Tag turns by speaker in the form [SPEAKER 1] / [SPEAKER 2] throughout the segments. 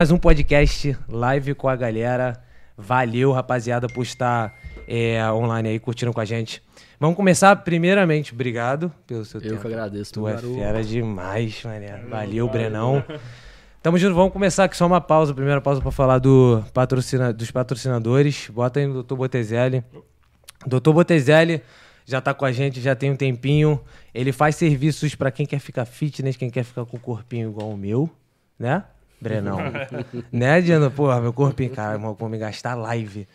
[SPEAKER 1] Mais um podcast live com a galera. Valeu, rapaziada, por estar é, online aí curtindo com a gente. Vamos começar, primeiramente, obrigado pelo seu
[SPEAKER 2] Eu
[SPEAKER 1] tempo.
[SPEAKER 2] que agradeço,
[SPEAKER 1] Tu
[SPEAKER 2] meu
[SPEAKER 1] é
[SPEAKER 2] garoto.
[SPEAKER 1] fera demais, mané. Valeu, Brenão. Tamo junto, vamos começar aqui só uma pausa, primeira pausa pra falar do patrocina, dos patrocinadores. Bota aí no Dr. Botezelli. Dr. Botezelli já tá com a gente, já tem um tempinho. Ele faz serviços pra quem quer ficar fitness, quem quer ficar com o corpinho igual o meu, né? Brenão. né, Diana? Porra, meu corpinho, cara, meu, vou me gastar live.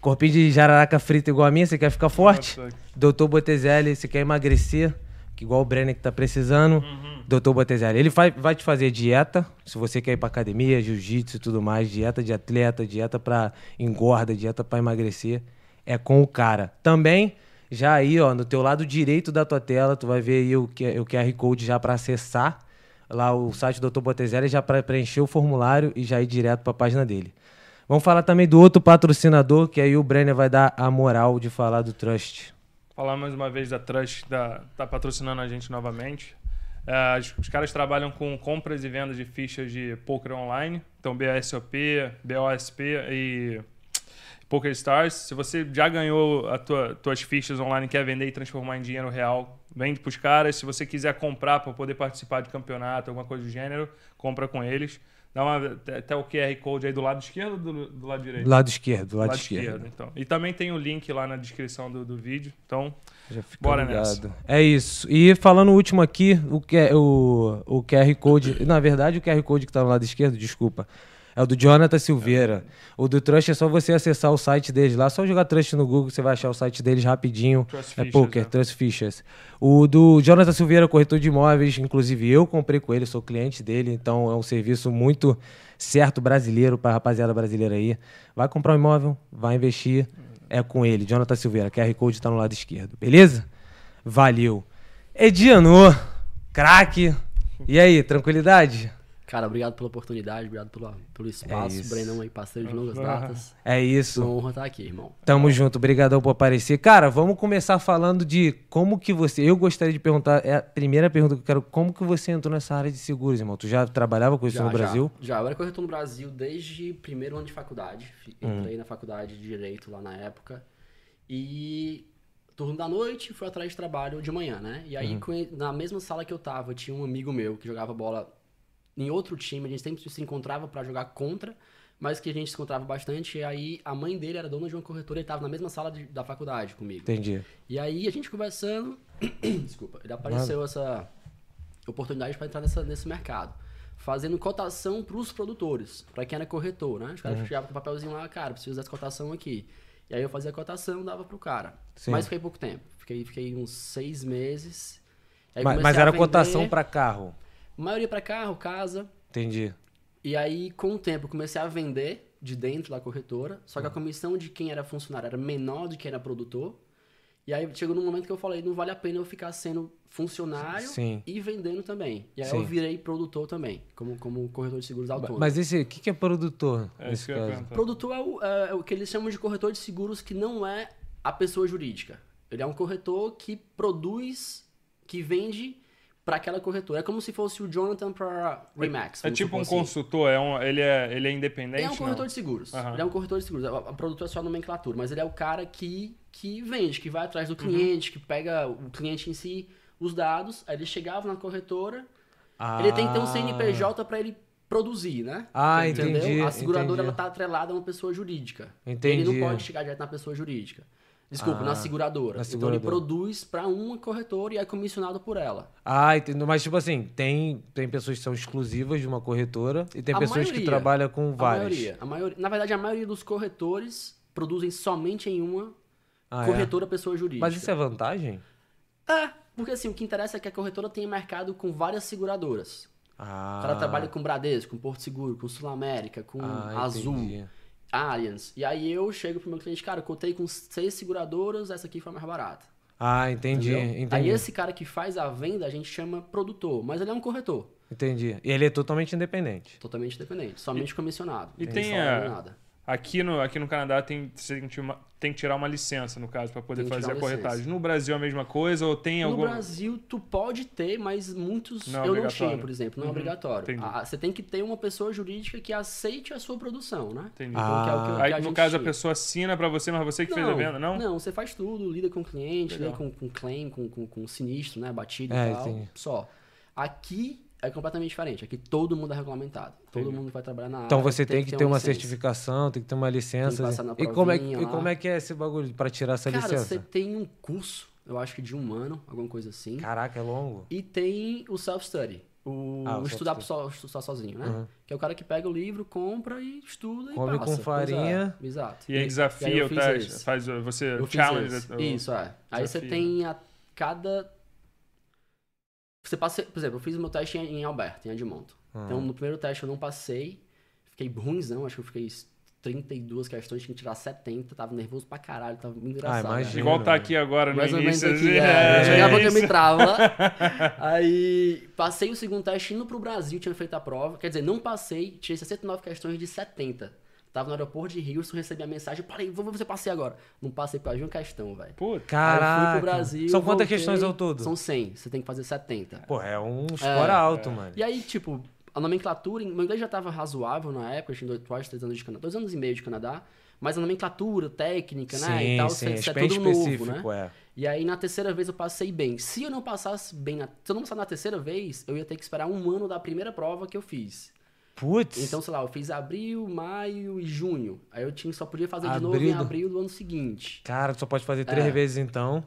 [SPEAKER 1] Corpinho de jararaca frita igual a minha, você quer ficar forte? Doutor Botezelli, você quer emagrecer? Que Igual o Brenner que tá precisando. Doutor Botezelli, ele vai, vai te fazer dieta, se você quer ir pra academia, jiu-jitsu e tudo mais, dieta de atleta, dieta pra engorda, dieta pra emagrecer, é com o cara. Também, já aí, ó, no teu lado direito da tua tela, tu vai ver aí o, Q- o QR Code já pra acessar lá o site do Dr. Botezelli já para preencher o formulário e já ir direto para a página dele. Vamos falar também do outro patrocinador, que aí o Brenner vai dar a moral de falar do Trust.
[SPEAKER 3] Falar mais uma vez da Trust, que tá, tá patrocinando a gente novamente. É, os, os caras trabalham com compras e vendas de fichas de poker online, então BASOP, BOSP e Poker Stars. Se você já ganhou as tua, tuas fichas online, quer vender e transformar em dinheiro real, vende pros caras. Se você quiser comprar para poder participar de campeonato, alguma coisa do gênero, compra com eles. Dá uma, até- até o QR Code aí do lado esquerdo ou do, do lado direito?
[SPEAKER 1] Do lado esquerdo, do lado,
[SPEAKER 3] Lado
[SPEAKER 1] esquerdo.
[SPEAKER 3] então. E também tem o link lá na descrição do, do vídeo. Então,
[SPEAKER 1] Já fica
[SPEAKER 3] Bora nessa.
[SPEAKER 1] É isso. E falando o último aqui, o, Q- o, o QR Code. Na verdade, o QR Code que tá no lado esquerdo, desculpa. É o do Jonathan Silveira. O do Trust é só você acessar o site deles lá. Só jogar Trust no Google, você vai achar o site deles rapidinho.
[SPEAKER 3] Trust
[SPEAKER 1] é
[SPEAKER 3] Fishers,
[SPEAKER 1] poker,
[SPEAKER 3] né?
[SPEAKER 1] Trust Fishers. O do Jonathan Silveira, corretor de imóveis, inclusive eu comprei com ele, sou cliente dele, então é um serviço muito certo brasileiro para rapaziada brasileira aí. Vai comprar um imóvel, vai investir, é com ele, Jonathan Silveira. QR Code está no lado esquerdo, beleza? Valeu. Ediano, craque. E aí, tranquilidade?
[SPEAKER 2] Cara, obrigado pela oportunidade, obrigado pela, pelo espaço.
[SPEAKER 1] É isso.
[SPEAKER 2] Brenão aí, parceiro de longas datas.
[SPEAKER 1] É
[SPEAKER 2] Uma
[SPEAKER 1] isso.
[SPEAKER 2] honra estar aqui, irmão.
[SPEAKER 1] Tamo junto, obrigadão por aparecer. Cara, vamos começar falando de como que você. Eu gostaria de perguntar, é a primeira pergunta que eu quero, como que você entrou nessa área de seguros, irmão? Tu já trabalhava com isso tá no Brasil?
[SPEAKER 2] Já, Eu era corretor no Brasil desde primeiro ano de faculdade. Fi-
[SPEAKER 1] Hum.
[SPEAKER 2] Entrei na faculdade de Direito lá na época. E turno da noite, fui atrás de trabalho de manhã, né? E
[SPEAKER 1] Uhum.
[SPEAKER 2] aí, conhe- na mesma sala que eu tava, tinha um amigo meu que jogava bola em outro time. A gente sempre se encontrava pra jogar contra, mas que a gente se encontrava bastante. E aí, a mãe dele era dona de uma corretora e tava na mesma sala de- da faculdade comigo.
[SPEAKER 1] Entendi.
[SPEAKER 2] E aí a gente conversando, desculpa, ele apareceu essa oportunidade para entrar nessa- nesse mercado, fazendo cotação para os produtores, para quem era corretor, né? Os caras
[SPEAKER 1] Uhum.
[SPEAKER 2] chegavam com um papelzinho lá, cara, preciso dessa cotação aqui. E aí eu fazia a cotação, dava pro cara.
[SPEAKER 1] Sim.
[SPEAKER 2] Mas fiquei pouco tempo, fiquei, fiquei uns seis meses. Aí
[SPEAKER 1] Mas,
[SPEAKER 2] comecei
[SPEAKER 1] mas
[SPEAKER 2] a
[SPEAKER 1] era
[SPEAKER 2] vender,
[SPEAKER 1] cotação pra carro.
[SPEAKER 2] maioria para carro, casa.
[SPEAKER 1] Entendi.
[SPEAKER 2] E aí, com o tempo, eu comecei a vender de dentro da corretora, só
[SPEAKER 3] Uhum.
[SPEAKER 2] que a comissão de quem era funcionário era menor do que era produtor. E aí chegou num momento que eu falei, não vale a pena eu ficar sendo funcionário
[SPEAKER 1] Sim.
[SPEAKER 2] e vendendo também. E aí
[SPEAKER 1] Sim.
[SPEAKER 2] eu virei produtor também, como, como corretor de seguros autônomo.
[SPEAKER 1] Mas esse, o que, que é produtor?
[SPEAKER 3] é
[SPEAKER 1] nesse
[SPEAKER 3] isso que eu ia
[SPEAKER 1] caso?
[SPEAKER 3] perguntar.
[SPEAKER 2] Produtor é o, é- é o que eles chamam de corretor de seguros que não é a pessoa jurídica. Ele é um corretor que produz, que vende para aquela corretora. É como se fosse o Jonathan para Remax.
[SPEAKER 3] É
[SPEAKER 2] vamos
[SPEAKER 3] tipo
[SPEAKER 2] supor
[SPEAKER 3] um
[SPEAKER 2] assim.
[SPEAKER 3] consultor, é um, ele, é, ele é independente?
[SPEAKER 2] Ele é um corretor
[SPEAKER 3] não?
[SPEAKER 2] de seguros.
[SPEAKER 3] Aham.
[SPEAKER 2] Ele é um corretor de seguros. A, a produtora é só a nomenclatura, mas ele é o cara que, que vende, que vai
[SPEAKER 1] Uhum.
[SPEAKER 2] atrás do cliente, que pega o cliente em si, os dados, aí ele chegava na corretora. Ele tem que ter um
[SPEAKER 1] Ah.
[SPEAKER 2] CNPJ pra ele produzir, né?
[SPEAKER 1] Ah, entendi,
[SPEAKER 2] A seguradora
[SPEAKER 1] entendi.
[SPEAKER 2] ela tá atrelada a uma pessoa jurídica.
[SPEAKER 1] Entendi.
[SPEAKER 2] Ele não pode chegar direto na pessoa jurídica. Desculpa,
[SPEAKER 1] Ah,
[SPEAKER 2] na seguradora.
[SPEAKER 1] na
[SPEAKER 2] Então ele
[SPEAKER 1] seguradora.
[SPEAKER 2] produz pra uma corretora e é comissionado por ela.
[SPEAKER 1] Ah, entendo. Mas, tipo assim, tem, tem pessoas que são exclusivas de uma corretora e tem
[SPEAKER 2] A
[SPEAKER 1] pessoas que
[SPEAKER 2] maioria.
[SPEAKER 1] trabalham com
[SPEAKER 2] A
[SPEAKER 1] várias.
[SPEAKER 2] maioria, a maioria- na verdade, a maioria dos corretores produzem somente em uma
[SPEAKER 1] Ah, é?
[SPEAKER 2] corretora pessoa jurídica.
[SPEAKER 1] Mas isso é vantagem?
[SPEAKER 2] É, porque assim, o que interessa é que a corretora tenha mercado com várias seguradoras.
[SPEAKER 1] Ah.
[SPEAKER 2] O cara trabalha com Bradesco, com Porto Seguro, com Sul América, com
[SPEAKER 1] ah,
[SPEAKER 2] Azul,
[SPEAKER 1] entendi.
[SPEAKER 2] Allianz. E aí eu chego pro meu cliente, cara, eu cotei com seis seguradoras, essa aqui foi a mais barata.
[SPEAKER 1] Ah, entendi,
[SPEAKER 2] entendeu? Aí
[SPEAKER 1] entendi.
[SPEAKER 2] esse cara que faz a venda, a gente chama produtor, mas ele é um corretor,
[SPEAKER 1] Entendi. E ele é totalmente independente.
[SPEAKER 2] totalmente independente, somente comissionado.
[SPEAKER 3] e
[SPEAKER 2] não
[SPEAKER 3] tem
[SPEAKER 2] salário,
[SPEAKER 3] a-
[SPEAKER 2] nada.
[SPEAKER 3] Aqui no, aqui no Canadá tem, você tem, que tirar uma- tem que tirar uma licença, no caso, para poder
[SPEAKER 2] Tem que
[SPEAKER 3] fazer
[SPEAKER 2] tirar
[SPEAKER 3] a
[SPEAKER 2] uma licença.
[SPEAKER 3] corretagem. No Brasil é a mesma coisa ou tem
[SPEAKER 2] No
[SPEAKER 3] algum.
[SPEAKER 2] Brasil, tu pode ter, mas muitos
[SPEAKER 3] Não é
[SPEAKER 2] eu não
[SPEAKER 3] obrigatório.
[SPEAKER 2] tinha, por exemplo. Não é
[SPEAKER 3] Uhum,
[SPEAKER 2] obrigatório.
[SPEAKER 3] entendi.
[SPEAKER 2] Ah, Você tem que ter uma pessoa jurídica que aceite a sua produção, né?
[SPEAKER 3] Entendi.
[SPEAKER 1] Ah,
[SPEAKER 2] que é o que- que
[SPEAKER 3] Aí, no
[SPEAKER 2] gente
[SPEAKER 3] caso, a
[SPEAKER 2] tinha.
[SPEAKER 3] pessoa assina para você, mas você que fez a venda, não?
[SPEAKER 2] Não, você faz tudo, lida com o cliente,
[SPEAKER 3] Legal.
[SPEAKER 2] lida com, com claim, com, com, com sinistro, né? Batido
[SPEAKER 1] É,
[SPEAKER 2] e tal.
[SPEAKER 1] entendi.
[SPEAKER 2] Só. Aqui é completamente diferente. Aqui todo mundo é regulamentado. Todo
[SPEAKER 3] Entendi.
[SPEAKER 2] mundo vai trabalhar na área.
[SPEAKER 1] Então você tem que ter uma
[SPEAKER 2] licença.
[SPEAKER 1] certificação, tem que ter uma licença.
[SPEAKER 2] passar na
[SPEAKER 1] e, como é,
[SPEAKER 2] provinha
[SPEAKER 1] e
[SPEAKER 2] lá.
[SPEAKER 1] como é que é esse bagulho pra tirar essa
[SPEAKER 2] Cara,
[SPEAKER 1] licença?
[SPEAKER 2] você tem um curso, eu acho que de um ano, alguma coisa assim.
[SPEAKER 1] Caraca, é longo.
[SPEAKER 2] E tem o self-study. O,
[SPEAKER 1] Ah, o
[SPEAKER 2] estudar só, estudar sozinho, né?
[SPEAKER 1] Uhum.
[SPEAKER 2] Que é o cara que pega o livro, compra e estuda
[SPEAKER 1] Come
[SPEAKER 2] e
[SPEAKER 1] com
[SPEAKER 2] passa. Pois é,
[SPEAKER 1] farinha.
[SPEAKER 2] Exato.
[SPEAKER 3] E é aí
[SPEAKER 2] aí
[SPEAKER 3] desafia
[SPEAKER 2] eu
[SPEAKER 3] o
[SPEAKER 2] fiz
[SPEAKER 3] teste.
[SPEAKER 2] esse.
[SPEAKER 3] Faz, o- você
[SPEAKER 2] Eu fiz
[SPEAKER 3] É, challenge. né?
[SPEAKER 2] esse.
[SPEAKER 3] o-
[SPEAKER 2] Isso, é. Aí você
[SPEAKER 3] desafio, né?
[SPEAKER 2] tem a cada. Você passa. Por exemplo, eu fiz o meu teste em em Alberta, em Edmonton. Então,
[SPEAKER 1] Ah.
[SPEAKER 2] no primeiro teste eu não passei. Fiquei ruimzão, acho que eu fiquei 32 questões, tinha que tirar 70. Tava nervoso pra caralho, tava muito engraçado. né?
[SPEAKER 1] imagina.
[SPEAKER 3] Igual tá aqui agora no
[SPEAKER 2] Mais ou menos
[SPEAKER 3] início.
[SPEAKER 2] aqui,
[SPEAKER 3] assim,
[SPEAKER 2] é.
[SPEAKER 3] é,
[SPEAKER 2] Chegava que eu me
[SPEAKER 3] isso.
[SPEAKER 2] trava. Aí passei o segundo teste indo pro Brasil, tinha feito a prova. Quer dizer, não passei, tirei 69 questões de 70. Tava no aeroporto de Houston, recebi a mensagem, parei, vou ver se eu passei agora. Não passei por causa de uma questão, velho.
[SPEAKER 3] Puta.
[SPEAKER 2] Aí eu
[SPEAKER 1] Caraca.
[SPEAKER 2] fui pro Brasil.
[SPEAKER 1] São quantas
[SPEAKER 2] voltei,
[SPEAKER 1] questões ao todo?
[SPEAKER 2] São 100, você tem que fazer 70.
[SPEAKER 1] Pô, é um score alto, mano.
[SPEAKER 2] E aí, tipo, a nomenclatura, meu inglês já tava razoável na época, eu tinha dois, quase três anos de Canadá, dois anos e meio de Canadá, mas a nomenclatura, técnica, né, e
[SPEAKER 1] Sim,
[SPEAKER 2] tal,
[SPEAKER 1] sim, é
[SPEAKER 2] isso é
[SPEAKER 1] bem
[SPEAKER 2] tudo
[SPEAKER 1] específico,
[SPEAKER 2] novo, né?
[SPEAKER 1] é.
[SPEAKER 2] E aí na terceira vez eu passei bem. Se eu não passasse bem na. Se eu não passasse na terceira vez, eu ia ter que esperar um ano da primeira prova que eu fiz.
[SPEAKER 1] Putz,
[SPEAKER 2] Então, sei lá, eu fiz abril, maio e junho. Aí eu tinha, só podia fazer de novo
[SPEAKER 1] Abril
[SPEAKER 2] em
[SPEAKER 1] do-
[SPEAKER 2] abril do ano seguinte.
[SPEAKER 1] cara, tu só pode fazer três
[SPEAKER 2] É.
[SPEAKER 1] vezes então.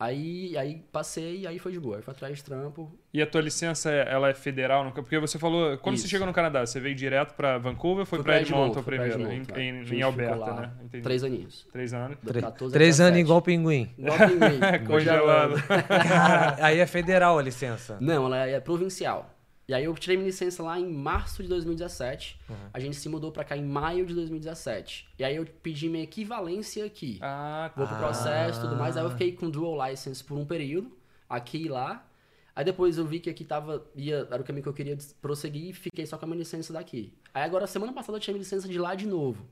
[SPEAKER 2] Aí, aí passei e aí foi de boa. Aí foi atrás de trampo.
[SPEAKER 3] E a tua licença, é- ela é federal? no- Porque você falou, quando você
[SPEAKER 2] Isso.
[SPEAKER 3] chegou no Canadá, você veio direto pra Vancouver ou foi
[SPEAKER 2] Fui
[SPEAKER 3] pra
[SPEAKER 2] pra
[SPEAKER 3] Edmonton
[SPEAKER 2] Edmonton, fui pra
[SPEAKER 3] primeiro?
[SPEAKER 2] Edmonton,
[SPEAKER 3] em,
[SPEAKER 2] é.
[SPEAKER 3] em- em
[SPEAKER 2] Sim,
[SPEAKER 3] Alberta,
[SPEAKER 2] ficou lá
[SPEAKER 3] né? Entendi.
[SPEAKER 2] Três aninhos.
[SPEAKER 3] Três anos.
[SPEAKER 2] Do
[SPEAKER 1] Tre-
[SPEAKER 2] 14 a
[SPEAKER 1] três anos
[SPEAKER 2] 17.
[SPEAKER 1] igual pinguim.
[SPEAKER 2] Igual pinguim,
[SPEAKER 3] Congelado.
[SPEAKER 1] Cara, aí é federal a licença.
[SPEAKER 2] Não, ela é provincial. E aí eu tirei minha licença lá em março de 2017. A gente se mudou pra cá em maio de 2017. E aí eu pedi minha equivalência aqui.
[SPEAKER 3] Ah,
[SPEAKER 2] Vou pro processo e tudo mais. Aí
[SPEAKER 1] Ah.
[SPEAKER 2] eu fiquei com dual license por um período, aqui e lá. Aí depois eu vi que aqui tava, ia, era o caminho que eu queria des- prosseguir e fiquei só com a minha licença daqui. Aí agora, semana passada, eu tinha minha licença de lá de novo.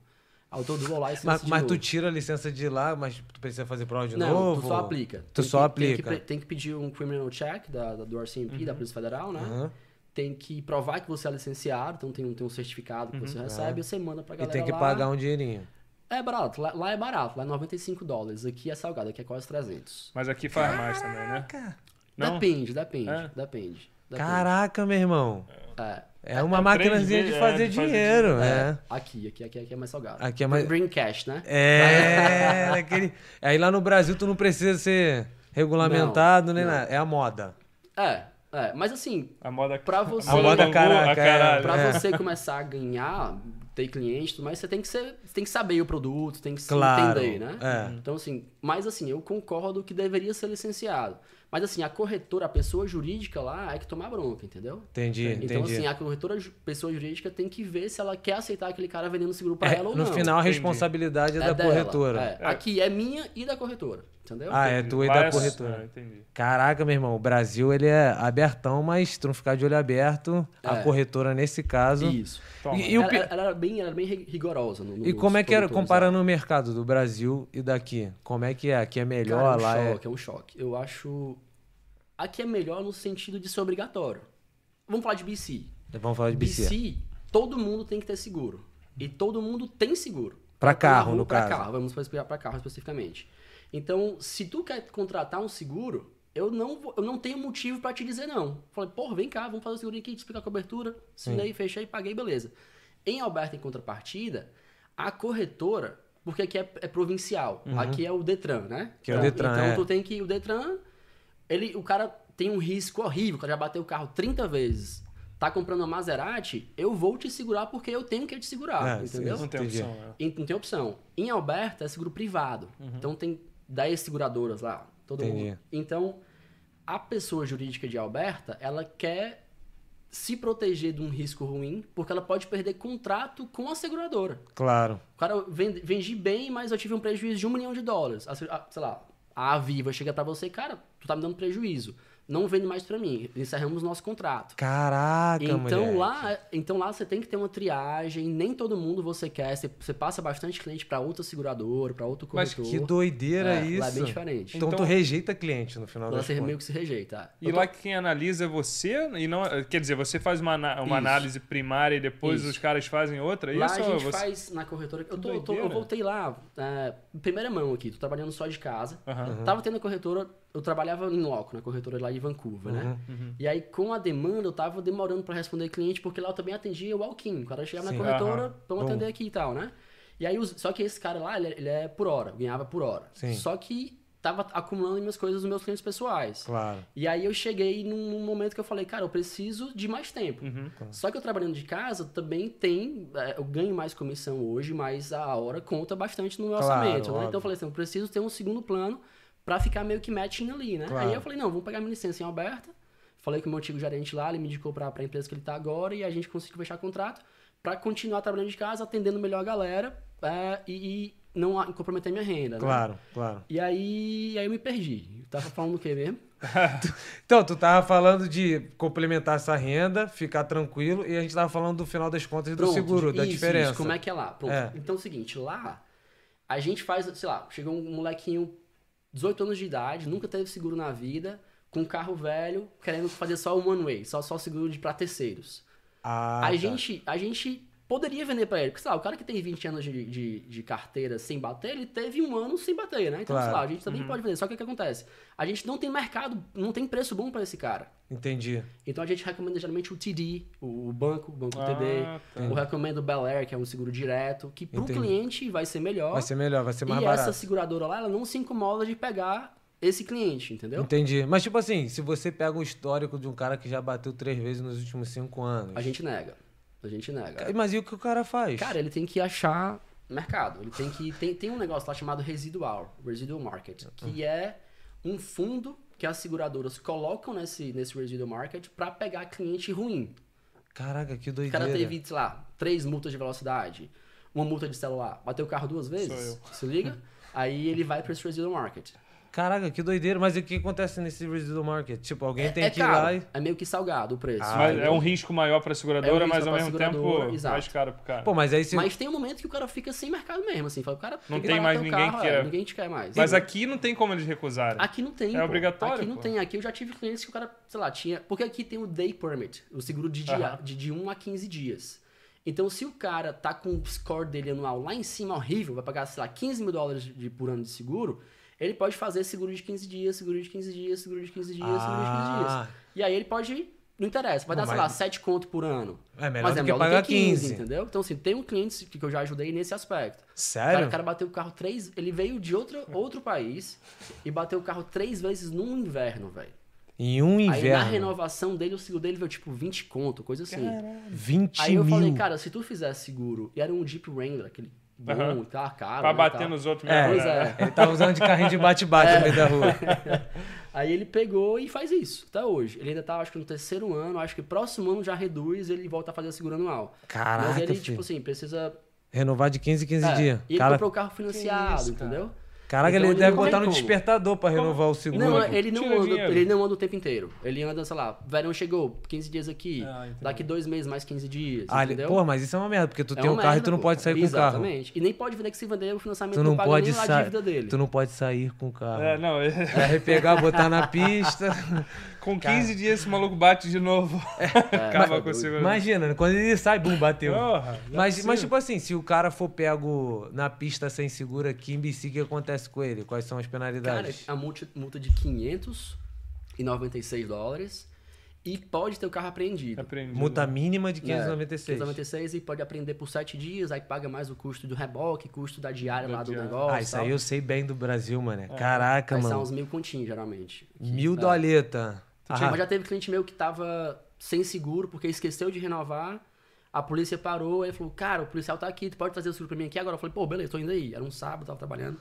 [SPEAKER 2] Aí eu tô dual license
[SPEAKER 1] Mas,
[SPEAKER 2] de
[SPEAKER 1] mas
[SPEAKER 2] novo.
[SPEAKER 1] tu tira a licença de lá, mas tu precisa fazer prova de
[SPEAKER 2] Não,
[SPEAKER 1] novo?
[SPEAKER 2] tu só aplica.
[SPEAKER 1] Tu
[SPEAKER 2] Tem
[SPEAKER 1] só
[SPEAKER 2] que- Tem
[SPEAKER 1] aplica.
[SPEAKER 2] que, pre- tem que pedir um criminal check da, da- do RCMP, da Polícia Federal, né?
[SPEAKER 1] Aham.
[SPEAKER 2] Tem que provar que você é licenciado, então tem um, tem um certificado que você recebe, e você manda pra
[SPEAKER 1] Uhum. É. E
[SPEAKER 2] galera
[SPEAKER 1] tem que
[SPEAKER 2] lá.
[SPEAKER 1] pagar um dinheirinho.
[SPEAKER 2] É barato, lá, lá é barato, lá é 95 dólares, aqui é salgado, aqui é quase 300.
[SPEAKER 3] Mas aqui faz mais também, né? Não?
[SPEAKER 2] Depende, depende,
[SPEAKER 3] É?
[SPEAKER 2] depende. depende.
[SPEAKER 1] Caraca, meu irmão.
[SPEAKER 2] É.
[SPEAKER 1] É uma
[SPEAKER 3] três
[SPEAKER 1] maquinazinha
[SPEAKER 3] vezes,
[SPEAKER 1] de
[SPEAKER 3] é,
[SPEAKER 1] fazer
[SPEAKER 3] de fazer
[SPEAKER 1] dinheiro,
[SPEAKER 2] É,
[SPEAKER 1] é.
[SPEAKER 2] Aqui, aqui, aqui, aqui é mais salgado.
[SPEAKER 1] Aqui é mais-
[SPEAKER 2] Bring cash, né?
[SPEAKER 1] É, naquele... Aí lá no Brasil tu não precisa ser regulamentado, nem
[SPEAKER 2] não.
[SPEAKER 1] nada. É a moda.
[SPEAKER 2] É, é. Mas assim,
[SPEAKER 3] A moda...
[SPEAKER 2] pra você.
[SPEAKER 3] A moda
[SPEAKER 1] Moda
[SPEAKER 3] caraca,
[SPEAKER 1] caraca,
[SPEAKER 3] caralho.
[SPEAKER 1] é.
[SPEAKER 2] Pra
[SPEAKER 1] É.
[SPEAKER 2] você começar a ganhar, ter cliente e tudo mais, você tem que ser, você tem que saber o produto, tem que se
[SPEAKER 1] Claro,
[SPEAKER 2] entender, né?
[SPEAKER 1] é.
[SPEAKER 2] Então, assim, mas assim, eu concordo que deveria ser licenciado. Mas assim, a corretora, a pessoa jurídica lá é que tomar bronca, entendeu?
[SPEAKER 1] Entendi,
[SPEAKER 2] Então,
[SPEAKER 1] entendi.
[SPEAKER 2] assim, a corretora, ju- pessoa jurídica tem que ver se ela quer aceitar aquele cara vendendo seguro pra
[SPEAKER 1] É,
[SPEAKER 2] ela ou
[SPEAKER 1] no
[SPEAKER 2] não.
[SPEAKER 1] final a
[SPEAKER 3] Entendi.
[SPEAKER 1] responsabilidade é, da
[SPEAKER 2] dela,
[SPEAKER 1] corretora.
[SPEAKER 2] é. Aqui é minha e da corretora, entendeu?
[SPEAKER 1] Ah, é tua e da
[SPEAKER 3] Vai-
[SPEAKER 1] corretora.
[SPEAKER 3] Ah, entendi.
[SPEAKER 1] Caraca, meu irmão, o Brasil ele é abertão, mas tu não ficar de olho aberto, a
[SPEAKER 2] É.
[SPEAKER 1] corretora nesse caso. E,
[SPEAKER 2] Isso.
[SPEAKER 3] Toma.
[SPEAKER 1] E o
[SPEAKER 2] ela,
[SPEAKER 1] pi-
[SPEAKER 2] ela era bem, ela era bem ri- rigorosa. No, no- nos
[SPEAKER 1] como é que era,
[SPEAKER 2] produtores,
[SPEAKER 1] comparando o mercado do Brasil e daqui? Como é que é? Aqui é melhor,
[SPEAKER 2] Cara, é um
[SPEAKER 1] lá é...
[SPEAKER 2] choque, é... um choque. Eu acho. Aqui é melhor no sentido de ser obrigatório. Vamos falar de BC.
[SPEAKER 1] Vamos falar de
[SPEAKER 2] BC,
[SPEAKER 1] BC.
[SPEAKER 2] todo mundo tem que ter seguro. E todo mundo tem seguro.
[SPEAKER 1] Pra
[SPEAKER 2] Então, na
[SPEAKER 1] carro,
[SPEAKER 2] rua,
[SPEAKER 1] no
[SPEAKER 2] pra
[SPEAKER 1] caso.
[SPEAKER 2] carro. Vamos explicar pra carro especificamente. Então, se tu quer contratar um seguro, eu não, vou- eu não tenho motivo pra te dizer não. Falei, porra, vem cá, vamos fazer o seguro aqui, te explicar a cobertura. Assinei, fechei, paguei, beleza. Em Alberta, em contrapartida, a corretora, porque aqui é, é provincial, aqui é o Detran, né?
[SPEAKER 1] Uhum. Que é o Detran,
[SPEAKER 2] Então,
[SPEAKER 1] é.
[SPEAKER 2] tu tem que... O Detran, ele, o cara tem um risco horrível, o cara já bateu o carro 30 vezes. Tá comprando uma Maserati, eu vou te segurar porque eu tenho que te segurar,
[SPEAKER 1] É,
[SPEAKER 2] entendeu?
[SPEAKER 3] Não tem
[SPEAKER 1] Entendi.
[SPEAKER 3] opção, né?
[SPEAKER 2] E Não tem opção. Em Alberta é seguro privado. Então tem 10 seguradoras lá. Todo
[SPEAKER 1] Uhum. Entendi.
[SPEAKER 2] mundo. Então, a pessoa jurídica de Alberta, ela quer se proteger de um risco ruim, porque ela pode perder contrato com a seguradora.
[SPEAKER 1] Claro.
[SPEAKER 2] O cara vende, vendi bem, mas eu tive um prejuízo de um milhão de dólares. A se- a- sei lá, a Aviva chega pra você, cara, tu tá me dando prejuízo. não vende mais pra mim. Encerramos nosso contrato.
[SPEAKER 1] Caraca,
[SPEAKER 2] Então
[SPEAKER 1] moleque.
[SPEAKER 2] lá, então lá você tem que ter uma triagem, nem todo mundo você quer, você, você passa bastante cliente pra outra seguradora, pra outro
[SPEAKER 3] Mas
[SPEAKER 2] corretor.
[SPEAKER 1] Que doideira
[SPEAKER 2] É,
[SPEAKER 1] isso.
[SPEAKER 2] Lá é bem diferente.
[SPEAKER 1] Então, tu
[SPEAKER 3] Então-
[SPEAKER 1] rejeita cliente no final
[SPEAKER 2] lá
[SPEAKER 1] das
[SPEAKER 2] você é
[SPEAKER 1] contas.
[SPEAKER 2] meio que se rejeita.
[SPEAKER 3] E lá quem analisa é você, e não, quer dizer, você faz uma, ana- uma
[SPEAKER 2] Isso.
[SPEAKER 3] análise primária e depois
[SPEAKER 2] Isso.
[SPEAKER 3] os caras fazem outra?
[SPEAKER 2] Lá
[SPEAKER 3] isso
[SPEAKER 2] a
[SPEAKER 3] ou
[SPEAKER 2] gente
[SPEAKER 3] você...
[SPEAKER 2] faz na corretora. Eu, tô- eu tô-
[SPEAKER 3] doideira.
[SPEAKER 2] eu voltei lá, é, em primeira mão aqui, tô trabalhando só de casa.
[SPEAKER 3] Aham.
[SPEAKER 2] Tava tendo a corretora, eu trabalhava em loco, na corretora lá de Vancouver, né?
[SPEAKER 3] Uhum.
[SPEAKER 2] E aí, com a demanda, eu tava demorando pra responder cliente, porque lá eu também atendia o walk-in. O cara chegava
[SPEAKER 1] Sim.
[SPEAKER 2] na corretora,
[SPEAKER 3] Aham.
[SPEAKER 2] vamos atender aqui e tal, né? E aí, os- só que esse cara lá, ele, ele é por hora, ganhava por hora.
[SPEAKER 1] Sim.
[SPEAKER 2] Só que tava acumulando minhas coisas nos meus clientes pessoais.
[SPEAKER 1] Claro.
[SPEAKER 2] E aí eu cheguei num, num momento que eu falei, cara, eu preciso de mais tempo.
[SPEAKER 1] Uhum.
[SPEAKER 2] Só que eu trabalhando de casa também tem. é, Eu ganho mais comissão hoje, mas a hora conta bastante no meu
[SPEAKER 1] Claro,
[SPEAKER 2] orçamento. Né?
[SPEAKER 1] óbvio.
[SPEAKER 2] Então eu falei assim, eu preciso ter um segundo plano pra ficar meio que matching ali, né?
[SPEAKER 1] Claro.
[SPEAKER 2] Aí eu falei, não, vamos pegar minha licença em Alberta. Falei com o meu antigo gerente lá, ele me indicou pra, pra empresa que ele tá agora e a gente conseguiu fechar contrato pra continuar trabalhando de casa, atendendo melhor a galera é, e, e não a- comprometer minha renda, né?
[SPEAKER 1] Claro, claro.
[SPEAKER 2] E aí, aí eu me perdi. Eu tava falando o quê mesmo?
[SPEAKER 1] Então, tu tava falando de complementar essa renda, ficar tranquilo, e a gente tava falando do final das contas e do
[SPEAKER 2] Pronto,
[SPEAKER 1] seguro, da
[SPEAKER 2] isso,
[SPEAKER 1] diferença.
[SPEAKER 2] isso, como é que é lá? Pronto.
[SPEAKER 1] É.
[SPEAKER 2] Então é o seguinte, lá a gente faz, sei lá, chegou um molequinho 18 anos de idade, nunca teve seguro na vida, com um carro velho, querendo fazer só o one way, só só seguro de pra terceiros.
[SPEAKER 1] Ah,
[SPEAKER 2] a
[SPEAKER 1] tá.
[SPEAKER 2] gente a gente poderia vender pra ele, porque sei lá, o cara que tem 20 anos de, de, de carteira sem bater, ele teve um ano sem bater, né? Então,
[SPEAKER 1] Claro. Uhum.
[SPEAKER 2] sei lá, a gente também pode vender. Só que o que acontece? A gente não tem mercado, não tem preço bom pra esse cara.
[SPEAKER 1] Entendi.
[SPEAKER 2] Então a gente recomenda geralmente o TD, o o banco, o banco
[SPEAKER 3] Ah, tá.
[SPEAKER 2] TD. Eu recomendo o Bel Air, que é um seguro direto, que pro
[SPEAKER 1] Entendi.
[SPEAKER 2] cliente vai ser melhor.
[SPEAKER 1] Vai ser melhor, vai ser mais
[SPEAKER 2] e
[SPEAKER 1] barato.
[SPEAKER 2] essa seguradora lá, ela não se incomoda de pegar esse cliente, entendeu?
[SPEAKER 1] Entendi. Mas, tipo assim, se você pega um histórico de um cara que já bateu três vezes nos últimos cinco anos.
[SPEAKER 2] A gente nega. A gente nega.
[SPEAKER 1] Mas e o que o cara é faz?
[SPEAKER 2] Cara, ele tem que achar mercado. Ele tem que. Tem, tem um negócio lá chamado residual, residual market,
[SPEAKER 1] Uhum.
[SPEAKER 2] que é um fundo que as seguradoras colocam nesse, nesse residual market pra pegar cliente ruim.
[SPEAKER 1] Caraca, que
[SPEAKER 2] O
[SPEAKER 1] doideira.
[SPEAKER 2] cara teve, sei lá, três multas de velocidade, uma multa de celular, bateu o carro duas vezes, se liga? Aí ele vai para esse residual market.
[SPEAKER 1] Caraca, que doideira. Mas e o que acontece nesse residual market? Tipo, alguém tem
[SPEAKER 2] é
[SPEAKER 1] que ir
[SPEAKER 2] caro,
[SPEAKER 1] lá e.
[SPEAKER 2] é meio que salgado o preço.
[SPEAKER 3] Mas é um risco maior
[SPEAKER 2] Ah, É
[SPEAKER 3] para a
[SPEAKER 2] um
[SPEAKER 3] seguradora,
[SPEAKER 2] risco
[SPEAKER 3] mas ao
[SPEAKER 2] pra
[SPEAKER 3] mesmo
[SPEAKER 2] seguradora,
[SPEAKER 3] tempo
[SPEAKER 2] exato.
[SPEAKER 3] mais caro pro cara.
[SPEAKER 1] Pô, mas aí se.
[SPEAKER 2] Mas tem um momento que o cara fica sem mercado mesmo, assim. Fala, o cara
[SPEAKER 3] Não
[SPEAKER 2] que
[SPEAKER 3] tem
[SPEAKER 2] vai
[SPEAKER 3] mais
[SPEAKER 2] bater o
[SPEAKER 3] ninguém
[SPEAKER 2] carro,
[SPEAKER 3] queira.
[SPEAKER 2] é, ninguém te quer mais.
[SPEAKER 3] Mas
[SPEAKER 2] E-
[SPEAKER 3] aqui não tem como eles recusarem.
[SPEAKER 2] Aqui não tem.
[SPEAKER 3] É
[SPEAKER 2] pô.
[SPEAKER 3] obrigatório,
[SPEAKER 2] Aqui não
[SPEAKER 3] pô.
[SPEAKER 2] tem. Aqui eu já tive clientes que o cara, sei lá, tinha. Porque aqui tem o day permit, o seguro de, dia,
[SPEAKER 3] Aham.
[SPEAKER 2] de, de 1 a 15 dias. Então, se o cara tá com o score dele anual lá em cima, horrível, vai pagar, sei lá, 15 mil dólares de, por ano de seguro, ele pode fazer seguro de 15 dias, seguro de 15 dias, seguro de 15 dias, seguro de 15 dias.
[SPEAKER 1] Ah,
[SPEAKER 2] E aí ele pode. Não interessa, vai
[SPEAKER 1] Não,
[SPEAKER 2] dar, sei
[SPEAKER 1] mas-
[SPEAKER 2] lá, 7 conto por ano.
[SPEAKER 1] é melhor
[SPEAKER 2] Mas
[SPEAKER 1] do
[SPEAKER 2] é
[SPEAKER 1] que
[SPEAKER 2] melhor
[SPEAKER 1] pagar
[SPEAKER 2] do que 15,
[SPEAKER 1] 15.
[SPEAKER 2] entendeu? Então, assim, tem um cliente que eu já ajudei nesse aspecto. O cara,
[SPEAKER 1] Sério?
[SPEAKER 2] o cara bateu o carro três. Ele veio de outro, outro país e bateu o carro três vezes num inverno, velho.
[SPEAKER 1] Em um
[SPEAKER 2] Aí na
[SPEAKER 1] inverno.
[SPEAKER 2] renovação dele, o seguro dele veio tipo 20 conto, coisa assim.
[SPEAKER 1] 20
[SPEAKER 2] Aí eu
[SPEAKER 1] mil.
[SPEAKER 2] falei, cara, se tu fizer seguro, e era um Jeep Wrangler, aquele bom
[SPEAKER 3] Aham.
[SPEAKER 2] e tal, caro.
[SPEAKER 3] Pra
[SPEAKER 2] né,
[SPEAKER 3] bater
[SPEAKER 2] tal.
[SPEAKER 3] nos outros
[SPEAKER 1] É,
[SPEAKER 3] mesmo,
[SPEAKER 2] Pois
[SPEAKER 3] né?
[SPEAKER 2] é.
[SPEAKER 1] Ele tava usando de carrinho de bate-bate no meio da rua.
[SPEAKER 2] Aí ele pegou e faz isso, até hoje. Ele ainda tá, acho que no terceiro ano, acho que próximo ano já reduz ele volta a fazer seguro anual. Mas
[SPEAKER 1] Caraca,
[SPEAKER 2] ele,
[SPEAKER 1] filho.
[SPEAKER 2] tipo assim, precisa.
[SPEAKER 1] Renovar de 15 em 15
[SPEAKER 2] é,
[SPEAKER 1] dias.
[SPEAKER 2] E ele
[SPEAKER 1] Cara,
[SPEAKER 2] comprou o carro financiado,
[SPEAKER 3] isso, cara?
[SPEAKER 2] entendeu?
[SPEAKER 1] Caraca,
[SPEAKER 2] Então
[SPEAKER 1] ele
[SPEAKER 2] ele
[SPEAKER 1] deve
[SPEAKER 2] não tem
[SPEAKER 1] botar no
[SPEAKER 2] como.
[SPEAKER 1] despertador pra renovar o seguro.
[SPEAKER 2] Não, é,
[SPEAKER 1] pô.
[SPEAKER 2] ele não,
[SPEAKER 3] Tira
[SPEAKER 2] anda,
[SPEAKER 3] dinheiro.
[SPEAKER 2] ele não anda o tempo inteiro. Ele anda, sei lá, verão chegou, 15 dias aqui,
[SPEAKER 3] Ah, entendi.
[SPEAKER 2] daqui dois meses mais 15 dias,
[SPEAKER 1] Ah, ele-
[SPEAKER 2] entendeu?
[SPEAKER 1] pô, mas isso é uma merda, porque tu
[SPEAKER 2] É
[SPEAKER 1] tem um
[SPEAKER 2] uma
[SPEAKER 1] carro e
[SPEAKER 2] merda,
[SPEAKER 1] tu não
[SPEAKER 2] pô.
[SPEAKER 1] pode sair com o carro.
[SPEAKER 2] Exatamente. E nem pode vender que se vender o financiamento
[SPEAKER 1] Tu
[SPEAKER 2] não,
[SPEAKER 1] não
[SPEAKER 2] paga
[SPEAKER 1] pode
[SPEAKER 2] nem a
[SPEAKER 1] sair.
[SPEAKER 2] dívida dele.
[SPEAKER 1] Tu não pode sair com o carro.
[SPEAKER 3] É, não, é-
[SPEAKER 1] Vai pegar, botar na pista.
[SPEAKER 3] com 15 dias esse maluco bate de novo.
[SPEAKER 2] É,
[SPEAKER 3] Acaba com o segurador.
[SPEAKER 1] Imagina, quando ele sai, bum, bateu.
[SPEAKER 3] Porra, não é
[SPEAKER 1] mas, mas,
[SPEAKER 3] possível.
[SPEAKER 1] tipo assim, se o cara for pego na pista sem segura aqui em BC, o que acontece com ele? Quais são as
[SPEAKER 2] Cara,
[SPEAKER 1] penalidades?
[SPEAKER 2] a multa, multa de 596 dólares e pode ter o carro apreendido.
[SPEAKER 1] É
[SPEAKER 3] Aprendi. né?
[SPEAKER 1] Multa mínima de
[SPEAKER 2] um É,
[SPEAKER 1] 596.
[SPEAKER 2] 596 e pode aprender por 7 dias, aí paga mais o custo do reboque, custo da diária
[SPEAKER 3] Da
[SPEAKER 2] lá do
[SPEAKER 3] diária.
[SPEAKER 2] negócio.
[SPEAKER 1] Ah, isso
[SPEAKER 2] tal.
[SPEAKER 1] aí eu sei bem do Brasil, mano.
[SPEAKER 3] É.
[SPEAKER 1] Caraca,
[SPEAKER 2] Aí são
[SPEAKER 1] mano.
[SPEAKER 2] uns mil continhos, geralmente.
[SPEAKER 1] Mil
[SPEAKER 2] dólares.
[SPEAKER 1] doleta.
[SPEAKER 2] Tinha-
[SPEAKER 1] Ah,
[SPEAKER 2] Mas já teve cliente meu que tava sem seguro porque esqueceu de renovar. A polícia parou, aí falou: Cara, o policial tá aqui, tu pode fazer o seguro pra mim aqui agora? Eu falei: Pô, beleza, tô indo aí. Era um sábado, tava trabalhando.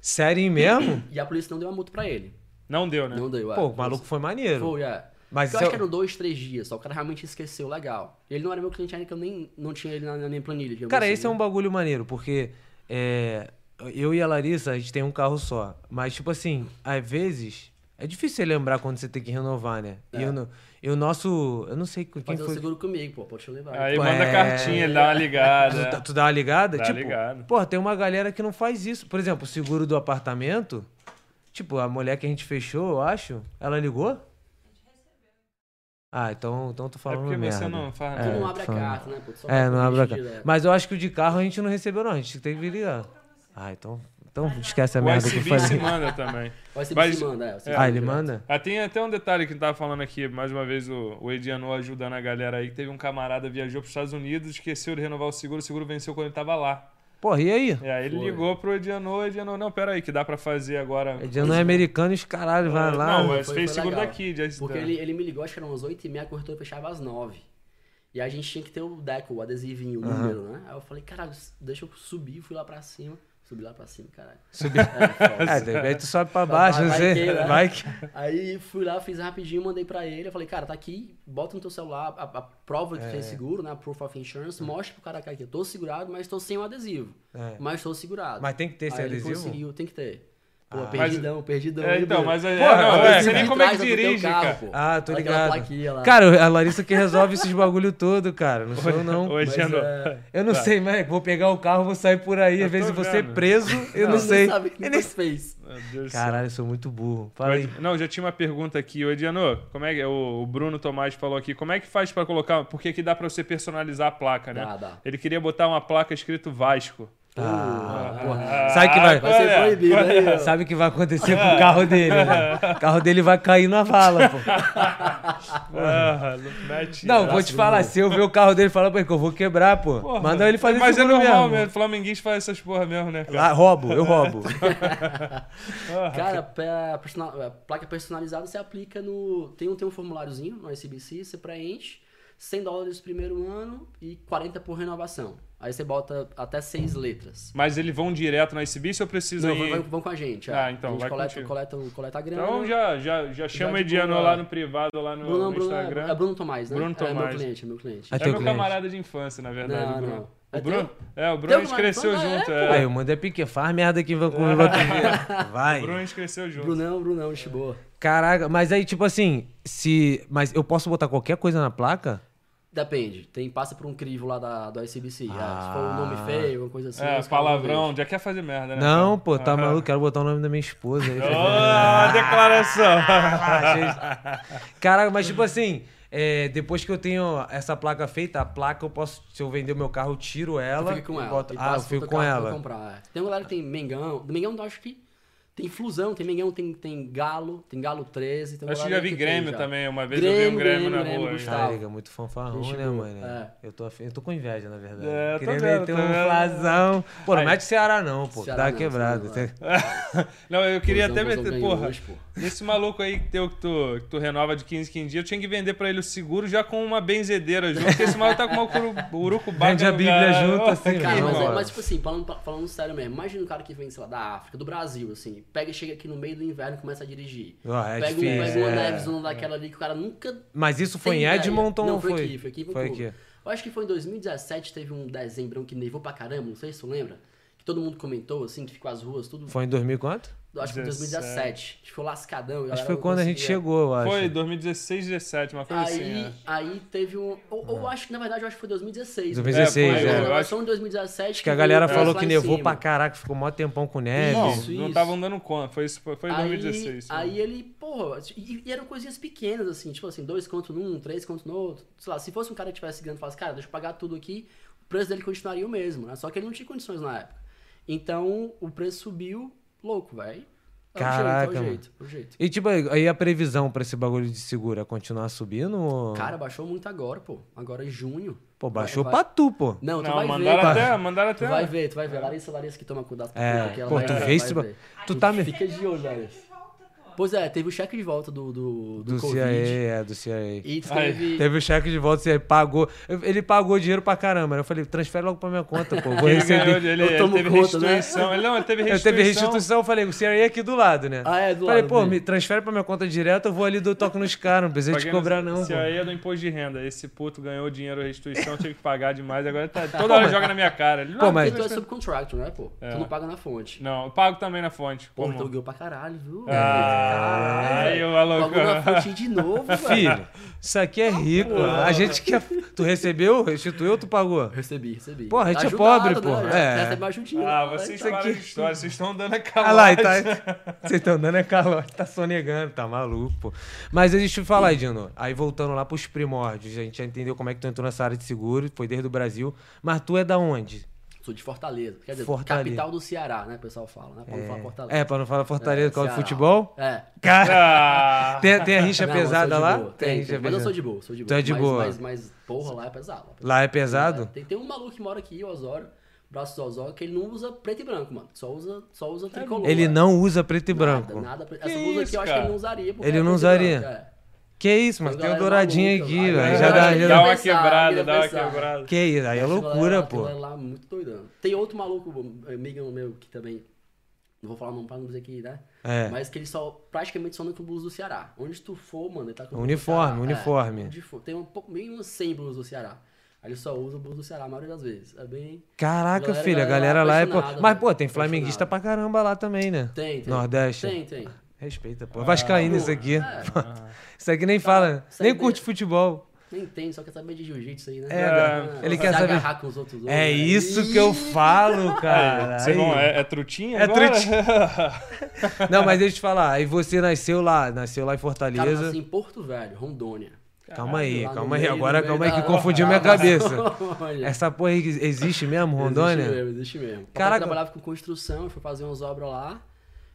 [SPEAKER 1] Sério mesmo?
[SPEAKER 2] E a polícia não deu a multa pra ele.
[SPEAKER 3] Não deu, né?
[SPEAKER 2] Não deu, é.
[SPEAKER 1] Pô, o maluco foi maneiro.
[SPEAKER 2] Foi, é.
[SPEAKER 1] Mas isso
[SPEAKER 2] eu acho
[SPEAKER 1] é-
[SPEAKER 2] que eram dois, três dias, só o cara realmente esqueceu, legal. Ele não era meu cliente ainda, que eu nem não tinha ele na, na minha planilha. digamos
[SPEAKER 1] Cara,
[SPEAKER 2] assim,
[SPEAKER 1] esse é
[SPEAKER 2] né?
[SPEAKER 1] um bagulho maneiro, porque é, eu e a Larissa, a gente tem um carro só. Mas, tipo assim, às vezes, é, É difícil você lembrar quando você tem que renovar, né? E,
[SPEAKER 2] É.
[SPEAKER 1] eu, não- e o nosso. Eu não sei com quem
[SPEAKER 2] Fazer um
[SPEAKER 1] foi.
[SPEAKER 2] seguro comigo, pô, pode te levar.
[SPEAKER 3] Aí
[SPEAKER 1] Pô,
[SPEAKER 3] manda
[SPEAKER 1] é-
[SPEAKER 3] cartinha, ele dá uma
[SPEAKER 1] Tu, dá-
[SPEAKER 3] ligada.
[SPEAKER 1] tu dá uma ligada?
[SPEAKER 3] É. Dá
[SPEAKER 1] tipo,
[SPEAKER 3] ligada.
[SPEAKER 1] Porra, tem uma galera que não faz isso. Por exemplo, o seguro do apartamento. Tipo, a mulher que a gente fechou, eu acho, ela ligou? Ah, então, então tô
[SPEAKER 3] É
[SPEAKER 1] falando
[SPEAKER 3] porque
[SPEAKER 1] merda.
[SPEAKER 3] você não faz
[SPEAKER 1] É,
[SPEAKER 2] Tu não
[SPEAKER 3] nada.
[SPEAKER 2] abre a
[SPEAKER 1] tô falando.
[SPEAKER 2] carta, né? Pô, tu só
[SPEAKER 1] É,
[SPEAKER 2] vai
[SPEAKER 1] não
[SPEAKER 2] pro
[SPEAKER 1] abre a
[SPEAKER 2] lixo
[SPEAKER 1] cara.
[SPEAKER 2] direto.
[SPEAKER 1] Mas eu acho que o de carro a gente não recebeu, não. A gente tem que ligar. Ah, então, então esquece a
[SPEAKER 3] O
[SPEAKER 1] merda que eu
[SPEAKER 3] ICB se
[SPEAKER 1] falei.
[SPEAKER 3] manda também.
[SPEAKER 2] Vai ser
[SPEAKER 3] Mas-
[SPEAKER 2] que manda, é. o seguro
[SPEAKER 1] Ah, ele
[SPEAKER 2] direto.
[SPEAKER 1] manda?
[SPEAKER 3] Ah, tem até um detalhe que tava falando aqui, mais uma vez o, o Ediano ajudando a galera aí, que teve um camarada viajou para os Estados Unidos, esqueceu de renovar o seguro, o seguro venceu quando ele tava lá.
[SPEAKER 1] Porra, e aí?
[SPEAKER 3] E aí ele
[SPEAKER 2] Foi.
[SPEAKER 3] ligou pro Ediano, o Ediano, não, pera aí, que dá para fazer agora.
[SPEAKER 1] É dia não é americano, os caralho, vai lá.
[SPEAKER 3] Não, é mas
[SPEAKER 2] Foi-
[SPEAKER 3] fez
[SPEAKER 2] foi
[SPEAKER 3] seguro
[SPEAKER 2] legal.
[SPEAKER 3] daqui, já
[SPEAKER 2] Porque ele, ele me ligou, acho que eram umas 8 e meia, a corretora fechava às 9. E a gente tinha que ter o deco, o adesivinho, o número, né? Aí eu falei, caralho, deixa eu subir, fui lá pra cima. Subi lá pra cima, caralho. Subi.
[SPEAKER 1] É, de repente tu sobe pra baixo,
[SPEAKER 2] Vai-
[SPEAKER 1] não
[SPEAKER 2] vai
[SPEAKER 1] sei.
[SPEAKER 2] que, né?
[SPEAKER 1] Vai que.
[SPEAKER 2] Aí fui lá, fiz rapidinho, mandei pra ele. Eu falei, cara, tá aqui, bota no teu celular a, a prova
[SPEAKER 1] É.
[SPEAKER 2] que tu fez seguro, né? A proof of insurance, mostra pro cara cara, que tá eu tô segurado, mas tô sem o adesivo.
[SPEAKER 1] É.
[SPEAKER 2] Mas tô segurado.
[SPEAKER 1] Mas tem que ter esse
[SPEAKER 2] Aí ele
[SPEAKER 1] adesivo?
[SPEAKER 2] conseguiu, tem que ter. Pô,
[SPEAKER 1] Ah.
[SPEAKER 2] perdidão, perdidão.
[SPEAKER 3] É,
[SPEAKER 2] hein,
[SPEAKER 3] então,
[SPEAKER 2] Bruno?
[SPEAKER 3] mas é,
[SPEAKER 1] Porra,
[SPEAKER 3] não,
[SPEAKER 1] mas
[SPEAKER 3] é,
[SPEAKER 1] esse
[SPEAKER 3] você
[SPEAKER 2] de
[SPEAKER 3] nem como é que
[SPEAKER 2] trás do teu
[SPEAKER 3] dirige,
[SPEAKER 2] carro,
[SPEAKER 3] cara.
[SPEAKER 2] pô.
[SPEAKER 1] assim. Ah, tô
[SPEAKER 2] Aquela
[SPEAKER 1] ligado.
[SPEAKER 2] plaquinha lá.
[SPEAKER 1] Cara, a Larissa que resolve esses bagulho todo, cara. Não sou eu, não.
[SPEAKER 3] O Ediano.
[SPEAKER 2] é-
[SPEAKER 1] Eu não sei, mas vou pegar o carro, vou sair por aí.
[SPEAKER 3] Tá. Eu
[SPEAKER 1] Às vezes
[SPEAKER 3] tô
[SPEAKER 1] você
[SPEAKER 3] vendo.
[SPEAKER 1] preso, eu não,
[SPEAKER 2] Ele
[SPEAKER 1] sei.
[SPEAKER 2] sabe o que
[SPEAKER 1] Eu nem-
[SPEAKER 2] ele fez.
[SPEAKER 3] Meu Deus do céu.
[SPEAKER 1] Caralho, eu sou muito burro. Fala aí.
[SPEAKER 3] Mas- Não, já tinha uma pergunta aqui. O Ediano, como é que o, o Bruno Tomás falou aqui? Como é que faz pra colocar? Porque aqui dá pra você personalizar a placa, né?
[SPEAKER 2] Dá, dá.
[SPEAKER 3] Ele queria botar uma placa escrito Vasco.
[SPEAKER 1] Ah,
[SPEAKER 2] Pô, porra.
[SPEAKER 1] Sabe que
[SPEAKER 3] ah,
[SPEAKER 1] vai-
[SPEAKER 2] Vai ser proibido né? aí, ó.
[SPEAKER 1] Sabe o que vai acontecer com o carro dele? Né? O carro dele vai cair na vala, pô.
[SPEAKER 3] Ah, mete.
[SPEAKER 1] Não, vou te falar, se eu ver o carro dele, fala pra ele que eu vou quebrar, pô.
[SPEAKER 3] Porra.
[SPEAKER 1] Manda ele fazer
[SPEAKER 3] Mas é
[SPEAKER 1] seguro
[SPEAKER 3] normal mesmo. Flamenguista faz essas porra mesmo, né, cara?
[SPEAKER 1] Lá, roubo, eu roubo.
[SPEAKER 2] Cara, pra personal- a placa personalizada você aplica no. Tem um, tem um formuláriozinho no ICBC, você preenche 100 dólares primeiro ano e 40 por renovação. Aí você bota até seis letras.
[SPEAKER 3] Mas eles vão direto na ICB se eu preciso
[SPEAKER 2] Não,
[SPEAKER 3] ir.
[SPEAKER 2] vão, vão com a gente. é.
[SPEAKER 3] Ah, então,
[SPEAKER 2] a gente
[SPEAKER 3] vai
[SPEAKER 2] coleta,
[SPEAKER 3] contigo.
[SPEAKER 2] coleta, um, coleta a grana.
[SPEAKER 3] Então já, já, já chama o
[SPEAKER 2] de
[SPEAKER 3] Ediano
[SPEAKER 2] boa.
[SPEAKER 3] lá no privado, lá no,
[SPEAKER 2] Bruno,
[SPEAKER 3] no
[SPEAKER 2] Bruno, é,
[SPEAKER 3] Instagram.
[SPEAKER 2] é Bruno Tomás, né?
[SPEAKER 3] Bruno
[SPEAKER 2] É
[SPEAKER 3] Tomás.
[SPEAKER 2] meu cliente, é meu cliente.
[SPEAKER 1] É
[SPEAKER 3] É
[SPEAKER 1] teu
[SPEAKER 3] meu
[SPEAKER 1] cliente.
[SPEAKER 3] camarada de infância, na verdade,
[SPEAKER 2] Não,
[SPEAKER 3] o Bruno.
[SPEAKER 2] não.
[SPEAKER 3] O
[SPEAKER 2] É
[SPEAKER 3] Bruno? É, o Bruno
[SPEAKER 2] Teu
[SPEAKER 3] a gente
[SPEAKER 2] Bruno,
[SPEAKER 3] cresceu
[SPEAKER 2] Bruno, é,
[SPEAKER 3] junto.
[SPEAKER 2] pô.
[SPEAKER 3] é.
[SPEAKER 1] Aí, o mando é pique, faz merda aqui em Vancouver outro dia.
[SPEAKER 3] O Bruno a
[SPEAKER 1] Vai.
[SPEAKER 3] gente cresceu
[SPEAKER 1] é
[SPEAKER 3] junto.
[SPEAKER 2] Brunão, Brunão, gente boa.
[SPEAKER 1] Caraca, mas aí, tipo assim, se. Mas eu posso botar qualquer coisa na placa?
[SPEAKER 2] Depende, tem, passa por um crivo lá da, do ICBC. ah, se for um nome
[SPEAKER 1] Ah.
[SPEAKER 2] feio, alguma coisa assim.
[SPEAKER 3] É,
[SPEAKER 2] os caras não
[SPEAKER 3] palavrão, já quer fazer merda, né?
[SPEAKER 1] Não,
[SPEAKER 3] cara?
[SPEAKER 1] pô, tá maluco, quero botar o nome da minha esposa aí.
[SPEAKER 3] Ah, declaração!
[SPEAKER 1] Caraca, mas tipo assim, é, depois que eu tenho essa placa feita, a placa eu posso, se eu vender o meu carro, eu tiro ela.
[SPEAKER 2] Fica com
[SPEAKER 1] e
[SPEAKER 2] ela.
[SPEAKER 1] boto-
[SPEAKER 2] e
[SPEAKER 1] ah,
[SPEAKER 2] passa
[SPEAKER 1] eu
[SPEAKER 2] pro
[SPEAKER 1] fico com
[SPEAKER 2] teu carro pra
[SPEAKER 1] ela.
[SPEAKER 2] comprar, é. Tem uma galera que tem Mengão. Do Mengão, eu acho que tem Flusão, tem Mengão, tem, tem Galo, tem Galo 13. Tem uma
[SPEAKER 3] Acho que já
[SPEAKER 2] galera
[SPEAKER 3] vi
[SPEAKER 2] tem
[SPEAKER 3] Grêmio
[SPEAKER 2] já.
[SPEAKER 3] também, uma vez eu vi um
[SPEAKER 2] Grêmio,
[SPEAKER 3] Grêmio, na
[SPEAKER 2] Grêmio, Grêmio,
[SPEAKER 3] rua. aí.
[SPEAKER 2] Gustavo.
[SPEAKER 1] Caraca, é muito fanfarrão,
[SPEAKER 2] Deixa
[SPEAKER 1] né,
[SPEAKER 2] eu-
[SPEAKER 1] mano?
[SPEAKER 2] é.
[SPEAKER 1] Eu, tô, afim- eu tô com inveja, na verdade.
[SPEAKER 3] É, eu tô
[SPEAKER 1] Queria
[SPEAKER 3] vendo,
[SPEAKER 1] meter
[SPEAKER 3] tô
[SPEAKER 1] um
[SPEAKER 3] vendo.
[SPEAKER 1] flazão. Pô, não
[SPEAKER 3] Aí.
[SPEAKER 1] mete Ceará não, pô.
[SPEAKER 2] Ceará
[SPEAKER 1] Dá
[SPEAKER 2] não, é.
[SPEAKER 1] quebrado.
[SPEAKER 2] Ceará
[SPEAKER 3] Não, eu queria
[SPEAKER 2] Flusão,
[SPEAKER 3] até
[SPEAKER 2] Flusão é,
[SPEAKER 3] meter,
[SPEAKER 2] um ganhou
[SPEAKER 3] porra.
[SPEAKER 2] hoje, pô.
[SPEAKER 3] Esse maluco aí que teu- que tu, que tu renova de 15, 15 dias, eu tinha que vender pra ele o seguro já com uma benzedeira junto, porque esse maluco tá com uma curu- urucubaca.
[SPEAKER 1] Vende a
[SPEAKER 3] no
[SPEAKER 1] Bíblia
[SPEAKER 3] cara.
[SPEAKER 1] junto, assim,
[SPEAKER 2] Cara,
[SPEAKER 1] Não,
[SPEAKER 2] mas, é-
[SPEAKER 1] mano.
[SPEAKER 2] mas, tipo assim, falando, falando sério mesmo, imagina um cara que vem, sei lá, da África, do Brasil, assim, pega e chega aqui no meio do inverno e começa a dirigir.
[SPEAKER 1] Ó, é
[SPEAKER 2] pega, um-
[SPEAKER 1] difícil,
[SPEAKER 2] pega uma
[SPEAKER 1] é.
[SPEAKER 2] nevezona daquela ali que o cara nunca
[SPEAKER 1] Mas isso foi
[SPEAKER 2] Tem
[SPEAKER 1] em
[SPEAKER 2] ideia.
[SPEAKER 1] Edmonton
[SPEAKER 2] não,
[SPEAKER 1] ou foi?
[SPEAKER 2] foi aqui, foi aqui. em
[SPEAKER 1] Foi
[SPEAKER 2] Vancouver.
[SPEAKER 1] aqui.
[SPEAKER 2] Eu acho que foi em 2017, teve um dezembrão que nevou pra caramba, não sei se tu lembra. Que todo mundo comentou, assim, que ficou as ruas, tudo.
[SPEAKER 1] Foi em 2000 quanto?
[SPEAKER 2] Eu acho que foi em 2017. que Ficou lascadão.
[SPEAKER 1] Acho que foi quando a gente
[SPEAKER 2] é.
[SPEAKER 1] chegou, eu acho.
[SPEAKER 3] Foi 2016, 17, uma coisa assim.
[SPEAKER 2] Aí,
[SPEAKER 3] é.
[SPEAKER 2] aí teve um. Ou, ou
[SPEAKER 1] Ah.
[SPEAKER 2] acho que, na verdade, eu acho que foi 2016. né?
[SPEAKER 1] 2016,
[SPEAKER 2] foi
[SPEAKER 3] é.
[SPEAKER 2] uma
[SPEAKER 3] Eu
[SPEAKER 2] gravação em 2017.
[SPEAKER 1] Acho que a galera
[SPEAKER 2] veio
[SPEAKER 1] falou
[SPEAKER 2] um lá
[SPEAKER 1] que
[SPEAKER 2] em
[SPEAKER 1] nevou
[SPEAKER 2] cima.
[SPEAKER 1] pra caraca, ficou mó tempão com neve.
[SPEAKER 3] Não,
[SPEAKER 2] Isso,
[SPEAKER 3] é. não
[SPEAKER 2] isso.
[SPEAKER 3] estavam dando conta. Foi, isso- foi em
[SPEAKER 2] Aí-
[SPEAKER 3] 2016. né?
[SPEAKER 2] Aí, ele, porra, e, e eram coisinhas pequenas, assim, tipo assim, dois conto num, três conto no outro. Sei lá, se fosse um cara que tivesse grana e falasse, cara, deixa eu pagar tudo aqui, o preço dele continuaria o mesmo, né? Só que ele não tinha condições na época. Então, o preço subiu, louco, velho. É o
[SPEAKER 1] Caraca,
[SPEAKER 2] jeito, é o
[SPEAKER 1] mano.
[SPEAKER 2] jeito, é o jeito.
[SPEAKER 1] E tipo, aí a previsão pra esse bagulho de seguro é continuar subindo? Ou...
[SPEAKER 2] Cara, baixou muito agora, pô. Agora é junho.
[SPEAKER 1] Pô,
[SPEAKER 2] Vai-
[SPEAKER 1] baixou
[SPEAKER 2] vai-
[SPEAKER 1] pra tu, pô.
[SPEAKER 2] Não, tu
[SPEAKER 3] Não,
[SPEAKER 2] vai
[SPEAKER 1] Tá.
[SPEAKER 3] mandaram
[SPEAKER 2] ver.
[SPEAKER 3] até. Mandaram
[SPEAKER 2] Tu
[SPEAKER 3] até. É.
[SPEAKER 2] vai ver, tu vai ver. Larissa, Larissa que toma cuidado com
[SPEAKER 1] É,
[SPEAKER 2] tudo, que ela
[SPEAKER 1] pô,
[SPEAKER 2] vai-
[SPEAKER 1] tu
[SPEAKER 2] ela
[SPEAKER 1] vê
[SPEAKER 2] vai
[SPEAKER 1] isso,
[SPEAKER 2] ver.
[SPEAKER 1] tu tá me...
[SPEAKER 2] Fica de olho, Larissa. Pois é, teve o cheque de volta do, do, do,
[SPEAKER 1] Do CIA,
[SPEAKER 2] Covid.
[SPEAKER 1] é, do CIA.
[SPEAKER 2] E
[SPEAKER 3] Aí,
[SPEAKER 2] teve.
[SPEAKER 1] Teve o cheque de volta, você pagou. Eu- Ele pagou dinheiro pra caramba. né? Eu falei, transfere logo pra minha conta, pô. eu Vou
[SPEAKER 3] Ele, ganhou,
[SPEAKER 1] receber.
[SPEAKER 3] ele,
[SPEAKER 2] Eu
[SPEAKER 3] ele
[SPEAKER 2] tomo
[SPEAKER 3] teve
[SPEAKER 2] conta, né?
[SPEAKER 3] restituição. Ele, não, ele teve
[SPEAKER 1] Eu
[SPEAKER 3] restituição.
[SPEAKER 1] teve restituição, eu falei, o CIA aqui do lado, né?
[SPEAKER 2] Ah, é, do
[SPEAKER 1] falei,
[SPEAKER 2] lado
[SPEAKER 1] pô,
[SPEAKER 2] dele.
[SPEAKER 1] me transfere pra minha conta direto, eu vou ali do toque nos caras, não precisa te
[SPEAKER 3] Paguei no-
[SPEAKER 1] cobrar, não.
[SPEAKER 3] Se
[SPEAKER 1] pô.
[SPEAKER 3] aí é do imposto de renda. Esse puto ganhou dinheiro da restituição, tive que pagar demais. Agora tá, toda hora joga na minha cara. Ele, não,
[SPEAKER 1] Pô, mas-
[SPEAKER 2] Porque tu é
[SPEAKER 3] É.
[SPEAKER 2] subcontractor, né, pô? Tu não paga na fonte.
[SPEAKER 3] Não, eu pago também na fonte.
[SPEAKER 2] Pô,
[SPEAKER 3] Como?
[SPEAKER 2] então ganhou pra caralho, viu?
[SPEAKER 3] Ah, Aí
[SPEAKER 2] Caralho.
[SPEAKER 3] o
[SPEAKER 2] Logo
[SPEAKER 3] maluco. né?
[SPEAKER 2] na fonte de novo, velho.
[SPEAKER 1] Filho, isso aqui é rico. A gente que é... Tu recebeu, restituiu, tu pagou?
[SPEAKER 2] Recebi, recebi. né,
[SPEAKER 1] Porra, a gente é pobre, porra. É.
[SPEAKER 2] Recebe mais juntinho.
[SPEAKER 3] Ah, vocês
[SPEAKER 1] Isso
[SPEAKER 3] param
[SPEAKER 1] aqui-
[SPEAKER 3] de história, vocês estão dando a
[SPEAKER 1] Ah
[SPEAKER 3] calada.
[SPEAKER 1] lá, e tá, vocês estão dando é calote, tá sonegando, tá maluco, pô. Mas deixa eu te falar, Dino. Aí voltando lá pros primórdios, a gente já entendeu como é que tu entrou nessa área de seguro, foi desde o Brasil. Mas tu é da onde?
[SPEAKER 2] Sou de Fortaleza. Quer dizer,
[SPEAKER 1] Fortaleza.
[SPEAKER 2] capital do Ceará, né? O pessoal fala, né? Pra não falar Fortaleza.
[SPEAKER 1] É, pra não falar Fortaleza por causa do
[SPEAKER 2] Ceará.
[SPEAKER 1] futebol?
[SPEAKER 2] É.
[SPEAKER 1] Cara,
[SPEAKER 3] Ah,
[SPEAKER 1] tem, tem a rincha
[SPEAKER 2] Não, eu sou
[SPEAKER 1] pesada
[SPEAKER 2] de
[SPEAKER 1] lá?
[SPEAKER 2] boa. Tem, tem. Mas eu sou de boa, sou de boa.
[SPEAKER 1] Tu é de
[SPEAKER 2] mas,
[SPEAKER 1] boa.
[SPEAKER 2] Mas, mas, porra, lá é pesado. lá é pesado.
[SPEAKER 1] Lá é pesado?
[SPEAKER 2] Tem, tem um maluco que mora aqui, o Osório, braços do Osório, que ele não usa preto e branco, mano. Só usa, só usa tricolor.
[SPEAKER 1] Ele
[SPEAKER 2] é.
[SPEAKER 1] não usa preto e
[SPEAKER 2] Nada,
[SPEAKER 1] branco.
[SPEAKER 2] Tá Nada, pre-
[SPEAKER 3] Que
[SPEAKER 2] Essa blusa aqui
[SPEAKER 3] isso,
[SPEAKER 2] eu acho que
[SPEAKER 3] cara?
[SPEAKER 2] ele não usaria. porque
[SPEAKER 1] Ele
[SPEAKER 2] é
[SPEAKER 1] não
[SPEAKER 2] preto e
[SPEAKER 1] usaria.
[SPEAKER 2] branco, é.
[SPEAKER 1] Que isso, mas
[SPEAKER 2] Tem
[SPEAKER 1] tem o
[SPEAKER 2] galera
[SPEAKER 1] douradinho
[SPEAKER 2] maluca,
[SPEAKER 1] aqui,
[SPEAKER 2] lá.
[SPEAKER 1] velho.
[SPEAKER 2] Aí
[SPEAKER 1] Já
[SPEAKER 2] galera
[SPEAKER 1] dá,
[SPEAKER 2] que
[SPEAKER 1] já
[SPEAKER 3] dá
[SPEAKER 1] dá.
[SPEAKER 3] uma
[SPEAKER 2] pensar,
[SPEAKER 3] quebrada,
[SPEAKER 2] queria
[SPEAKER 3] dá uma
[SPEAKER 2] pensar.
[SPEAKER 3] quebrada.
[SPEAKER 1] Que isso, aí é
[SPEAKER 2] Aquilo
[SPEAKER 1] loucura,
[SPEAKER 2] lá- aquilo
[SPEAKER 1] pô.
[SPEAKER 2] lá é muito doidão. Tem outro maluco, um amigão meu, que também. Não vou falar o nome pra não dizer que, né?
[SPEAKER 1] É.
[SPEAKER 2] Mas que ele só praticamente só anda com blusa do Ceará. Onde tu for, mano, ele tá com
[SPEAKER 1] Uniforme,
[SPEAKER 2] blusa do Ceará.
[SPEAKER 1] uniforme.
[SPEAKER 2] É, onde for. Tem um pouco, meio uns 100 blusas do Ceará. Aí ele só usa blusa do Ceará a maioria das vezes. É bem.
[SPEAKER 1] Caraca,
[SPEAKER 2] Galera-
[SPEAKER 1] filho, a galera
[SPEAKER 2] galera
[SPEAKER 1] lá é. Pô...
[SPEAKER 2] apaixonada,
[SPEAKER 1] Mas,
[SPEAKER 2] velho.
[SPEAKER 1] pô, tem flamenguista pra
[SPEAKER 2] Apaixonada.
[SPEAKER 1] caramba lá também, né?
[SPEAKER 2] Tem, tem.
[SPEAKER 1] Nordeste.
[SPEAKER 2] Tem, tem.
[SPEAKER 1] Respeita, pô. Vascaíno isso aqui.
[SPEAKER 2] É. Tá.
[SPEAKER 1] Isso aqui nem fala,
[SPEAKER 2] isso aí é.
[SPEAKER 1] nem curte futebol.
[SPEAKER 2] Nem tem, só quer saber de jiu-jitsu aí, né?
[SPEAKER 1] É,
[SPEAKER 3] velho.
[SPEAKER 1] Ele
[SPEAKER 2] se
[SPEAKER 1] quer saber-
[SPEAKER 2] agarrar com os outros
[SPEAKER 1] É
[SPEAKER 2] homens, né?
[SPEAKER 1] isso que eu falo, cara.
[SPEAKER 3] Você não
[SPEAKER 1] Aí.
[SPEAKER 3] é, é trutinha?
[SPEAKER 1] É
[SPEAKER 3] agora?
[SPEAKER 1] trutinha. Não, mas deixa eu te falar. Aí você nasceu lá, nasceu lá em
[SPEAKER 2] Cara,
[SPEAKER 1] Fortaleza.
[SPEAKER 2] nasci em Porto Velho, Rondônia.
[SPEAKER 1] calma aí,
[SPEAKER 2] Lá no
[SPEAKER 1] calma aí.
[SPEAKER 2] meio-
[SPEAKER 1] Agora
[SPEAKER 2] no
[SPEAKER 1] calma aí
[SPEAKER 2] meio
[SPEAKER 1] que
[SPEAKER 2] da-
[SPEAKER 1] confundiu
[SPEAKER 2] da-
[SPEAKER 1] minha
[SPEAKER 2] da-
[SPEAKER 1] cabeça.
[SPEAKER 2] Rondônia.
[SPEAKER 1] Essa porra aí existe mesmo, Rondônia?
[SPEAKER 2] Existe mesmo, existe mesmo.
[SPEAKER 1] Caraca.
[SPEAKER 2] Caraca. Eu trabalhava com construção, eu fui fazer umas obras lá.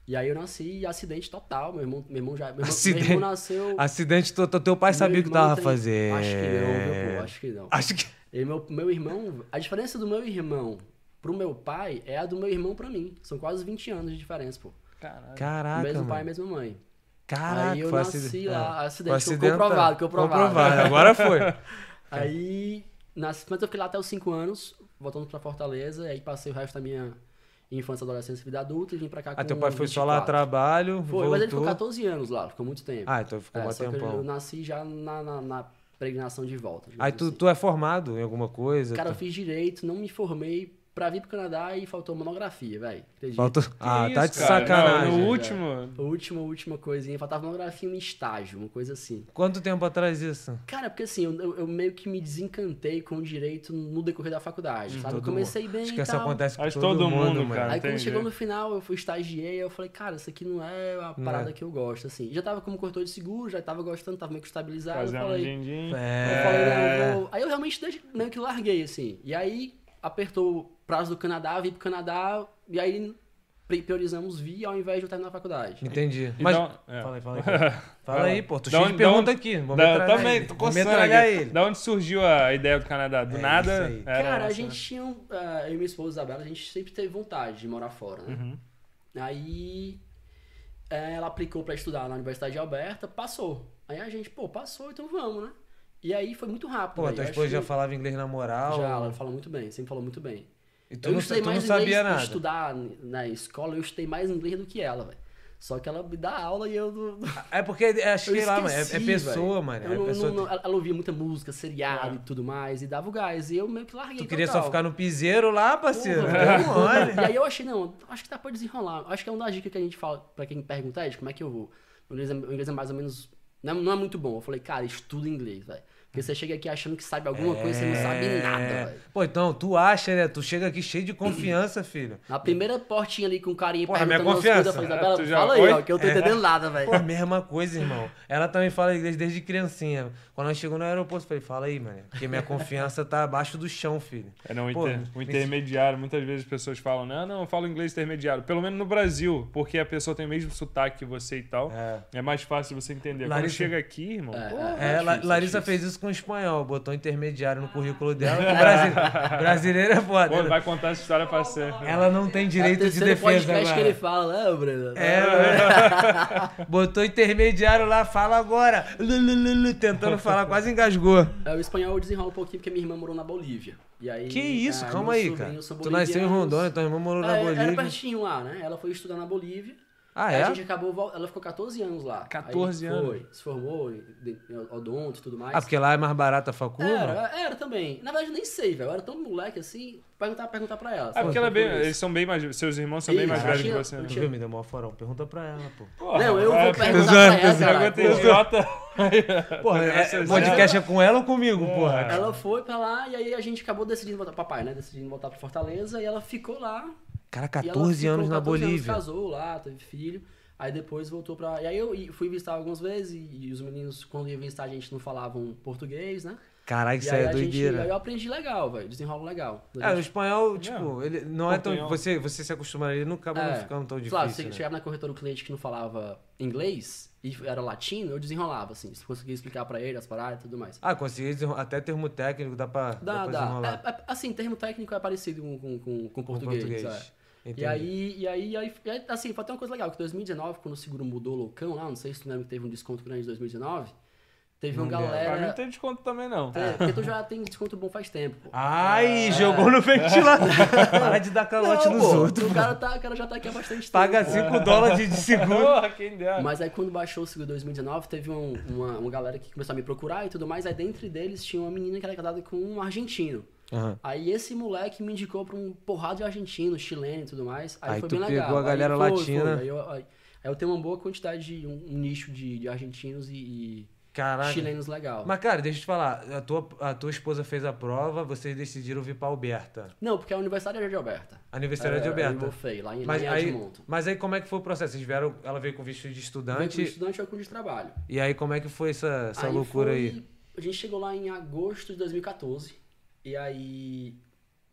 [SPEAKER 2] E aí eu nasci e acidente total. Meu irmão, meu irmão já. Meu irmão,
[SPEAKER 1] Acidente.
[SPEAKER 2] meu irmão nasceu.
[SPEAKER 1] Acidente, teu, teu teu pai
[SPEAKER 2] meu
[SPEAKER 1] sabia o que
[SPEAKER 2] irmão
[SPEAKER 1] tava
[SPEAKER 2] tem-
[SPEAKER 1] fazendo. É. Ah.
[SPEAKER 2] Acho que não, viu, pô? Acho que não.
[SPEAKER 1] Acho que.
[SPEAKER 2] E meu, meu irmão. A diferença do meu irmão pro meu pai é a do meu irmão pra mim. São quase 20 anos de diferença, pô.
[SPEAKER 3] Caralho.
[SPEAKER 1] Caraca.
[SPEAKER 2] mesmo pai,
[SPEAKER 1] mano.
[SPEAKER 2] mesma mãe.
[SPEAKER 1] Caraca,
[SPEAKER 2] Aí eu
[SPEAKER 1] foi
[SPEAKER 2] nasci
[SPEAKER 1] acide-
[SPEAKER 2] lá,
[SPEAKER 1] é.
[SPEAKER 2] acidente,
[SPEAKER 1] Foi
[SPEAKER 2] foi comprovado, que eu provava.
[SPEAKER 1] Comprovado, agora foi. É.
[SPEAKER 2] Aí, nas, mas eu fiquei lá até os 5 anos, voltando pra Fortaleza, e aí passei o resto da minha infância, adolescência, vida adulta e vim pra cá Tá com
[SPEAKER 1] Aí Ah, teu pai foi só
[SPEAKER 2] 24.
[SPEAKER 1] lá a trabalho,
[SPEAKER 2] Foi,
[SPEAKER 1] voltou.
[SPEAKER 2] mas ele ficou 14 anos lá, ficou muito tempo.
[SPEAKER 1] Ah, então ficou
[SPEAKER 2] É,
[SPEAKER 1] um
[SPEAKER 2] só que eu-
[SPEAKER 1] tempão.
[SPEAKER 2] eu nasci já na, na, na pregnação de volta. digamos
[SPEAKER 1] Aí tu,
[SPEAKER 2] assim.
[SPEAKER 1] tu é formado em alguma coisa?
[SPEAKER 2] Cara, eu
[SPEAKER 1] tu...
[SPEAKER 2] fiz direito, não me formei pra vir pro Canadá e faltou monografia, velho.
[SPEAKER 1] Faltou- Ah,
[SPEAKER 3] Que é
[SPEAKER 1] tá de
[SPEAKER 3] isso, cara?
[SPEAKER 1] sacanagem.
[SPEAKER 3] Não, no último.
[SPEAKER 2] A última, última coisinha, faltava monografia e um estágio, uma coisa assim.
[SPEAKER 1] Quanto tempo atrás isso?
[SPEAKER 2] Cara, porque assim, eu, eu- eu meio que me desencantei com o direito no decorrer da faculdade, sabe? Eu
[SPEAKER 1] Hum, todo
[SPEAKER 2] comecei bem
[SPEAKER 1] Acho
[SPEAKER 2] e
[SPEAKER 1] que isso
[SPEAKER 2] tal.
[SPEAKER 1] acontece com
[SPEAKER 3] Acho
[SPEAKER 1] todo,
[SPEAKER 3] todo
[SPEAKER 1] mundo,
[SPEAKER 3] mundo,
[SPEAKER 1] mano.
[SPEAKER 3] cara.
[SPEAKER 2] Aí quando
[SPEAKER 3] Entendi.
[SPEAKER 2] chegou no final, eu fui estagiei, eu falei, cara, isso aqui não é a parada que eu gosto, assim. Já tava como corretor de seguro, já tava gostando, tava meio que estabilizado. eu
[SPEAKER 3] Fazendo um
[SPEAKER 2] falei,
[SPEAKER 3] din-din.
[SPEAKER 2] eu
[SPEAKER 1] É.
[SPEAKER 2] falei, né? não, eu vou- Aí eu realmente deixe- meio que larguei, assim. E aí apertou o prazo do Canadá, vim pro Canadá, e aí pri- priorizamos vir ao invés de eu terminar a faculdade.
[SPEAKER 1] Entendi.
[SPEAKER 3] E
[SPEAKER 1] Mas...
[SPEAKER 3] dá um- é.
[SPEAKER 1] Fala aí, fala aí. cara. Fala
[SPEAKER 3] Vai lá.
[SPEAKER 1] aí, pô. Tu
[SPEAKER 3] Da
[SPEAKER 1] cheio de
[SPEAKER 3] onde- da
[SPEAKER 1] pergunta
[SPEAKER 3] onde-
[SPEAKER 1] aqui. Vou
[SPEAKER 3] Da,
[SPEAKER 1] metralhar
[SPEAKER 3] um- também,
[SPEAKER 1] ele.
[SPEAKER 3] tô
[SPEAKER 1] Vou
[SPEAKER 3] coçando
[SPEAKER 1] metralhar
[SPEAKER 3] aqui.
[SPEAKER 1] ele.
[SPEAKER 3] Da onde surgiu a ideia do Canadá? Do
[SPEAKER 1] É
[SPEAKER 3] nada?
[SPEAKER 1] isso aí.
[SPEAKER 3] era
[SPEAKER 2] Cara, a
[SPEAKER 3] essa,
[SPEAKER 2] gente tinha. um- ah, eu e minha esposa Isabela, a gente sempre teve vontade de morar fora, né? Aí eh, ela aplicou pra estudar na Universidade de Alberta, passou. Aí a gente, pô, passou, então vamos, né? E aí foi muito rápido.
[SPEAKER 1] Pô,
[SPEAKER 2] velho.
[SPEAKER 1] tua
[SPEAKER 2] Eu
[SPEAKER 1] esposa
[SPEAKER 2] achei-
[SPEAKER 1] já falava inglês na moral.
[SPEAKER 2] Já, ela fala muito bem, sempre falou muito bem.
[SPEAKER 1] E tu não, tu não sabia
[SPEAKER 2] inglês
[SPEAKER 1] nada.
[SPEAKER 2] estudar na escola, eu estudei mais inglês do que ela, velho. Só que ela me dá aula e eu não.
[SPEAKER 1] É porque, é, acho
[SPEAKER 2] Eu
[SPEAKER 1] que lá, mano. É, é
[SPEAKER 2] esqueci,
[SPEAKER 1] pessoa,
[SPEAKER 2] velho.
[SPEAKER 1] mano.
[SPEAKER 2] Eu
[SPEAKER 1] é
[SPEAKER 2] não-
[SPEAKER 1] pessoa-
[SPEAKER 2] não- ela ela ouvia muita música, seriado e tudo mais, e dava o gás. E eu meio que larguei.
[SPEAKER 1] Tu queria
[SPEAKER 2] total.
[SPEAKER 1] só ficar no piseiro lá, parceiro?
[SPEAKER 2] Porra,
[SPEAKER 1] Deu
[SPEAKER 2] velho.
[SPEAKER 1] um ano.
[SPEAKER 2] E aí eu achei, não, acho que dá pra desenrolar. Acho que é uma das dicas que a gente fala pra quem pergunta, Ed, como é que eu vou? O inglês é, o inglês é mais ou menos. Não é, não é muito bom. Eu falei, cara, estuda inglês, velho. Porque você chega aqui achando que sabe alguma coisa, você não sabe
[SPEAKER 1] É.
[SPEAKER 2] nada, velho.
[SPEAKER 1] Pô, então, tu acha, né? Tu chega aqui cheio de confiança, filho.
[SPEAKER 2] Na primeira portinha ali com o carinha
[SPEAKER 1] Porra,
[SPEAKER 2] perguntando
[SPEAKER 1] minha
[SPEAKER 2] umas
[SPEAKER 1] confiança.
[SPEAKER 2] coisas, eu falei,
[SPEAKER 3] Tu
[SPEAKER 2] Isabela,
[SPEAKER 3] já
[SPEAKER 2] fala
[SPEAKER 3] foi?
[SPEAKER 2] aí, ó, que eu não
[SPEAKER 1] É.
[SPEAKER 2] tô entendendo nada, velho.
[SPEAKER 1] Pô, a mesma coisa, irmão. Ela também fala inglês desde criancinha. Quando nós chegamos no aeroporto, eu falei, fala aí, mano. Porque minha confiança tá abaixo do chão, filho.
[SPEAKER 2] É,
[SPEAKER 3] Era um,
[SPEAKER 1] Pô,
[SPEAKER 3] inter- um
[SPEAKER 1] me-
[SPEAKER 3] intermediário. Muitas vezes as pessoas falam, não, não, eu falo inglês intermediário. Pelo menos no Brasil, porque a pessoa tem o mesmo sotaque que você e tal.
[SPEAKER 1] É.
[SPEAKER 3] É, mais fácil você entender. Quando
[SPEAKER 1] Larissa-
[SPEAKER 3] chega aqui, irmão,
[SPEAKER 2] É,
[SPEAKER 3] pô,
[SPEAKER 2] é,
[SPEAKER 1] É, La-
[SPEAKER 2] é difícil, é
[SPEAKER 1] Larissa
[SPEAKER 2] difícil.
[SPEAKER 1] fez isso com o espanhol, botou um intermediário no currículo dela. Brasi- Brasileiro é foda.
[SPEAKER 3] pô,
[SPEAKER 1] né?
[SPEAKER 3] vai contar essa história pra ser.
[SPEAKER 1] Ela não tem
[SPEAKER 2] É o
[SPEAKER 1] direito de
[SPEAKER 2] terceiro
[SPEAKER 1] defesa
[SPEAKER 2] podcast que ele
[SPEAKER 1] agora.
[SPEAKER 2] fala, né, Breno?
[SPEAKER 1] É, né? botou intermediário lá, fala agora. Lulululu, tentando falar, quase engasgou.
[SPEAKER 2] É, O espanhol desenrola um pouquinho porque minha irmã morou na Bolívia. E aí,
[SPEAKER 1] Que isso,
[SPEAKER 2] é,
[SPEAKER 1] calma
[SPEAKER 2] meus
[SPEAKER 1] aí, cara.
[SPEAKER 2] sobrinhos são
[SPEAKER 1] Tu nasceu em
[SPEAKER 2] bolivianos.
[SPEAKER 1] Rondônia, tua irmã morou na
[SPEAKER 2] É, Era
[SPEAKER 1] Bolívia.
[SPEAKER 2] pertinho lá, né? Ela foi estudar na Bolívia.
[SPEAKER 1] Ah,
[SPEAKER 2] Aí
[SPEAKER 1] é?
[SPEAKER 2] a gente acabou, vol- ela ficou 14 anos lá.
[SPEAKER 3] 14
[SPEAKER 2] Aí
[SPEAKER 3] anos.
[SPEAKER 2] Foi, se formou, de- odonto e tudo mais.
[SPEAKER 1] Ah, porque lá é mais barato a facu? não?
[SPEAKER 2] Era, era também. Na verdade, nem sei, velho. Eu era tão moleque assim, perguntar, perguntar pra ela.
[SPEAKER 3] É porque ela é bem,
[SPEAKER 2] Por isso.
[SPEAKER 3] eles são bem mais. Seus irmãos são bem
[SPEAKER 2] Isso,
[SPEAKER 3] mais velhos que
[SPEAKER 2] tinha-
[SPEAKER 3] você.
[SPEAKER 2] eu
[SPEAKER 3] né?
[SPEAKER 1] Tu viu? Me deu maior forão. Pergunta pra ela, pô.
[SPEAKER 3] Porra,
[SPEAKER 2] Não, eu
[SPEAKER 3] é,
[SPEAKER 2] vou perguntar
[SPEAKER 1] Pessoal,
[SPEAKER 2] pra ela,
[SPEAKER 1] pessoal,
[SPEAKER 2] caralho.
[SPEAKER 3] Pergunta idiota.
[SPEAKER 1] Porra, é-
[SPEAKER 3] Graças a Deus.
[SPEAKER 1] podcast é com ela ou comigo, porra?
[SPEAKER 2] Ela foi pra lá e aí a gente acabou decidindo voltar. Papai, né? Decidindo voltar pra Fortaleza e ela ficou lá.
[SPEAKER 1] Cara,
[SPEAKER 2] E ela
[SPEAKER 1] 14
[SPEAKER 2] ficou
[SPEAKER 1] anos na
[SPEAKER 2] 14
[SPEAKER 1] Bolívia.
[SPEAKER 2] casou lá, teve filho. Aí depois voltou pra. E aí eu e- fui visitar algumas vezes e, e os meninos, quando iam visitar a gente, não falavam português, né?
[SPEAKER 1] Caralho,
[SPEAKER 2] e
[SPEAKER 1] isso aí
[SPEAKER 2] aí
[SPEAKER 1] é
[SPEAKER 2] a gente- aí
[SPEAKER 1] doideira.
[SPEAKER 2] eu aprendi legal, velho. Desenrolo legal.
[SPEAKER 1] É, o espanhol, tipo,
[SPEAKER 3] Não.
[SPEAKER 1] ele não é tão.
[SPEAKER 3] Espanhol.
[SPEAKER 1] Você, você se acostuma, ele nunca acaba
[SPEAKER 2] É.
[SPEAKER 1] não ficando tão
[SPEAKER 2] Claro,
[SPEAKER 1] difícil.
[SPEAKER 2] se
[SPEAKER 1] né?
[SPEAKER 2] chegava na corretora um cliente que não falava inglês e era latino, eu desenrolava, assim. Se conseguia explicar pra ele as paradas e tudo mais.
[SPEAKER 1] Ah, consegui desenrolar. Até termo técnico dá pra, dá,
[SPEAKER 2] Dá,
[SPEAKER 1] pra
[SPEAKER 2] dá.
[SPEAKER 1] desenrolar.
[SPEAKER 2] É, é, assim, termo técnico é parecido com, com, com, com
[SPEAKER 1] com
[SPEAKER 2] português. é.
[SPEAKER 1] Entendi.
[SPEAKER 2] E aí, e aí, e aí, e aí, assim, foi até uma coisa legal, que em 2019, quando o seguro mudou loucão lá, não sei se tu lembra que teve um desconto grande em 2019, teve uma
[SPEAKER 1] Não lembro.
[SPEAKER 3] Pra mim não
[SPEAKER 2] galera...
[SPEAKER 3] tem desconto também, não.
[SPEAKER 2] É, porque tu já tem desconto bom faz tempo,
[SPEAKER 1] Ah,
[SPEAKER 2] pô.
[SPEAKER 1] Ai, jogou no ventilador. Para de dar calote
[SPEAKER 2] É. Não,
[SPEAKER 1] nos
[SPEAKER 2] pô,
[SPEAKER 1] outros.
[SPEAKER 2] O cara, tá, o cara já tá aqui há bastante
[SPEAKER 1] Paga
[SPEAKER 2] tempo.
[SPEAKER 1] 5 dólares de seguro.
[SPEAKER 3] Porra, quem dera.
[SPEAKER 2] Mas aí quando baixou o seguro em 2019, teve um- uma, uma galera que começou a me procurar e tudo mais, aí dentre deles tinha uma menina que era casada com um argentino.
[SPEAKER 1] Aham.
[SPEAKER 2] Aí esse moleque me indicou pra um porrada de argentino, chileno e tudo mais. Aí,
[SPEAKER 1] Aí
[SPEAKER 2] foi
[SPEAKER 1] tu
[SPEAKER 2] bem legal.
[SPEAKER 1] pegou a galera
[SPEAKER 2] Aí foi,
[SPEAKER 1] latina.
[SPEAKER 2] foi. Aí, eu, aí- aí eu tenho uma boa quantidade de um, um nicho de, de argentinos e, e
[SPEAKER 1] Caraca.
[SPEAKER 2] chilenos legal.
[SPEAKER 1] Mas, cara, deixa eu te falar. A tua, a tua esposa fez a prova, vocês decidiram vir pra Alberta.
[SPEAKER 2] Não, porque é a universidade era de Alberta. É,
[SPEAKER 1] Aniversário de
[SPEAKER 2] Era em
[SPEAKER 1] Alberta.
[SPEAKER 2] Wolfey, lá em,
[SPEAKER 1] Mas
[SPEAKER 2] lá em
[SPEAKER 1] aí,
[SPEAKER 2] Edmonton.
[SPEAKER 1] mas aí como é que foi o processo? Vocês vieram, ela veio com vestido de
[SPEAKER 2] Veio com
[SPEAKER 1] estudante.
[SPEAKER 2] estudante ou com de trabalho.
[SPEAKER 1] E aí como é que foi essa, essa
[SPEAKER 2] Aí
[SPEAKER 1] loucura
[SPEAKER 2] foi-
[SPEAKER 1] aí?
[SPEAKER 2] A gente chegou lá em agosto de 2014. E aí.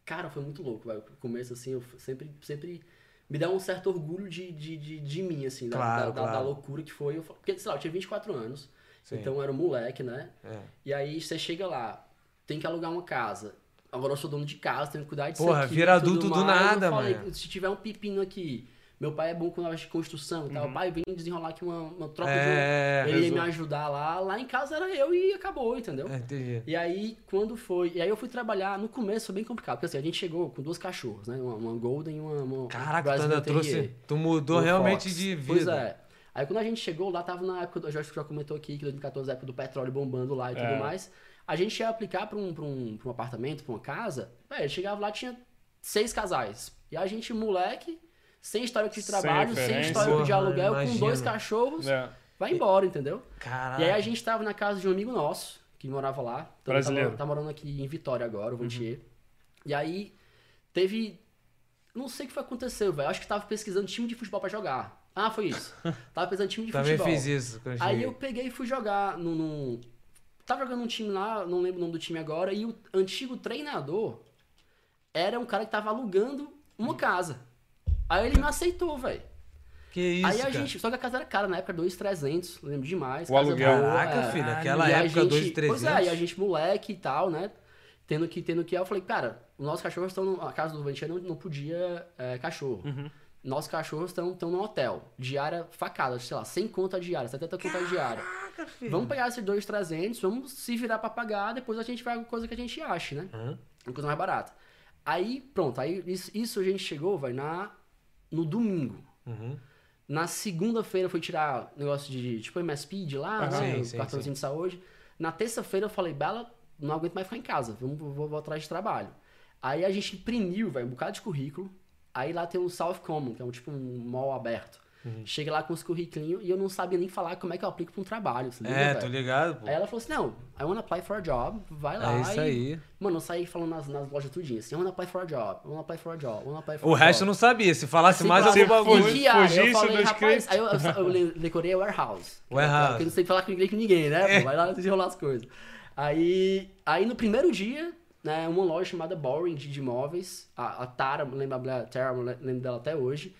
[SPEAKER 2] Cara, foi muito louco, velho. O começo, assim, eu sempre. sempre me dá um certo orgulho de, de, de, de mim, assim, da,
[SPEAKER 1] Claro,
[SPEAKER 2] da- da- da
[SPEAKER 1] claro.
[SPEAKER 2] loucura que foi. Eu falo- porque, sei lá, eu tinha 24 anos,
[SPEAKER 1] Sim.
[SPEAKER 2] então eu era um moleque, né?
[SPEAKER 1] É.
[SPEAKER 2] E aí você chega lá, tem que alugar uma casa. Agora eu sou dono de casa, tenho que cuidar disso
[SPEAKER 1] Porra,
[SPEAKER 2] aqui,
[SPEAKER 1] vira
[SPEAKER 2] tudo
[SPEAKER 1] adulto do
[SPEAKER 2] mais. Eu
[SPEAKER 1] nada,
[SPEAKER 2] falei,
[SPEAKER 1] mano.
[SPEAKER 2] Se tiver um pepino aqui, meu pai é bom com negócio de construção e tal. Pai, vem desenrolar aqui uma, uma troca de uma-
[SPEAKER 1] Uhum. É,
[SPEAKER 2] ele ia me
[SPEAKER 3] resolve.
[SPEAKER 2] ajudar lá, lá em casa era eu e acabou, entendeu?
[SPEAKER 1] é, entendi.
[SPEAKER 2] E aí, quando foi. E aí eu fui trabalhar, no começo foi bem complicado, porque assim, a gente chegou com duas cachorras, né? Uma, uma Golden e uma. uma
[SPEAKER 1] Caraca, tu
[SPEAKER 2] Brazilian
[SPEAKER 1] ainda trouxe.
[SPEAKER 2] Terrier,
[SPEAKER 1] Tu mudou
[SPEAKER 2] uma
[SPEAKER 1] realmente
[SPEAKER 2] Fox.
[SPEAKER 1] de vida.
[SPEAKER 2] Pois é. Aí quando a gente chegou lá, tava na época, do- o Jorge já comentou aqui, que 2014 é a época do petróleo bombando lá e tudo
[SPEAKER 3] É.
[SPEAKER 2] mais. A gente ia aplicar pra um, pra um, pra um apartamento, pra uma casa. Aí chegava lá, tinha seis casais. E a gente, moleque, sem histórico de
[SPEAKER 3] Sem
[SPEAKER 2] trabalho, sem,
[SPEAKER 3] referência.
[SPEAKER 2] histórico de
[SPEAKER 1] Porra,
[SPEAKER 2] aluguel, com dois
[SPEAKER 1] imagina.
[SPEAKER 2] cachorros,
[SPEAKER 3] É.
[SPEAKER 2] vai embora, entendeu?
[SPEAKER 1] Caraca.
[SPEAKER 2] E aí a gente tava na casa de um amigo nosso, que morava lá. Então ele
[SPEAKER 3] Brasileiro.
[SPEAKER 2] Tá, tá morando aqui em Vitória agora, o
[SPEAKER 1] Uhum.
[SPEAKER 2] Vantier. E aí teve. Não sei o que foi que aconteceu, velho. Acho que tava pesquisando time de futebol pra jogar. Ah, foi isso. tava pesquisando time de
[SPEAKER 1] Também
[SPEAKER 2] futebol.
[SPEAKER 1] fiz isso quando
[SPEAKER 2] Aí
[SPEAKER 1] cheguei.
[SPEAKER 2] eu peguei e fui jogar no, no- Tava jogando um time lá, não lembro o nome do time agora, e o antigo treinador era um cara que tava alugando
[SPEAKER 1] Hum.
[SPEAKER 2] uma casa. Aí ele me aceitou, velho.
[SPEAKER 1] Que isso,
[SPEAKER 2] Aí a
[SPEAKER 1] cara.
[SPEAKER 2] gente. Só que a casa era cara, na época 2,300, lembro demais.
[SPEAKER 3] O
[SPEAKER 2] casa
[SPEAKER 3] aluguel.
[SPEAKER 2] boa,
[SPEAKER 1] Caraca,
[SPEAKER 2] é.
[SPEAKER 1] filho,
[SPEAKER 3] Caralho.
[SPEAKER 1] aquela
[SPEAKER 2] E a
[SPEAKER 1] época,
[SPEAKER 2] gente-
[SPEAKER 1] 2,300.
[SPEAKER 2] Pois é, e a gente moleque e tal, né? Tendo que, tendo que. Eu falei, cara, os nossos cachorros estão. no- A casa do Ventia não, não podia é, cachorro.
[SPEAKER 1] Uhum.
[SPEAKER 2] Nossos cachorros estão estão no hotel. Diária facada, sei lá, 100 conta diária, 70 conta diária. Vamos pegar esses dois 300, vamos se virar pra pagar, depois a gente vai alguma coisa que a gente ache, né?
[SPEAKER 1] Hã?
[SPEAKER 2] Uma coisa mais barata. Aí, pronto, aí isso, isso a gente chegou, vai, na, no domingo.
[SPEAKER 1] Uhum.
[SPEAKER 2] Na segunda-feira eu fui tirar negócio de tipo MSP de lá,
[SPEAKER 1] Aham.
[SPEAKER 2] né,
[SPEAKER 1] Sim,
[SPEAKER 2] o
[SPEAKER 1] sim,
[SPEAKER 2] cartãozinho
[SPEAKER 1] sim.
[SPEAKER 2] de saúde. Na terça-feira eu falei, Bela, não aguento mais ficar em casa, vamos, vou, vou atrás de trabalho. Aí a gente imprimiu, velho, um bocado de currículo. Aí lá tem o South Common, que é um tipo um mall aberto.
[SPEAKER 1] Uhum.
[SPEAKER 2] Chega lá com os currículos e eu não sabia nem falar como é que eu aplico pra um trabalho. se liga,
[SPEAKER 1] É,
[SPEAKER 2] velho?
[SPEAKER 1] tô ligado, pô.
[SPEAKER 2] Aí ela falou assim: não, I wanna apply for a job, vai lá.
[SPEAKER 1] É isso
[SPEAKER 2] e-
[SPEAKER 1] aí.
[SPEAKER 2] Mano, eu saí falando nas, nas lojas tudinho assim: I wanna apply for a job, I wanna apply for a job, I wanna apply for
[SPEAKER 1] O
[SPEAKER 2] a job.
[SPEAKER 1] resto eu não sabia. Se falasse
[SPEAKER 2] Sim,
[SPEAKER 1] mais
[SPEAKER 2] claro.
[SPEAKER 1] algum
[SPEAKER 3] Se
[SPEAKER 1] bagulho.
[SPEAKER 2] E diário,
[SPEAKER 3] fugisse
[SPEAKER 2] eu falei,
[SPEAKER 3] do
[SPEAKER 2] rapaz,
[SPEAKER 3] script.
[SPEAKER 2] aí eu, eu, eu decorei warehouse.
[SPEAKER 1] Warehouse. É.
[SPEAKER 2] Porque eu não sei falar inglês com ninguém, né? Pô, vai lá desenrolar as coisas. Aí, aí no primeiro dia, né, uma loja chamada Boring de de imóveis, a, a Tara, lembra a Tara, lembro dela até hoje.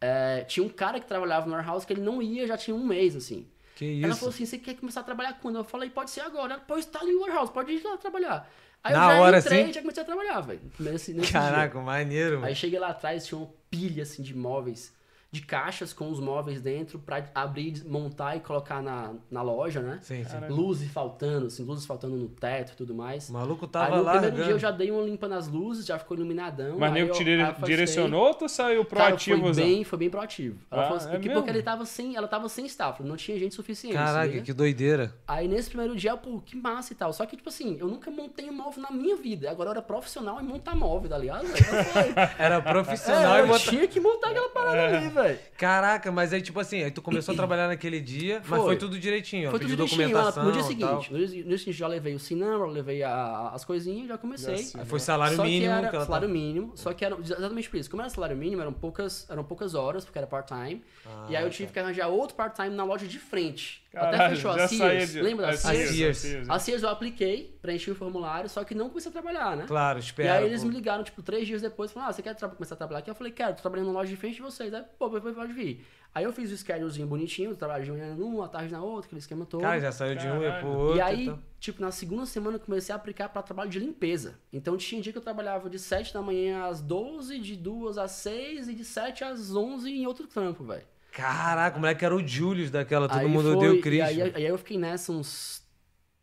[SPEAKER 2] é, tinha um cara que trabalhava no warehouse que ele não ia, já tinha um mês, assim.
[SPEAKER 1] Que
[SPEAKER 2] Ela falou
[SPEAKER 1] isso.
[SPEAKER 2] assim, você quer começar a trabalhar quando? Eu falei, pode ser agora. Ela, pois tá ali no warehouse, pode ir lá trabalhar. Aí
[SPEAKER 1] Na
[SPEAKER 2] eu já
[SPEAKER 1] hora,
[SPEAKER 2] entrei
[SPEAKER 1] assim?
[SPEAKER 2] e já comecei a assim, trabalhar, velho. nesse- nesse dia.
[SPEAKER 1] Caraca, maneiro, mano.
[SPEAKER 2] Aí cheguei lá atrás, tinha uma pilha assim de móveis. de caixas com os móveis dentro pra abrir, montar e colocar na, na loja, né?
[SPEAKER 1] Sim, sim.
[SPEAKER 3] Caralho.
[SPEAKER 2] Luzes faltando, assim, luzes faltando no teto e tudo mais.
[SPEAKER 1] O maluco
[SPEAKER 2] aí
[SPEAKER 1] tava
[SPEAKER 2] no
[SPEAKER 1] lá.
[SPEAKER 2] primeiro dia eu já dei uma limpa nas luzes, já ficou iluminadão.
[SPEAKER 3] Mas
[SPEAKER 2] aí
[SPEAKER 3] nego te
[SPEAKER 2] eu
[SPEAKER 3] dire-
[SPEAKER 2] afastei.
[SPEAKER 3] direcionou ou tu saiu
[SPEAKER 2] Cara,
[SPEAKER 3] proativo?
[SPEAKER 2] foi bem, foi bem proativo. Ela
[SPEAKER 3] Ah,
[SPEAKER 2] falou assim,
[SPEAKER 3] é
[SPEAKER 2] porque,
[SPEAKER 3] mesmo?
[SPEAKER 2] porque ele tava sem, ela tava sem staff, não tinha gente suficiente. se
[SPEAKER 1] Caraca,
[SPEAKER 2] liga?
[SPEAKER 1] que doideira.
[SPEAKER 2] Aí nesse primeiro dia, pô, que massa e tal. Só que, tipo assim, eu nunca montei um móvel na minha vida. Agora eu era profissional em montar móvel, tá ligado? velho? Eu falei,
[SPEAKER 1] Era profissional
[SPEAKER 2] é,
[SPEAKER 1] e
[SPEAKER 2] eu
[SPEAKER 1] bota...
[SPEAKER 2] tinha que montar aquela parada ali, velho.
[SPEAKER 1] Caraca, mas aí, tipo assim, aí tu começou a trabalhar naquele dia, mas
[SPEAKER 2] Foi.
[SPEAKER 1] foi tudo direitinho. ó,
[SPEAKER 2] Foi tudo
[SPEAKER 1] pediu
[SPEAKER 2] direitinho. ela-
[SPEAKER 1] documentação.
[SPEAKER 2] um No dia
[SPEAKER 1] e tal.
[SPEAKER 2] seguinte, no dia no dia seguinte já levei o sinal, eu levei a- a- as coisinhas, já comecei.
[SPEAKER 3] Já sei.
[SPEAKER 1] Aí Foi salário
[SPEAKER 2] né? só
[SPEAKER 1] mínimo.
[SPEAKER 2] Que era
[SPEAKER 1] que ela
[SPEAKER 2] salário
[SPEAKER 1] tá-
[SPEAKER 2] mínimo, só que era exatamente por isso. Como era salário mínimo, eram poucas, eram poucas horas, porque era part-time.
[SPEAKER 1] Ah,
[SPEAKER 2] e aí eu tive que arranjar outro part-time na loja de frente. Até
[SPEAKER 3] Caralho,
[SPEAKER 2] fechou
[SPEAKER 3] já
[SPEAKER 2] a
[SPEAKER 3] saía
[SPEAKER 2] Sears.
[SPEAKER 3] de-
[SPEAKER 2] Lembra
[SPEAKER 3] a
[SPEAKER 2] da Sears?
[SPEAKER 1] Sears?
[SPEAKER 3] a Sears,
[SPEAKER 2] A Sears eu apliquei, preenchi o formulário, só que não comecei a trabalhar, né?
[SPEAKER 1] Claro,
[SPEAKER 2] E
[SPEAKER 1] espera.
[SPEAKER 2] aí eles
[SPEAKER 1] pô.
[SPEAKER 2] me ligaram, tipo, três dias depois, falaram, ah, você quer tra- começar a trabalhar aqui? Eu falei, quero, tô trabalhando na loja de frente de vocês. Aí, pô, depois pode vir. Aí eu fiz o schedulezinho bonitinho, eu trabalho de manhã numa, à tarde na outra, aquele esquema todo.
[SPEAKER 1] Cara, já saiu de um e pro
[SPEAKER 3] Caralho.
[SPEAKER 1] outro.
[SPEAKER 2] e aí,
[SPEAKER 1] então.
[SPEAKER 2] tipo, na segunda semana eu comecei a aplicar pra trabalho de limpeza. Então tinha dia que eu trabalhava de 7 da manhã às 12, de 2 às 6 e de 7 às 11 em outro trampo, velho.
[SPEAKER 1] Caraca, o moleque era o Julius daquela, todo
[SPEAKER 2] Aí
[SPEAKER 1] mundo né?
[SPEAKER 2] foi-
[SPEAKER 1] odeia o
[SPEAKER 2] E
[SPEAKER 1] Cristo.
[SPEAKER 2] aí, aí eu fiquei nessa uns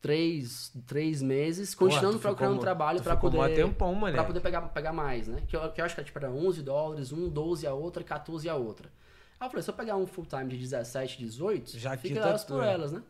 [SPEAKER 2] três, três meses,
[SPEAKER 1] Porra,
[SPEAKER 2] continuando
[SPEAKER 1] tu ficou
[SPEAKER 2] procurando
[SPEAKER 1] mó-
[SPEAKER 2] trabalho
[SPEAKER 1] tu
[SPEAKER 2] pra
[SPEAKER 1] ficou
[SPEAKER 2] poder,
[SPEAKER 1] mó tempão, mané.
[SPEAKER 2] pra poder pegar, pegar mais, né? Que eu, que eu acho que era, tipo, era 11 dólares, um 12 a outra, 14 a outra. Aí eu falei, se eu pegar um full time de 17, 18,
[SPEAKER 1] Já
[SPEAKER 2] fica
[SPEAKER 1] quita
[SPEAKER 2] elas por
[SPEAKER 1] tudo.
[SPEAKER 2] elas, né?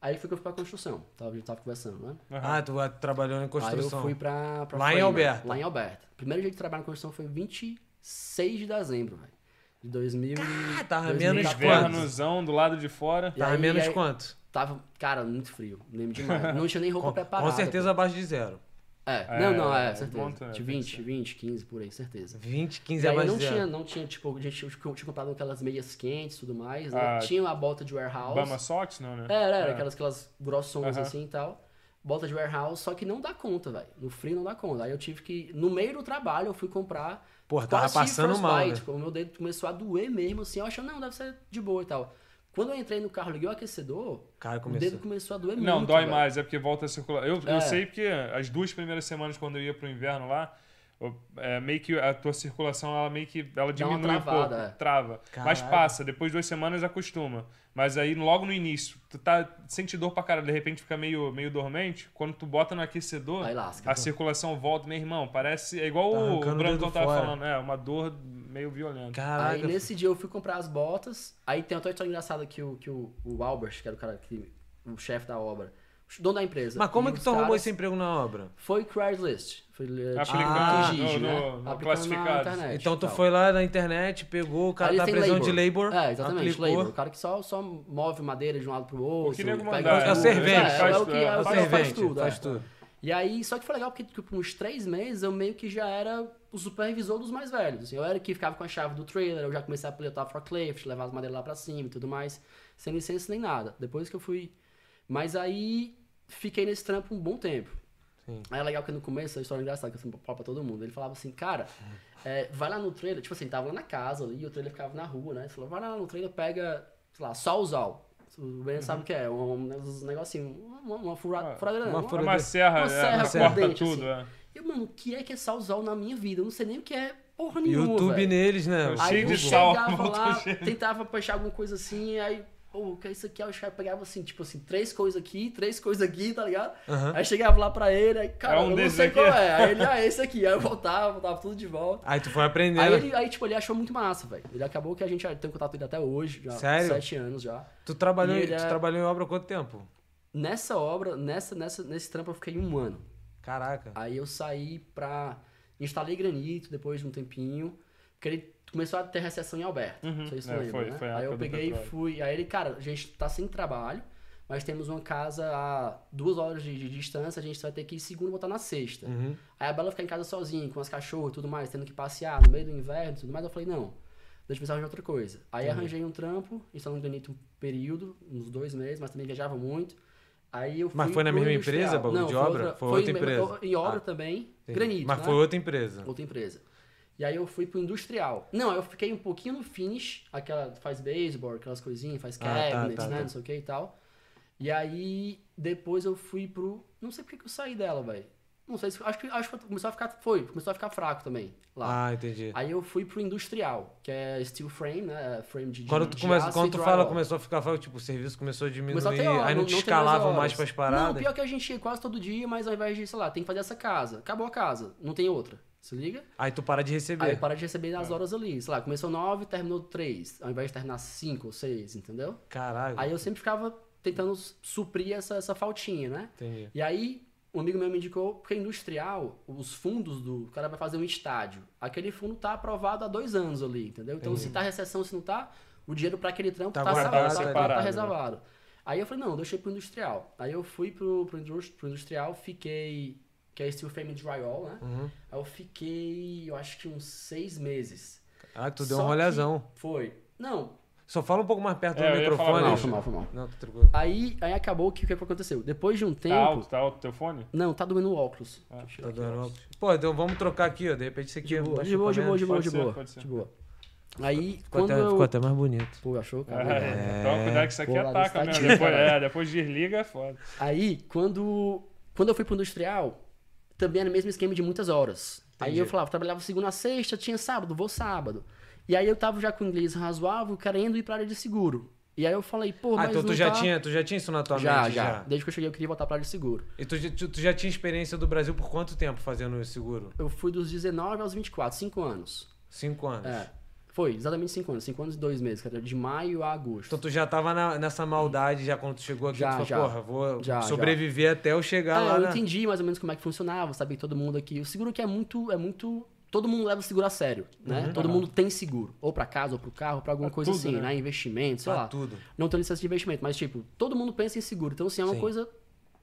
[SPEAKER 2] Aí fui pra construção, tava, a gente tava conversando, né?
[SPEAKER 1] Ah, tu ah, trabalhou em
[SPEAKER 2] Aí
[SPEAKER 1] construção.
[SPEAKER 2] eu fui pra, pra
[SPEAKER 1] Lá em
[SPEAKER 2] Floripa,
[SPEAKER 1] Alberta.
[SPEAKER 2] Lá em Alberta. Primeiro dia de trabalho na construção foi 26 de dezembro, velho. De 2000
[SPEAKER 1] Ah, tava menos quanto?
[SPEAKER 3] Invernozão do lado de fora.
[SPEAKER 2] E
[SPEAKER 1] Tava
[SPEAKER 2] aí-
[SPEAKER 1] menos
[SPEAKER 2] aí-
[SPEAKER 1] quanto?
[SPEAKER 2] Tava, cara, muito frio. Lembro demais. Não tinha nem roupa
[SPEAKER 1] Com,
[SPEAKER 2] preparada.
[SPEAKER 1] com certeza abaixo de zero.
[SPEAKER 2] pô. É,
[SPEAKER 3] É,
[SPEAKER 2] não, não,
[SPEAKER 3] um
[SPEAKER 2] é, certeza.
[SPEAKER 3] ponto, né,
[SPEAKER 2] de
[SPEAKER 3] tem
[SPEAKER 2] 20,
[SPEAKER 3] que ser.
[SPEAKER 2] 20, 15, por aí, certeza.
[SPEAKER 1] 20,
[SPEAKER 2] E
[SPEAKER 1] 15
[SPEAKER 2] aí
[SPEAKER 3] é.
[SPEAKER 1] abaixo
[SPEAKER 2] não
[SPEAKER 1] de zero.
[SPEAKER 2] tinha, não tinha, tipo, a gente tinha, tinha comprado aquelas meias quentes e tudo mais, né?
[SPEAKER 3] Ah,
[SPEAKER 2] tinha a bota de warehouse.
[SPEAKER 3] Bama Sox, não, né?
[SPEAKER 2] É, era, era aquelas, aquelas grossonas
[SPEAKER 3] Aham.
[SPEAKER 2] assim e tal. Bota de warehouse, só que não dá conta, velho. No frio não dá conta. Aí eu tive que, no meio do trabalho, eu fui comprar.
[SPEAKER 1] Porra, tava
[SPEAKER 2] quase
[SPEAKER 1] passando
[SPEAKER 2] frostbite,
[SPEAKER 1] mal, né?
[SPEAKER 2] tipo, O meu dedo começou a doer mesmo, assim. Eu achando, não, deve ser de boa e tal. Quando eu entrei no carro, liguei o aquecedor,
[SPEAKER 1] Cara,
[SPEAKER 2] o
[SPEAKER 1] começou.
[SPEAKER 2] dedo começou a doer muito.
[SPEAKER 3] Não, dói
[SPEAKER 2] velho.
[SPEAKER 3] mais, é porque volta a circular. Eu, eu
[SPEAKER 2] É.
[SPEAKER 3] sei porque as duas primeiras semanas quando eu ia pro inverno lá, eu- é, meio que a tua circulação, ela meio que ela
[SPEAKER 2] Dá uma
[SPEAKER 3] diminui um pouco,
[SPEAKER 2] travada, é.
[SPEAKER 3] trava. Mas
[SPEAKER 1] Caralho.
[SPEAKER 3] passa, depois de duas semanas acostuma. Mas aí logo no início, tu tá, sente dor pra caralho, de repente fica meio, meio dormente, quando tu bota no aquecedor,
[SPEAKER 2] Aí lasca.
[SPEAKER 3] a circulação volta, meu irmão, parece, é igual
[SPEAKER 1] Tá
[SPEAKER 3] o
[SPEAKER 1] arrancando o
[SPEAKER 3] Brancão
[SPEAKER 1] dedo
[SPEAKER 3] tava
[SPEAKER 1] fora.
[SPEAKER 3] falando, é uma dor meio violenta.
[SPEAKER 2] Aí
[SPEAKER 1] Caraca.
[SPEAKER 2] nesse dia eu fui comprar as botas. Aí tem até uma história engraçada que o, que o, o Albert, que era o cara que. o chefe da obra, o dono da empresa.
[SPEAKER 1] Mas como
[SPEAKER 2] e
[SPEAKER 1] é que
[SPEAKER 2] os
[SPEAKER 1] tu arrumou
[SPEAKER 2] caras-
[SPEAKER 1] esse emprego na obra?
[SPEAKER 2] Foi Craigslist. Foi eh,
[SPEAKER 3] Aplicando
[SPEAKER 1] Ah,
[SPEAKER 2] Kijiji,
[SPEAKER 3] no-
[SPEAKER 2] né?
[SPEAKER 3] no- no
[SPEAKER 2] Aplicando na
[SPEAKER 3] classificados.
[SPEAKER 2] internet
[SPEAKER 1] então
[SPEAKER 2] e
[SPEAKER 1] tu
[SPEAKER 2] tal.
[SPEAKER 1] foi lá na internet, pegou o cara
[SPEAKER 2] Aí
[SPEAKER 1] da
[SPEAKER 2] tipo, tem
[SPEAKER 1] prisão de labor.
[SPEAKER 2] É, exatamente,
[SPEAKER 1] aplicou.
[SPEAKER 2] labor. O cara que só, só move madeira de um lado pro outro.
[SPEAKER 3] que nego
[SPEAKER 2] pega
[SPEAKER 3] mandar,
[SPEAKER 2] as
[SPEAKER 1] é o
[SPEAKER 2] uvas.
[SPEAKER 1] servente,
[SPEAKER 2] É,
[SPEAKER 1] faz-
[SPEAKER 2] é o que, é
[SPEAKER 1] É
[SPEAKER 2] o
[SPEAKER 1] o
[SPEAKER 2] que faz,
[SPEAKER 1] servente,
[SPEAKER 2] tudo.
[SPEAKER 1] faz
[SPEAKER 2] é.
[SPEAKER 1] tudo.
[SPEAKER 2] E aí, só que foi legal porque, tipo, por uns três meses eu meio que já era o supervisor dos mais velhos. assim. Eu era que ficava com a chave do trailer, eu já comecei a pilotar forklift, levar as madeiras lá pra cima e tudo mais, sem licença nem nada. Depois que eu fui. Mas aí, fiquei nesse trampo um bom tempo.
[SPEAKER 1] Sim.
[SPEAKER 2] Aí é legal que no começo, a história é engraçada, que eu sempre falo pra todo mundo. Ele falava assim, cara, é, vai lá no trailer, tipo assim, tava lá na casa ali, e o trailer ficava na rua, né? Ele falou, vai lá no trailer, pega, sei lá, solzal. O Ben sabe o que é, um, um, uns negocinho, uma, uma fura-
[SPEAKER 3] Ah,
[SPEAKER 2] furadeira.
[SPEAKER 1] Uhum. uma
[SPEAKER 2] não,
[SPEAKER 1] fura-
[SPEAKER 3] É uma serra,
[SPEAKER 2] Uma
[SPEAKER 3] é,
[SPEAKER 2] serra assim.
[SPEAKER 3] ela
[SPEAKER 2] com
[SPEAKER 3] corta
[SPEAKER 2] dente,
[SPEAKER 3] tudo, é.
[SPEAKER 2] Eu, mano, o que é que é solzal na minha vida? Eu não sei nem o que é porra nenhuma,
[SPEAKER 1] YouTube
[SPEAKER 2] velho.
[SPEAKER 1] neles, né?
[SPEAKER 3] Eu
[SPEAKER 1] O
[SPEAKER 2] Aí eu
[SPEAKER 3] Cheio de
[SPEAKER 1] Google.
[SPEAKER 3] sal,
[SPEAKER 2] chegava
[SPEAKER 3] volta
[SPEAKER 2] lá,
[SPEAKER 3] cheio.
[SPEAKER 2] tentava puxar alguma coisa assim, aí, pô, o que é isso aqui? Aí os caras pegavam assim, tipo assim, três coisas aqui, três coisas aqui, tá ligado?
[SPEAKER 1] Aham.
[SPEAKER 2] Aí chegava lá pra ele, aí, cara,
[SPEAKER 3] É um
[SPEAKER 2] eu não
[SPEAKER 3] desses
[SPEAKER 2] sei
[SPEAKER 3] aqui?
[SPEAKER 2] qual é. Aí ele, ah, esse aqui. Aí eu voltava, voltava tudo de volta.
[SPEAKER 1] Aí tu foi
[SPEAKER 2] Aí,
[SPEAKER 3] Né?
[SPEAKER 1] aprendendo.
[SPEAKER 2] ele, aí, tipo, ele achou muito massa, velho. Ele acabou que a gente tem contato dele até hoje, já
[SPEAKER 1] Sério?
[SPEAKER 2] sete anos já.
[SPEAKER 1] Tu, trabalhou,
[SPEAKER 2] E
[SPEAKER 1] em-
[SPEAKER 2] ele
[SPEAKER 1] tu
[SPEAKER 2] é-
[SPEAKER 1] trabalhou em obra há quanto tempo?
[SPEAKER 2] Nessa obra, nessa, nessa, nesse trampo eu fiquei um ano.
[SPEAKER 1] Caraca.
[SPEAKER 2] Aí eu saí pra. Instalei granito depois de um tempinho. Porque ele começou a ter recessão em Alberta.
[SPEAKER 3] Uhum,
[SPEAKER 2] Não sei se
[SPEAKER 3] é,
[SPEAKER 2] você lembra.
[SPEAKER 3] foi-
[SPEAKER 2] né?
[SPEAKER 3] foi a
[SPEAKER 2] aí eu
[SPEAKER 3] época do
[SPEAKER 2] peguei e
[SPEAKER 3] petróleo.
[SPEAKER 2] fui. Aí ele, cara, a gente tá sem trabalho, mas temos uma casa a duas horas de, de distância, a gente vai ter que ir segunda e voltar na sexta.
[SPEAKER 1] Uhum.
[SPEAKER 2] Aí a Bela fica em casa sozinha, com as cachorras e tudo mais, tendo que passear no meio do inverno e tudo mais. Eu falei, não, deixa eu pensar em outra coisa. Aí
[SPEAKER 1] Uhum.
[SPEAKER 2] arranjei um trampo, instalando granito um período, uns dois meses, mas também viajava muito. Aí eu fui
[SPEAKER 1] Mas foi na
[SPEAKER 2] pro
[SPEAKER 1] mesma
[SPEAKER 2] industrial.
[SPEAKER 1] empresa, bagulho
[SPEAKER 2] não,
[SPEAKER 1] de
[SPEAKER 2] foi
[SPEAKER 1] obra?
[SPEAKER 2] Outra,
[SPEAKER 1] Foi
[SPEAKER 2] foi
[SPEAKER 1] outra
[SPEAKER 2] em-
[SPEAKER 1] empresa?
[SPEAKER 2] Em obra
[SPEAKER 1] Ah.
[SPEAKER 2] também,
[SPEAKER 1] Entendi.
[SPEAKER 2] granito,
[SPEAKER 1] Mas
[SPEAKER 2] né?
[SPEAKER 1] foi outra empresa.
[SPEAKER 2] Outra empresa. E aí eu fui pro industrial. Não, eu fiquei um pouquinho no finish, aquela faz baseball, aquelas coisinhas, faz
[SPEAKER 1] Ah, tá,
[SPEAKER 2] cabinets,
[SPEAKER 1] tá,
[SPEAKER 2] né,
[SPEAKER 1] tá.
[SPEAKER 2] não sei o que e tal. E aí depois eu fui pro, não sei porque que eu saí dela, velho. Não sei se. Acho que, acho que começou a ficar. Foi, começou a ficar fraco também lá.
[SPEAKER 1] Ah, entendi.
[SPEAKER 2] Aí eu fui pro industrial, que é steel frame, né? Frame de. de-
[SPEAKER 1] Quando
[SPEAKER 2] de
[SPEAKER 1] tu, começa,
[SPEAKER 2] aço e
[SPEAKER 1] quando tu
[SPEAKER 2] drywall.
[SPEAKER 1] fala, começou a ficar fraco, tipo, o serviço começou a diminuir,
[SPEAKER 2] Começou a ter hora,
[SPEAKER 1] aí não te
[SPEAKER 2] tem mais
[SPEAKER 1] escalavam
[SPEAKER 2] horas.
[SPEAKER 1] mais pras
[SPEAKER 2] Não,
[SPEAKER 1] paradas.
[SPEAKER 2] pior que a gente ia quase todo dia, mas ao invés de, sei lá, tem que fazer essa casa. Acabou a casa, não tem outra. Se liga?
[SPEAKER 1] Aí tu para de
[SPEAKER 2] Aí
[SPEAKER 1] receber.
[SPEAKER 2] para de receber as horas ali. Sei lá, começou nove, terminou três, ao invés de terminar cinco ou seis, entendeu?
[SPEAKER 1] Caralho.
[SPEAKER 2] Aí eu sempre ficava tentando suprir essa, essa faltinha, né?
[SPEAKER 1] Entendi.
[SPEAKER 2] E aí, um amigo meu me indicou, porque industrial, os fundos do. O cara vai fazer um estádio. Aquele fundo tá aprovado há dois anos ali, entendeu? Então, se tá recessão, se não tá, o dinheiro pra aquele trampo
[SPEAKER 1] Tá
[SPEAKER 2] tá,
[SPEAKER 1] guardado,
[SPEAKER 2] salvo, tá- tá,
[SPEAKER 3] separado, né?
[SPEAKER 2] reservado. Aí eu falei, não, deixei pro industrial. Aí eu fui pro, pro, indus- pro industrial, fiquei. Que é Steel Fame Drywall, né?
[SPEAKER 1] Uhum.
[SPEAKER 2] Aí eu fiquei, eu acho que uns seis meses.
[SPEAKER 1] Ah, tu deu
[SPEAKER 2] Só
[SPEAKER 1] um
[SPEAKER 2] que
[SPEAKER 1] rolezão.
[SPEAKER 2] Foi. Não,
[SPEAKER 1] Só fala um pouco mais perto
[SPEAKER 3] É,
[SPEAKER 1] do
[SPEAKER 3] eu ia
[SPEAKER 1] microfone.
[SPEAKER 3] falar mal,
[SPEAKER 2] não,
[SPEAKER 3] Olha,
[SPEAKER 2] foi mal, foi mal.
[SPEAKER 1] Não, tá tranquilo.
[SPEAKER 2] Aí, aí acabou que o que aconteceu? Depois de um tempo.
[SPEAKER 3] Tá alto, tá alto o teu fone?
[SPEAKER 2] Não, tá doendo o óculos. Deixa eu
[SPEAKER 1] Tá
[SPEAKER 2] tirar aqui o
[SPEAKER 1] dando
[SPEAKER 2] óculos.
[SPEAKER 1] óculos. Pô, então vamos trocar aqui, ó. De repente isso aqui é
[SPEAKER 2] De boa,
[SPEAKER 1] machuca
[SPEAKER 2] de boa, de boa,
[SPEAKER 1] menos.
[SPEAKER 2] de boa,
[SPEAKER 3] Pode
[SPEAKER 2] de
[SPEAKER 3] ser,
[SPEAKER 2] boa.
[SPEAKER 3] pode ser.
[SPEAKER 2] De boa. Aí,
[SPEAKER 1] Ficou,
[SPEAKER 2] quando
[SPEAKER 1] até,
[SPEAKER 2] eu...
[SPEAKER 1] ficou até mais bonito.
[SPEAKER 2] Pô, achou? Cara,
[SPEAKER 3] Ah,
[SPEAKER 2] legal.
[SPEAKER 3] é. Então cuidado que isso aqui
[SPEAKER 2] Vou lá
[SPEAKER 3] ataca
[SPEAKER 2] no
[SPEAKER 3] mesmo.
[SPEAKER 2] estádio.
[SPEAKER 3] Depois, é, depois desliga é foda.
[SPEAKER 2] Aí, quando... Quando eu fui pro industrial, também era o mesmo esquema de muitas horas. Aí eu falava, trabalhava segunda a sexta, tinha sábado, vou sábado. E aí eu tava já com inglês razoável, querendo ir pra área de seguro. E aí eu falei, pô,
[SPEAKER 1] Ah,
[SPEAKER 2] mas
[SPEAKER 1] então tu
[SPEAKER 2] não
[SPEAKER 1] já,
[SPEAKER 2] tá...
[SPEAKER 1] tinha, tu já tinha isso na tua
[SPEAKER 2] Já, já,
[SPEAKER 1] mente?
[SPEAKER 2] Desde que eu cheguei eu queria voltar pra área de seguro.
[SPEAKER 1] E tu, já- tu- tu já tinha experiência do Brasil por quanto tempo fazendo esse seguro?
[SPEAKER 2] Eu fui dos 19 aos 24, 5 anos.
[SPEAKER 1] Cinco anos.
[SPEAKER 2] É, foi, exatamente 5 anos. 5 anos e 2 meses, cara, de maio a agosto.
[SPEAKER 1] Então tu já tava na- nessa maldade já quando tu chegou aqui, tu
[SPEAKER 2] Já,
[SPEAKER 1] falou,
[SPEAKER 2] já.
[SPEAKER 1] porra, vou
[SPEAKER 2] Já,
[SPEAKER 1] sobreviver até eu chegar
[SPEAKER 2] Ah,
[SPEAKER 1] lá.
[SPEAKER 2] eu
[SPEAKER 1] na-
[SPEAKER 2] entendi mais ou menos como é que funcionava, sabe? Todo mundo aqui. O seguro que é muito. é muito. Todo mundo leva o seguro a sério, né?
[SPEAKER 1] Uhum.
[SPEAKER 2] Todo mundo tem seguro. Ou pra casa, ou pro carro, ou pra alguma
[SPEAKER 3] Pra
[SPEAKER 2] coisa
[SPEAKER 3] tudo,
[SPEAKER 2] assim,
[SPEAKER 3] né?
[SPEAKER 2] né? Investimento, sei
[SPEAKER 1] Pra
[SPEAKER 2] lá.
[SPEAKER 1] tudo.
[SPEAKER 2] Não tem licença de investimento, mas, tipo, todo mundo pensa em seguro. Então, assim, é uma
[SPEAKER 1] Sim.
[SPEAKER 2] coisa.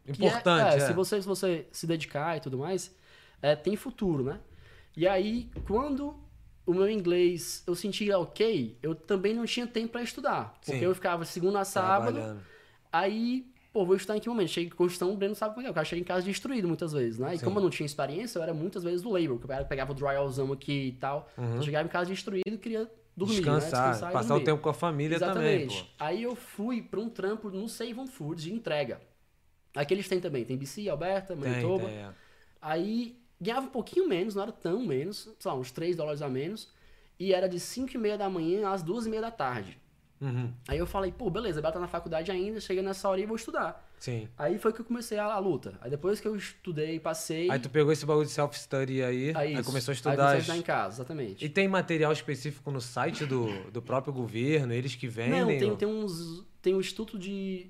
[SPEAKER 2] que é-
[SPEAKER 1] Importante, é.
[SPEAKER 2] Se, você, se você se dedicar e tudo mais, é, tem futuro, né? E aí, quando o meu inglês eu sentia ok, eu também não tinha tempo pra estudar. Porque
[SPEAKER 1] Sim.
[SPEAKER 2] eu ficava segunda a sábado.
[SPEAKER 1] Trabalhando.
[SPEAKER 2] Aí, pô, vou estudar em que momento? Cheguei em Constituição, o Breno sabe como é. que é, O cara chega em casa destruído muitas vezes, né? E como eu não tinha experiência, eu era muitas vezes do labor, que o cara pegava o dryalzão aqui e tal. Então, Eu chegava em casa destruído e queria dormir,
[SPEAKER 1] Uhum. descansar,
[SPEAKER 2] né? Descansar e
[SPEAKER 1] passar
[SPEAKER 2] dormir.
[SPEAKER 1] o tempo com a família também, pô.
[SPEAKER 2] Aí eu fui pra um trampo no Save On Foods de entrega. Aqui eles têm também, tem BC, Alberta,
[SPEAKER 1] Tem,
[SPEAKER 2] Manitoba.
[SPEAKER 1] tem, é.
[SPEAKER 2] Aí ganhava um pouquinho menos, não era tão menos, sei lá, uns 3 dólares a menos. E era de 5 e meia da manhã às 2 e meia da tarde.
[SPEAKER 1] Uhum,
[SPEAKER 2] Aí eu falei, pô, beleza, ela tá na faculdade ainda, chega nessa hora e eu vou estudar.
[SPEAKER 1] Sim.
[SPEAKER 2] Aí foi que eu comecei a, a luta. Aí depois que eu estudei, passei.
[SPEAKER 1] Aí tu pegou esse bagulho de self-study aí, aí,
[SPEAKER 2] É isso.
[SPEAKER 1] começou a
[SPEAKER 2] Aí
[SPEAKER 1] estudar.
[SPEAKER 2] comecei a
[SPEAKER 1] as-
[SPEAKER 2] estudar em casa, exatamente.
[SPEAKER 1] E tem material específico no site do, do próprio governo, eles que vendem?
[SPEAKER 2] Não, tem,
[SPEAKER 1] ou-
[SPEAKER 2] tem uns. Tem um instituto de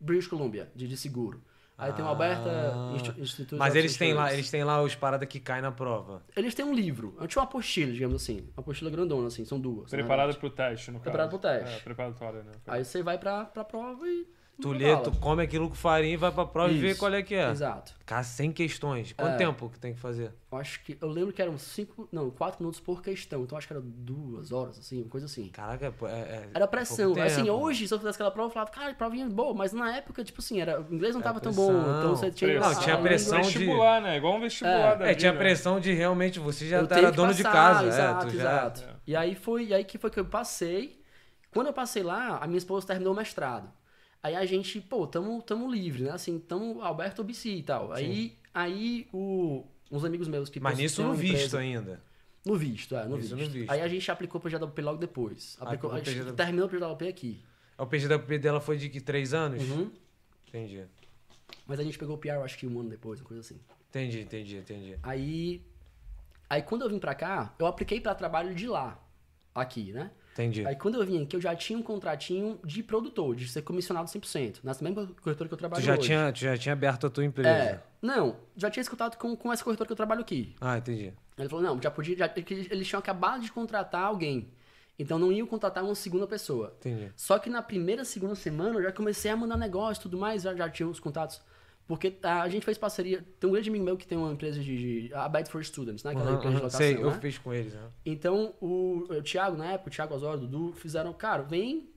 [SPEAKER 2] British Columbia, de, de seguro. Aí tem o Alberta
[SPEAKER 1] Ah.
[SPEAKER 2] Insti- Institute
[SPEAKER 1] Mas
[SPEAKER 2] of
[SPEAKER 1] eles têm lá,
[SPEAKER 2] Insurance.
[SPEAKER 1] eles têm lá os paradas que caem na prova.
[SPEAKER 2] Eles têm um livro. Eu tinha uma apostila, digamos assim. Uma apostila grandona, assim, são duas. né?
[SPEAKER 3] Preparado pro teste, no caso.
[SPEAKER 2] Preparado pro teste.
[SPEAKER 3] É, preparatório, né?
[SPEAKER 2] Aí você vai pra, pra prova e.
[SPEAKER 1] Tu
[SPEAKER 2] manda
[SPEAKER 1] lê,
[SPEAKER 2] bala.
[SPEAKER 1] tu come aquilo com farinha e vai pra prova e vê
[SPEAKER 2] Isso,
[SPEAKER 1] qual é que é.
[SPEAKER 2] Exato.
[SPEAKER 1] Cara, 100 questões. Quanto
[SPEAKER 2] É.
[SPEAKER 1] tempo que tem que fazer?
[SPEAKER 2] Eu acho que. Eu lembro que eram cinco. Não, quatro minutos por questão. Então acho que era duas horas, assim, uma coisa assim.
[SPEAKER 1] Caraca, pô, é, é
[SPEAKER 2] Era pressão.
[SPEAKER 1] pouco
[SPEAKER 2] Assim,
[SPEAKER 1] tempo.
[SPEAKER 2] hoje, se eu fizesse aquela prova, eu falava, cara, provinha boa, mas na época, tipo assim, era, o inglês não
[SPEAKER 1] Era
[SPEAKER 2] tava tão
[SPEAKER 1] pressão.
[SPEAKER 2] bom. Então você tinha.
[SPEAKER 1] Não, tinha
[SPEAKER 2] Ah,
[SPEAKER 1] pressão de-
[SPEAKER 3] Vestibular, né? Igual um vestibular da
[SPEAKER 1] É, tinha
[SPEAKER 3] vida.
[SPEAKER 1] pressão de realmente você já
[SPEAKER 2] eu tenho
[SPEAKER 1] era
[SPEAKER 2] que
[SPEAKER 1] dono de
[SPEAKER 2] passar,
[SPEAKER 1] casa.
[SPEAKER 2] Exato,
[SPEAKER 1] é, tu já...
[SPEAKER 2] exato. E aí foi, e aí que foi que eu passei. Quando eu passei lá, a minha esposa terminou o mestrado. Aí a gente, pô, tamo, tamo livre, né? Assim, tamo Alberto BC e tal. Aí, aí o, uns amigos meus que
[SPEAKER 1] Mas
[SPEAKER 2] possuem
[SPEAKER 1] nisso
[SPEAKER 2] Tipo, uma
[SPEAKER 1] no visto
[SPEAKER 2] empresa-
[SPEAKER 1] ainda.
[SPEAKER 2] No visto, é, no,
[SPEAKER 1] Isso
[SPEAKER 2] visto.
[SPEAKER 1] no visto.
[SPEAKER 2] Aí a gente aplicou pro JWP logo depois. Aplicou,
[SPEAKER 1] pro
[SPEAKER 2] a gente
[SPEAKER 1] PJWP.
[SPEAKER 2] terminou o PJWP aqui.
[SPEAKER 1] O PGWP dela foi de que? 3 anos?
[SPEAKER 2] Uhum.
[SPEAKER 1] Entendi.
[SPEAKER 2] Mas a gente pegou o PR, acho que um ano depois, uma coisa assim.
[SPEAKER 1] Entendi, entendi, entendi.
[SPEAKER 2] Aí, aí quando eu vim pra cá, eu apliquei pra trabalho de lá, aqui, né?
[SPEAKER 1] Entendi.
[SPEAKER 2] Aí quando eu vim aqui, eu já tinha um contratinho de produtor, de ser comissionado 100%, nessa né? mesma corretora que eu
[SPEAKER 1] tu,
[SPEAKER 2] trabalho
[SPEAKER 1] já
[SPEAKER 2] hoje.
[SPEAKER 1] tinha, tu já tinha aberto a tua empresa.
[SPEAKER 2] É, não, já tinha esse contato com, com essa corretora que eu trabalho aqui.
[SPEAKER 1] Ah, entendi.
[SPEAKER 2] Ele falou, não, já podia, já, porque eles tinham acabado de contratar alguém, então não iam contratar uma segunda pessoa.
[SPEAKER 1] Entendi.
[SPEAKER 2] Só que na primeira, segunda semana, eu já comecei a mandar negócio e tudo mais, já, já tinha os contatos. Porque a gente fez parceria, tem um grande amigo meu que tem uma empresa de, de a Bad for Students, né? Aquela
[SPEAKER 1] Uhum,
[SPEAKER 2] empresa de
[SPEAKER 1] uhum,
[SPEAKER 2] locação,
[SPEAKER 1] Sei,
[SPEAKER 2] né?
[SPEAKER 1] eu fiz com eles. Né?
[SPEAKER 2] Então, o, o Thiago, na época, o Thiago Osório, o Dudu, fizeram, cara, vem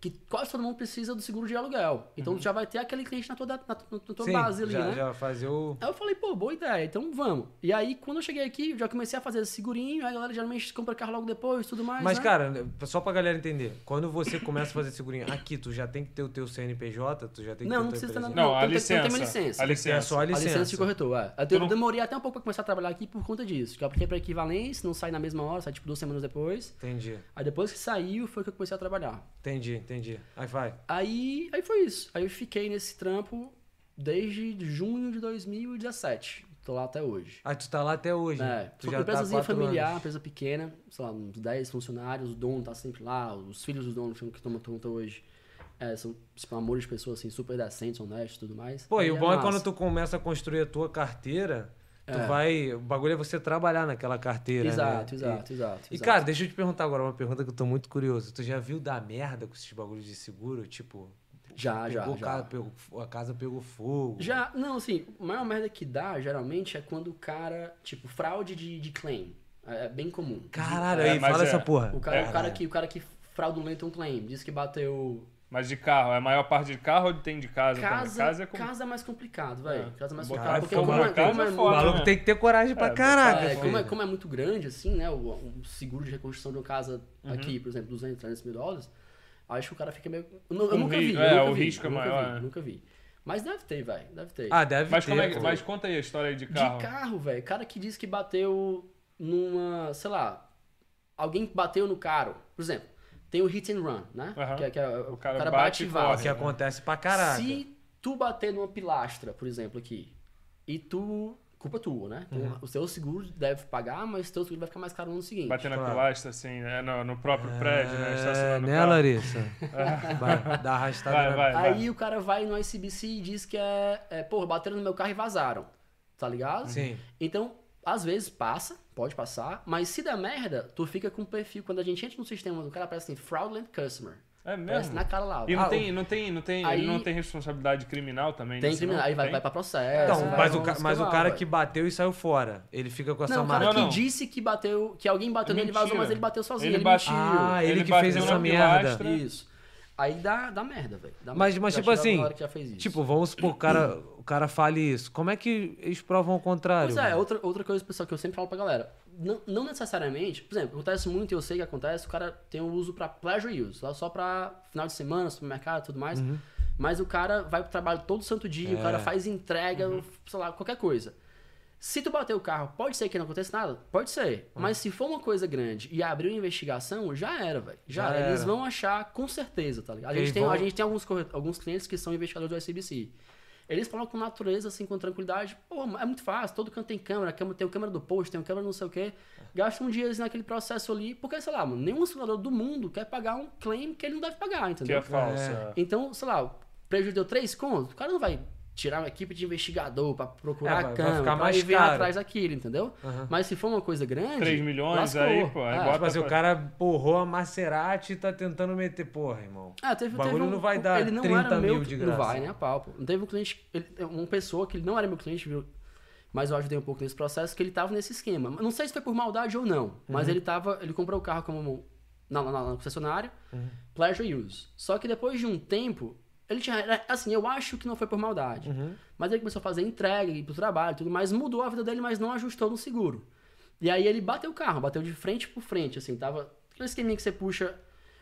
[SPEAKER 2] que quase todo mundo precisa do seguro de aluguel. Então tu já vai ter aquele cliente na tua, da- na, na tua
[SPEAKER 1] Uhum. Sim,
[SPEAKER 2] base ali,
[SPEAKER 1] já,
[SPEAKER 2] né?
[SPEAKER 1] já fazer o.
[SPEAKER 2] Aí eu falei, pô, boa ideia, então vamos. E aí, quando eu cheguei aqui, eu já comecei a fazer esse segurinho, aí a galera geralmente compra carro logo depois, tudo mais.
[SPEAKER 1] Mas,
[SPEAKER 2] né?
[SPEAKER 1] cara, só pra galera entender, quando você começa a fazer segurinho aqui, tu já tem que ter o teu CNPJ, tu já tem que ter
[SPEAKER 2] Não, não
[SPEAKER 1] o teu
[SPEAKER 2] precisa ter nada.
[SPEAKER 3] Não,
[SPEAKER 2] Não,
[SPEAKER 3] a
[SPEAKER 2] tem- tem-
[SPEAKER 3] licença.
[SPEAKER 2] tem uma licença. Tem
[SPEAKER 3] A
[SPEAKER 1] É
[SPEAKER 3] licença.
[SPEAKER 1] só a
[SPEAKER 2] A licença de corretor, é. Eu, te-
[SPEAKER 3] não-
[SPEAKER 2] eu demorei até um pouco pra começar a trabalhar aqui por conta disso. Que eu apliquei pra equivalência, não sai na mesma hora, sai tipo duas semanas depois.
[SPEAKER 1] Entendi,
[SPEAKER 2] Aí depois que saiu, foi que eu comecei a trabalhar.
[SPEAKER 1] entendi, entendi. Aí vai.
[SPEAKER 2] Aí, aí foi isso. Aí eu fiquei nesse trampo desde junho de 2017. Tô lá até hoje.
[SPEAKER 1] Aí tu tá lá até hoje.
[SPEAKER 2] É,
[SPEAKER 1] tu
[SPEAKER 2] foi
[SPEAKER 1] já tá
[SPEAKER 2] uma
[SPEAKER 1] há
[SPEAKER 2] empresazinha
[SPEAKER 1] quatro
[SPEAKER 2] familiar,
[SPEAKER 1] anos.
[SPEAKER 2] empresa pequena, sei lá, uns 10 funcionários, o dono tá sempre lá, os filhos do dono que tomam conta hoje é, são, tipo, amores de pessoas assim, super decentes, honestas e tudo mais.
[SPEAKER 1] Pô, e o bom é
[SPEAKER 2] massa.
[SPEAKER 1] quando tu começa a construir a tua carteira, tu
[SPEAKER 2] É.
[SPEAKER 1] vai. O bagulho é você trabalhar naquela carteira. né? E-
[SPEAKER 2] Exato, exato, exato.
[SPEAKER 1] E,
[SPEAKER 2] exato.
[SPEAKER 1] cara, deixa eu te perguntar agora uma pergunta que eu tô muito curioso. Tu já viu da merda com esses bagulhos de seguro? Tipo,
[SPEAKER 2] já, já,
[SPEAKER 1] pegou
[SPEAKER 2] já.
[SPEAKER 1] Casa, pegou fo- a casa pegou fogo.
[SPEAKER 2] Já, não, assim, a maior merda que dá, geralmente, é quando o cara, tipo, fraude de, de claim. É, é bem comum.
[SPEAKER 1] Caralho,
[SPEAKER 3] É,
[SPEAKER 1] aí,
[SPEAKER 3] mas
[SPEAKER 1] fala
[SPEAKER 3] é,
[SPEAKER 1] essa porra.
[SPEAKER 2] O cara, o, cara
[SPEAKER 1] Caralho.
[SPEAKER 2] que, o cara que fraudulenta um claim, diz que bateu
[SPEAKER 3] Mas de carro, é a maior parte de carro ou tem de casa? também?
[SPEAKER 2] casa,
[SPEAKER 3] casa
[SPEAKER 2] casa,
[SPEAKER 3] é com...
[SPEAKER 2] é mais complicado, velho.
[SPEAKER 3] É.
[SPEAKER 2] Casa é mais complicado,
[SPEAKER 3] Botar
[SPEAKER 2] porque
[SPEAKER 3] fogo
[SPEAKER 2] como
[SPEAKER 3] na
[SPEAKER 2] é,
[SPEAKER 3] casa
[SPEAKER 2] como é,
[SPEAKER 3] é
[SPEAKER 1] O
[SPEAKER 3] foda,
[SPEAKER 1] maluco
[SPEAKER 3] né?
[SPEAKER 1] tem que ter coragem pra
[SPEAKER 3] É,
[SPEAKER 1] caraca.
[SPEAKER 2] é, como, é,
[SPEAKER 1] filho.
[SPEAKER 2] como é muito grande, assim, né? O, o seguro de reconstrução de uma casa
[SPEAKER 3] Uhum.
[SPEAKER 2] aqui, por exemplo, 200, 300 mil dólares, acho que o cara fica meio. Eu, nu- eu
[SPEAKER 3] O
[SPEAKER 2] nunca
[SPEAKER 3] ri-
[SPEAKER 2] vi.
[SPEAKER 3] é,
[SPEAKER 2] eu nunca
[SPEAKER 3] o
[SPEAKER 2] vi,
[SPEAKER 3] risco é
[SPEAKER 2] eu nunca
[SPEAKER 3] maior,
[SPEAKER 2] vi,
[SPEAKER 3] né?
[SPEAKER 2] Nunca vi. Mas deve ter, velho. Deve ter.
[SPEAKER 1] Ah, deve
[SPEAKER 3] Mas,
[SPEAKER 1] ter.
[SPEAKER 3] como é que-
[SPEAKER 1] pô.
[SPEAKER 3] mas conta aí a história de
[SPEAKER 2] De
[SPEAKER 3] carro.
[SPEAKER 2] carro, velho. Cara que diz que bateu numa, sei lá, alguém que bateu no carro. Por exemplo, tem o hit and run, né?
[SPEAKER 3] Aham.
[SPEAKER 2] Que, é- que é- o,
[SPEAKER 3] cara
[SPEAKER 2] cara bate,
[SPEAKER 3] bate e
[SPEAKER 2] e
[SPEAKER 1] Que
[SPEAKER 3] corre.
[SPEAKER 2] vaza.
[SPEAKER 1] acontece pra caraca.
[SPEAKER 2] Se tu bater numa pilastra, por exemplo, aqui, e tu... Culpa tua, né? Então,
[SPEAKER 1] Uhum.
[SPEAKER 2] O teu seguro deve pagar, mas o teu seguro vai ficar mais caro no ano seguinte.
[SPEAKER 3] Batendo na
[SPEAKER 1] Claro.
[SPEAKER 3] pilastra, assim, né? no, no próprio prédio, né?
[SPEAKER 1] É,
[SPEAKER 3] Estacionando o
[SPEAKER 1] né,
[SPEAKER 3] carro. É.
[SPEAKER 1] Larissa? Vai, dá arrastada.
[SPEAKER 3] Vai,
[SPEAKER 1] na-
[SPEAKER 3] vai, vai.
[SPEAKER 2] Aí o cara vai no ICBC e diz que é, é... Porra, bateram no meu carro e vazaram. Tá ligado?
[SPEAKER 1] Sim.
[SPEAKER 2] Então, às vezes passa, pode passar, mas se der merda, tu fica com o perfil. Quando a gente entra no sistema do cara, aparece assim, fraudulent customer.
[SPEAKER 3] É
[SPEAKER 2] Aparece
[SPEAKER 3] mesmo?
[SPEAKER 2] na cara lá.
[SPEAKER 3] E
[SPEAKER 2] Ah,
[SPEAKER 3] não tem, não tem, não tem,
[SPEAKER 2] Aí-
[SPEAKER 3] ele não tem responsabilidade criminal também?
[SPEAKER 2] tem
[SPEAKER 3] nisso,
[SPEAKER 2] criminal,
[SPEAKER 3] não?
[SPEAKER 2] aí vai,
[SPEAKER 3] Tem?
[SPEAKER 2] vai pra processo.
[SPEAKER 1] Então,
[SPEAKER 2] É, vai
[SPEAKER 1] mas,
[SPEAKER 2] pra
[SPEAKER 1] o, ca-
[SPEAKER 2] uns
[SPEAKER 1] mas o
[SPEAKER 2] lá,
[SPEAKER 1] cara
[SPEAKER 2] vai.
[SPEAKER 1] que bateu e saiu fora, ele fica com essa
[SPEAKER 2] Não, o cara
[SPEAKER 1] marca.
[SPEAKER 3] Não,
[SPEAKER 2] que
[SPEAKER 3] não.
[SPEAKER 2] disse que bateu, que alguém bateu nele,
[SPEAKER 3] Mentira.
[SPEAKER 2] vazou, mas ele bateu sozinho,
[SPEAKER 3] Ele
[SPEAKER 2] ele,
[SPEAKER 3] bateu.
[SPEAKER 2] mentiu. É
[SPEAKER 1] Ah, ele,
[SPEAKER 3] Ele
[SPEAKER 1] que
[SPEAKER 3] bateu
[SPEAKER 1] fez essa
[SPEAKER 3] na
[SPEAKER 1] merda.
[SPEAKER 3] pilastra.
[SPEAKER 2] Isso. Aí dá, dá merda, velho. dá
[SPEAKER 1] Mas-
[SPEAKER 2] merda.
[SPEAKER 1] mas,
[SPEAKER 2] Já
[SPEAKER 1] tipo
[SPEAKER 2] tive uma
[SPEAKER 1] assim,
[SPEAKER 2] hora que já fez isso.
[SPEAKER 1] Tipo, vamos supor que o cara, o cara fale isso. Como é que eles provam o contrário?
[SPEAKER 2] Pois é, outra, outra coisa, pessoal, que eu sempre falo pra galera. Não, não necessariamente, por exemplo, acontece muito, eu sei que acontece, o cara tem um uso pra pleasure use, só- só pra final de semana, supermercado e tudo mais.
[SPEAKER 1] Uhum.
[SPEAKER 2] Mas o cara vai pro trabalho todo santo dia, o cara
[SPEAKER 1] É.
[SPEAKER 2] faz entrega,
[SPEAKER 1] Uhum.
[SPEAKER 2] sei lá, qualquer coisa. Se tu bater o carro, pode ser que não aconteça nada? Pode ser.
[SPEAKER 1] Uhum.
[SPEAKER 2] Mas se for uma coisa grande e abrir uma investigação, já era, velho. Já,
[SPEAKER 1] Já
[SPEAKER 2] era. Eles
[SPEAKER 1] era.
[SPEAKER 2] vão achar com certeza, tá ligado? A
[SPEAKER 1] Eles
[SPEAKER 2] gente, tem,
[SPEAKER 1] vão-
[SPEAKER 2] a gente tem alguns, corre- alguns clientes que são investigadores do ICBC. Eles falam com natureza, assim, com tranquilidade. Pô, é muito fácil, todo canto tem câmera, câmera tem o câmera do posto, tem o câmera não sei o quê. Gasta um dia assim, naquele processo ali, porque, sei lá, mano, nenhum segurador do mundo quer pagar um claim que ele não deve pagar,
[SPEAKER 3] Que é
[SPEAKER 2] entendeu?
[SPEAKER 3] falsa.
[SPEAKER 2] Então, sei lá, o prejuízo deu três contos, o cara não vai tirar uma equipe de investigador pra
[SPEAKER 1] É,
[SPEAKER 2] procurar
[SPEAKER 1] vai-
[SPEAKER 2] a
[SPEAKER 1] vai
[SPEAKER 2] câmera,
[SPEAKER 1] ficar
[SPEAKER 2] pra
[SPEAKER 1] mais
[SPEAKER 2] ir ver
[SPEAKER 1] caro.
[SPEAKER 2] atrás daquilo, entendeu?
[SPEAKER 1] Aham.
[SPEAKER 2] Mas se for uma coisa grande...
[SPEAKER 3] 3 milhões aí, pô, aí
[SPEAKER 2] É.
[SPEAKER 3] bota-
[SPEAKER 1] Tipo assim, o cara porrou a Maserati e tá tentando meter. Porra, irmão.
[SPEAKER 2] Ah, teve,
[SPEAKER 1] O
[SPEAKER 2] teve
[SPEAKER 1] bagulho
[SPEAKER 2] um,
[SPEAKER 1] não vai dar
[SPEAKER 2] ele não
[SPEAKER 1] 30
[SPEAKER 2] era meu,
[SPEAKER 1] mil de
[SPEAKER 2] Não
[SPEAKER 1] graça.
[SPEAKER 2] vai, né, pau, pô. Não teve um cliente, ele- uma pessoa que ele não era meu cliente, viu? Mas eu ajudei um pouco nesse processo, que ele tava nesse esquema. Não sei se foi por maldade ou não, mas
[SPEAKER 1] Uhum.
[SPEAKER 2] ele tava, ele comprou o carro como na, na, na concessionária,
[SPEAKER 1] Uhum.
[SPEAKER 2] pleasure use. Só que depois de um tempo, ele tinha, era- assim, eu acho que não foi por maldade.
[SPEAKER 1] Uhum.
[SPEAKER 2] Mas ele começou a fazer entrega, ir pro trabalho, e tudo mais, mudou a vida dele, mas não ajustou no seguro. E aí ele bateu o carro, bateu de frente por frente, assim, tava aquele esqueminha que você puxa,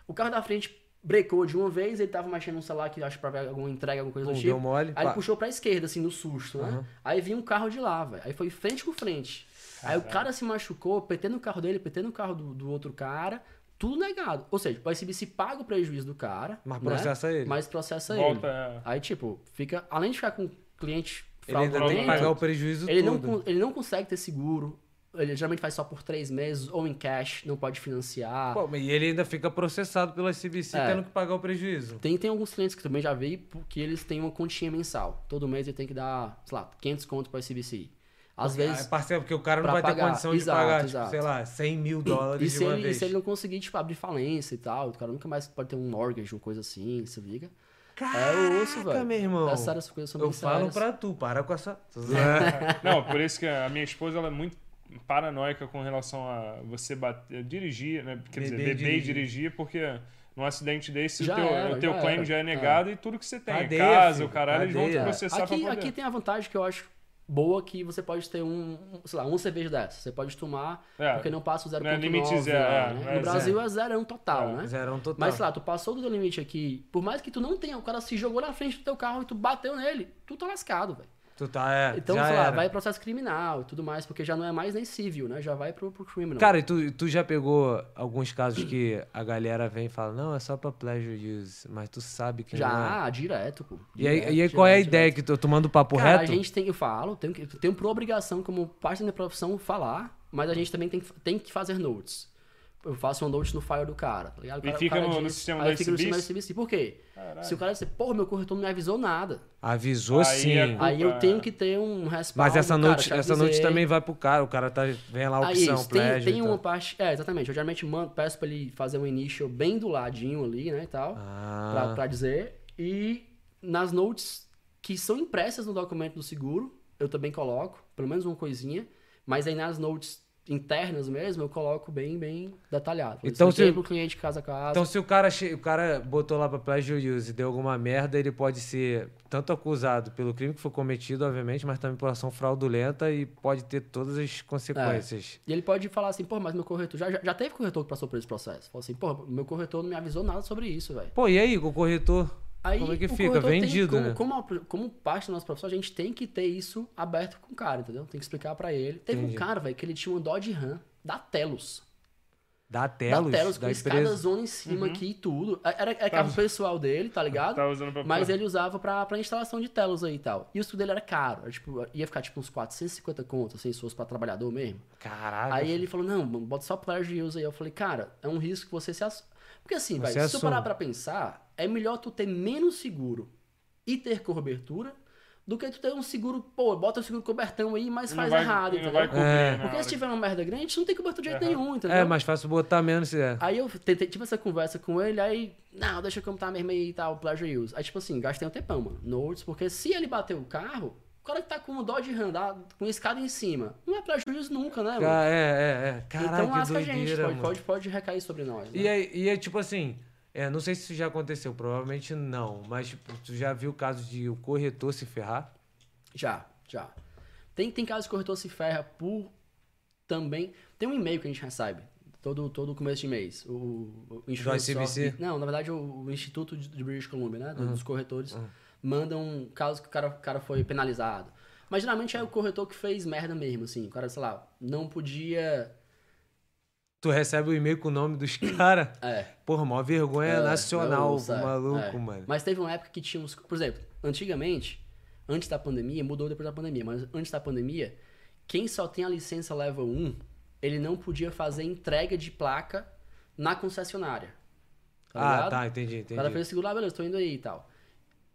[SPEAKER 2] o carro da frente brecou de uma vez, ele tava mexendo no celular que acho pra ver alguma entrega, alguma coisa
[SPEAKER 1] Pum,
[SPEAKER 2] do
[SPEAKER 1] deu
[SPEAKER 2] tipo.
[SPEAKER 1] mole,
[SPEAKER 2] aí
[SPEAKER 1] pá.
[SPEAKER 2] ele puxou pra esquerda, assim, no susto, né? Aí vinha um carro de lá, velho. Aí foi frente por frente. Aí o cara se machucou, PT no carro dele, PT no carro do, do outro cara, tudo negado. Ou seja, o ICBC paga o prejuízo do cara.
[SPEAKER 1] Mas
[SPEAKER 2] né?
[SPEAKER 1] processa ele.
[SPEAKER 2] Mas processa ele.
[SPEAKER 3] Volta.
[SPEAKER 2] É.
[SPEAKER 3] é.
[SPEAKER 2] Aí, tipo, fica. Além de ficar com o cliente
[SPEAKER 1] Ele ainda tem que
[SPEAKER 2] fraudulento,
[SPEAKER 1] pagar o prejuízo
[SPEAKER 2] ele não,
[SPEAKER 1] todo.
[SPEAKER 2] con- ele não consegue ter seguro. Ele geralmente faz só por três meses ou em cash, não pode financiar.
[SPEAKER 1] Pô, e ele ainda fica processado pela CBC
[SPEAKER 2] É.
[SPEAKER 1] tendo que pagar o prejuízo.
[SPEAKER 2] Tem, tem alguns clientes que também já vi que eles têm uma continha mensal. Todo mês ele tem que dar, sei lá, 500 conto para ICBC. Às
[SPEAKER 1] Ah, é
[SPEAKER 2] vezes.
[SPEAKER 1] parceiro, porque o cara não
[SPEAKER 2] pra
[SPEAKER 1] vai ter
[SPEAKER 2] pagar.
[SPEAKER 1] condição
[SPEAKER 2] Exato,
[SPEAKER 1] de pagar, tipo,
[SPEAKER 2] exato.
[SPEAKER 1] sei lá, 100 mil dólares
[SPEAKER 2] E
[SPEAKER 1] de
[SPEAKER 2] se,
[SPEAKER 1] uma
[SPEAKER 2] ele, e
[SPEAKER 1] vez.
[SPEAKER 2] se ele não conseguir, tipo, abrir falência e tal, o cara nunca mais pode ter um mortgage, uma coisa assim, se liga. É o osso,
[SPEAKER 1] Caraca,
[SPEAKER 2] velho.
[SPEAKER 1] meu irmão.
[SPEAKER 2] Essas áreas, essas coisas são
[SPEAKER 1] Eu
[SPEAKER 2] bem
[SPEAKER 1] falo
[SPEAKER 2] sérias.
[SPEAKER 1] pra tu, para com essa.
[SPEAKER 3] Não, por isso que a minha esposa ela é muito paranoica com relação a você bater, dirigir, né? Quer dizer,
[SPEAKER 1] Beber e
[SPEAKER 3] beber e
[SPEAKER 1] dirigir.
[SPEAKER 3] dirigir, porque Num acidente desse,
[SPEAKER 2] Já
[SPEAKER 3] o teu,
[SPEAKER 2] era,
[SPEAKER 3] o teu
[SPEAKER 2] já
[SPEAKER 3] claim
[SPEAKER 2] era.
[SPEAKER 3] já é negado e tudo que você tem,
[SPEAKER 1] Cadeia,
[SPEAKER 3] casa,
[SPEAKER 1] filho,
[SPEAKER 3] o caralho, eles vão te
[SPEAKER 1] cadeia.
[SPEAKER 3] processar
[SPEAKER 2] É. Aqui,
[SPEAKER 3] pra poder.
[SPEAKER 2] aqui tem a vantagem que eu acho boa que você pode ter um, um, sei lá, uma cerveja dessa. Você pode tomar,
[SPEAKER 3] É.
[SPEAKER 2] porque não passa o 0.9.
[SPEAKER 3] Não é limite zero,
[SPEAKER 2] lá,
[SPEAKER 3] é,
[SPEAKER 2] né?
[SPEAKER 3] é
[SPEAKER 2] No Brasil é zerão total, né?
[SPEAKER 1] Zerão total.
[SPEAKER 2] Mas sei lá, tu passou do teu limite aqui, por mais que tu não tenha, o cara se jogou na frente do teu carro e tu bateu nele, tu tá lascado, velho.
[SPEAKER 1] Tu tá, é,
[SPEAKER 2] Então,
[SPEAKER 1] já
[SPEAKER 2] sei lá,
[SPEAKER 1] era.
[SPEAKER 2] vai processo criminal e tudo mais, porque já não é mais nem civil, né? Já vai pro, pro criminal.
[SPEAKER 1] Cara, e tu, e tu já pegou alguns casos que a galera vem e fala, não, é só pra pleasure use, mas tu sabe que não é.
[SPEAKER 2] já, direto, pô.
[SPEAKER 1] E aí,
[SPEAKER 2] Direto,
[SPEAKER 1] e aí qual é a
[SPEAKER 2] direto,
[SPEAKER 1] ideia
[SPEAKER 2] direto.
[SPEAKER 1] que tu tomando
[SPEAKER 3] Tipo,
[SPEAKER 1] papo
[SPEAKER 2] Cara,
[SPEAKER 1] reto?
[SPEAKER 2] a gente tem, eu falo, tenho, que- tenho por obrigação, como parte da minha profissão, falar, mas a gente também tem, que- tem que fazer notes. Eu faço um note no file do cara, tá ligado? O
[SPEAKER 3] E
[SPEAKER 2] cara- o
[SPEAKER 3] fica
[SPEAKER 2] cara
[SPEAKER 3] no- no
[SPEAKER 2] diz-
[SPEAKER 3] sistema
[SPEAKER 2] aí
[SPEAKER 3] do
[SPEAKER 2] fica no sistema do
[SPEAKER 3] SBC?
[SPEAKER 2] SBC. Por quê?
[SPEAKER 3] Caralho.
[SPEAKER 2] Se o cara disser, pô, meu corretor não me avisou nada,
[SPEAKER 1] Avisou
[SPEAKER 3] Aí
[SPEAKER 1] sim.
[SPEAKER 3] é culpa.
[SPEAKER 2] aí eu tenho que ter um respaldo.
[SPEAKER 1] Mas essa
[SPEAKER 2] cara,
[SPEAKER 1] noite,
[SPEAKER 2] te
[SPEAKER 1] essa
[SPEAKER 2] avisei.
[SPEAKER 1] noite também vai pro cara. O cara tá, vem lá a
[SPEAKER 2] Aí,
[SPEAKER 1] opção, então.
[SPEAKER 2] isso, tem,
[SPEAKER 1] pleasure.
[SPEAKER 2] Ah, tem
[SPEAKER 1] e
[SPEAKER 2] uma
[SPEAKER 1] tal.
[SPEAKER 2] parte. É, exatamente. Eu geralmente mando, peço pra ele fazer um initial bem do ladinho ali, né? E tal. pra,
[SPEAKER 1] Ah,
[SPEAKER 2] pra dizer. E nas notes que são impressas no documento do seguro, eu também coloco, pelo menos uma coisinha, mas aí nas notes internas mesmo, eu coloco bem, bem detalhado.
[SPEAKER 1] Então,
[SPEAKER 2] Então,
[SPEAKER 1] se-
[SPEAKER 2] se... pro cliente casa a casa.
[SPEAKER 1] Então, se o cara, che- o cara botou lá pra pleasure use e deu alguma merda, ele pode ser tanto acusado pelo crime que foi cometido, obviamente, mas também por ação fraudulenta e pode ter todas as consequências.
[SPEAKER 2] E ele pode falar assim, pô, mas meu corretor... Já, já, já teve corretor que passou por esse processo. Falou assim, pô, meu corretor não me avisou nada sobre isso, velho.
[SPEAKER 1] Pô, e aí, o corretor?
[SPEAKER 2] Aí,
[SPEAKER 1] como é que
[SPEAKER 2] o
[SPEAKER 1] fica?
[SPEAKER 2] corretor tem-
[SPEAKER 1] Vendido,
[SPEAKER 2] como,
[SPEAKER 1] né?
[SPEAKER 2] como, como parte da nossa profissão, a gente tem que ter isso aberto com o cara, entendeu? Tem que explicar pra ele. Teve
[SPEAKER 1] Entendi.
[SPEAKER 2] um cara, velho, que ele tinha um Dodge Ram da Telos.
[SPEAKER 1] Da Telos,
[SPEAKER 2] da Telos, com
[SPEAKER 1] da
[SPEAKER 2] escada
[SPEAKER 1] empresa.
[SPEAKER 2] zona em cima aqui e tudo. Era, é era carro pessoal dele, tá ligado?
[SPEAKER 3] Uhum. Tava usando pra
[SPEAKER 2] Mas ele usava pra, pra instalação de telas aí e tal. E o estudo dele era caro. Era, tipo, ia ficar tipo uns 450 contas, assim, se fosse pra trabalhador mesmo.
[SPEAKER 3] Ah,
[SPEAKER 1] Caraca. É
[SPEAKER 2] Aí ele falou, não, mano, bota só pleasure use aí. Eu falei, cara, é um risco que você se ass... Porque assim,
[SPEAKER 1] Você
[SPEAKER 2] vai, se tu parar
[SPEAKER 1] assume.
[SPEAKER 2] pra pensar, é melhor tu ter menos seguro e ter cobertura do que tu ter um seguro, pô, bota o seguro cobertão aí, mas faz errado,
[SPEAKER 3] Não
[SPEAKER 2] entendeu?
[SPEAKER 3] vai cobrir, né?
[SPEAKER 1] É.
[SPEAKER 3] na
[SPEAKER 2] Porque
[SPEAKER 3] hora.
[SPEAKER 2] se tiver uma merda grande, tu não tem cobertura de jeito
[SPEAKER 3] Errado.
[SPEAKER 2] nenhum, entendeu? Tá
[SPEAKER 1] É, mais fácil botar menos. É.
[SPEAKER 2] Aí eu tentei, tive essa conversa com ele, aí, não, deixa como tá mesmo aí e tal, pleasure use. Aí, tipo assim, gastei um tempão, mano, notes, porque se ele bater o carro, o cara que tá com o Dodge Ram, dá- com escada em cima, não é pleasure use nunca, né, mano?
[SPEAKER 1] Ca- É, é, é. Caraca,
[SPEAKER 2] então
[SPEAKER 1] que
[SPEAKER 2] lasca a
[SPEAKER 1] doideira,
[SPEAKER 2] gente, pode,
[SPEAKER 1] mano.
[SPEAKER 2] pode, pode recair sobre nós. né?
[SPEAKER 1] E aí, e aí, tipo assim, é, não sei se isso já aconteceu, provavelmente não, mas tipo, tu já viu o caso de o corretor se ferrar?
[SPEAKER 2] Já, já. Tem, tem casos que o corretor se ferra por também. Tem um e-mail que a gente recebe. Todo, todo começo de mês. O, o Insurance
[SPEAKER 1] Do ICBC?
[SPEAKER 2] Office- Não, na verdade, o, o Instituto de de British Columbia, né? do- Dos corretores. Mandam um caso que o cara, o cara foi penalizado. Mas geralmente é o corretor que fez merda mesmo, assim. O cara, sei lá, não podia.
[SPEAKER 1] Tu recebe o e-mail com o nome dos caras.
[SPEAKER 2] É.
[SPEAKER 1] Porra, mó vergonha
[SPEAKER 2] É,
[SPEAKER 1] nacional,
[SPEAKER 2] não, sabe?
[SPEAKER 1] maluco,
[SPEAKER 2] É.
[SPEAKER 1] mano.
[SPEAKER 2] Mas teve uma época que tinha uns. Por exemplo, antigamente, antes da pandemia, mudou depois da pandemia, mas antes da pandemia, quem só tem a licença level 1, ele não podia fazer entrega de placa na concessionária. Tá
[SPEAKER 1] ah,
[SPEAKER 2] ligado?
[SPEAKER 1] tá, entendi,
[SPEAKER 2] O cara
[SPEAKER 1] entendi.
[SPEAKER 2] fez o seguro lá, beleza, tô indo aí e tal.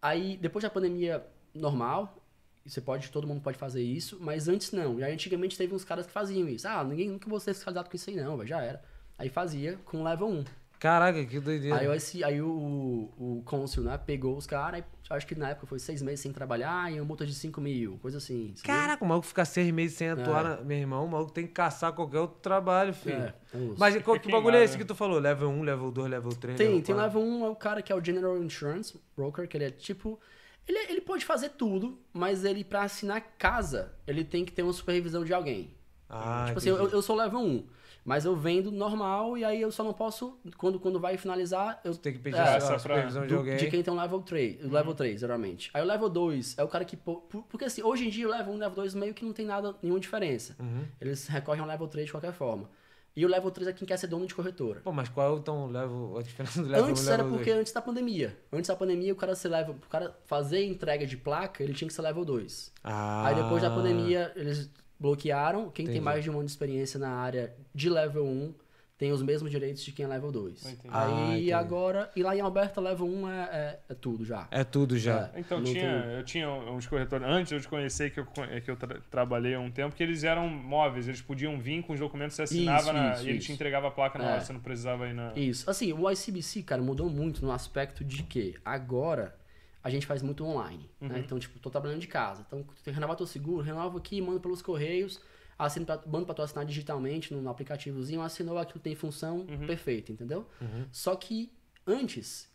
[SPEAKER 2] Aí, depois da pandemia normal, você pode, todo mundo pode fazer isso, mas antes não. E aí, antigamente teve uns caras que faziam isso. Ah, ninguém nunca vou ser fiscalizado com isso aí, não, velho, já era. Aí fazia com level 1.
[SPEAKER 1] Caraca, que doideira.
[SPEAKER 2] Aí, esse, aí o, o cônsul, né, pegou os caras, aí acho que na época foi seis meses sem trabalhar e uma multa de 5 mil, coisa assim. sabe?
[SPEAKER 1] Caraca, o maluco ficar seis meses sem atuar,
[SPEAKER 2] É.
[SPEAKER 1] na- meu irmão, o maluco tem que caçar qualquer outro trabalho, filho.
[SPEAKER 2] É, então,
[SPEAKER 1] Mas qual, que
[SPEAKER 3] queimado,
[SPEAKER 1] bagulho é esse
[SPEAKER 3] né?
[SPEAKER 1] que tu falou? Level 1, level 2, level 3,
[SPEAKER 2] Tem,
[SPEAKER 1] level
[SPEAKER 2] tem
[SPEAKER 1] 4.
[SPEAKER 2] level 1, é o cara que é o General Insurance Broker, que ele é tipo. Ele, ele pode fazer tudo, mas ele, pra assinar casa, ele tem que ter uma supervisão de alguém.
[SPEAKER 1] Ah,
[SPEAKER 2] tipo assim,
[SPEAKER 1] entendi.
[SPEAKER 2] eu, eu sou level 1, mas eu vendo normal e aí eu só não posso. Quando, quando vai finalizar, eu
[SPEAKER 1] Tem que pedir
[SPEAKER 2] É,
[SPEAKER 1] a
[SPEAKER 3] essa Ah, pra-
[SPEAKER 1] supervisão de
[SPEAKER 2] Do-
[SPEAKER 1] alguém.
[SPEAKER 2] De quem tem o level 3,
[SPEAKER 1] Uhum.
[SPEAKER 2] o level 3, geralmente. Aí o level 2 é o cara que. po- por- Porque assim, hoje em dia o level 1 e o level 2 meio que não tem nada, nenhuma diferença.
[SPEAKER 1] Uhum.
[SPEAKER 2] Eles recorrem ao level 3 de qualquer forma. E o level 3 é quem quer ser dono de corretora.
[SPEAKER 1] Pô, mas qual é o tão level, a diferença do level 1
[SPEAKER 2] Antes
[SPEAKER 1] level
[SPEAKER 2] era
[SPEAKER 1] 2?
[SPEAKER 2] porque antes da pandemia. Antes da pandemia, o cara ser level. O cara fazer entrega de placa, ele tinha que ser level 2.
[SPEAKER 1] Ah,
[SPEAKER 2] Aí depois da pandemia, eles bloquearam. Quem tem
[SPEAKER 1] Entendi.
[SPEAKER 2] mais de um ano de experiência na área de level 1 tem os mesmos direitos de quem é level 2.
[SPEAKER 3] Entendi.
[SPEAKER 1] Ah,
[SPEAKER 2] Aí
[SPEAKER 1] entendi.
[SPEAKER 2] agora. E lá em Alberta, level 1 é, é- é tudo já.
[SPEAKER 1] É tudo já.
[SPEAKER 2] É,
[SPEAKER 3] Então
[SPEAKER 2] não
[SPEAKER 3] tinha,
[SPEAKER 2] tem-
[SPEAKER 3] eu tinha uns corretores, antes de eu te conhecer, que eu, con- que eu tra- trabalhei há um tempo, que eles eram móveis, eles podiam vir com os documentos, você assinava
[SPEAKER 2] Isso,
[SPEAKER 3] na-
[SPEAKER 2] isso,
[SPEAKER 3] e ele
[SPEAKER 2] isso.
[SPEAKER 3] te entregava a placa na
[SPEAKER 2] É.
[SPEAKER 3] hora, você não precisava ir na...
[SPEAKER 2] Isso. Assim, o ICBC, cara, mudou muito no aspecto de que agora a gente faz muito online. né? Então, tipo, tô trabalhando de casa. Então, tu tem que renovar teu seguro, renova aqui, manda pelos correios, assina pra, manda pra tu assinar digitalmente no, aplicativozinho, assinou aquilo tem função, perfeito, entendeu? Só que Antes,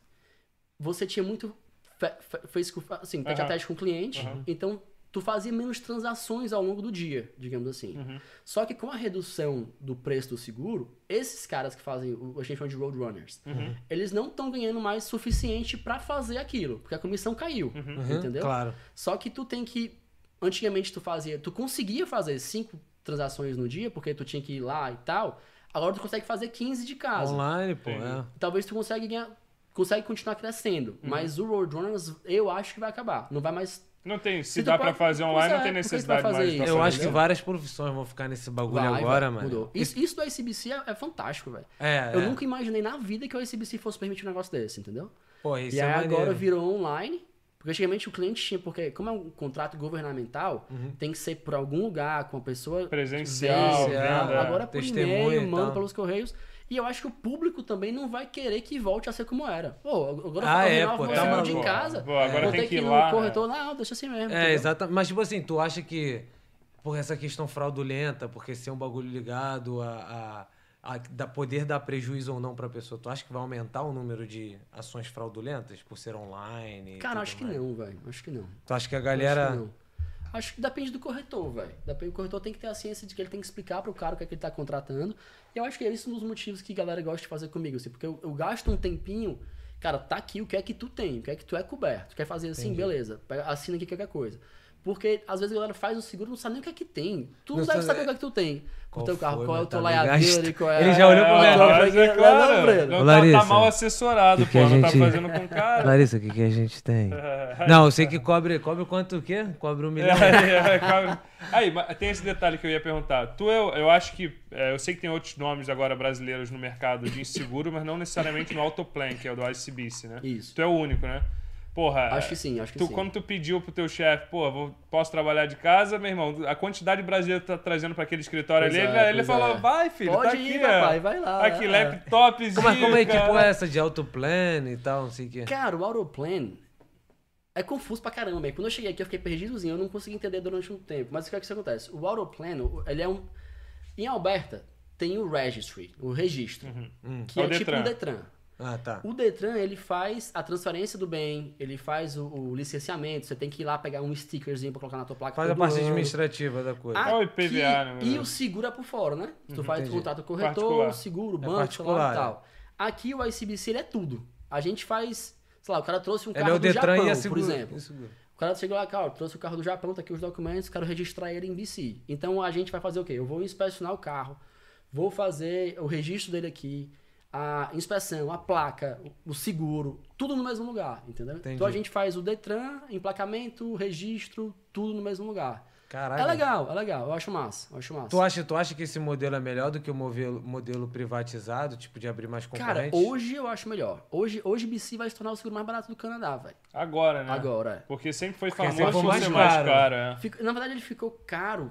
[SPEAKER 2] você tinha muito fe- fe- face to fa- assim, tete a
[SPEAKER 3] Aham.
[SPEAKER 2] tete com o cliente,
[SPEAKER 3] Aham.
[SPEAKER 2] então tu fazia menos transações ao longo do dia, digamos assim.
[SPEAKER 3] Uhum.
[SPEAKER 2] Só que com a redução do preço do seguro, esses caras que fazem o a gente chama de roadrunners,
[SPEAKER 3] Uhum.
[SPEAKER 2] eles não estão ganhando mais suficiente pra fazer aquilo, porque a comissão caiu,
[SPEAKER 1] Uhum,
[SPEAKER 2] É. entendeu?
[SPEAKER 1] Claro.
[SPEAKER 2] Só que tu tem que. Antigamente tu fazia. Tu conseguia fazer cinco transações no dia, porque tu tinha que ir lá e tal. Agora tu consegue fazer 15 de casa.
[SPEAKER 1] Online, pô.
[SPEAKER 3] Sim.
[SPEAKER 1] É.
[SPEAKER 2] Talvez tu consegue ganhar. Consegue continuar crescendo.
[SPEAKER 1] Uhum.
[SPEAKER 2] Mas o Roadrunners, eu acho que vai acabar. Não vai mais.
[SPEAKER 3] Não tem, se,
[SPEAKER 2] Se tu
[SPEAKER 3] dá
[SPEAKER 2] Então pode-
[SPEAKER 3] pra fazer online, não
[SPEAKER 2] Pois é,
[SPEAKER 3] tem
[SPEAKER 2] por que que tu
[SPEAKER 3] necessidade
[SPEAKER 2] vai fazer
[SPEAKER 3] mais. de
[SPEAKER 2] isso?
[SPEAKER 1] Eu
[SPEAKER 3] fazer
[SPEAKER 1] acho que
[SPEAKER 3] online.
[SPEAKER 1] várias profissões vão ficar nesse bagulho
[SPEAKER 2] é. vai,
[SPEAKER 1] agora,
[SPEAKER 2] vai,
[SPEAKER 1] mano.
[SPEAKER 2] Mudou. Isso, isso do ICBC é, é fantástico, velho.
[SPEAKER 1] É,
[SPEAKER 2] Eu
[SPEAKER 1] é.
[SPEAKER 2] nunca imaginei na vida que o ICBC fosse permitir um negócio desse, entendeu?
[SPEAKER 1] Pô, isso
[SPEAKER 2] e
[SPEAKER 1] é
[SPEAKER 2] aí agora
[SPEAKER 1] maneiro.
[SPEAKER 2] virou online. Porque antigamente o cliente tinha, porque como é um contrato governamental,
[SPEAKER 1] Uhum.
[SPEAKER 2] tem que ser por algum lugar, com a pessoa
[SPEAKER 3] Presencial,
[SPEAKER 1] Sim, sim.
[SPEAKER 3] venda.
[SPEAKER 2] Agora é por
[SPEAKER 1] Testemunha e
[SPEAKER 2] e-mail, manda
[SPEAKER 1] tal.
[SPEAKER 2] pelos correios. E eu acho que o público também não vai querer que volte a ser como era. Pô, agora
[SPEAKER 1] Ah,
[SPEAKER 2] eu
[SPEAKER 1] é,
[SPEAKER 2] renova
[SPEAKER 1] pô,
[SPEAKER 2] meu
[SPEAKER 1] tá
[SPEAKER 2] seguro
[SPEAKER 1] maluco.
[SPEAKER 2] de casa.
[SPEAKER 3] Pô, agora
[SPEAKER 2] vou
[SPEAKER 3] tem
[SPEAKER 2] ter
[SPEAKER 3] que
[SPEAKER 2] que
[SPEAKER 3] ir
[SPEAKER 2] ir no
[SPEAKER 3] lá,
[SPEAKER 2] corretor lá, não, deixa assim mesmo.
[SPEAKER 1] né? É,
[SPEAKER 2] entendeu?
[SPEAKER 1] exatamente. Mas, tipo assim, tu acha que por essa questão fraudulenta, porque ser um bagulho ligado a, a, a da- poder dar prejuízo ou não pra pessoa, tu acha que vai aumentar o número de ações fraudulentas por ser online? e
[SPEAKER 2] Cara,
[SPEAKER 1] tudo
[SPEAKER 2] acho que
[SPEAKER 1] mais?
[SPEAKER 2] não, velho. Acho que não.
[SPEAKER 1] Tu acha que a galera.
[SPEAKER 2] Acho que, não. Acho que depende do corretor, velho. Depende- O corretor tem que ter a ciência de que ele tem que explicar pro cara o que, é que ele tá contratando. E eu acho que é isso um dos motivos que a galera gosta de fazer comigo, assim, porque eu, eu gasto um tempinho. Cara, tá aqui o que é que tu tem, o que é que tu é coberto. Quer fazer assim, beleza, pega- assina aqui qualquer coisa. Porque às vezes a galera faz o seguro e não sabe nem o que é que tem. Tu não,
[SPEAKER 1] Não
[SPEAKER 2] deve
[SPEAKER 1] sabe-
[SPEAKER 2] saber o que é que tu tem.
[SPEAKER 1] Qual
[SPEAKER 2] o teu carro,
[SPEAKER 1] foi,
[SPEAKER 2] qual é o
[SPEAKER 1] mas
[SPEAKER 2] teu
[SPEAKER 1] tá bem
[SPEAKER 2] laiadeiro,
[SPEAKER 1] gasto.
[SPEAKER 2] qual é
[SPEAKER 1] Ele já olhou pro
[SPEAKER 2] qual é a
[SPEAKER 1] Léo.
[SPEAKER 2] tua
[SPEAKER 3] mas é
[SPEAKER 2] freguesia,
[SPEAKER 3] claro,
[SPEAKER 2] lá, não, Breno.
[SPEAKER 3] não tá- tá,
[SPEAKER 1] Larissa.
[SPEAKER 3] mal
[SPEAKER 1] Que
[SPEAKER 3] assessorado, pô.
[SPEAKER 1] que a
[SPEAKER 3] Não tá
[SPEAKER 1] gente-
[SPEAKER 3] fazendo com o cara.
[SPEAKER 1] Larissa, o que, que a gente tem? Não, eu sei que cobre. Cobre quanto o quê? Cobre um milhão.
[SPEAKER 3] É, é, claro. Aí, mas tem esse detalhe que eu ia perguntar. Tu, eu, eu acho que. é, eu sei que tem outros nomes agora brasileiros no mercado de inseguro, mas não necessariamente no Autoplan, que é o do ICBC, né?
[SPEAKER 2] Isso.
[SPEAKER 3] Tu é o único, né? Porra.
[SPEAKER 2] Acho que sim, acho que
[SPEAKER 3] tu,
[SPEAKER 2] sim.
[SPEAKER 3] Quando tu pediu pro teu chefe, pô, vou- posso trabalhar de casa, meu irmão, a quantidade brasileira que tu tá trazendo pra aquele escritório
[SPEAKER 2] Pois
[SPEAKER 3] ali,
[SPEAKER 2] é,
[SPEAKER 3] ele- ele
[SPEAKER 2] pois
[SPEAKER 3] falou,
[SPEAKER 2] é.
[SPEAKER 3] vai, filho,
[SPEAKER 2] Pode
[SPEAKER 3] tá
[SPEAKER 2] ir,
[SPEAKER 3] aqui,
[SPEAKER 2] papai,
[SPEAKER 3] ó.
[SPEAKER 2] vai lá,
[SPEAKER 3] Aqui,
[SPEAKER 2] é. tipo,
[SPEAKER 3] laptopzinho,
[SPEAKER 1] Mas como é que,
[SPEAKER 3] cara.
[SPEAKER 1] pô, essa de autoplano e tal, não sei o quê?
[SPEAKER 2] Cara, o Auroplan é confuso pra caramba. velho. Quando eu cheguei aqui, eu fiquei perdidozinho, eu não consegui entender durante um tempo. Mas o que é que isso acontece? O Auroplan, ele é um. Em Alberta, tem o registry, o registro, que
[SPEAKER 3] É
[SPEAKER 1] Hum.
[SPEAKER 2] é,
[SPEAKER 3] o
[SPEAKER 2] tipo
[SPEAKER 3] Detran.
[SPEAKER 2] um Detran.
[SPEAKER 1] Ah, tá.
[SPEAKER 2] O Detran, ele faz a transferência do bem, ele faz o, o licenciamento, você tem que ir lá pegar um stickerzinho pra colocar na tua placa.
[SPEAKER 1] Faz a
[SPEAKER 2] todo
[SPEAKER 1] parte
[SPEAKER 2] ano.
[SPEAKER 1] administrativa da coisa.
[SPEAKER 2] um
[SPEAKER 3] Ah, É o IPVA, né,
[SPEAKER 2] E
[SPEAKER 3] mano?
[SPEAKER 2] o seguro é por fora, né? Tu faz
[SPEAKER 1] Uhum, Entendi.
[SPEAKER 2] tu contrata o corretor,
[SPEAKER 3] Particular.
[SPEAKER 2] o seguro, o
[SPEAKER 1] É
[SPEAKER 2] banco, sei lá
[SPEAKER 1] particular,
[SPEAKER 2] e tal. Aqui o ICBC ele é tudo. A gente faz, sei lá, o cara trouxe um
[SPEAKER 1] Ele
[SPEAKER 2] carro
[SPEAKER 1] é o
[SPEAKER 2] do
[SPEAKER 1] Detran
[SPEAKER 2] Japão,
[SPEAKER 1] e a seguro.
[SPEAKER 2] por exemplo.
[SPEAKER 1] e seguro.
[SPEAKER 2] O cara chegou lá, cara, trouxe o carro do Japão, tá aqui os documentos, quero registrar ele em BC. Então a gente vai fazer o quê? Eu vou inspecionar o carro, vou fazer o registro dele aqui, a inspeção, a placa, o seguro, tudo no mesmo lugar, entendeu?
[SPEAKER 1] Entendi.
[SPEAKER 2] Então a gente faz o Detran, emplacamento, registro, tudo no mesmo lugar.
[SPEAKER 1] Caralho.
[SPEAKER 2] É legal, é legal, eu acho massa, eu acho massa.
[SPEAKER 1] Tu acha, tu acha que esse modelo é melhor do que o modelo, modelo privatizado, tipo de abrir mais
[SPEAKER 2] Cara,
[SPEAKER 1] concorrentes?
[SPEAKER 2] hoje eu acho melhor. Hoje, hoje BC vai se tornar o seguro mais barato do Canadá, velho.
[SPEAKER 3] Agora, né?
[SPEAKER 2] Agora.
[SPEAKER 3] Porque sempre foi
[SPEAKER 1] Porque
[SPEAKER 3] famoso
[SPEAKER 1] sempre
[SPEAKER 3] por ser
[SPEAKER 1] foi
[SPEAKER 3] mais
[SPEAKER 1] mais
[SPEAKER 3] caro.
[SPEAKER 1] caro.
[SPEAKER 3] é.
[SPEAKER 2] Fica- na verdade, ele ficou caro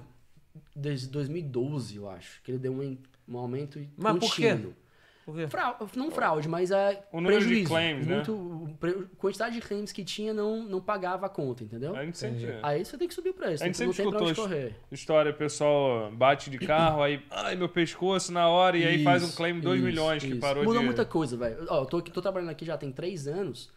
[SPEAKER 2] desde 2012, eu acho. Que ele deu um, en- um aumento e-
[SPEAKER 1] Mas por quê?
[SPEAKER 2] contínuo.
[SPEAKER 1] Por quê?
[SPEAKER 2] Frau- não fraude, mas é
[SPEAKER 3] O número de
[SPEAKER 2] prejuízo.
[SPEAKER 3] claims, né?
[SPEAKER 2] Muito, o pre- quantidade de claims que tinha não, não pagava a conta, entendeu?
[SPEAKER 3] A gente sempre.
[SPEAKER 2] Aí você tem que subir o preço.
[SPEAKER 3] É A gente
[SPEAKER 2] não
[SPEAKER 3] sempre
[SPEAKER 2] tem pra onde
[SPEAKER 3] escutou
[SPEAKER 2] correr.
[SPEAKER 3] História, o pessoal bate de carro, aí, ai, meu pescoço na hora, e aí faz um
[SPEAKER 2] Isso,
[SPEAKER 3] claim 2
[SPEAKER 2] isso,
[SPEAKER 3] milhões que
[SPEAKER 2] isso.
[SPEAKER 3] parou
[SPEAKER 2] Muda
[SPEAKER 3] de.
[SPEAKER 2] muita coisa, velho. Ó, eu tô, aqui- tô trabalhando aqui já tem três anos.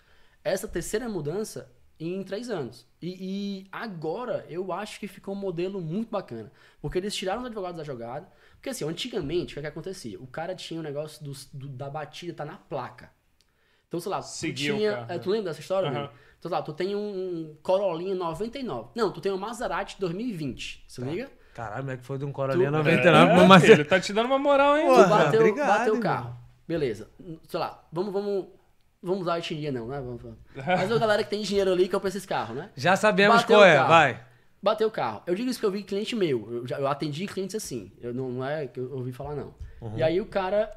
[SPEAKER 2] Essa terceira mudança em três anos. E, e agora eu acho que ficou um modelo muito bacana. Porque eles tiraram os advogados da jogada. Porque assim, antigamente, o que, é que acontecia? O cara tinha o negócio dos- do- da batida, tá na placa. Então, sei lá,
[SPEAKER 3] Seguiu,
[SPEAKER 2] tu tinha.
[SPEAKER 3] cara.
[SPEAKER 2] é, tu lembra dessa história,
[SPEAKER 3] Aham.
[SPEAKER 2] né? Então, sei lá, tu tem um Corolinha 99. Não, tu tem um Maserati 2020.
[SPEAKER 3] Tá.
[SPEAKER 2] Se liga?
[SPEAKER 1] Caralho, como é que foi de um Corolinha
[SPEAKER 2] Tu-
[SPEAKER 1] 99 pra
[SPEAKER 3] é,
[SPEAKER 1] uma
[SPEAKER 3] filho, Ele tá te dando uma moral, hein?
[SPEAKER 1] Porra.
[SPEAKER 2] Tu bateu,
[SPEAKER 1] obrigado,
[SPEAKER 2] bateu o
[SPEAKER 1] irmão.
[SPEAKER 2] carro. Beleza. Sei lá, vamos, vamos, vamos usar a etnia não, né? Vamos, vamos. Mas é a galera que tem dinheiro ali que compra esses carros, né?
[SPEAKER 1] Já sabemos
[SPEAKER 2] Bateu
[SPEAKER 1] qual
[SPEAKER 2] o
[SPEAKER 1] é,
[SPEAKER 2] carro.
[SPEAKER 1] vai.
[SPEAKER 2] Bateu o carro. Eu digo isso porque eu vi cliente meu. Eu, já- eu atendi clientes assim. Eu, não, não é que eu ouvi falar, não. E aí o cara,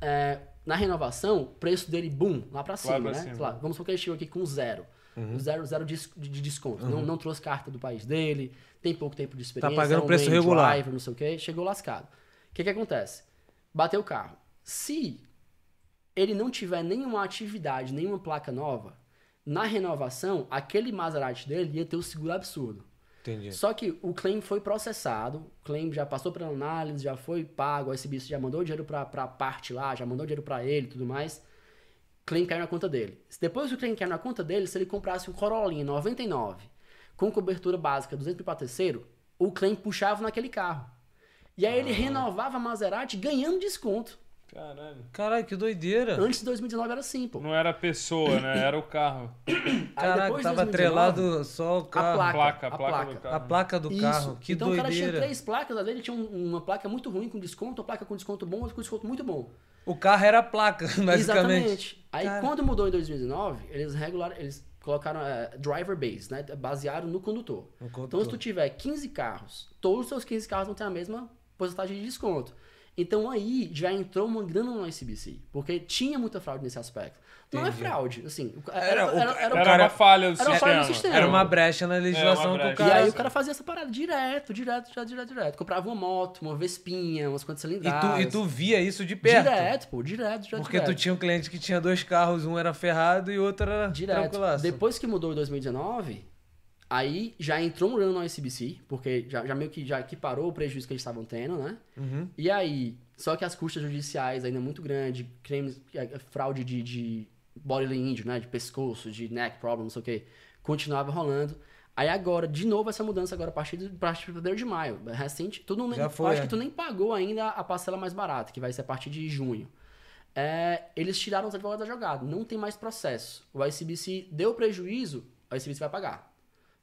[SPEAKER 2] é, na renovação, o preço dele, boom, lá pra cima,
[SPEAKER 3] pra
[SPEAKER 2] né?
[SPEAKER 3] cima.
[SPEAKER 2] Sei lá, vamos supor que ele chegou aqui com zero. Zero, zero de, de desconto. Não, não trouxe carta do país dele, tem pouco tempo de experiência.
[SPEAKER 1] pagando
[SPEAKER 2] é um
[SPEAKER 1] preço
[SPEAKER 2] main
[SPEAKER 1] regular.
[SPEAKER 2] driver, não sei o quê, chegou lascado. O que que acontece? Bateu o carro. Se ele não tiver nenhuma atividade, nenhuma placa nova, na renovação, aquele Maserati dele ia ter o seguro absurdo.
[SPEAKER 1] Entendi.
[SPEAKER 2] Só que o claim foi processado, o claim já passou pela análise, já foi pago, o SBC já mandou dinheiro pra, pra parte lá, já mandou dinheiro pra ele e tudo mais. claim caiu na conta dele. Se depois que o claim caiu na conta dele, se ele comprasse um Corolla 99 com cobertura básica 200 mil para terceiro, o claim puxava naquele carro. E aí
[SPEAKER 1] Ah.
[SPEAKER 2] ele renovava a Maserati ganhando desconto.
[SPEAKER 3] Caralho.
[SPEAKER 1] Caralho, que doideira.
[SPEAKER 2] Antes de 2019 era assim,
[SPEAKER 1] Hum.
[SPEAKER 2] pô.
[SPEAKER 3] Não era a pessoa, né? Era o carro.
[SPEAKER 2] Aí
[SPEAKER 1] Caralho,
[SPEAKER 2] depois de
[SPEAKER 1] tava
[SPEAKER 2] 2019,
[SPEAKER 1] atrelado só o
[SPEAKER 2] a
[SPEAKER 1] carro.
[SPEAKER 2] placa.
[SPEAKER 3] Placa,
[SPEAKER 2] a
[SPEAKER 3] placa
[SPEAKER 2] placa.
[SPEAKER 3] do carro.
[SPEAKER 1] A placa do
[SPEAKER 2] Isso.
[SPEAKER 1] carro. Que
[SPEAKER 2] então o cara tinha
[SPEAKER 1] doideira.
[SPEAKER 2] três placas, às vezes ele tinha um- uma placa muito ruim com desconto, uma placa com desconto bom, outra com desconto muito bom.
[SPEAKER 1] O carro era a placa, basicamente.
[SPEAKER 2] Exatamente. Aí
[SPEAKER 1] Cara.
[SPEAKER 2] quando mudou em 2019, eles regularam, eles colocaram eh, driver base, né? Basearam no condutor.
[SPEAKER 1] No condutor.
[SPEAKER 2] Então se tu tiver 15 carros, todos os seus 15 carros vão ter a mesma porcentagem de desconto. Então aí já entrou uma grana no SBC, porque tinha muita fraude nesse aspecto. Não é
[SPEAKER 1] Entendi.
[SPEAKER 2] fraude, assim, o ca-
[SPEAKER 1] Era o-
[SPEAKER 2] o
[SPEAKER 3] Era
[SPEAKER 1] cara-
[SPEAKER 3] uma falha do
[SPEAKER 2] era uma
[SPEAKER 3] sistema.
[SPEAKER 2] falha do sistema.
[SPEAKER 1] Era uma brecha na legislação
[SPEAKER 3] brecha.
[SPEAKER 1] que o
[SPEAKER 2] E
[SPEAKER 1] cara.
[SPEAKER 2] aí o cara fazia essa parada direto, direto, direto, direto, direto. Comprava uma moto, uma Vespinha, umas quantas
[SPEAKER 1] E tu,
[SPEAKER 2] cilindradas.
[SPEAKER 1] e tu via isso de perto.
[SPEAKER 2] Direto, pô, direto, direto,
[SPEAKER 1] Porque tu
[SPEAKER 2] direto.
[SPEAKER 1] tinha um cliente que tinha dois carros, um era ferrado e o outro era
[SPEAKER 2] Direto.
[SPEAKER 1] tranquilaço.
[SPEAKER 2] Depois que mudou em 2019, aí já entrou um run no SBC, porque já, já meio que já equiparou o prejuízo que eles estavam tendo, né?
[SPEAKER 1] Uhum.
[SPEAKER 2] E aí, só que as custas judiciais ainda é muito grande, crimes, eh, fraude de, de bodily injury, né? De pescoço, de neck problem, não sei o quê, continuava rolando. Aí agora, de novo, essa mudança agora a partir de, a partir de fevereiro de maio. É Recente, tu não
[SPEAKER 1] Já
[SPEAKER 2] eu
[SPEAKER 1] foi,
[SPEAKER 2] acho
[SPEAKER 1] é.
[SPEAKER 2] que tu nem pagou ainda a parcela mais barata, que vai ser a partir de junho. É, eles tiraram os advogados da jogada, não tem mais processo. O ICBC deu prejuízo, o ICBC vai pagar.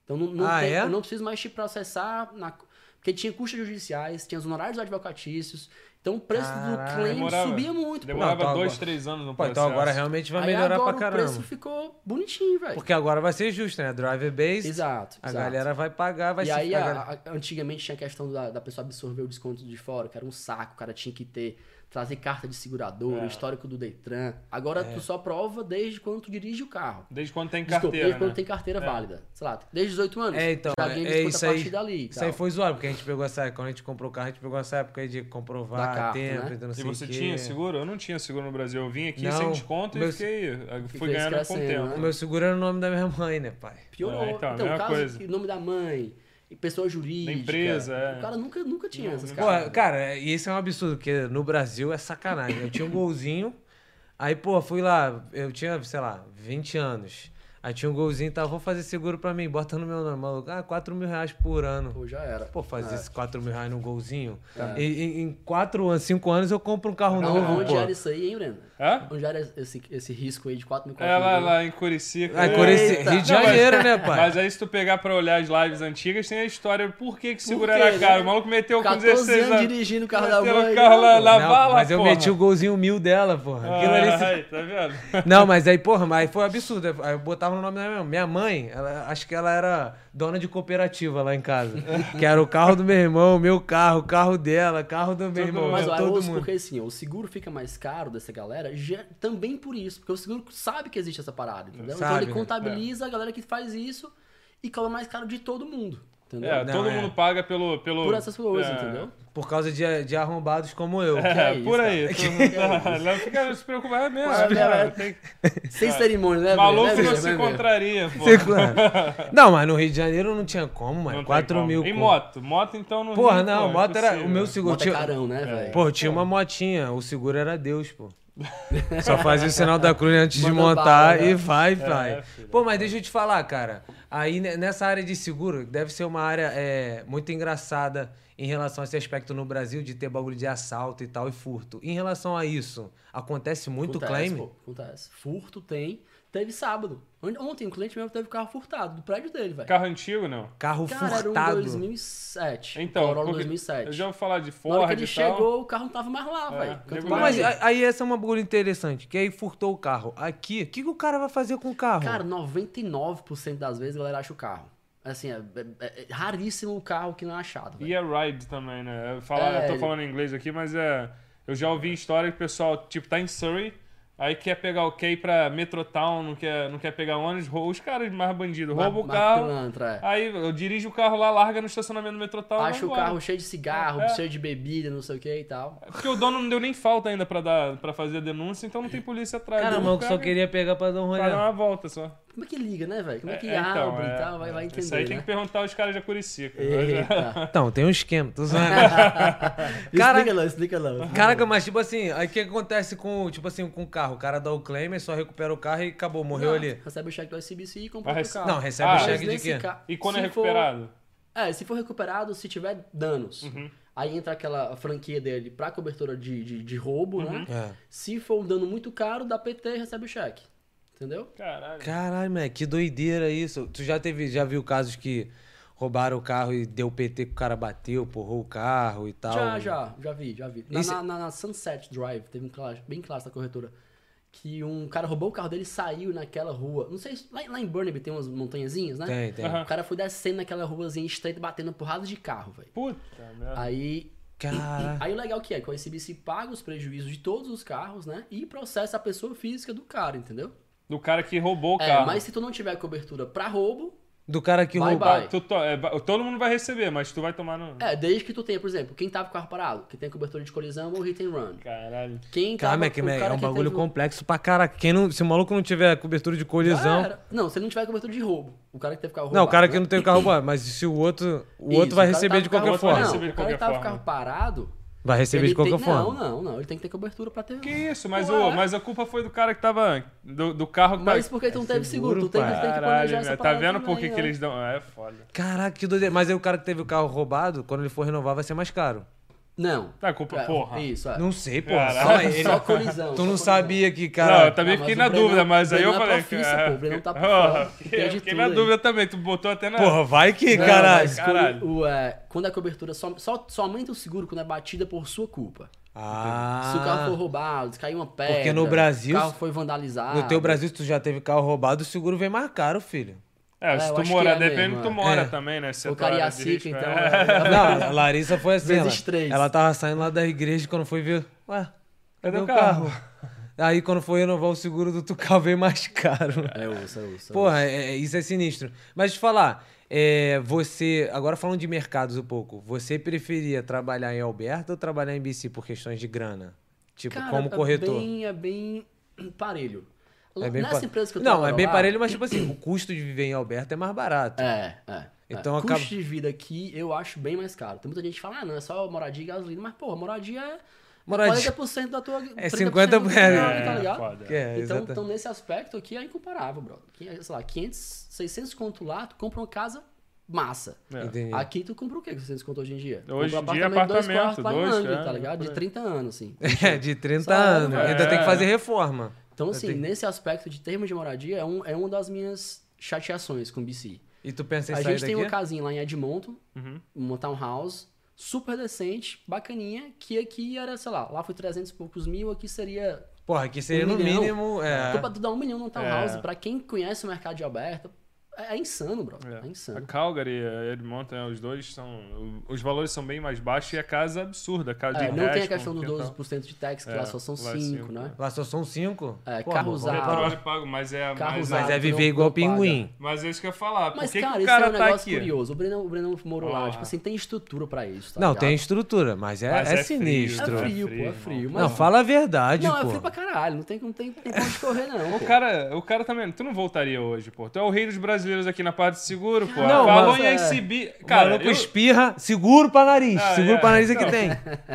[SPEAKER 2] Então não, não
[SPEAKER 1] Ah,
[SPEAKER 2] tem-
[SPEAKER 1] é?
[SPEAKER 2] eu não preciso mais te processar na- porque tinha custas judiciais, tinha os honorários advocatícios, então o preço
[SPEAKER 1] Caralho.
[SPEAKER 2] do claim
[SPEAKER 3] Demorava.
[SPEAKER 2] subia muito. pô.
[SPEAKER 3] Demorava
[SPEAKER 1] Não, então
[SPEAKER 3] dois,
[SPEAKER 1] agora-
[SPEAKER 3] três anos no
[SPEAKER 1] Pô,
[SPEAKER 3] um processo.
[SPEAKER 1] então agora realmente vai
[SPEAKER 2] Aí
[SPEAKER 1] melhorar
[SPEAKER 2] agora
[SPEAKER 1] pra
[SPEAKER 2] O
[SPEAKER 1] caramba.
[SPEAKER 2] preço ficou bonitinho, velho.
[SPEAKER 1] Porque agora vai ser justo, né? Driver base,
[SPEAKER 2] Exato,
[SPEAKER 1] a
[SPEAKER 2] exato.
[SPEAKER 1] galera vai pagar, vai
[SPEAKER 2] e
[SPEAKER 1] se
[SPEAKER 2] aí,
[SPEAKER 1] a
[SPEAKER 2] a-
[SPEAKER 1] galera-
[SPEAKER 2] a- antigamente tinha a questão da, da pessoa absorver o desconto de fora, que era um saco, o cara tinha que ter, trazer carta de seguradora,
[SPEAKER 3] É.
[SPEAKER 2] histórico do Detran. Agora
[SPEAKER 1] É.
[SPEAKER 2] tu só prova desde quando tu dirige o carro.
[SPEAKER 3] Desde quando tem
[SPEAKER 2] Desculpa,
[SPEAKER 3] carteira,
[SPEAKER 2] desde quando
[SPEAKER 3] né?
[SPEAKER 2] tem carteira válida. Sei lá, desde 18 anos.
[SPEAKER 1] É, então,
[SPEAKER 2] já
[SPEAKER 1] é-
[SPEAKER 2] ganha
[SPEAKER 1] é
[SPEAKER 2] desconto
[SPEAKER 1] isso
[SPEAKER 2] a
[SPEAKER 1] aí.
[SPEAKER 2] partir dali. e
[SPEAKER 1] Isso aí
[SPEAKER 2] tal.
[SPEAKER 1] foi zoado, porque a gente pegou essa. Quando a gente comprou o carro, a gente pegou essa época aí de comprovar
[SPEAKER 2] Da carta,
[SPEAKER 1] tempo,
[SPEAKER 2] né?
[SPEAKER 1] então não
[SPEAKER 3] E
[SPEAKER 1] sei
[SPEAKER 3] você
[SPEAKER 1] o quê.
[SPEAKER 3] tinha seguro? Eu não tinha seguro no Brasil. Eu vim aqui
[SPEAKER 1] Não,
[SPEAKER 3] sem desconto
[SPEAKER 1] meu-
[SPEAKER 3] e fiquei... eu Fui
[SPEAKER 2] Fiquei
[SPEAKER 3] ganhando com o
[SPEAKER 2] esquecendo,
[SPEAKER 1] O
[SPEAKER 3] tempo.
[SPEAKER 2] né?
[SPEAKER 1] meu seguro era o nome da minha mãe, né, pai?
[SPEAKER 2] Piorou.
[SPEAKER 3] É, então,
[SPEAKER 2] então,
[SPEAKER 3] a mesma
[SPEAKER 2] caso
[SPEAKER 3] coisa.
[SPEAKER 2] que nome da mãe, e pessoa jurídica.
[SPEAKER 3] empresa, é.
[SPEAKER 2] O cara nunca, nunca tinha essas
[SPEAKER 1] Pô,
[SPEAKER 2] coisas.
[SPEAKER 1] cara, e esse é um absurdo, porque no Brasil é sacanagem. Eu tinha um golzinho, aí, pô, fui lá, eu tinha, sei lá, 20 anos. Aí tinha um golzinho e tá, vou fazer seguro pra mim, bota no meu nome, maluco. Ah, 4 mil reais por ano.
[SPEAKER 2] Pô, já era.
[SPEAKER 1] Pô,
[SPEAKER 3] Ah.
[SPEAKER 1] fazer
[SPEAKER 2] É.
[SPEAKER 1] esses 4 mil reais num golzinho.
[SPEAKER 2] Tá.
[SPEAKER 1] E- e- em 4 anos, 5 anos eu compro um carro
[SPEAKER 2] Não,
[SPEAKER 1] novo.
[SPEAKER 2] Então, onde
[SPEAKER 1] pô.
[SPEAKER 2] era isso aí, hein, Breno?
[SPEAKER 3] Hã?
[SPEAKER 2] Onde era esse, esse risco aí de 4 mil
[SPEAKER 3] É lá, lá em Curicica.
[SPEAKER 1] Ah, Curicica,
[SPEAKER 2] Eita.
[SPEAKER 1] Rio de
[SPEAKER 3] Não, mas-
[SPEAKER 1] Janeiro, né, pai?
[SPEAKER 3] Mas aí se tu pegar pra olhar as lives antigas, tem a história por que que seguro
[SPEAKER 2] quê,
[SPEAKER 3] era
[SPEAKER 2] né?
[SPEAKER 3] caro. O maluco meteu com
[SPEAKER 2] 14
[SPEAKER 3] 16
[SPEAKER 2] anos
[SPEAKER 3] anos.
[SPEAKER 2] dirigindo o carro da
[SPEAKER 3] Meteu o
[SPEAKER 2] mãe.
[SPEAKER 3] carro lá-
[SPEAKER 2] pô.
[SPEAKER 3] lá-
[SPEAKER 1] Não,
[SPEAKER 3] bala,
[SPEAKER 1] mas eu
[SPEAKER 3] porra.
[SPEAKER 1] meti o golzinho mil dela, porra. Aquilo ali se
[SPEAKER 3] Ai, tá vendo?
[SPEAKER 1] Não, mas aí, porra, mas foi um absurdo. Aí eu botava no nome da minha mãe. Minha mãe, ela- acho que ela era dona de cooperativa lá em casa. que era o carro do meu irmão, meu carro, o carro dela, carro do meu irmão,
[SPEAKER 2] Mas
[SPEAKER 1] de
[SPEAKER 2] ó, é
[SPEAKER 1] todo
[SPEAKER 2] osso
[SPEAKER 1] mundo.
[SPEAKER 2] porque assim, ó, o seguro fica mais caro dessa galera já- também por isso, porque o seguro sabe que existe essa parada, entendeu? então
[SPEAKER 1] Sabe,
[SPEAKER 2] ele
[SPEAKER 1] né?
[SPEAKER 2] contabiliza a galera que faz isso e cobra mais caro de todo mundo, entendeu?
[SPEAKER 3] É,
[SPEAKER 1] Não,
[SPEAKER 3] todo
[SPEAKER 1] é.
[SPEAKER 3] mundo paga pelo... pelo
[SPEAKER 2] Por essas coisas,
[SPEAKER 3] é,
[SPEAKER 2] entendeu?
[SPEAKER 1] Por causa de, de arrombados como eu.
[SPEAKER 2] Que é isso,
[SPEAKER 3] É, por
[SPEAKER 2] cara?
[SPEAKER 3] aí.
[SPEAKER 2] Que
[SPEAKER 3] Todo
[SPEAKER 2] é
[SPEAKER 3] mundo- Não fica se preocupar é mesmo.
[SPEAKER 2] Ué,
[SPEAKER 3] cara.
[SPEAKER 2] galera.
[SPEAKER 3] Tem que-
[SPEAKER 2] Sem cerimônia, né?
[SPEAKER 3] Maluco
[SPEAKER 2] velho? Né,
[SPEAKER 3] não
[SPEAKER 2] velho?
[SPEAKER 3] se
[SPEAKER 2] Né, velho?
[SPEAKER 3] contraria, pô.
[SPEAKER 1] Sei lá. né? Não, mas no Rio de Janeiro não tinha como,
[SPEAKER 3] Não
[SPEAKER 1] mano.
[SPEAKER 3] tem
[SPEAKER 1] 4
[SPEAKER 3] como.
[SPEAKER 1] mil.
[SPEAKER 3] E
[SPEAKER 1] com-
[SPEAKER 3] moto? Moto então não.
[SPEAKER 1] Porra,
[SPEAKER 3] pô,
[SPEAKER 1] não, moto era.
[SPEAKER 3] impossível.
[SPEAKER 1] O meu seguro.
[SPEAKER 2] Moto é
[SPEAKER 1] Tinha,
[SPEAKER 2] carão, né, velho?
[SPEAKER 1] pô, tinha uma motinha. O seguro era Deus, pô. Só fazia o sinal da cruz antes de
[SPEAKER 2] Manda
[SPEAKER 1] montar
[SPEAKER 2] bala,
[SPEAKER 1] e
[SPEAKER 2] né?
[SPEAKER 1] vai, vai.
[SPEAKER 3] filho,
[SPEAKER 1] Pô, mas deixa eu te falar, cara. Aí ne- nessa área de seguro, deve ser uma área é, muito engraçada em relação a esse aspecto no Brasil de ter bagulho de assalto e tal e furto. Em relação a isso, acontece muito
[SPEAKER 2] acontece,
[SPEAKER 1] claim?
[SPEAKER 2] Pô, acontece. Furto tem. Teve sábado. On- Ontem um cliente meu teve o carro furtado do prédio dele, velho.
[SPEAKER 3] Carro antigo, não.
[SPEAKER 1] Carro
[SPEAKER 2] Cara, era um
[SPEAKER 1] furtado.
[SPEAKER 2] 2007.
[SPEAKER 3] Então,
[SPEAKER 2] Corolla
[SPEAKER 3] porque
[SPEAKER 2] 2007.
[SPEAKER 3] Eu já ouvi falar de
[SPEAKER 2] Na hora
[SPEAKER 3] Ford
[SPEAKER 2] que ele
[SPEAKER 3] e tal.
[SPEAKER 2] chegou, o carro não tava mais lá,
[SPEAKER 3] É,
[SPEAKER 2] velho. Tanto
[SPEAKER 3] nego
[SPEAKER 1] Pô, mas
[SPEAKER 2] mais ele.
[SPEAKER 1] a- aí essa é uma bagulho interessante, que aí furtou o carro. Aqui, o que, que o cara vai fazer com o carro?
[SPEAKER 2] Cara, 99% das vezes a galera acha o carro. Assim, é, é- é raríssimo o carro que não é achado, velho.
[SPEAKER 3] E a Ride também, né? Eu, falo-
[SPEAKER 2] É,
[SPEAKER 3] eu tô
[SPEAKER 2] ele-
[SPEAKER 3] falando em inglês aqui, mas é. Eu já ouvi história que o pessoal, tipo, tá em Surrey, aí quer pegar o K pra Metrotown, não quer, não quer pegar ônibus, rou- os caras mais bandidos,
[SPEAKER 2] Mas-
[SPEAKER 3] roubam é o
[SPEAKER 2] mas
[SPEAKER 3] carro.
[SPEAKER 2] pilantra, é.
[SPEAKER 3] Aí eu dirijo o carro lá, larga no estacionamento do Metrotown.
[SPEAKER 2] Acha o
[SPEAKER 3] Ah, vambora.
[SPEAKER 2] carro cheio de cigarro,
[SPEAKER 3] É.
[SPEAKER 2] cheio de bebida, não sei o que e tal.
[SPEAKER 3] Porque o dono não deu nem falta ainda pra, dar, pra fazer a denúncia, então não tem polícia atrás.
[SPEAKER 1] Cara,
[SPEAKER 3] Então,
[SPEAKER 1] o maluco
[SPEAKER 3] pega-
[SPEAKER 1] só queria pegar pra dar um rolê.
[SPEAKER 3] Pra dar uma volta só.
[SPEAKER 2] Como é que liga, né, velho? Como é que
[SPEAKER 3] É, então,
[SPEAKER 2] abre
[SPEAKER 3] é.
[SPEAKER 2] e tal? Vai, vai entender.
[SPEAKER 3] Isso aí tem
[SPEAKER 2] né? É.
[SPEAKER 3] que né? perguntar aos caras de Curicica.
[SPEAKER 2] Eita.
[SPEAKER 1] Então, tem um esquema. Tô zoando. Cara-
[SPEAKER 2] Explica lá, explica lá.
[SPEAKER 1] Caraca, mas tipo assim, aí o que acontece com, tipo assim, com o carro? O cara dá o claim, aí só recupera o carro e acabou, morreu
[SPEAKER 2] Não,
[SPEAKER 1] ali.
[SPEAKER 2] Recebe o cheque do SBC e compra
[SPEAKER 3] Mas
[SPEAKER 2] outro
[SPEAKER 3] rece-
[SPEAKER 2] carro.
[SPEAKER 1] Não, recebe
[SPEAKER 3] Ah,
[SPEAKER 1] o
[SPEAKER 2] Mas
[SPEAKER 1] cheque de
[SPEAKER 2] nesse
[SPEAKER 1] quê?
[SPEAKER 2] ca-
[SPEAKER 3] E quando é
[SPEAKER 2] se for-
[SPEAKER 3] recuperado? Uhum.
[SPEAKER 2] É, se for recuperado, se tiver danos, aí entra aquela franquia dele pra cobertura de, de, de roubo,
[SPEAKER 3] Uhum.
[SPEAKER 2] né?
[SPEAKER 1] É.
[SPEAKER 2] Se for um dano muito caro, dá PT e recebe o cheque. Entendeu?
[SPEAKER 3] Caralho.
[SPEAKER 1] Caralho, moleque, que doideira isso. Tu já teve, já viu casos que roubaram o carro e deu PT que o cara bateu, porrou o carro e tal?
[SPEAKER 2] Já, já, já vi, já vi. Na,
[SPEAKER 1] Esse-
[SPEAKER 2] na- na- na Sunset Drive, teve um clássico, bem clássico da corretora, que um cara roubou o carro dele e saiu naquela rua. Não sei, se- lá, em- lá em Burnaby tem umas montanhazinhas, né?
[SPEAKER 1] Tem, tem.
[SPEAKER 3] Aham.
[SPEAKER 2] O cara foi descendo naquela ruazinha estreita, batendo porrada de carro, velho.
[SPEAKER 3] Puta merda.
[SPEAKER 2] Aí
[SPEAKER 1] Caralho.
[SPEAKER 2] Aí o legal que é que o ICBC paga os prejuízos de todos os carros, né? E processa a pessoa física do cara, entendeu?
[SPEAKER 3] Do cara que roubou o
[SPEAKER 2] É,
[SPEAKER 3] carro.
[SPEAKER 2] mas se tu não tiver cobertura pra roubo,
[SPEAKER 1] Do cara que
[SPEAKER 2] Vai,
[SPEAKER 1] roubou.
[SPEAKER 2] vai.
[SPEAKER 3] Tu to- é, ba- todo mundo vai receber, mas tu vai tomar no.
[SPEAKER 2] é, desde que tu tenha, por exemplo, quem tava com o carro parado, que tem cobertura de colisão ou hit and run.
[SPEAKER 3] Caralho.
[SPEAKER 2] Quem tava
[SPEAKER 1] Cara, moleque,
[SPEAKER 2] o
[SPEAKER 1] moleque, é
[SPEAKER 2] cara
[SPEAKER 1] um
[SPEAKER 2] que
[SPEAKER 1] bagulho
[SPEAKER 2] teve um-
[SPEAKER 1] complexo pra caraca. Quem não, se o maluco não tiver cobertura de colisão.
[SPEAKER 2] Ah, era. Não, se ele não tiver cobertura de roubo, o cara que teve carro roubado.
[SPEAKER 1] Não, o cara
[SPEAKER 2] né?
[SPEAKER 1] que não tem o carro roubado, mas se o outro. O
[SPEAKER 2] Isso,
[SPEAKER 1] outro vai
[SPEAKER 2] cara
[SPEAKER 1] receber
[SPEAKER 2] tava
[SPEAKER 1] de
[SPEAKER 2] com o carro
[SPEAKER 1] qualquer
[SPEAKER 3] roubado,
[SPEAKER 1] forma.
[SPEAKER 3] vai receber
[SPEAKER 2] Não,
[SPEAKER 3] de
[SPEAKER 2] o cara
[SPEAKER 3] qualquer
[SPEAKER 2] que tava com o
[SPEAKER 3] forma.
[SPEAKER 2] carro parado.
[SPEAKER 1] Vai receber
[SPEAKER 2] ele
[SPEAKER 1] de qualquer
[SPEAKER 2] tem-
[SPEAKER 1] forma.
[SPEAKER 2] Não, não, não. Ele tem que ter cobertura pra ter.
[SPEAKER 3] Que isso, mas,
[SPEAKER 2] Ué.
[SPEAKER 3] o, mas a culpa foi do cara que tava. Do, do carro que
[SPEAKER 2] Mas
[SPEAKER 3] tava.
[SPEAKER 2] porque tu não teve seguro,
[SPEAKER 1] seguro,
[SPEAKER 2] tu tem, que-
[SPEAKER 1] pai.
[SPEAKER 2] tem que
[SPEAKER 3] Caralho,
[SPEAKER 2] planejar essa
[SPEAKER 3] velho. Tá
[SPEAKER 2] parada
[SPEAKER 3] vendo por
[SPEAKER 2] também,
[SPEAKER 3] que
[SPEAKER 2] né?
[SPEAKER 3] que
[SPEAKER 2] ó.
[SPEAKER 3] eles dão. É foda.
[SPEAKER 1] Caraca, que doideira. Mas aí o cara que teve o carro roubado, quando ele for renovar, vai ser mais caro.
[SPEAKER 2] Não.
[SPEAKER 3] Tá, culpa,
[SPEAKER 2] É,
[SPEAKER 3] porra.
[SPEAKER 2] Isso, é.
[SPEAKER 1] Não sei, pô.
[SPEAKER 3] Caralho.
[SPEAKER 1] Calma aí, ele-
[SPEAKER 2] Só
[SPEAKER 1] Tu
[SPEAKER 2] colisão. só
[SPEAKER 1] não
[SPEAKER 2] colisão.
[SPEAKER 1] sabia que,
[SPEAKER 3] Não,
[SPEAKER 1] cara.
[SPEAKER 3] eu também
[SPEAKER 2] Ah, mas
[SPEAKER 3] fiquei
[SPEAKER 2] o
[SPEAKER 3] na
[SPEAKER 2] Brenão-
[SPEAKER 3] dúvida, mas aí eu
[SPEAKER 2] Brenão é
[SPEAKER 3] falei.
[SPEAKER 2] profissa,
[SPEAKER 3] cara,
[SPEAKER 2] pô, o Brenão tá por
[SPEAKER 3] porra,
[SPEAKER 2] fora,
[SPEAKER 3] Fiquei,
[SPEAKER 2] entende
[SPEAKER 3] fiquei
[SPEAKER 2] tudo
[SPEAKER 3] na
[SPEAKER 2] aí.
[SPEAKER 3] dúvida também, tu botou até na.
[SPEAKER 1] Porra, vai que,
[SPEAKER 2] Não,
[SPEAKER 1] caralho.
[SPEAKER 2] mas quando
[SPEAKER 3] Caralho.
[SPEAKER 2] o, é, quando a cobertura só, só, só aumenta o seguro quando é batida por sua culpa.
[SPEAKER 1] Ah.
[SPEAKER 2] Se o carro foi roubado, se caiu uma pedra.
[SPEAKER 1] Porque no Brasil-
[SPEAKER 2] O carro foi vandalizado.
[SPEAKER 1] No teu Brasil, se tu já teve carro roubado, o seguro vem mais caro, filho.
[SPEAKER 3] É,
[SPEAKER 2] É,
[SPEAKER 3] se
[SPEAKER 2] eu
[SPEAKER 3] tu
[SPEAKER 2] acho que
[SPEAKER 3] morar,
[SPEAKER 2] é
[SPEAKER 3] depende
[SPEAKER 2] mesmo,
[SPEAKER 3] onde
[SPEAKER 2] é.
[SPEAKER 3] tu mora também, né? Se
[SPEAKER 2] O
[SPEAKER 3] tu é área de
[SPEAKER 2] Cariacica,
[SPEAKER 3] risco,
[SPEAKER 2] então.
[SPEAKER 3] é.
[SPEAKER 2] é-
[SPEAKER 1] Não, a Larissa foi assim. Ela,
[SPEAKER 2] Vezes três.
[SPEAKER 1] ela tava saindo lá da igreja quando foi ver. Ué, cadê,
[SPEAKER 3] Cadê
[SPEAKER 1] o
[SPEAKER 3] o carro?
[SPEAKER 1] carro? Aí quando foi renovar o seguro do teu carro veio mais caro.
[SPEAKER 2] É osso, é osso.
[SPEAKER 1] Porra, é- é- isso é sinistro. Mas te falar, é, você. Agora falando de mercados um pouco, você preferia trabalhar em Alberta ou trabalhar em BC por questões de grana? Tipo,
[SPEAKER 2] Cara,
[SPEAKER 1] como
[SPEAKER 2] é
[SPEAKER 1] corretor?
[SPEAKER 2] Bem, é bem parelho.
[SPEAKER 1] É bem
[SPEAKER 2] Nessa
[SPEAKER 1] pa-
[SPEAKER 2] empresa que eu
[SPEAKER 1] Não, é
[SPEAKER 2] trabalho
[SPEAKER 1] bem
[SPEAKER 2] lá-
[SPEAKER 1] parelho, mas tipo assim, o custo de viver em Alberta é mais barato.
[SPEAKER 2] É, é.
[SPEAKER 1] Então
[SPEAKER 2] é.
[SPEAKER 1] acaba-
[SPEAKER 2] Custo de vida aqui eu acho bem mais caro. Tem muita gente que fala, ah, não, é só moradia e gasolina. Mas, porra, moradia é
[SPEAKER 1] Moradia-
[SPEAKER 2] 40% da tua.
[SPEAKER 1] É
[SPEAKER 2] 50% do
[SPEAKER 1] 50%,
[SPEAKER 2] teu
[SPEAKER 1] é,
[SPEAKER 2] tá ligado?
[SPEAKER 3] foda.
[SPEAKER 1] Que é,
[SPEAKER 2] então,
[SPEAKER 1] exata-
[SPEAKER 2] então, nesse aspecto aqui é incomparável, brother. Que, sei lá, 500, 600 conto lá, tu compra uma casa massa.
[SPEAKER 3] É.
[SPEAKER 1] Entendi.
[SPEAKER 2] Aqui tu compra o quê com 600 conto hoje em dia?
[SPEAKER 3] Hoje
[SPEAKER 2] compra
[SPEAKER 3] em dia, é
[SPEAKER 2] dois quartos lá em
[SPEAKER 3] apartamento, dois,
[SPEAKER 2] Angra,
[SPEAKER 3] é,
[SPEAKER 2] tá ligado?
[SPEAKER 3] por
[SPEAKER 2] De
[SPEAKER 3] aí.
[SPEAKER 2] 30 anos, assim.
[SPEAKER 1] É, de 30
[SPEAKER 2] Salário,
[SPEAKER 1] anos.
[SPEAKER 2] né?
[SPEAKER 1] Ainda tem que
[SPEAKER 3] É.
[SPEAKER 1] fazer reforma.
[SPEAKER 2] Então,
[SPEAKER 1] Eu
[SPEAKER 2] assim,
[SPEAKER 1] tenho-
[SPEAKER 2] nesse aspecto de termos de moradia, é, um, é uma das minhas chateações com o BC.
[SPEAKER 1] E tu pensa em
[SPEAKER 2] a
[SPEAKER 1] sair
[SPEAKER 2] gente tem uma
[SPEAKER 1] daqui?
[SPEAKER 2] casinha lá em Edmonton,
[SPEAKER 3] Uhum.
[SPEAKER 2] uma townhouse, super decente, bacaninha, que aqui era, sei lá, lá foi 300 e poucos mil, aqui seria
[SPEAKER 1] Porra, que seria
[SPEAKER 2] Um
[SPEAKER 1] no
[SPEAKER 2] milhão.
[SPEAKER 1] mínimo. É...
[SPEAKER 2] Então, pra tu dar um milhão num townhouse,
[SPEAKER 3] É.
[SPEAKER 2] pra quem conhece o mercado de Alberta, é, é insano, bro. É,
[SPEAKER 3] A
[SPEAKER 2] insano.
[SPEAKER 3] Calgary e a Edmonton, né, os dois são. Os valores são bem mais baixos e a casa é absurda. A casa
[SPEAKER 2] É,
[SPEAKER 3] de
[SPEAKER 2] não tem a
[SPEAKER 3] reais,
[SPEAKER 2] questão
[SPEAKER 3] com
[SPEAKER 2] dos
[SPEAKER 3] quintal.
[SPEAKER 2] 12% de tax, que
[SPEAKER 3] É,
[SPEAKER 2] lá só são
[SPEAKER 3] lá é
[SPEAKER 2] 5,
[SPEAKER 3] cinco,
[SPEAKER 2] né?
[SPEAKER 1] Lá só são 5.
[SPEAKER 2] É, carro usado.
[SPEAKER 3] Petróleo pago, mas é.
[SPEAKER 2] Carro
[SPEAKER 3] mas,
[SPEAKER 1] Mas
[SPEAKER 2] usado.
[SPEAKER 1] é
[SPEAKER 2] tu não-
[SPEAKER 1] viver igual
[SPEAKER 2] não paga.
[SPEAKER 1] pinguim.
[SPEAKER 3] mas é isso que eu ia falar. Por
[SPEAKER 2] Mas,
[SPEAKER 3] que,
[SPEAKER 2] cara,
[SPEAKER 3] que o
[SPEAKER 2] isso
[SPEAKER 3] cara
[SPEAKER 2] é um
[SPEAKER 3] tá
[SPEAKER 2] negócio
[SPEAKER 3] aqui?
[SPEAKER 2] curioso. O Brenão, o Brenão morou lá,
[SPEAKER 3] Porra.
[SPEAKER 2] tipo assim, tem estrutura pra isso, tá
[SPEAKER 1] Não,
[SPEAKER 2] ligado?
[SPEAKER 1] tem estrutura, mas é,
[SPEAKER 3] Mas
[SPEAKER 1] é
[SPEAKER 2] É
[SPEAKER 3] é frio,
[SPEAKER 1] sinistro.
[SPEAKER 3] né?
[SPEAKER 2] frio, pô, é
[SPEAKER 3] irmão.
[SPEAKER 2] frio. Mas...
[SPEAKER 1] Não, fala a verdade,
[SPEAKER 2] Não, é
[SPEAKER 1] pô.
[SPEAKER 2] frio pra caralho. Não tem, não tem, tem pra onde correr, não.
[SPEAKER 3] O
[SPEAKER 2] pô.
[SPEAKER 3] cara, o cara também, tu não voltaria hoje, pô. Tu é o rei dos brasileiros aqui na parte de seguro, pô.
[SPEAKER 1] Não,
[SPEAKER 3] Falou
[SPEAKER 1] mas
[SPEAKER 3] em
[SPEAKER 2] é-
[SPEAKER 3] ICB.
[SPEAKER 1] O
[SPEAKER 3] Cara,
[SPEAKER 1] maluco
[SPEAKER 3] eu-
[SPEAKER 1] espirra, seguro pra nariz.
[SPEAKER 3] Ah,
[SPEAKER 1] seguro
[SPEAKER 3] é,
[SPEAKER 1] pra nariz é que
[SPEAKER 3] então.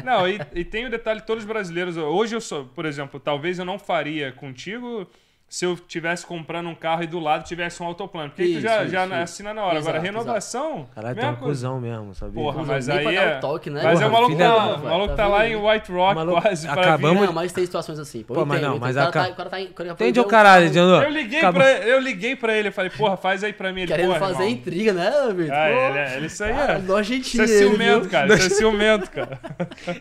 [SPEAKER 1] tem.
[SPEAKER 3] Não, e, e tem o detalhe, todos os brasileiros. Hoje eu sou, por exemplo, talvez eu não faria contigo se eu tivesse comprando um carro e do lado tivesse um autoplano. Porque aí tu
[SPEAKER 2] Isso,
[SPEAKER 3] já,
[SPEAKER 2] isso,
[SPEAKER 3] já
[SPEAKER 2] isso.
[SPEAKER 3] assina na hora. Agora,
[SPEAKER 2] Exato, tá
[SPEAKER 3] renovação.
[SPEAKER 1] Caralho, tu é
[SPEAKER 3] mesma
[SPEAKER 1] um
[SPEAKER 3] coisa.
[SPEAKER 1] cuzão mesmo, sabia?
[SPEAKER 3] Porra, mas
[SPEAKER 2] Nem pra
[SPEAKER 3] aí.
[SPEAKER 2] dar
[SPEAKER 3] É...
[SPEAKER 2] o toque, né?
[SPEAKER 3] Mas é o
[SPEAKER 1] Porra,
[SPEAKER 3] maluco
[SPEAKER 1] filha
[SPEAKER 3] tá,
[SPEAKER 1] da
[SPEAKER 3] o
[SPEAKER 1] puta,
[SPEAKER 3] maluco
[SPEAKER 2] tá
[SPEAKER 3] tá lá
[SPEAKER 2] vendo?
[SPEAKER 3] em White Rock
[SPEAKER 1] Maluco,
[SPEAKER 3] quase pra vir.
[SPEAKER 1] acabamos-
[SPEAKER 2] Não, mas tem situações assim. Pô,
[SPEAKER 1] Pô, mas não,
[SPEAKER 2] entendo,
[SPEAKER 1] mas
[SPEAKER 2] entendo. o cara,
[SPEAKER 1] a ca-
[SPEAKER 2] tá, o cara tá, em- o cara
[SPEAKER 1] Entende Então, o
[SPEAKER 2] um
[SPEAKER 1] caralho,
[SPEAKER 2] carro
[SPEAKER 1] Diandô?
[SPEAKER 3] Eu liguei, pra, ele- eu liguei pra ele, eu falei, porra, faz aí pra mim. Ele,
[SPEAKER 2] Querendo
[SPEAKER 3] porra,
[SPEAKER 2] fazer
[SPEAKER 3] irmão.
[SPEAKER 2] intriga, né, Vitor?
[SPEAKER 3] Ah,
[SPEAKER 2] Pô,
[SPEAKER 3] ele, é- ele, isso aí
[SPEAKER 2] cara,
[SPEAKER 3] é. Isso
[SPEAKER 2] nojentinho
[SPEAKER 3] é
[SPEAKER 2] ele, viu?
[SPEAKER 3] ciumento, cara. Isso é ciumento, cara.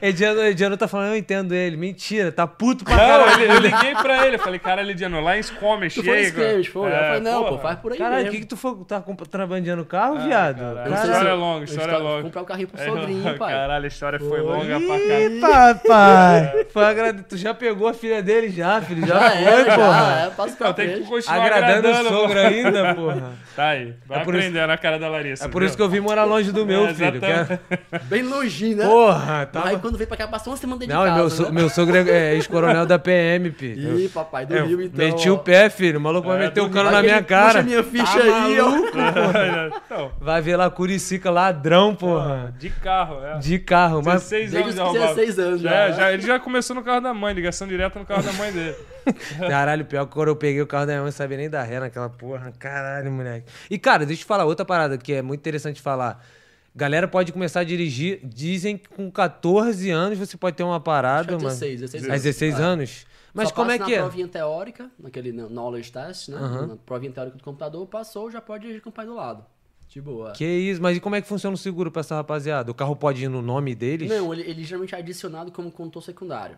[SPEAKER 1] Ediano, Ediano tá falando, eu entendo ele. Mentira, tá puto pra
[SPEAKER 3] Não, ele-
[SPEAKER 1] caralho.
[SPEAKER 3] eu liguei pra ele. eu Falei, cara, Lidiano, lá em Squamish.
[SPEAKER 2] Tu
[SPEAKER 3] e aí,
[SPEAKER 2] foi
[SPEAKER 3] cara?
[SPEAKER 2] escrever, foi? Eu
[SPEAKER 3] É,
[SPEAKER 2] falei, não, pô,
[SPEAKER 3] porra.
[SPEAKER 2] faz por aí
[SPEAKER 1] Caralho, o
[SPEAKER 2] mesmo.
[SPEAKER 1] que que tu foi, tá contrabandeando o carro, viado?
[SPEAKER 3] Ah, caralho.
[SPEAKER 2] Eu não sei
[SPEAKER 1] Caralho.
[SPEAKER 3] História
[SPEAKER 2] se-
[SPEAKER 3] é longa, história é
[SPEAKER 2] eu
[SPEAKER 3] longa.
[SPEAKER 2] Comprar o carrinho pro
[SPEAKER 3] É,
[SPEAKER 2] sogrinho, pai.
[SPEAKER 3] Caralho, a história foi
[SPEAKER 2] Pô,
[SPEAKER 3] longa pra caralho.
[SPEAKER 1] Ih, papai! Foi agrade- Tu já pegou a filha dele já, filho? Já,
[SPEAKER 2] Já
[SPEAKER 1] foi,
[SPEAKER 2] é, já
[SPEAKER 1] porra.
[SPEAKER 2] é, passa pra
[SPEAKER 3] Não, tem que
[SPEAKER 2] frente.
[SPEAKER 3] continuar
[SPEAKER 1] Agradando
[SPEAKER 3] agradando,
[SPEAKER 1] o sogro
[SPEAKER 3] pô.
[SPEAKER 1] ainda, porra.
[SPEAKER 3] Tá aí, vai
[SPEAKER 1] É por isso-
[SPEAKER 3] aprendendo a cara da Larissa.
[SPEAKER 1] É por isso que eu vim morar longe do meu, filho. que é-
[SPEAKER 2] Bem longinho, né?
[SPEAKER 1] Porra,
[SPEAKER 2] Aí
[SPEAKER 1] tava...
[SPEAKER 2] quando veio pra cá, passou uma semana dentro
[SPEAKER 1] Não,
[SPEAKER 2] de casa.
[SPEAKER 1] meu, so-
[SPEAKER 2] né?
[SPEAKER 1] meu sogro é é ex-coronel da PM, filho.
[SPEAKER 2] Ih, papai do
[SPEAKER 1] Eu
[SPEAKER 2] Rio, então.
[SPEAKER 1] meti meti o pé, filho. O maluco vai meter o cano
[SPEAKER 2] Vai
[SPEAKER 1] na
[SPEAKER 2] que
[SPEAKER 1] minha
[SPEAKER 2] ele
[SPEAKER 1] cara.
[SPEAKER 2] Puxa minha ficha
[SPEAKER 1] Tá
[SPEAKER 2] aí, ó.
[SPEAKER 3] então,
[SPEAKER 1] Vai ver lá Curicica, ladrão, porra.
[SPEAKER 3] de carro,
[SPEAKER 2] Ah.
[SPEAKER 3] é.
[SPEAKER 1] De carro, mas.
[SPEAKER 3] 16
[SPEAKER 2] Desde
[SPEAKER 3] anos
[SPEAKER 2] os
[SPEAKER 3] arrombado.
[SPEAKER 2] 16 anos já,
[SPEAKER 3] É,
[SPEAKER 2] né?
[SPEAKER 3] já, ele já começou no carro da mãe, ligação direta no carro da mãe dele.
[SPEAKER 1] Caralho, pior que quando eu peguei o carro da minha mãe, eu não sabia nem dar ré naquela porra. Caralho, moleque. E, cara, deixa eu te falar outra parada que é muito interessante falar. Galera pode começar a dirigir. Dizem que com 14 anos você pode ter uma parada,
[SPEAKER 2] Acho que é
[SPEAKER 1] mano.
[SPEAKER 2] 16, 16
[SPEAKER 1] Às 16 anos. Mas
[SPEAKER 2] Ah. Só
[SPEAKER 1] como
[SPEAKER 2] passa
[SPEAKER 1] é que
[SPEAKER 2] na
[SPEAKER 1] é?
[SPEAKER 2] provinha teórica, naquele knowledge test, né? Na provinha teórica do computador, passou, já pode dirigir com o pai do lado. De boa.
[SPEAKER 1] Que isso, mas e como é que funciona o seguro pra essa rapaziada? O carro pode ir no nome deles?
[SPEAKER 2] Não, ele, ele geralmente é adicionado como condutor secundário.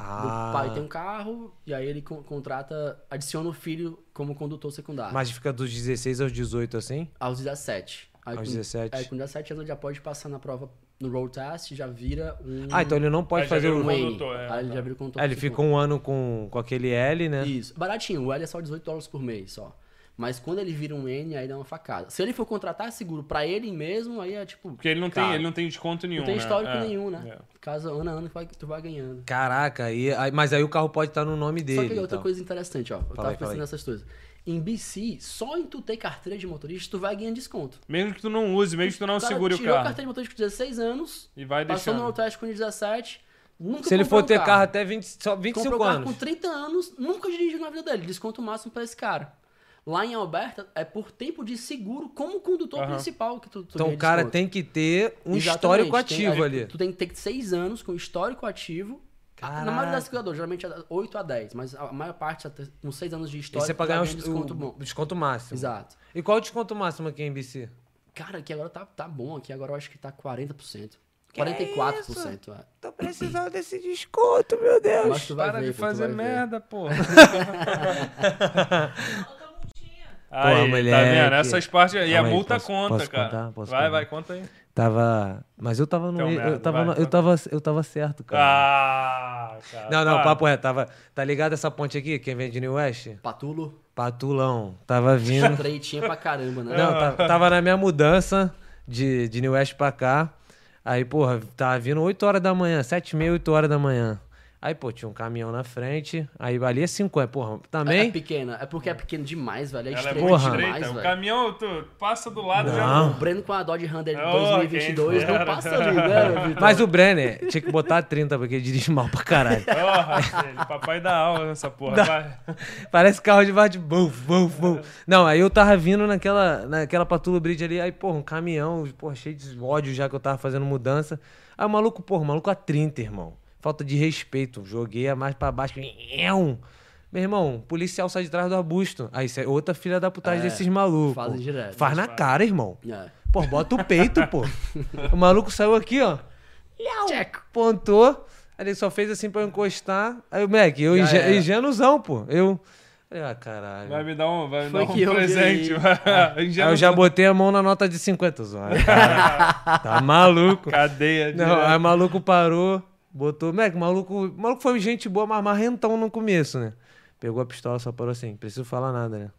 [SPEAKER 1] Ah,
[SPEAKER 2] O pai tem um carro, e aí ele con- contrata, adiciona o filho como condutor secundário.
[SPEAKER 1] mas fica dos 16 aos 18 assim?
[SPEAKER 2] Aos 17. Aí,
[SPEAKER 1] Aos
[SPEAKER 2] com-
[SPEAKER 1] 17.
[SPEAKER 2] Aí com 17 anos ele já pode passar na prova no road test, já vira um.
[SPEAKER 1] Ah, então ele não pode
[SPEAKER 3] Aí já
[SPEAKER 1] fazer
[SPEAKER 3] vira
[SPEAKER 1] o.
[SPEAKER 2] um
[SPEAKER 3] um
[SPEAKER 2] N.
[SPEAKER 3] condutor, é,
[SPEAKER 2] aí ele
[SPEAKER 3] tá.
[SPEAKER 2] já vira o condutor
[SPEAKER 1] Ah, ele fica um ano com, com aquele L, né?
[SPEAKER 2] Então Isso. Baratinho, o L é só 18 dólares por mês só. Mas quando ele vira um N, aí dá uma facada. Se ele for contratar seguro pra ele mesmo, aí é tipo.
[SPEAKER 3] Porque ele não, tem,
[SPEAKER 2] cara,
[SPEAKER 3] ele não tem desconto nenhum.
[SPEAKER 2] não tem
[SPEAKER 3] né?
[SPEAKER 2] histórico
[SPEAKER 3] É,
[SPEAKER 2] nenhum, né?
[SPEAKER 3] é.
[SPEAKER 2] Caso ano a ano vai- tu vai ganhando.
[SPEAKER 1] Caraca, aí, aí- mas aí o carro pode estar no nome
[SPEAKER 2] Só
[SPEAKER 1] dele.
[SPEAKER 2] que aí outra
[SPEAKER 1] então.
[SPEAKER 2] coisa interessante, ó. Eu
[SPEAKER 1] aí,
[SPEAKER 2] tava
[SPEAKER 1] fala
[SPEAKER 2] pensando
[SPEAKER 1] aí.
[SPEAKER 2] nessas coisas. Em BC, só em tu ter carteira de motorista, tu vai ganhar desconto.
[SPEAKER 3] Mesmo que tu não use, mesmo que tu não
[SPEAKER 2] cara
[SPEAKER 3] segure o
[SPEAKER 2] tirou
[SPEAKER 3] carro.
[SPEAKER 2] carteira de motorista com 16 anos,
[SPEAKER 3] E vai
[SPEAKER 2] passou no
[SPEAKER 3] deixando.
[SPEAKER 2] autoteste com 17, nunca
[SPEAKER 1] Se ele
[SPEAKER 2] comprou
[SPEAKER 1] for
[SPEAKER 2] um
[SPEAKER 1] ter carro, até 20, só 25
[SPEAKER 2] Comprou carro
[SPEAKER 1] anos.
[SPEAKER 2] com 30 anos, nunca dirigiu na vida dele. Desconto máximo pra esse cara. Lá em Alberta, é por tempo de seguro como condutor
[SPEAKER 3] Aham.
[SPEAKER 2] principal que tu, tu
[SPEAKER 1] Então
[SPEAKER 2] ganha
[SPEAKER 1] o cara
[SPEAKER 2] desconto.
[SPEAKER 1] tem que ter um
[SPEAKER 2] Exatamente,
[SPEAKER 1] histórico
[SPEAKER 2] tem-
[SPEAKER 1] ativo
[SPEAKER 2] aí
[SPEAKER 1] ali.
[SPEAKER 2] Tu tem que ter 6 anos com histórico ativo. Na maioria das seguradoras, geralmente é 8 a 10, mas a maior parte, até com 6 anos de histórico,
[SPEAKER 1] Isso é pra
[SPEAKER 2] já
[SPEAKER 1] ganhar
[SPEAKER 2] ganha um
[SPEAKER 1] o-
[SPEAKER 2] desconto
[SPEAKER 1] o
[SPEAKER 2] bom.
[SPEAKER 1] desconto máximo.
[SPEAKER 2] Exato.
[SPEAKER 1] E qual é o desconto máximo aqui em BC?
[SPEAKER 2] Cara, aqui agora tá, tá bom. Aqui agora eu acho que tá 40%. 44%. é.
[SPEAKER 1] Tô precisando desse desconto, meu Deus.
[SPEAKER 2] Mas tu vai
[SPEAKER 3] Para
[SPEAKER 2] ver,
[SPEAKER 3] de
[SPEAKER 2] pô, tu vai
[SPEAKER 3] fazer
[SPEAKER 2] ver.
[SPEAKER 3] merda, porra.
[SPEAKER 4] Coloca a multinha.
[SPEAKER 3] Aí, tá
[SPEAKER 1] moleque.
[SPEAKER 3] vendo? Essas partes. E a
[SPEAKER 1] Calma aí,
[SPEAKER 3] multa
[SPEAKER 1] posso-
[SPEAKER 3] conta,
[SPEAKER 1] posso
[SPEAKER 3] cara.
[SPEAKER 1] contar? Posso
[SPEAKER 3] vai,
[SPEAKER 1] contar?
[SPEAKER 3] vai, conta aí.
[SPEAKER 1] Tava. Mas eu tava no.
[SPEAKER 3] Então,
[SPEAKER 1] eu,
[SPEAKER 3] merda,
[SPEAKER 1] tava
[SPEAKER 3] vai,
[SPEAKER 1] no- eu,
[SPEAKER 3] conta.
[SPEAKER 1] tava, eu tava certo, cara.
[SPEAKER 3] Ah, cara.
[SPEAKER 1] Tá não, não,
[SPEAKER 3] para.
[SPEAKER 1] papo é, tava. Tá ligado essa ponte aqui? Quem vem de New West?
[SPEAKER 2] Patulo,
[SPEAKER 1] Patulão. Tava vindo.
[SPEAKER 2] treitinha pra caramba, né?
[SPEAKER 1] Não, tá- tava na minha mudança de, de New West pra cá. Aí, porra, tava vindo 8 horas da manhã, 7 e meia, 8 horas da manhã. Aí, pô, tinha um caminhão na frente. Aí ali é 5, é, porra,
[SPEAKER 2] É,
[SPEAKER 1] também.
[SPEAKER 2] é pequena. É porque é pequeno demais, velho. É
[SPEAKER 3] Ela é
[SPEAKER 2] estreita
[SPEAKER 3] muito
[SPEAKER 1] Porra.
[SPEAKER 3] estreita.
[SPEAKER 2] demais,
[SPEAKER 3] o
[SPEAKER 2] velho.
[SPEAKER 3] caminhão tu passa do lado
[SPEAKER 1] Não.
[SPEAKER 3] já.
[SPEAKER 2] O Breno com a Dodge Hunter
[SPEAKER 3] Oh,
[SPEAKER 2] 2022
[SPEAKER 3] quem
[SPEAKER 2] não passa ali, né, Vitor?
[SPEAKER 1] Mas o Brenner tinha que botar 30, porque ele dirige mal pra caralho.
[SPEAKER 3] Porra, filho, papai dá aula nessa porra. Vai.
[SPEAKER 1] Parece carro de bate, buf, buf, buf. Não, aí eu tava vindo naquela, naquela Patulo Bridge ali, aí, porra, um caminhão, porra, cheio de ódio já que eu tava fazendo mudança. Aí o maluco, porra, o maluco a 30, irmão. Falta de respeito. Joguei a mais pra baixo. Nhão. Meu irmão, o policial sai de trás do arbusto. Aí isso é outra filha da putagem
[SPEAKER 2] É,
[SPEAKER 1] desses malucos.
[SPEAKER 2] fazem direto.
[SPEAKER 1] Faz na cara, irmão.
[SPEAKER 2] É.
[SPEAKER 1] Pô, bota o peito, pô. O maluco saiu aqui, ó.
[SPEAKER 2] Tcheco.
[SPEAKER 1] Pontou. Aí ele só fez assim pra eu encostar. Aí o Mac, eu
[SPEAKER 2] Já
[SPEAKER 1] ingê-
[SPEAKER 2] era.
[SPEAKER 1] ingenuzão, pô. Eu. Falei, ah, caralho.
[SPEAKER 3] Vai me dar um, vai me
[SPEAKER 2] Foi
[SPEAKER 3] dar
[SPEAKER 2] que
[SPEAKER 3] um
[SPEAKER 2] eu
[SPEAKER 3] presente.
[SPEAKER 2] vi.
[SPEAKER 3] vai.
[SPEAKER 1] Aí eu já botei a mão na nota de 50, zoado. tá maluco.
[SPEAKER 3] Cadeia.
[SPEAKER 1] Não,
[SPEAKER 3] direto.
[SPEAKER 1] aí o maluco parou, botou. Mac, o maluco, o maluco foi um gente boa, mas marrentão no começo, né? Pegou a pistola, só parou assim. Preciso falar nada, né?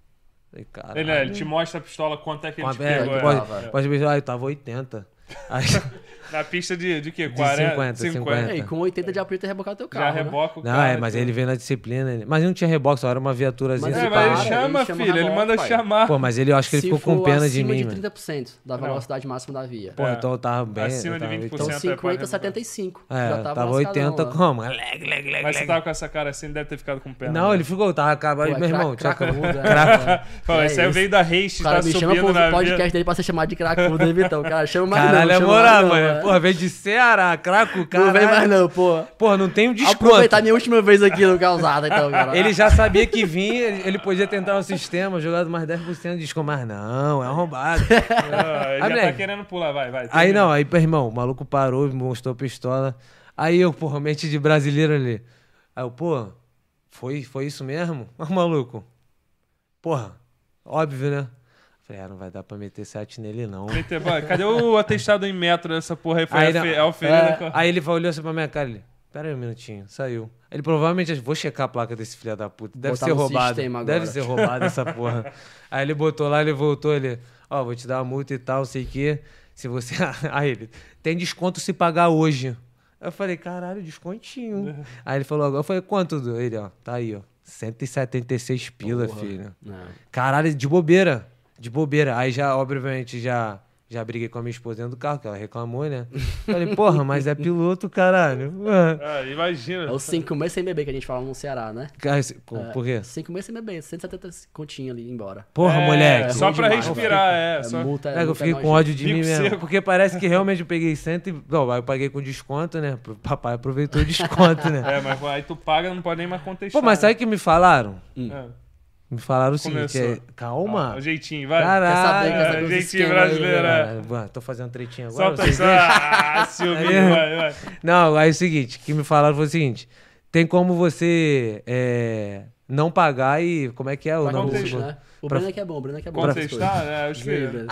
[SPEAKER 1] Falei, caralho.
[SPEAKER 3] Ele, ele te mostra a pistola, quanto é que ele
[SPEAKER 1] Uma-
[SPEAKER 3] te
[SPEAKER 1] é,
[SPEAKER 3] pegou. é.
[SPEAKER 1] pode,
[SPEAKER 2] é.
[SPEAKER 1] pode beijar. Ah, eu tava 80. Aí,
[SPEAKER 3] é. Na pista de, de quê?
[SPEAKER 1] De
[SPEAKER 3] 40,
[SPEAKER 1] 50,
[SPEAKER 3] 50.
[SPEAKER 2] É,
[SPEAKER 1] tá.
[SPEAKER 2] e com 80 de abril, tu rebocar teu
[SPEAKER 3] Já
[SPEAKER 2] carro. né?
[SPEAKER 3] reboca o
[SPEAKER 1] não,
[SPEAKER 3] cara.
[SPEAKER 1] é, mas
[SPEAKER 3] tudo.
[SPEAKER 1] ele veio na disciplina. ele- Mas não tinha reboque, só era uma viaturazinha.
[SPEAKER 2] Mas
[SPEAKER 3] É,
[SPEAKER 1] assim,
[SPEAKER 2] ele
[SPEAKER 3] mas ele
[SPEAKER 1] parada.
[SPEAKER 3] chama,
[SPEAKER 2] ele chama
[SPEAKER 3] filho. Ele
[SPEAKER 2] reboque,
[SPEAKER 3] manda
[SPEAKER 2] pai.
[SPEAKER 3] chamar.
[SPEAKER 1] Pô, mas ele, eu acho que ele
[SPEAKER 2] Se
[SPEAKER 1] ficou com
[SPEAKER 2] for
[SPEAKER 1] pena de
[SPEAKER 2] acima
[SPEAKER 1] mim,
[SPEAKER 2] de
[SPEAKER 1] mano.
[SPEAKER 2] 30% da velocidade máxima da via.
[SPEAKER 1] Pô, então eu tava bem.
[SPEAKER 3] Acima
[SPEAKER 1] eu
[SPEAKER 3] de
[SPEAKER 1] tava
[SPEAKER 3] 20%.
[SPEAKER 2] Então
[SPEAKER 3] é, pode
[SPEAKER 2] 50,
[SPEAKER 3] rebocar.
[SPEAKER 2] 75.
[SPEAKER 1] É,
[SPEAKER 2] já
[SPEAKER 1] tava,
[SPEAKER 2] tava,
[SPEAKER 1] tava
[SPEAKER 2] lascadão né?
[SPEAKER 1] 80
[SPEAKER 2] lá.
[SPEAKER 1] como? Leg, leg, leg,
[SPEAKER 3] Mas você
[SPEAKER 1] leg.
[SPEAKER 2] é
[SPEAKER 3] tava com essa cara assim, deve ter ficado com pena.
[SPEAKER 1] Não,
[SPEAKER 3] né?
[SPEAKER 1] ele ficou, tava acabando.
[SPEAKER 2] Pô,
[SPEAKER 1] meu
[SPEAKER 2] é
[SPEAKER 1] irmão,
[SPEAKER 2] cra-
[SPEAKER 1] tinha
[SPEAKER 2] cracudo,
[SPEAKER 1] acabado.
[SPEAKER 2] é, velho.
[SPEAKER 3] Pô,
[SPEAKER 2] É
[SPEAKER 3] esse aí
[SPEAKER 2] isso.
[SPEAKER 3] veio da Race,
[SPEAKER 2] O cara
[SPEAKER 3] tá
[SPEAKER 2] me chama pro
[SPEAKER 3] subindo na
[SPEAKER 2] podcast
[SPEAKER 3] vida.
[SPEAKER 2] dele pra ser chamado de cracudo, hein, Vitão? Cara, chama mais
[SPEAKER 1] Caralho,
[SPEAKER 2] não.
[SPEAKER 1] é
[SPEAKER 2] chama mais
[SPEAKER 1] moral,
[SPEAKER 2] não,
[SPEAKER 1] mano.
[SPEAKER 2] é.
[SPEAKER 1] Porra, veio de Ceará, craco, cara.
[SPEAKER 2] Não vem mais não, pô.
[SPEAKER 1] Porra, não tem um desconto.
[SPEAKER 2] Aproveitar minha última vez aqui no Calzada, então, cara.
[SPEAKER 1] Ele já sabia que vinha, ele- ele podia tentar um sistema, jogado mais 10% de desconto, mas não, é arrombado.
[SPEAKER 3] Ah,
[SPEAKER 1] Ah,
[SPEAKER 3] Ele já tá
[SPEAKER 1] moleque.
[SPEAKER 3] querendo pular, vai, vai.
[SPEAKER 1] Aí
[SPEAKER 3] termina.
[SPEAKER 1] não, aí, meu irmão, o maluco parou, me mostrou a pistola. Aí eu, porra, mente de brasileiro ali. Aí eu, pô, foi, foi isso mesmo? Mas, maluco, porra, óbvio, né? Falei, ah, não vai dar pra meter sete nele, não.
[SPEAKER 3] Meter bola. Cadê o atestado em metro dessa porra aí? Foi
[SPEAKER 1] Aí
[SPEAKER 3] a,
[SPEAKER 1] não.
[SPEAKER 3] fe... a oferenda.
[SPEAKER 1] É, Aí ele olhou assim pra minha cara ele. Pera aí um minutinho, saiu. Ele provavelmente, vou checar a placa desse filho da puta. Deve
[SPEAKER 2] Botar
[SPEAKER 1] ser
[SPEAKER 2] no
[SPEAKER 1] roubado.
[SPEAKER 2] sistema agora.
[SPEAKER 1] Deve ser roubado essa porra. aí ele botou lá, ele voltou, ele, ó, vou te dar uma multa e tal, sei o quê. Se você. Aí ele, tem desconto se pagar
[SPEAKER 2] É.
[SPEAKER 1] hoje. Eu falei, caralho, descontinho. aí ele falou, agora, eu falei, quanto? Du?" Ele, ó, tá aí, ó. 176 pila, filho.
[SPEAKER 2] Não.
[SPEAKER 1] Caralho, de bobeira. De bobeira. Aí já, obviamente, já, já briguei com a minha esposa dentro do carro, que ela reclamou, né? Falei, porra, mas é piloto, caralho. Porra.
[SPEAKER 3] Ah,
[SPEAKER 2] É
[SPEAKER 3] imagina.
[SPEAKER 2] os cinco meses sem beber que a gente fala no Ceará, né?
[SPEAKER 1] Cara, esse- pô, Por quê?
[SPEAKER 2] Cinco meses sem beber, 170 continha ali embora.
[SPEAKER 1] Porra,
[SPEAKER 3] É,
[SPEAKER 1] moleque.
[SPEAKER 3] Só
[SPEAKER 2] Bom
[SPEAKER 3] pra
[SPEAKER 2] demais,
[SPEAKER 3] respirar,
[SPEAKER 2] mano.
[SPEAKER 3] é. Só...
[SPEAKER 2] multa,
[SPEAKER 1] Cara, eu
[SPEAKER 2] multa
[SPEAKER 1] fiquei
[SPEAKER 2] nós-
[SPEAKER 1] com ódio de
[SPEAKER 3] Bico
[SPEAKER 1] mim mesmo.
[SPEAKER 3] seco.
[SPEAKER 1] Porque parece que realmente eu peguei 100 e. Não, eu paguei com desconto, né? O papai aproveitou o desconto, né?
[SPEAKER 3] É, mas aí tu paga, não pode nem mais contestar.
[SPEAKER 1] Pô, mas sabe
[SPEAKER 3] né?
[SPEAKER 1] o que me falaram?
[SPEAKER 3] É.
[SPEAKER 1] Me falaram o seguinte:
[SPEAKER 3] Começou.
[SPEAKER 1] é, calma.
[SPEAKER 3] Ah, o jeitinho, vai.
[SPEAKER 1] Caralho,
[SPEAKER 2] Quer saber, quer
[SPEAKER 1] é,
[SPEAKER 2] saber os
[SPEAKER 1] gente
[SPEAKER 2] esquemas aí,
[SPEAKER 3] brasileira.
[SPEAKER 1] brasileira. Ué, Tô fazendo tretinha agora.
[SPEAKER 3] é- Solta
[SPEAKER 1] vocês
[SPEAKER 3] isso.
[SPEAKER 1] deixam?
[SPEAKER 3] Ah, Silvinho,
[SPEAKER 1] Aí- é
[SPEAKER 3] vai, vai.
[SPEAKER 1] Não, aí é o seguinte, o que me falaram foi o seguinte: tem como você é, não pagar e. Como é que é o
[SPEAKER 2] Pra
[SPEAKER 1] nome
[SPEAKER 3] contexto,
[SPEAKER 1] desse
[SPEAKER 2] contestar,
[SPEAKER 1] negócio?
[SPEAKER 2] né? O
[SPEAKER 1] Pra-
[SPEAKER 2] Breno é que é bom, o Breno é que é bom. nessas
[SPEAKER 3] Contestar,
[SPEAKER 2] coisas.
[SPEAKER 3] né? Eu espero.
[SPEAKER 2] Aí, Breno.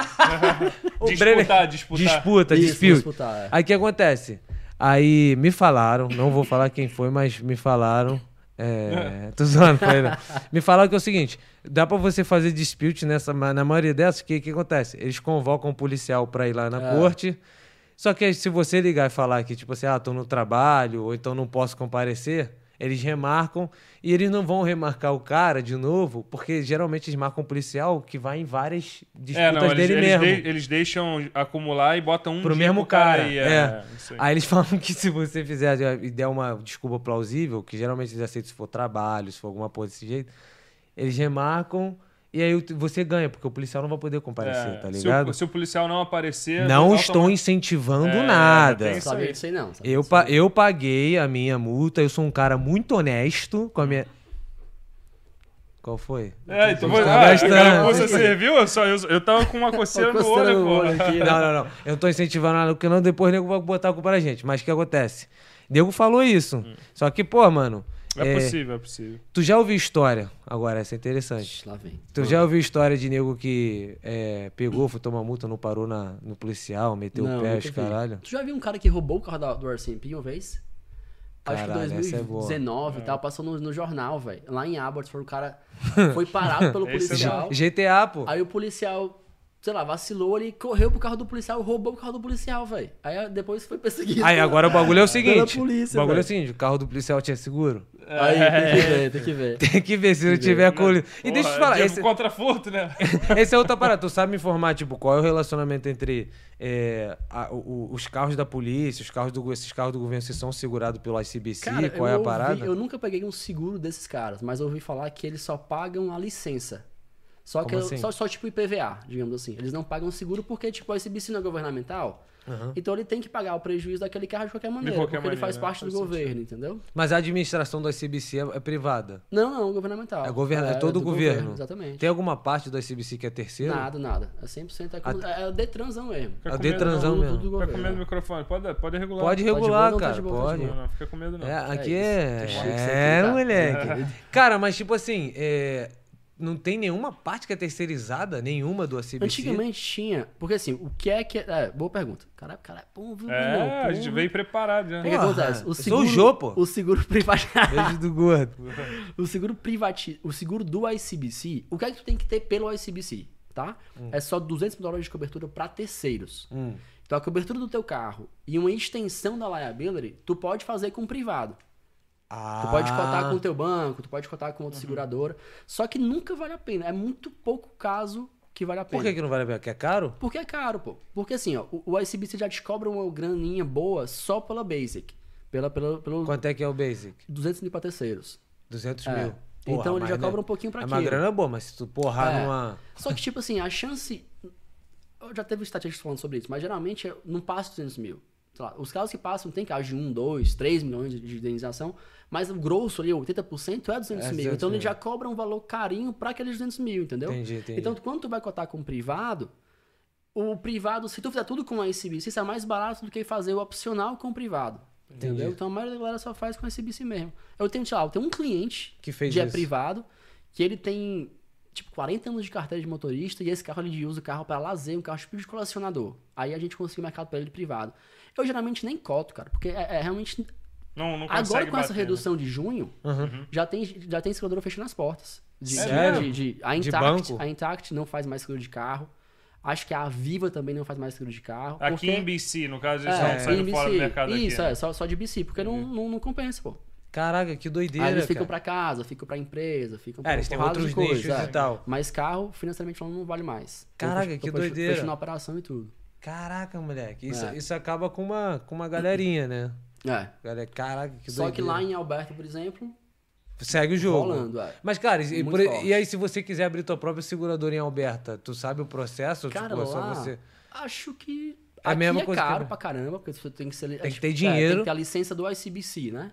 [SPEAKER 1] O
[SPEAKER 3] Disputar,
[SPEAKER 1] Brenner-
[SPEAKER 3] disputar.
[SPEAKER 1] Disputa,
[SPEAKER 2] Isso,
[SPEAKER 1] dispute.
[SPEAKER 2] disputar, é.
[SPEAKER 1] Aí o que acontece? Aí me falaram, não vou falar quem foi, mas me falaram. É, tô zoando, falei, não. Me falaram que é o seguinte: dá pra você fazer dispute nessa, ma- na maioria dessas, o que, que acontece? Eles convocam o policial pra ir lá na
[SPEAKER 2] É.
[SPEAKER 1] corte. Só que aí, se você ligar e falar que, tipo assim, ah, tô no trabalho, ou então não posso comparecer, eles remarcam e eles não vão remarcar o cara de novo, porque geralmente eles marcam o policial que vai em várias disputas
[SPEAKER 3] É, não, eles,
[SPEAKER 1] dele
[SPEAKER 3] eles
[SPEAKER 1] mesmo.
[SPEAKER 3] de- eles deixam acumular e botam um
[SPEAKER 1] Pro
[SPEAKER 3] dia
[SPEAKER 1] mesmo
[SPEAKER 3] pro
[SPEAKER 1] cara.
[SPEAKER 3] aí,
[SPEAKER 1] é.
[SPEAKER 3] isso aí.
[SPEAKER 1] Aí eles falam que se você fizer eh, e der uma desculpa plausível, que geralmente eles aceitam se for trabalho, se for alguma coisa desse jeito, eles remarcam e aí o- você ganha, porque o policial não vai poder comparecer,
[SPEAKER 3] É,
[SPEAKER 1] tá
[SPEAKER 3] se o-
[SPEAKER 1] ligado?
[SPEAKER 3] Se o, policial não aparecer.
[SPEAKER 1] Não
[SPEAKER 3] automa-
[SPEAKER 1] estou incentivando
[SPEAKER 3] É,
[SPEAKER 1] nada.
[SPEAKER 3] tem isso
[SPEAKER 2] Sabia
[SPEAKER 3] aí.
[SPEAKER 2] disso aí não. sabia
[SPEAKER 1] Eu,
[SPEAKER 2] disso
[SPEAKER 1] pa-
[SPEAKER 2] aí
[SPEAKER 1] eu paguei a minha multa, eu sou um cara muito honesto com a minha. Qual foi?
[SPEAKER 3] É, então
[SPEAKER 1] Vocês
[SPEAKER 3] foi.
[SPEAKER 1] estão
[SPEAKER 3] Ah,
[SPEAKER 1] gastando.
[SPEAKER 3] cara, você serviu? Eu, só, eu, eu tava com uma coceira no
[SPEAKER 2] coceira
[SPEAKER 3] É olho,
[SPEAKER 2] no
[SPEAKER 3] pô.
[SPEAKER 2] olho aqui.
[SPEAKER 1] Não, não, não. Eu não tô incentivando nada, porque não, depois o nego vai botar a culpa na gente. Mas o que acontece? Nego falou isso. Só que, pô, mano.
[SPEAKER 3] Hum. É
[SPEAKER 1] é,
[SPEAKER 3] possível, é possível.
[SPEAKER 1] Tu já ouviu história? Agora, essa é interessante.
[SPEAKER 2] Lá vem.
[SPEAKER 1] Tu já ouviu história de nego que é, pegou, foi tomar multa, não parou na, no policial, meteu
[SPEAKER 2] Não,
[SPEAKER 1] o pé,
[SPEAKER 2] nunca
[SPEAKER 1] os
[SPEAKER 2] vi.
[SPEAKER 1] caralho?
[SPEAKER 2] Tu já viu um cara que roubou o carro da- do RCMP uma vez?
[SPEAKER 1] Caralho,
[SPEAKER 2] Acho que
[SPEAKER 1] essa é boa.
[SPEAKER 2] 2019 e tal, passou no, no jornal, velho. Lá em Abbott, foi o cara foi parado pelo
[SPEAKER 3] Esse é
[SPEAKER 2] policial.
[SPEAKER 1] GTA, pô.
[SPEAKER 2] Aí o policial, sei lá, vacilou, ele correu pro carro do policial, roubou o carro do policial, velho. Aí ah, depois foi perseguido.
[SPEAKER 1] Aí agora o bagulho é o seguinte.
[SPEAKER 2] polícia,
[SPEAKER 1] o bagulho é o
[SPEAKER 2] velho.
[SPEAKER 1] seguinte, o carro do policial tinha seguro.
[SPEAKER 2] Aí, tem que ver, tem que ver.
[SPEAKER 1] Tem que ver se não tiver
[SPEAKER 2] né?
[SPEAKER 1] colhido. E deixa eu te
[SPEAKER 3] Porra,
[SPEAKER 1] falar,
[SPEAKER 3] dinheiro
[SPEAKER 1] esse,
[SPEAKER 3] Contra furto, né?
[SPEAKER 1] esse é outra parada. Tu sabe me informar, tipo, qual é o relacionamento entre é, a- o- o- os carros da polícia, os carros do, go- esses carros do governo, se são segurados pelo ICBC?
[SPEAKER 2] Cara,
[SPEAKER 1] qual
[SPEAKER 2] eu,
[SPEAKER 1] é a
[SPEAKER 2] ouvi-
[SPEAKER 1] parada?
[SPEAKER 2] eu nunca peguei um seguro desses caras, mas eu ouvi falar que eles só pagam a licença. Só que
[SPEAKER 1] Como
[SPEAKER 2] eu-
[SPEAKER 1] assim?
[SPEAKER 2] só, só tipo IPVA, digamos assim. Eles não pagam seguro porque, tipo, a SBC não é governamental. Então ele tem que pagar o prejuízo daquele carro de qualquer maneira,
[SPEAKER 3] qualquer
[SPEAKER 2] porque ele faz
[SPEAKER 3] maneira,
[SPEAKER 2] parte
[SPEAKER 3] faz
[SPEAKER 2] do
[SPEAKER 3] sentido.
[SPEAKER 2] governo, entendeu?
[SPEAKER 1] Mas a administração do ICBC é- é privada.
[SPEAKER 2] Não, não, governamental.
[SPEAKER 1] É governo- é todo
[SPEAKER 2] do
[SPEAKER 1] o governo.
[SPEAKER 2] Exatamente.
[SPEAKER 1] Tem alguma parte do SBC que é terceiro?
[SPEAKER 2] Nada, nada. É 100% é, como, é o Detranzão mesmo.
[SPEAKER 1] A
[SPEAKER 3] Fica com
[SPEAKER 1] Detranzão
[SPEAKER 2] medo,
[SPEAKER 1] mesmo.
[SPEAKER 2] tudo-
[SPEAKER 3] Fica com medo do
[SPEAKER 2] governo.
[SPEAKER 3] microfone. Pode, pode regular.
[SPEAKER 1] Pode
[SPEAKER 2] de
[SPEAKER 1] regular,
[SPEAKER 2] boa, não tá
[SPEAKER 1] cara,
[SPEAKER 2] de boa, tá de
[SPEAKER 1] pode.
[SPEAKER 3] Não, não, fica com medo, não.
[SPEAKER 1] É, aqui
[SPEAKER 2] isso.
[SPEAKER 1] é.
[SPEAKER 2] Tem chique isso aqui,
[SPEAKER 1] É,
[SPEAKER 2] tá?
[SPEAKER 1] moleque. Cara, mas tipo assim, é, não tem nenhuma parte que é terceirizada, nenhuma do ICBC.
[SPEAKER 2] Antigamente tinha, porque assim, o que é que. É, boa pergunta. Caralho, caralho, pô, viu?
[SPEAKER 3] É,
[SPEAKER 2] não,
[SPEAKER 3] a gente
[SPEAKER 2] pô.
[SPEAKER 3] veio preparado né? já.
[SPEAKER 2] O que, que
[SPEAKER 1] Porra,
[SPEAKER 2] acontece?
[SPEAKER 1] eu sou o Jô, pô.
[SPEAKER 2] O seguro privado.
[SPEAKER 1] Beijo do gordo.
[SPEAKER 2] o seguro privati... O seguro do ICBC, o que é que tu tem que ter pelo ICBC, tá? É só 200 mil dólares de cobertura para terceiros.
[SPEAKER 1] Hum.
[SPEAKER 2] Então a cobertura do teu carro e uma extensão da liability, tu pode fazer com o privado.
[SPEAKER 1] Ah, Uhum.
[SPEAKER 2] Tu pode cotar com o teu banco, tu pode cotar com outra seguradora. Só que nunca vale a pena. É muito pouco caso que vale a pena.
[SPEAKER 1] Por que, que não vale a pena? Que é caro?
[SPEAKER 2] Porque é caro, pô. Porque assim, ó, o o ICBC já te cobra uma graninha boa só pela basic. Pela, pela, pelo
[SPEAKER 1] Quanto é que é o basic?
[SPEAKER 2] 200 mil pra terceiros.
[SPEAKER 1] 200
[SPEAKER 2] É.
[SPEAKER 1] mil. Porra,
[SPEAKER 2] então ele
[SPEAKER 1] mas
[SPEAKER 2] já
[SPEAKER 1] né?
[SPEAKER 2] cobra um pouquinho pra
[SPEAKER 1] É
[SPEAKER 2] quê?
[SPEAKER 1] uma grana boa, mas se tu porrar
[SPEAKER 2] É.
[SPEAKER 1] numa.
[SPEAKER 2] Só que, tipo assim, a chance. Eu já teve estatísticas falando sobre isso, mas geralmente é, não passa 200 mil. Sei lá, os casos que passam tem casos de 1, 2, 3 milhões de- de indenização, mas o grosso ali, 80%, é 200
[SPEAKER 1] É
[SPEAKER 2] mil.
[SPEAKER 1] 200
[SPEAKER 2] Então
[SPEAKER 1] mil.
[SPEAKER 2] ele já cobra um valor carinho pra aqueles 200 mil, entendeu?
[SPEAKER 1] Entendi, entendi.
[SPEAKER 2] Então, quando tu vai cotar com o privado, o privado, se tu fizer tudo com a ICBC, isso é mais barato do que fazer o opcional com o privado. Entendeu?
[SPEAKER 1] Entendi.
[SPEAKER 2] Então a maioria da galera só faz com a ICBC mesmo. Eu tenho, sei lá, eu tenho um cliente
[SPEAKER 1] Que fez
[SPEAKER 2] de é
[SPEAKER 1] isso.
[SPEAKER 2] privado, que ele tem tipo 40 anos de carteira de motorista e esse carro ele usa o carro pra lazer, um carro tipo de colecionador. Aí a gente conseguiu mercado pra ele de privado. Eu geralmente nem coto, cara, porque é, é realmente
[SPEAKER 3] Não, não consegue
[SPEAKER 2] agora com essa
[SPEAKER 3] bater, né?
[SPEAKER 2] redução de junho,
[SPEAKER 1] Uhum.
[SPEAKER 2] já tem já tem seguradora fechando as portas. De, né,
[SPEAKER 1] Sério?
[SPEAKER 2] de- de- a
[SPEAKER 1] De
[SPEAKER 2] Intact,
[SPEAKER 1] banco?
[SPEAKER 2] a Intact não faz mais seguro de carro. Acho que a Viva também não faz mais seguro de carro.
[SPEAKER 3] né? Aqui
[SPEAKER 2] porque-
[SPEAKER 3] em BC, no caso, eles
[SPEAKER 2] é,
[SPEAKER 3] estão saindo
[SPEAKER 2] em
[SPEAKER 3] fora do
[SPEAKER 2] BC.
[SPEAKER 3] mercado
[SPEAKER 2] Isso,
[SPEAKER 3] aqui. né? Uhum.
[SPEAKER 2] é, só, só de BC, porque não, não, não compensa, pô.
[SPEAKER 1] Caraca, que doideira.
[SPEAKER 2] Aí eles ficam
[SPEAKER 1] cara.
[SPEAKER 2] pra casa, ficam pra empresa, ficam
[SPEAKER 1] É, eles têm
[SPEAKER 2] porrada de
[SPEAKER 1] outros
[SPEAKER 2] coisa,
[SPEAKER 1] nichos
[SPEAKER 2] é.
[SPEAKER 1] e tal.
[SPEAKER 2] Mas carro, financeiramente falando, não vale mais.
[SPEAKER 1] Caraca,
[SPEAKER 2] Tô
[SPEAKER 1] que
[SPEAKER 2] fech-
[SPEAKER 1] doideira.
[SPEAKER 2] Fechando a operação e tudo.
[SPEAKER 1] Caraca, moleque. Isso,
[SPEAKER 2] É.
[SPEAKER 1] isso acaba com uma, com uma galerinha, né?
[SPEAKER 2] É.
[SPEAKER 1] Galera, caraca, que doideira.
[SPEAKER 2] Só que lá em Alberta, por exemplo,
[SPEAKER 1] Segue o jogo.
[SPEAKER 2] rolando, é.
[SPEAKER 1] Mas, cara, e,
[SPEAKER 2] Muito
[SPEAKER 1] por- e
[SPEAKER 2] forte.
[SPEAKER 1] aí se você quiser abrir tua própria seguradora em Alberta, tu sabe o processo?
[SPEAKER 2] Cara,
[SPEAKER 1] tipo, é só
[SPEAKER 2] lá,
[SPEAKER 1] você...
[SPEAKER 2] acho que
[SPEAKER 1] É a
[SPEAKER 2] aqui
[SPEAKER 1] mesma
[SPEAKER 2] é
[SPEAKER 1] coisa que-
[SPEAKER 2] caro pra caramba, porque você tem que ser...
[SPEAKER 1] que
[SPEAKER 2] acho-
[SPEAKER 1] ter
[SPEAKER 2] é, tem
[SPEAKER 1] dinheiro.
[SPEAKER 2] que ter a licença do ICBC, né?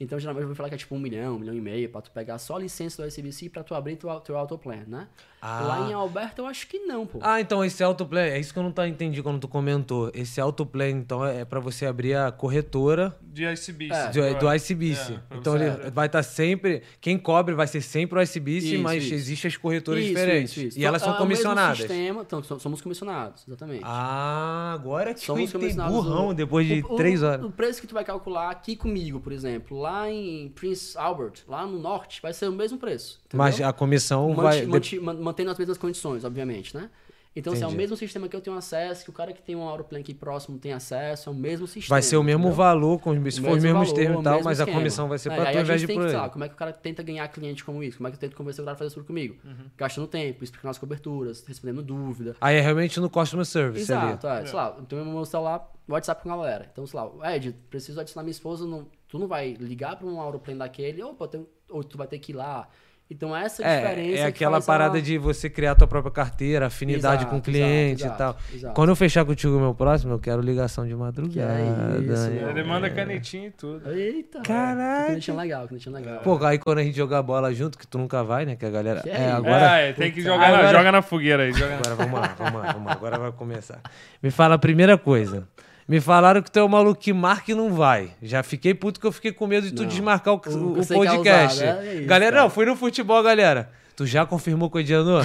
[SPEAKER 2] Então, geralmente, eu vou falar que é tipo um milhão, um milhão e meio, pra tu pegar só a licença do ICBC pra tu abrir teu, teu autoplan, né?
[SPEAKER 1] Ah.
[SPEAKER 2] Lá em Alberta, eu acho que não, pô.
[SPEAKER 1] Ah, então esse autoplay, é isso que eu não tá entendi quando tu comentou. Esse autoplay, então, é pra você abrir a corretora
[SPEAKER 3] De ICBC.
[SPEAKER 2] É.
[SPEAKER 1] do, do ICBC.
[SPEAKER 3] né? É, pra
[SPEAKER 1] então
[SPEAKER 3] você-
[SPEAKER 1] ele vai estar sempre. Quem cobre vai ser sempre o ICBC,
[SPEAKER 2] Isso,
[SPEAKER 1] mas
[SPEAKER 2] isso.
[SPEAKER 1] existem as corretoras
[SPEAKER 2] Isso,
[SPEAKER 1] diferentes.
[SPEAKER 2] isso, isso.
[SPEAKER 1] E elas
[SPEAKER 2] É
[SPEAKER 1] são
[SPEAKER 2] o mesmo
[SPEAKER 1] comissionadas.
[SPEAKER 2] sistema, então, so- somos comissionados, exatamente.
[SPEAKER 1] Ah, agora que eu
[SPEAKER 2] Somos
[SPEAKER 1] entendi
[SPEAKER 2] comissionados.
[SPEAKER 1] burrão
[SPEAKER 2] o-
[SPEAKER 1] depois de
[SPEAKER 2] um o- o-
[SPEAKER 1] três horas.
[SPEAKER 2] O preço que tu vai calcular aqui comigo, por exemplo, lá em Prince Albert, lá no norte, vai ser o mesmo preço. entendeu?
[SPEAKER 1] Mas a comissão
[SPEAKER 2] Manti-
[SPEAKER 1] vai.
[SPEAKER 2] manti- man- mantendo as mesmas condições, obviamente, né? Então, assim, é o
[SPEAKER 1] Entendi.
[SPEAKER 2] mesmo sistema que eu tenho acesso, que o cara que tem um Auroplan aqui próximo tem acesso, é o mesmo sistema.
[SPEAKER 1] Vai ser o mesmo
[SPEAKER 2] entendeu?
[SPEAKER 1] valor, com, se for os mesmos
[SPEAKER 2] valor,
[SPEAKER 1] termos
[SPEAKER 2] o
[SPEAKER 1] e tal,
[SPEAKER 2] mesmo
[SPEAKER 1] mas a
[SPEAKER 2] esquema.
[SPEAKER 1] comissão vai ser
[SPEAKER 2] É,
[SPEAKER 1] pra
[SPEAKER 2] aí
[SPEAKER 1] tu
[SPEAKER 2] a
[SPEAKER 1] ao invés
[SPEAKER 2] gente
[SPEAKER 1] de
[SPEAKER 2] tem
[SPEAKER 1] pro
[SPEAKER 2] que, sei
[SPEAKER 1] ele.
[SPEAKER 2] lá, como é que o cara tenta ganhar cliente como isso? Como é que eu tento convencer o cara a fazer isso comigo?
[SPEAKER 1] Uhum.
[SPEAKER 2] Gastando tempo, explicando as coberturas, respondendo dúvida.
[SPEAKER 1] Aí é realmente no customer service ali.
[SPEAKER 2] Exato, é, sei lá, então eu vou mostrar lá WhatsApp com a galera. Então, sei lá, Ed, preciso adicionar minha esposa, não, tu não vai ligar pra um aeroplano daquele, opa, tem, ou tu vai ter que ir lá. Então essa
[SPEAKER 1] É,
[SPEAKER 2] diferença
[SPEAKER 1] é
[SPEAKER 2] que
[SPEAKER 1] aquela
[SPEAKER 2] faz
[SPEAKER 1] parada
[SPEAKER 2] a...
[SPEAKER 1] de você criar a tua própria carteira, afinidade
[SPEAKER 2] Exato,
[SPEAKER 1] com o cliente
[SPEAKER 2] exato,
[SPEAKER 1] e tal.
[SPEAKER 2] exato.
[SPEAKER 1] Quando eu fechar contigo o meu próximo, eu quero ligação de madrugada.
[SPEAKER 2] Que é isso,
[SPEAKER 1] né?
[SPEAKER 3] Ele manda canetinha e tudo.
[SPEAKER 2] Eita!
[SPEAKER 1] Caraca!
[SPEAKER 2] Que Conexão legal, conexão legal.
[SPEAKER 1] Pô, aí quando a gente jogar bola junto, que tu nunca vai, né? Que a galera.
[SPEAKER 2] Que
[SPEAKER 1] é,
[SPEAKER 2] isso?
[SPEAKER 1] agora.
[SPEAKER 3] é, tem que jogar, na,
[SPEAKER 1] Agora-
[SPEAKER 3] joga na fogueira aí. Joga na...
[SPEAKER 1] Agora vamos lá, vamos lá, vamos lá. Agora vai começar. Me fala a primeira coisa. Me falaram que tu é o maluco que marca e não vai. Já fiquei puto que eu fiquei com medo de tu
[SPEAKER 2] Não.
[SPEAKER 1] desmarcar o,
[SPEAKER 2] O-
[SPEAKER 1] o
[SPEAKER 2] você
[SPEAKER 1] podcast.
[SPEAKER 2] causar, né? É isso,
[SPEAKER 1] galera,
[SPEAKER 2] cara.
[SPEAKER 1] não, fui no futebol, galera. Tu já confirmou com o Ediano?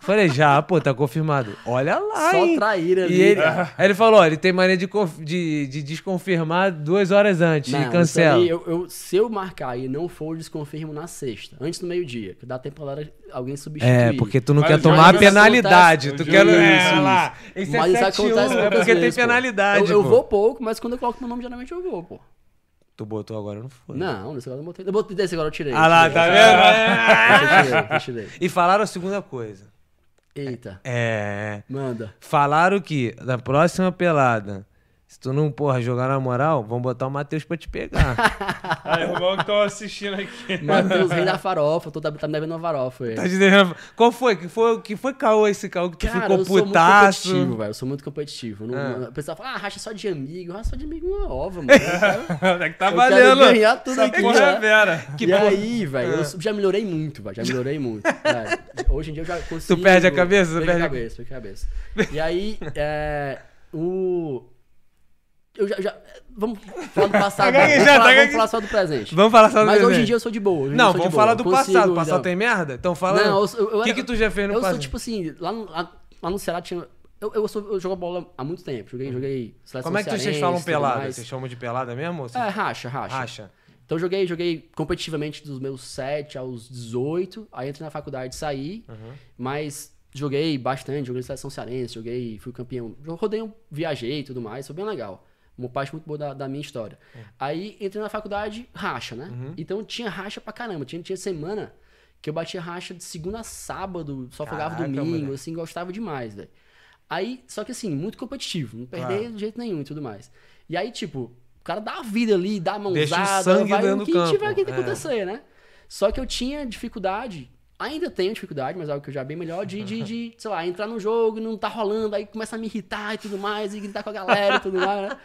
[SPEAKER 1] Falei, já, pô, tá confirmado. Olha lá,
[SPEAKER 2] Só
[SPEAKER 1] hein?
[SPEAKER 2] traíra ali, Ah.
[SPEAKER 1] E ele,
[SPEAKER 2] cara.
[SPEAKER 1] aí ele falou, ó, ele tem mania de, conf- de, de desconfirmar duas horas antes
[SPEAKER 2] Não,
[SPEAKER 1] e
[SPEAKER 2] isso
[SPEAKER 1] cancela.
[SPEAKER 2] aí, eu- eu- se eu marcar e não for, eu desconfirmo na sexta, antes do meio-dia, que dá tempo pra galera- alguém substituir.
[SPEAKER 1] É, porque tu não
[SPEAKER 3] Mas
[SPEAKER 1] quer
[SPEAKER 3] o
[SPEAKER 1] tomar a
[SPEAKER 3] jogo acontece-
[SPEAKER 1] penalidade.
[SPEAKER 3] o
[SPEAKER 1] tu
[SPEAKER 3] jogo
[SPEAKER 1] quer.
[SPEAKER 3] é isso,
[SPEAKER 1] É, lá. Esse
[SPEAKER 2] Mas
[SPEAKER 1] é
[SPEAKER 2] isso
[SPEAKER 1] 7 1,
[SPEAKER 2] acontece
[SPEAKER 1] é
[SPEAKER 2] poucas
[SPEAKER 1] porque tem
[SPEAKER 2] vezes, pô.
[SPEAKER 1] penalidade.
[SPEAKER 2] Eu, eu
[SPEAKER 1] pô.
[SPEAKER 2] vou pouco, mas quando eu coloco meu nome, geralmente eu vou, pô.
[SPEAKER 1] Tu botou agora, não foi?
[SPEAKER 2] Não, desse agora eu não botei. Eu botei desse agora eu tirei.
[SPEAKER 1] é. Ah lá,
[SPEAKER 2] tirei.
[SPEAKER 1] tá vendo?
[SPEAKER 2] Eu tirei, eu tirei.
[SPEAKER 1] E falaram a segunda coisa.
[SPEAKER 2] Eita,
[SPEAKER 1] É.
[SPEAKER 2] manda.
[SPEAKER 1] Falaram que na próxima pelada, se tu não, porra, jogar na moral, vão botar o Matheus pra te pegar. Tá
[SPEAKER 3] Aí, o irmão que tava assistindo aqui.
[SPEAKER 2] Matheus, rei da farofa, tô, tá me devendo uma farofa. ele.
[SPEAKER 1] Tá te devendo- Qual foi? Que foi, que foi caô esse caô que tu
[SPEAKER 2] Cara,
[SPEAKER 1] ficou
[SPEAKER 2] eu sou muito
[SPEAKER 1] putaço?
[SPEAKER 2] competitivo, velho. Eu sou muito competitivo. Eu Não, O pessoal fala, ah, racha só de amigo. Racha só de amigo é uma ova, mano. Eu quero-
[SPEAKER 3] Onde é que tá
[SPEAKER 2] Eu
[SPEAKER 3] valendo?
[SPEAKER 2] quero ganhar tudo
[SPEAKER 3] Essa
[SPEAKER 2] aqui,
[SPEAKER 3] porra
[SPEAKER 2] né?
[SPEAKER 3] é vera.
[SPEAKER 1] Que
[SPEAKER 2] e
[SPEAKER 1] porra.
[SPEAKER 2] aí, velho, eu sou- já melhorei muito, velho. Já melhorei muito. velho. Hoje em dia eu já consigo.
[SPEAKER 1] perde a cabeça? Tu
[SPEAKER 2] Perdi a
[SPEAKER 1] perde a-
[SPEAKER 2] cabeça, perdi a cabeça. E aí, é, o. Eu já. já- vamos falar do passado.
[SPEAKER 1] Tá gaguejando,
[SPEAKER 2] vamos, falar,
[SPEAKER 1] tá
[SPEAKER 2] vamos
[SPEAKER 1] gaguejando.
[SPEAKER 2] falar só do presente.
[SPEAKER 1] Vamos falar só do
[SPEAKER 2] Mas hoje em
[SPEAKER 1] presente.
[SPEAKER 2] dia eu sou de boa. hoje em dia eu
[SPEAKER 1] Não,
[SPEAKER 2] sou de
[SPEAKER 1] vamos
[SPEAKER 2] boa.
[SPEAKER 1] falar do
[SPEAKER 2] Consigo
[SPEAKER 1] passado. O passado
[SPEAKER 2] lidar.
[SPEAKER 1] tem merda? Então fala.
[SPEAKER 2] Não, eu sou- eu- eu
[SPEAKER 1] o que,
[SPEAKER 2] era-
[SPEAKER 1] que tu já fez no
[SPEAKER 2] Eu
[SPEAKER 1] passado?
[SPEAKER 2] sou tipo assim, lá no, lá, lá no Ceará tinha. Eu, eu, sou- eu jogo bola há muito tempo. Joguei, joguei. seleção
[SPEAKER 1] Como é que vocês
[SPEAKER 2] cearense,
[SPEAKER 1] falam
[SPEAKER 2] tudo
[SPEAKER 1] pelada?
[SPEAKER 2] mais.
[SPEAKER 1] Vocês chamam de pelada mesmo? Ou
[SPEAKER 2] É,
[SPEAKER 1] vocês
[SPEAKER 2] racha, racha.
[SPEAKER 1] Racha.
[SPEAKER 2] Então eu joguei, joguei competitivamente dos meus 7 aos 18, aí entrei na faculdade e saí,
[SPEAKER 1] Uhum.
[SPEAKER 2] mas joguei bastante, joguei seleção cearense, joguei, fui campeão, Eu rodei, um- viajei e tudo mais, foi bem legal. Uma parte muito boa da, da minha história.
[SPEAKER 1] Uhum.
[SPEAKER 2] Aí entrei na faculdade, racha, né? Então tinha racha pra caramba, tinha, tinha semana que eu batia racha de segunda a sábado, só folgava
[SPEAKER 1] Caraca,
[SPEAKER 2] domingo,
[SPEAKER 1] moleque.
[SPEAKER 2] assim, gostava demais, velho. Aí, só que assim, muito competitivo, não perder
[SPEAKER 1] Claro.
[SPEAKER 2] de jeito nenhum e tudo mais. E aí, tipo, o cara dá a vida ali, dá a mão
[SPEAKER 1] Deixa o
[SPEAKER 2] usada,
[SPEAKER 1] sangue
[SPEAKER 2] vai
[SPEAKER 1] dentro
[SPEAKER 2] no
[SPEAKER 1] do
[SPEAKER 2] que
[SPEAKER 1] campo,
[SPEAKER 2] tiver que
[SPEAKER 1] é.
[SPEAKER 2] acontecer, né? Só que eu tinha dificuldade, ainda tenho dificuldade, mas é algo que eu já bem melhor, de, de, de, sei lá, entrar no jogo e não tá rolando, aí começa a me irritar e tudo mais, e gritar com a galera e tudo mais, né?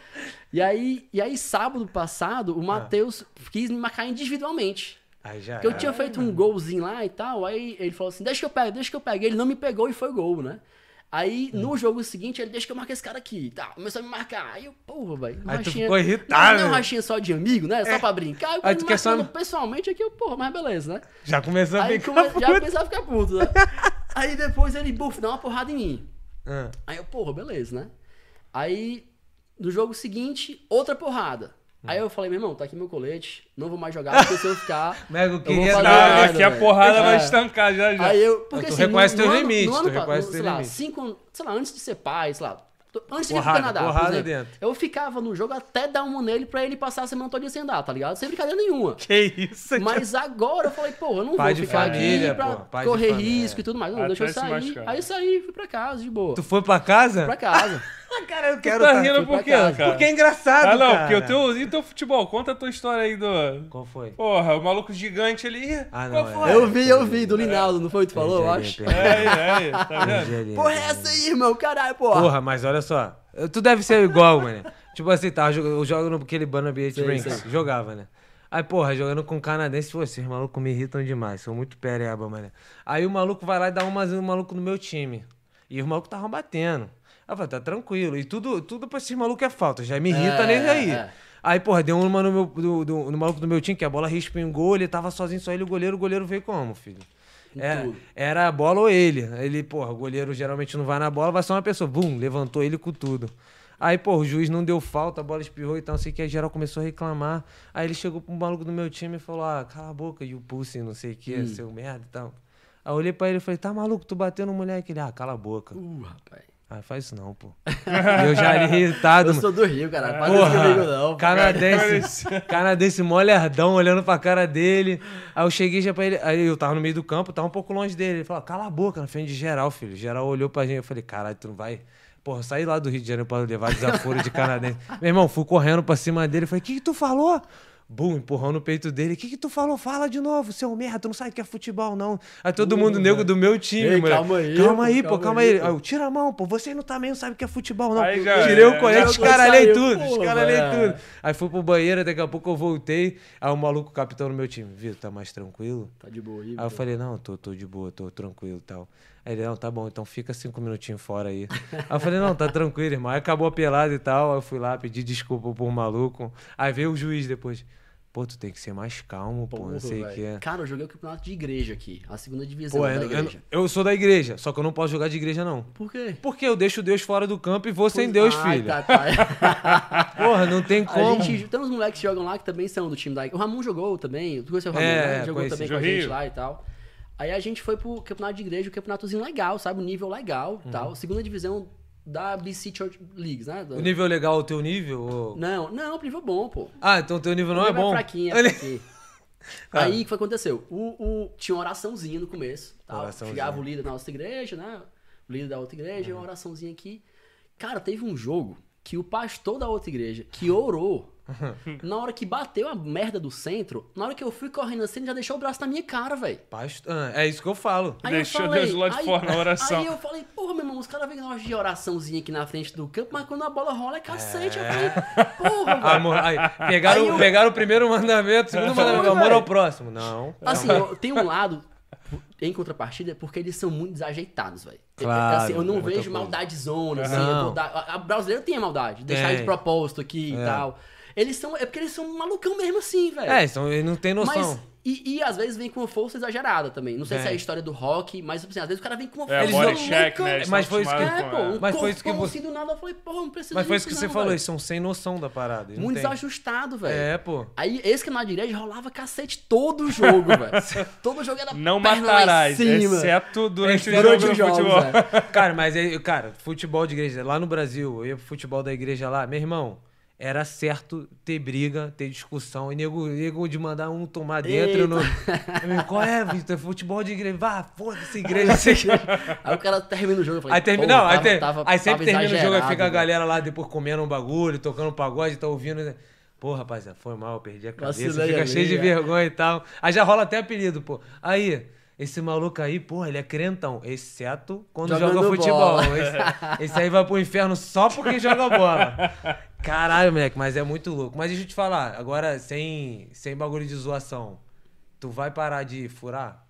[SPEAKER 2] E aí, e aí sábado passado,
[SPEAKER 1] Ah.
[SPEAKER 2] o Matheus quis me marcar individualmente.
[SPEAKER 1] Aí já.
[SPEAKER 2] Porque eu
[SPEAKER 1] era.
[SPEAKER 2] tinha feito um golzinho lá e tal, aí ele falou assim, deixa que eu pego, deixa que eu pego. Ele não me pegou e foi gol, né? Aí,
[SPEAKER 1] Hum.
[SPEAKER 2] no jogo seguinte, ele deixa que eu marque esse cara aqui. Tá, começou a me marcar. Aí eu, porra, velho.
[SPEAKER 1] Aí tu
[SPEAKER 2] rachinha-
[SPEAKER 1] ficou irritado,
[SPEAKER 2] Não, não
[SPEAKER 1] né?
[SPEAKER 2] é um rachinha só de amigo, né? Só pra brincar. Aí,
[SPEAKER 1] Aí
[SPEAKER 2] aí
[SPEAKER 1] tu
[SPEAKER 2] tu
[SPEAKER 1] quer só-
[SPEAKER 2] pessoalmente aqui, eu, porra, mas beleza, né?
[SPEAKER 1] Já começou a
[SPEAKER 2] Aí
[SPEAKER 1] ficar.
[SPEAKER 2] come- já
[SPEAKER 1] puto.
[SPEAKER 2] começava a ficar puto, né? Aí depois ele, buf, dá uma porrada em mim.
[SPEAKER 1] Ah.
[SPEAKER 2] Aí eu, porra, beleza, né? Aí, no jogo seguinte, outra porrada.
[SPEAKER 1] Hum.
[SPEAKER 2] Aí eu falei, meu irmão, tá aqui meu colete, não vou mais jogar, porque se eu ficar.
[SPEAKER 1] Nego,
[SPEAKER 2] eu
[SPEAKER 1] queria
[SPEAKER 2] vou fazer
[SPEAKER 1] dar-
[SPEAKER 3] Tá,
[SPEAKER 2] merda,
[SPEAKER 3] aqui a
[SPEAKER 2] velho.
[SPEAKER 3] porrada vai
[SPEAKER 2] É.
[SPEAKER 3] estancar já já.
[SPEAKER 2] Aí eu. Porque
[SPEAKER 1] tu
[SPEAKER 2] assim,
[SPEAKER 1] reconhece
[SPEAKER 2] no-
[SPEAKER 1] teus
[SPEAKER 2] no ano-
[SPEAKER 1] limites,
[SPEAKER 2] no
[SPEAKER 1] tu
[SPEAKER 2] ano pa-
[SPEAKER 1] reconhece
[SPEAKER 2] sei
[SPEAKER 1] teus
[SPEAKER 2] lá,
[SPEAKER 1] limites.
[SPEAKER 2] cinco. Sei lá, antes de ser pai, sei lá, Antes de ir pro
[SPEAKER 3] Porrada,
[SPEAKER 2] Canadá. por
[SPEAKER 1] porrada
[SPEAKER 2] exemplo,
[SPEAKER 1] dentro.
[SPEAKER 2] Eu ficava no jogo até dar uma nele pra ele passar a semana toda sem andar, tá ligado? Sem brincadeira nenhuma.
[SPEAKER 1] Que isso,
[SPEAKER 2] Mas agora eu falei, pô, eu não
[SPEAKER 1] Pai
[SPEAKER 2] vou
[SPEAKER 1] de
[SPEAKER 2] ficar
[SPEAKER 1] família,
[SPEAKER 2] aqui pra
[SPEAKER 1] pô, pai de
[SPEAKER 2] correr
[SPEAKER 1] família.
[SPEAKER 2] risco e tudo mais. Não,
[SPEAKER 3] Até
[SPEAKER 2] deixa eu
[SPEAKER 3] se
[SPEAKER 2] sair.
[SPEAKER 3] machucar.
[SPEAKER 2] Aí eu saí, fui pra casa, de boa.
[SPEAKER 1] Tu foi pra casa?
[SPEAKER 2] Pra casa.
[SPEAKER 1] Ah, Cara, eu
[SPEAKER 3] tá rindo por
[SPEAKER 2] pra
[SPEAKER 3] quê,
[SPEAKER 2] casa.
[SPEAKER 3] cara?
[SPEAKER 1] Porque é engraçado,
[SPEAKER 3] Ah, não,
[SPEAKER 1] cara.
[SPEAKER 3] porque o teu, e o teu futebol? Conta a tua história aí do.
[SPEAKER 1] Qual foi?
[SPEAKER 3] Porra, o maluco gigante ali.
[SPEAKER 1] Ah, não,
[SPEAKER 3] Qual
[SPEAKER 1] é.
[SPEAKER 3] foi?
[SPEAKER 2] eu vi, eu vi, do Linaldo, não foi o que tu falou, eu acho?
[SPEAKER 1] Perdi,
[SPEAKER 3] É, é, é, tá vendo?
[SPEAKER 1] perdi.
[SPEAKER 2] Porra, é essa aí, irmão, caralho, porra.
[SPEAKER 1] Porra, mas olha só. Tu deve ser igual, mano. Tipo assim, tá, eu jogo- eu jogo naquele Banner Beach
[SPEAKER 2] Sei,
[SPEAKER 1] Rinks.
[SPEAKER 2] sei.
[SPEAKER 1] Jogava, né? Aí, porra, jogando com um canadense, pô, esses malucos me irritam demais. São muito pereba, mano. Aí o maluco vai lá e dá um no maluco no meu time. E os malucos estavam batendo. Aí eu falei, tá tranquilo. E tudo, tudo pra esses malucos é falta. Já me irrita
[SPEAKER 2] É,
[SPEAKER 1] nem aí.
[SPEAKER 2] é.
[SPEAKER 1] Aí, porra, deu uma no, meu, do- do- no maluco do meu time, que a bola respingou, ele tava sozinho, só ele e o goleiro. O goleiro veio como, filho? É,
[SPEAKER 2] tudo.
[SPEAKER 1] era a bola ou ele. Ele, porra, o goleiro geralmente não vai na bola, vai só uma pessoa. Bum, levantou ele com tudo. Aí, porra, o juiz não deu falta, a bola espirrou e tal, não sei o que. Aí geral começou a reclamar. Aí ele chegou pro maluco do meu time e falou: Ah, cala a boca, e o Pussy, não sei o
[SPEAKER 2] Hum.
[SPEAKER 1] que, seu merda e tal. Aí eu olhei pra ele e falei: Tá maluco, tu bateu no moleque? Ele, ah, cala a boca.
[SPEAKER 2] Uh, rapaz.
[SPEAKER 1] Ah, faz isso não, pô. E eu já ali irritado,
[SPEAKER 2] Eu
[SPEAKER 1] mano.
[SPEAKER 2] sou do Rio, caralho. Para isso comigo,
[SPEAKER 1] Porra,
[SPEAKER 2] não.
[SPEAKER 1] canadense, canadense molhardão, olhando pra cara dele. Aí eu cheguei já pra ele, aí eu tava no meio do campo, tava um pouco longe dele. Ele falou, cala a boca, na frente de geral, filho. Geral olhou pra gente, eu falei, caralho, tu não vai... Porra, saí lá do Rio de Janeiro pra levar desaforo de canadense. Meu irmão, fui correndo pra cima dele, falei, o que que tu falou? Bum, empurrão no peito dele. O que que tu falou? Fala de novo, seu merda. Tu não sabe o que é futebol, não. Aí todo mundo, nego do meu time,
[SPEAKER 2] Uhum. Ei,
[SPEAKER 1] moleque.
[SPEAKER 2] calma aí,
[SPEAKER 1] Calma
[SPEAKER 2] pô,
[SPEAKER 1] aí, pô,
[SPEAKER 2] calma
[SPEAKER 1] calma
[SPEAKER 2] aí,
[SPEAKER 1] aí.
[SPEAKER 2] pô.
[SPEAKER 1] Aí eu, tira a mão, pô. Você não também não sabe o que é futebol, não.
[SPEAKER 3] Aí já
[SPEAKER 1] Tirei
[SPEAKER 3] é,
[SPEAKER 1] o colete,
[SPEAKER 3] já
[SPEAKER 1] descaralhei
[SPEAKER 2] saiu,
[SPEAKER 1] tudo.
[SPEAKER 2] pô,
[SPEAKER 1] Descaralhei
[SPEAKER 2] velho.
[SPEAKER 1] tudo. Aí fui pro banheiro, daqui a pouco eu voltei. Aí o maluco, capitão do meu time, Vitor, tá mais tranquilo?
[SPEAKER 2] Tá de boa aí.
[SPEAKER 1] Aí eu falei, não, tô, tô de boa, tô tranquilo e tal. Aí ele, não, tá bom, então fica cinco minutinhos fora aí. Aí eu falei, não, tá tranquilo, irmão. Aí acabou a pelada e tal. Aí eu fui lá, pedi desculpa por maluco. Aí veio o juiz depois. Pô, tu tem que ser mais calmo, pô, não sei o que é.
[SPEAKER 2] Cara, eu joguei o campeonato de igreja aqui. A segunda divisão
[SPEAKER 1] Pô, é,
[SPEAKER 2] da
[SPEAKER 1] eu, eu-
[SPEAKER 2] igreja.
[SPEAKER 1] eu sou da igreja, só que eu não posso jogar de igreja, não.
[SPEAKER 2] Por quê?
[SPEAKER 1] Porque eu deixo Deus fora do campo e vou sem Deus,
[SPEAKER 2] Ai,
[SPEAKER 1] filho.
[SPEAKER 2] tá, tá.
[SPEAKER 1] Porra, não tem
[SPEAKER 2] A
[SPEAKER 1] como.
[SPEAKER 2] gente, tem uns moleques que jogam lá que também são do time da igreja. O Ramon jogou também, tu conheceu o Ramon,
[SPEAKER 1] É,
[SPEAKER 2] né? Ele Jogou
[SPEAKER 1] conheci.
[SPEAKER 2] também
[SPEAKER 3] Do
[SPEAKER 2] com a gente
[SPEAKER 3] Rio.
[SPEAKER 2] lá e tal. Aí a gente foi pro campeonato de igreja, um campeonatozinho legal, sabe? Um nível legal e
[SPEAKER 1] Uhum.
[SPEAKER 2] tal. Segunda divisão da BC Church Leagues, né? Da-
[SPEAKER 1] O nível legal é o teu nível? ou-
[SPEAKER 2] Não, não, nível bom, pô.
[SPEAKER 1] Ah, então o teu nível não é
[SPEAKER 2] Nível
[SPEAKER 1] bom.
[SPEAKER 2] fraquinho, é
[SPEAKER 1] Ele-
[SPEAKER 2] fraquinho.
[SPEAKER 1] Ah.
[SPEAKER 2] Aí o que foi que aconteceu? O, o- tinha uma oraçãozinha no começo. Tal.
[SPEAKER 1] Oraçãozinha.
[SPEAKER 2] Chegava o líder da nossa igreja, né? O líder da outra igreja, uma oraçãozinha aqui. Cara, teve um jogo que o pastor da outra igreja, que orou, na hora que bateu a merda do centro, na hora que eu fui correndo assim, ele já deixou o braço na minha cara, velho.
[SPEAKER 1] Pasto- ah, é isso que eu falo.
[SPEAKER 2] Aí eu
[SPEAKER 3] Deixou
[SPEAKER 2] falei-
[SPEAKER 3] Deus lá de fora na oração.
[SPEAKER 2] Aí eu falei, porra, meu irmão, os caras vêm com nós de oraçãozinha aqui na frente do campo, mas quando a bola rola é cacete. Eu falei, porra, velho.
[SPEAKER 1] Amor, aí, pegaram,
[SPEAKER 2] Aí eu-
[SPEAKER 1] pegaram o primeiro mandamento, o segundo
[SPEAKER 2] Foi,
[SPEAKER 1] mandamento. Amor ao
[SPEAKER 2] velho.
[SPEAKER 1] próximo. Não.
[SPEAKER 2] Assim, eu- tem um lado, em contrapartida, porque eles são muito desajeitados, velho. É- é
[SPEAKER 1] Claro,
[SPEAKER 2] assim, eu não
[SPEAKER 1] muita coisa.
[SPEAKER 2] vejo maldade zona, assim.
[SPEAKER 1] Não.
[SPEAKER 2] Eu vou dar- a, a brasileira tem a maldade, deixar
[SPEAKER 1] Tem.
[SPEAKER 2] de propósito aqui e tal. Eles são. É porque eles são malucão mesmo assim, velho.
[SPEAKER 1] É, então ele não tem noção.
[SPEAKER 2] Mas. E, e às vezes vem com uma força exagerada também. Não sei se é a
[SPEAKER 1] Vem.
[SPEAKER 2] história do rock, mas tipo assim, às vezes o cara vem com uma
[SPEAKER 3] É,
[SPEAKER 1] Eles
[SPEAKER 2] força.
[SPEAKER 3] body
[SPEAKER 1] não-
[SPEAKER 3] check, né? Eles
[SPEAKER 1] Mas foi
[SPEAKER 3] estão
[SPEAKER 1] isso que-
[SPEAKER 2] É,
[SPEAKER 3] acostumados
[SPEAKER 2] pô,
[SPEAKER 3] com-
[SPEAKER 2] um
[SPEAKER 1] Mas foi isso que
[SPEAKER 2] corpão,
[SPEAKER 1] você-
[SPEAKER 2] assim, do nada eu falei, porra, não precisa
[SPEAKER 1] Mas foi
[SPEAKER 2] disso
[SPEAKER 1] isso que você
[SPEAKER 2] não,
[SPEAKER 1] falou,
[SPEAKER 2] velho.
[SPEAKER 1] eles são sem noção da parada. eles não
[SPEAKER 2] Muito
[SPEAKER 1] têm.
[SPEAKER 2] desajustado, velho.
[SPEAKER 1] É, pô.
[SPEAKER 2] Aí, esse canal de igreja rolava cacete todo jogo, velho. todo jogo era
[SPEAKER 3] Não
[SPEAKER 2] perna Tá lá em
[SPEAKER 3] matarás,
[SPEAKER 2] cima.
[SPEAKER 1] é
[SPEAKER 3] exceto durante o
[SPEAKER 2] Durante os
[SPEAKER 3] jogo do
[SPEAKER 2] jogos, é,
[SPEAKER 3] futebol.
[SPEAKER 2] velho.
[SPEAKER 1] Cara, mas aí, cara, futebol de igreja, lá no Brasil, eu ia pro futebol da igreja lá, meu irmão, era certo ter briga, ter discussão, e nego, nego de mandar um tomar dentro. Eu não... Eu me- Qual é, Vitor? É Futebol de igreja. Vá, foda-se, igreja. sei que-
[SPEAKER 2] Aí o cara termina o jogo, eu falei,
[SPEAKER 1] Aí termina,
[SPEAKER 2] "Pô,
[SPEAKER 1] não, aí,
[SPEAKER 2] tava-
[SPEAKER 1] ter-
[SPEAKER 2] tava-
[SPEAKER 1] aí sempre termina
[SPEAKER 2] tava
[SPEAKER 1] o jogo, aí
[SPEAKER 2] exagerado,
[SPEAKER 1] fica a
[SPEAKER 2] velho."
[SPEAKER 1] galera lá depois comendo um bagulho, tocando um pagode, tá ouvindo. né? Pô, rapaziada, foi mal, eu perdi a cabeça,
[SPEAKER 2] Vacilei
[SPEAKER 1] fica
[SPEAKER 2] ali,
[SPEAKER 1] cheio de
[SPEAKER 2] é.
[SPEAKER 1] vergonha e tal. Aí já rola até apelido, pô. Aí, esse maluco aí, porra, ele é crentão, exceto quando
[SPEAKER 2] Jogando
[SPEAKER 1] joga futebol.
[SPEAKER 2] bola.
[SPEAKER 1] Esse, esse aí vai pro inferno só porque joga bola. Caralho, moleque, mas é muito louco. Mas deixa eu te falar, agora sem, sem bagulho de zoação, tu vai parar de furar?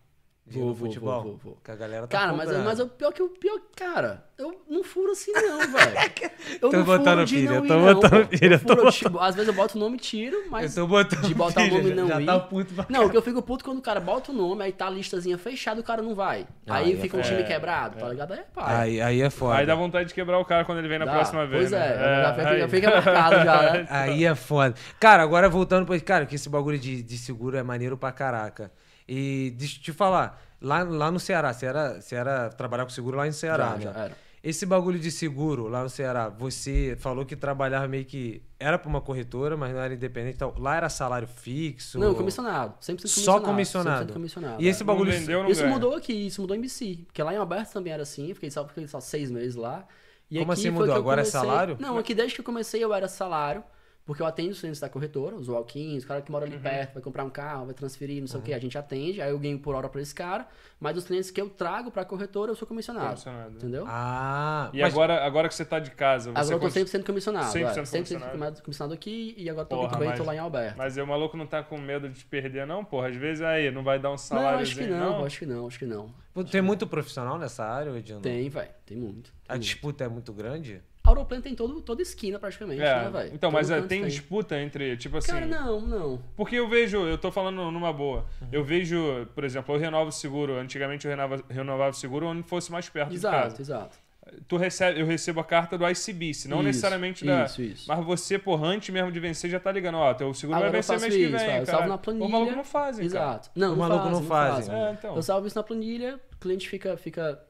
[SPEAKER 1] De ir
[SPEAKER 2] Vou,
[SPEAKER 1] no
[SPEAKER 2] vou,
[SPEAKER 1] futebol?
[SPEAKER 2] vou, vou, vou.
[SPEAKER 1] Que a galera tá
[SPEAKER 2] Cara, mas,
[SPEAKER 1] cobrando.
[SPEAKER 2] mas o pior que o pior, cara, eu não furo assim não, velho. Eu
[SPEAKER 1] Tô
[SPEAKER 2] não
[SPEAKER 1] botando
[SPEAKER 2] furo de
[SPEAKER 1] pilha,
[SPEAKER 2] não ir,
[SPEAKER 1] tô
[SPEAKER 2] não,
[SPEAKER 1] botando
[SPEAKER 2] pô.
[SPEAKER 1] pilha,
[SPEAKER 2] Eu
[SPEAKER 1] tô
[SPEAKER 2] furo, eu, tipo, às vezes eu boto o nome e tiro,
[SPEAKER 1] Eu
[SPEAKER 2] mas
[SPEAKER 1] tô botando.
[SPEAKER 2] de botar
[SPEAKER 1] pilha,
[SPEAKER 2] o nome e
[SPEAKER 1] já-
[SPEAKER 2] não
[SPEAKER 1] já
[SPEAKER 2] ir.
[SPEAKER 1] tá puto pra
[SPEAKER 2] Não, o que eu fico puto quando o cara bota o nome, aí tá a listazinha fechada e o cara não vai.
[SPEAKER 1] Ah,
[SPEAKER 2] aí
[SPEAKER 1] aí é
[SPEAKER 2] fica um
[SPEAKER 1] foda.
[SPEAKER 2] time quebrado, tá ligado? Aí é pai.
[SPEAKER 1] Aí, aí é foda.
[SPEAKER 3] Aí dá vontade de quebrar o cara quando ele vem na
[SPEAKER 2] Dá.
[SPEAKER 3] próxima vez.
[SPEAKER 2] Pois é,
[SPEAKER 3] né?
[SPEAKER 2] já fica-
[SPEAKER 3] aí.
[SPEAKER 2] já fica marcado já, né?
[SPEAKER 1] Aí é foda. Cara, agora voltando pra. Cara, que esse bagulho de, de seguro é maneiro pra caraca. E deixa eu te falar, lá, lá no Ceará, você era, você era trabalhar com seguro lá no Ceará,
[SPEAKER 2] Já, é.
[SPEAKER 1] né?
[SPEAKER 2] já era.
[SPEAKER 1] Esse bagulho de seguro lá no Ceará, você falou que trabalhava meio que. Era pra uma corretora, mas não era independente. e tal. Lá era salário fixo.
[SPEAKER 2] Não, comissionado. 100%
[SPEAKER 1] Só
[SPEAKER 2] comissionado. 100%
[SPEAKER 1] comissionado.
[SPEAKER 2] comissionado é.
[SPEAKER 1] E esse
[SPEAKER 3] Não
[SPEAKER 1] bagulho.
[SPEAKER 3] vendeu, não
[SPEAKER 2] Isso
[SPEAKER 3] ganha.
[SPEAKER 2] mudou aqui, isso mudou em BC. Porque lá em Alberto também era assim, fiquei só, fiquei só seis meses lá. E
[SPEAKER 1] Como
[SPEAKER 2] aqui
[SPEAKER 1] assim mudou?
[SPEAKER 2] foi que eu
[SPEAKER 1] Agora é
[SPEAKER 2] comecei-
[SPEAKER 1] salário?
[SPEAKER 2] Não, aqui desde que eu comecei eu era salário, porque eu atendo os clientes da corretora, os walk-ins, o cara que mora
[SPEAKER 3] Uhum.
[SPEAKER 2] ali perto, vai comprar um carro, vai transferir, não sei o
[SPEAKER 1] Uhum.
[SPEAKER 2] que, a gente atende, aí eu ganho por hora pra esse cara, mas os clientes que eu trago pra corretora eu sou comissionado.
[SPEAKER 3] Comissionado.
[SPEAKER 2] Entendeu?
[SPEAKER 1] Ah,
[SPEAKER 3] E
[SPEAKER 1] mas-
[SPEAKER 3] agora, agora que você tá de casa, você
[SPEAKER 2] Agora eu tô
[SPEAKER 3] cons-
[SPEAKER 2] 100% comissionado. 100%,
[SPEAKER 3] 100%
[SPEAKER 2] 100
[SPEAKER 3] comissionado.
[SPEAKER 2] comissionado aqui e agora tô,
[SPEAKER 3] Porra,
[SPEAKER 2] também
[SPEAKER 3] mas-
[SPEAKER 2] tô lá em Alberto.
[SPEAKER 3] Mas aí o maluco não tá com medo de te perder, não, porra. Às vezes aí, não vai dar um
[SPEAKER 2] não,
[SPEAKER 3] salário.
[SPEAKER 2] acho que não, acho que não, acho que não.
[SPEAKER 1] Pô, Tem muito profissional nessa área, Edino?
[SPEAKER 2] Tem, velho, tem muito. Tem
[SPEAKER 1] A
[SPEAKER 2] muito.
[SPEAKER 1] disputa é muito grande?
[SPEAKER 2] Auroplan tem todo, toda esquina praticamente,
[SPEAKER 3] É,
[SPEAKER 2] né, velho?
[SPEAKER 3] então,
[SPEAKER 2] Todo
[SPEAKER 3] mas é,
[SPEAKER 2] canto
[SPEAKER 3] tem disputa entre, tipo assim.
[SPEAKER 2] Cara, não, não.
[SPEAKER 3] Porque eu vejo, eu tô falando numa boa.
[SPEAKER 2] Uhum.
[SPEAKER 3] Eu vejo, por exemplo, eu renovo o seguro. Antigamente eu renova- renovava o seguro onde fosse mais perto de casa.
[SPEAKER 2] Exato, exato.
[SPEAKER 3] tu recebe, eu recebo a carta do ICBC, não
[SPEAKER 2] Isso,
[SPEAKER 3] necessariamente da.
[SPEAKER 2] isso, isso.
[SPEAKER 3] Mas você, porra, antes mesmo de vencer, já tá ligando, ó, teu seguro
[SPEAKER 2] Agora
[SPEAKER 3] vai
[SPEAKER 2] eu
[SPEAKER 3] vencer
[SPEAKER 2] faço
[SPEAKER 3] mês
[SPEAKER 2] isso,
[SPEAKER 3] que vem.
[SPEAKER 2] vai, eu salvo
[SPEAKER 3] cara.
[SPEAKER 2] na planilha.
[SPEAKER 3] O maluco não faz, cara.
[SPEAKER 2] Exato. Não,
[SPEAKER 1] O
[SPEAKER 2] não
[SPEAKER 1] maluco
[SPEAKER 2] fazem,
[SPEAKER 1] não né?
[SPEAKER 2] não
[SPEAKER 1] fazem.
[SPEAKER 2] fazem.
[SPEAKER 3] É, então.
[SPEAKER 2] Eu salvo isso na planilha, o cliente fica. fica...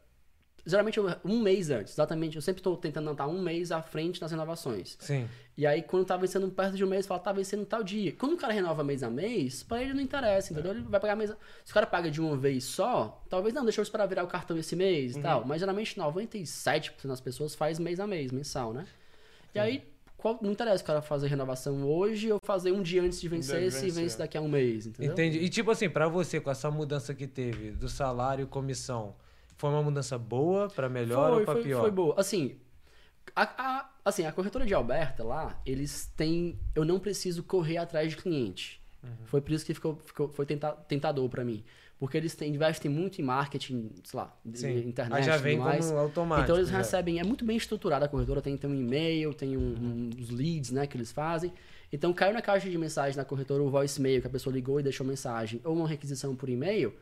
[SPEAKER 2] Geralmente eu- um mês antes, exatamente. Eu sempre tô tentando andar um mês à frente nas renovações.
[SPEAKER 1] Sim.
[SPEAKER 2] E aí, quando tá vencendo perto de um mês, fala, tá vencendo tal dia. Quando o cara renova mês a mês, pra ele não interessa, entendeu? Ele vai pagar mês a... Se o cara paga de uma vez só, talvez não, deixa eu esperar virar o cartão esse mês e tal. Mas geralmente 97% das pessoas faz mês a mês, mensal, né? E aí, qual... não interessa o cara fazer renovação hoje ou fazer um dia antes de vencer,
[SPEAKER 3] Deve
[SPEAKER 2] se
[SPEAKER 3] vencer.
[SPEAKER 2] vence daqui a um mês, entendeu?
[SPEAKER 1] Entendi. E tipo assim, pra você, com essa mudança que teve do salário e comissão, foi uma mudança boa pra melhor ou pra
[SPEAKER 2] foi,
[SPEAKER 1] pior?
[SPEAKER 2] Foi boa. Assim a, a- assim, a corretora de Alberta lá, eles têm. Eu não preciso correr atrás de cliente.
[SPEAKER 1] Uhum.
[SPEAKER 2] Foi por isso que ficou, ficou- foi tenta- tentador pra mim. Porque eles têm- investem muito em marketing, sei lá, de-
[SPEAKER 1] Sim.
[SPEAKER 2] internet.
[SPEAKER 1] Aí já vem
[SPEAKER 2] tudo mais.
[SPEAKER 1] como automático, né?
[SPEAKER 2] Então eles
[SPEAKER 1] já.
[SPEAKER 2] recebem. É muito bem estruturada a corretora, tem, tem um e-mail, tem um- uns leads né, que eles fazem. Então caiu na caixa de mensagem da corretora o voicemail que a pessoa ligou e deixou mensagem, ou uma requisição por e-mail.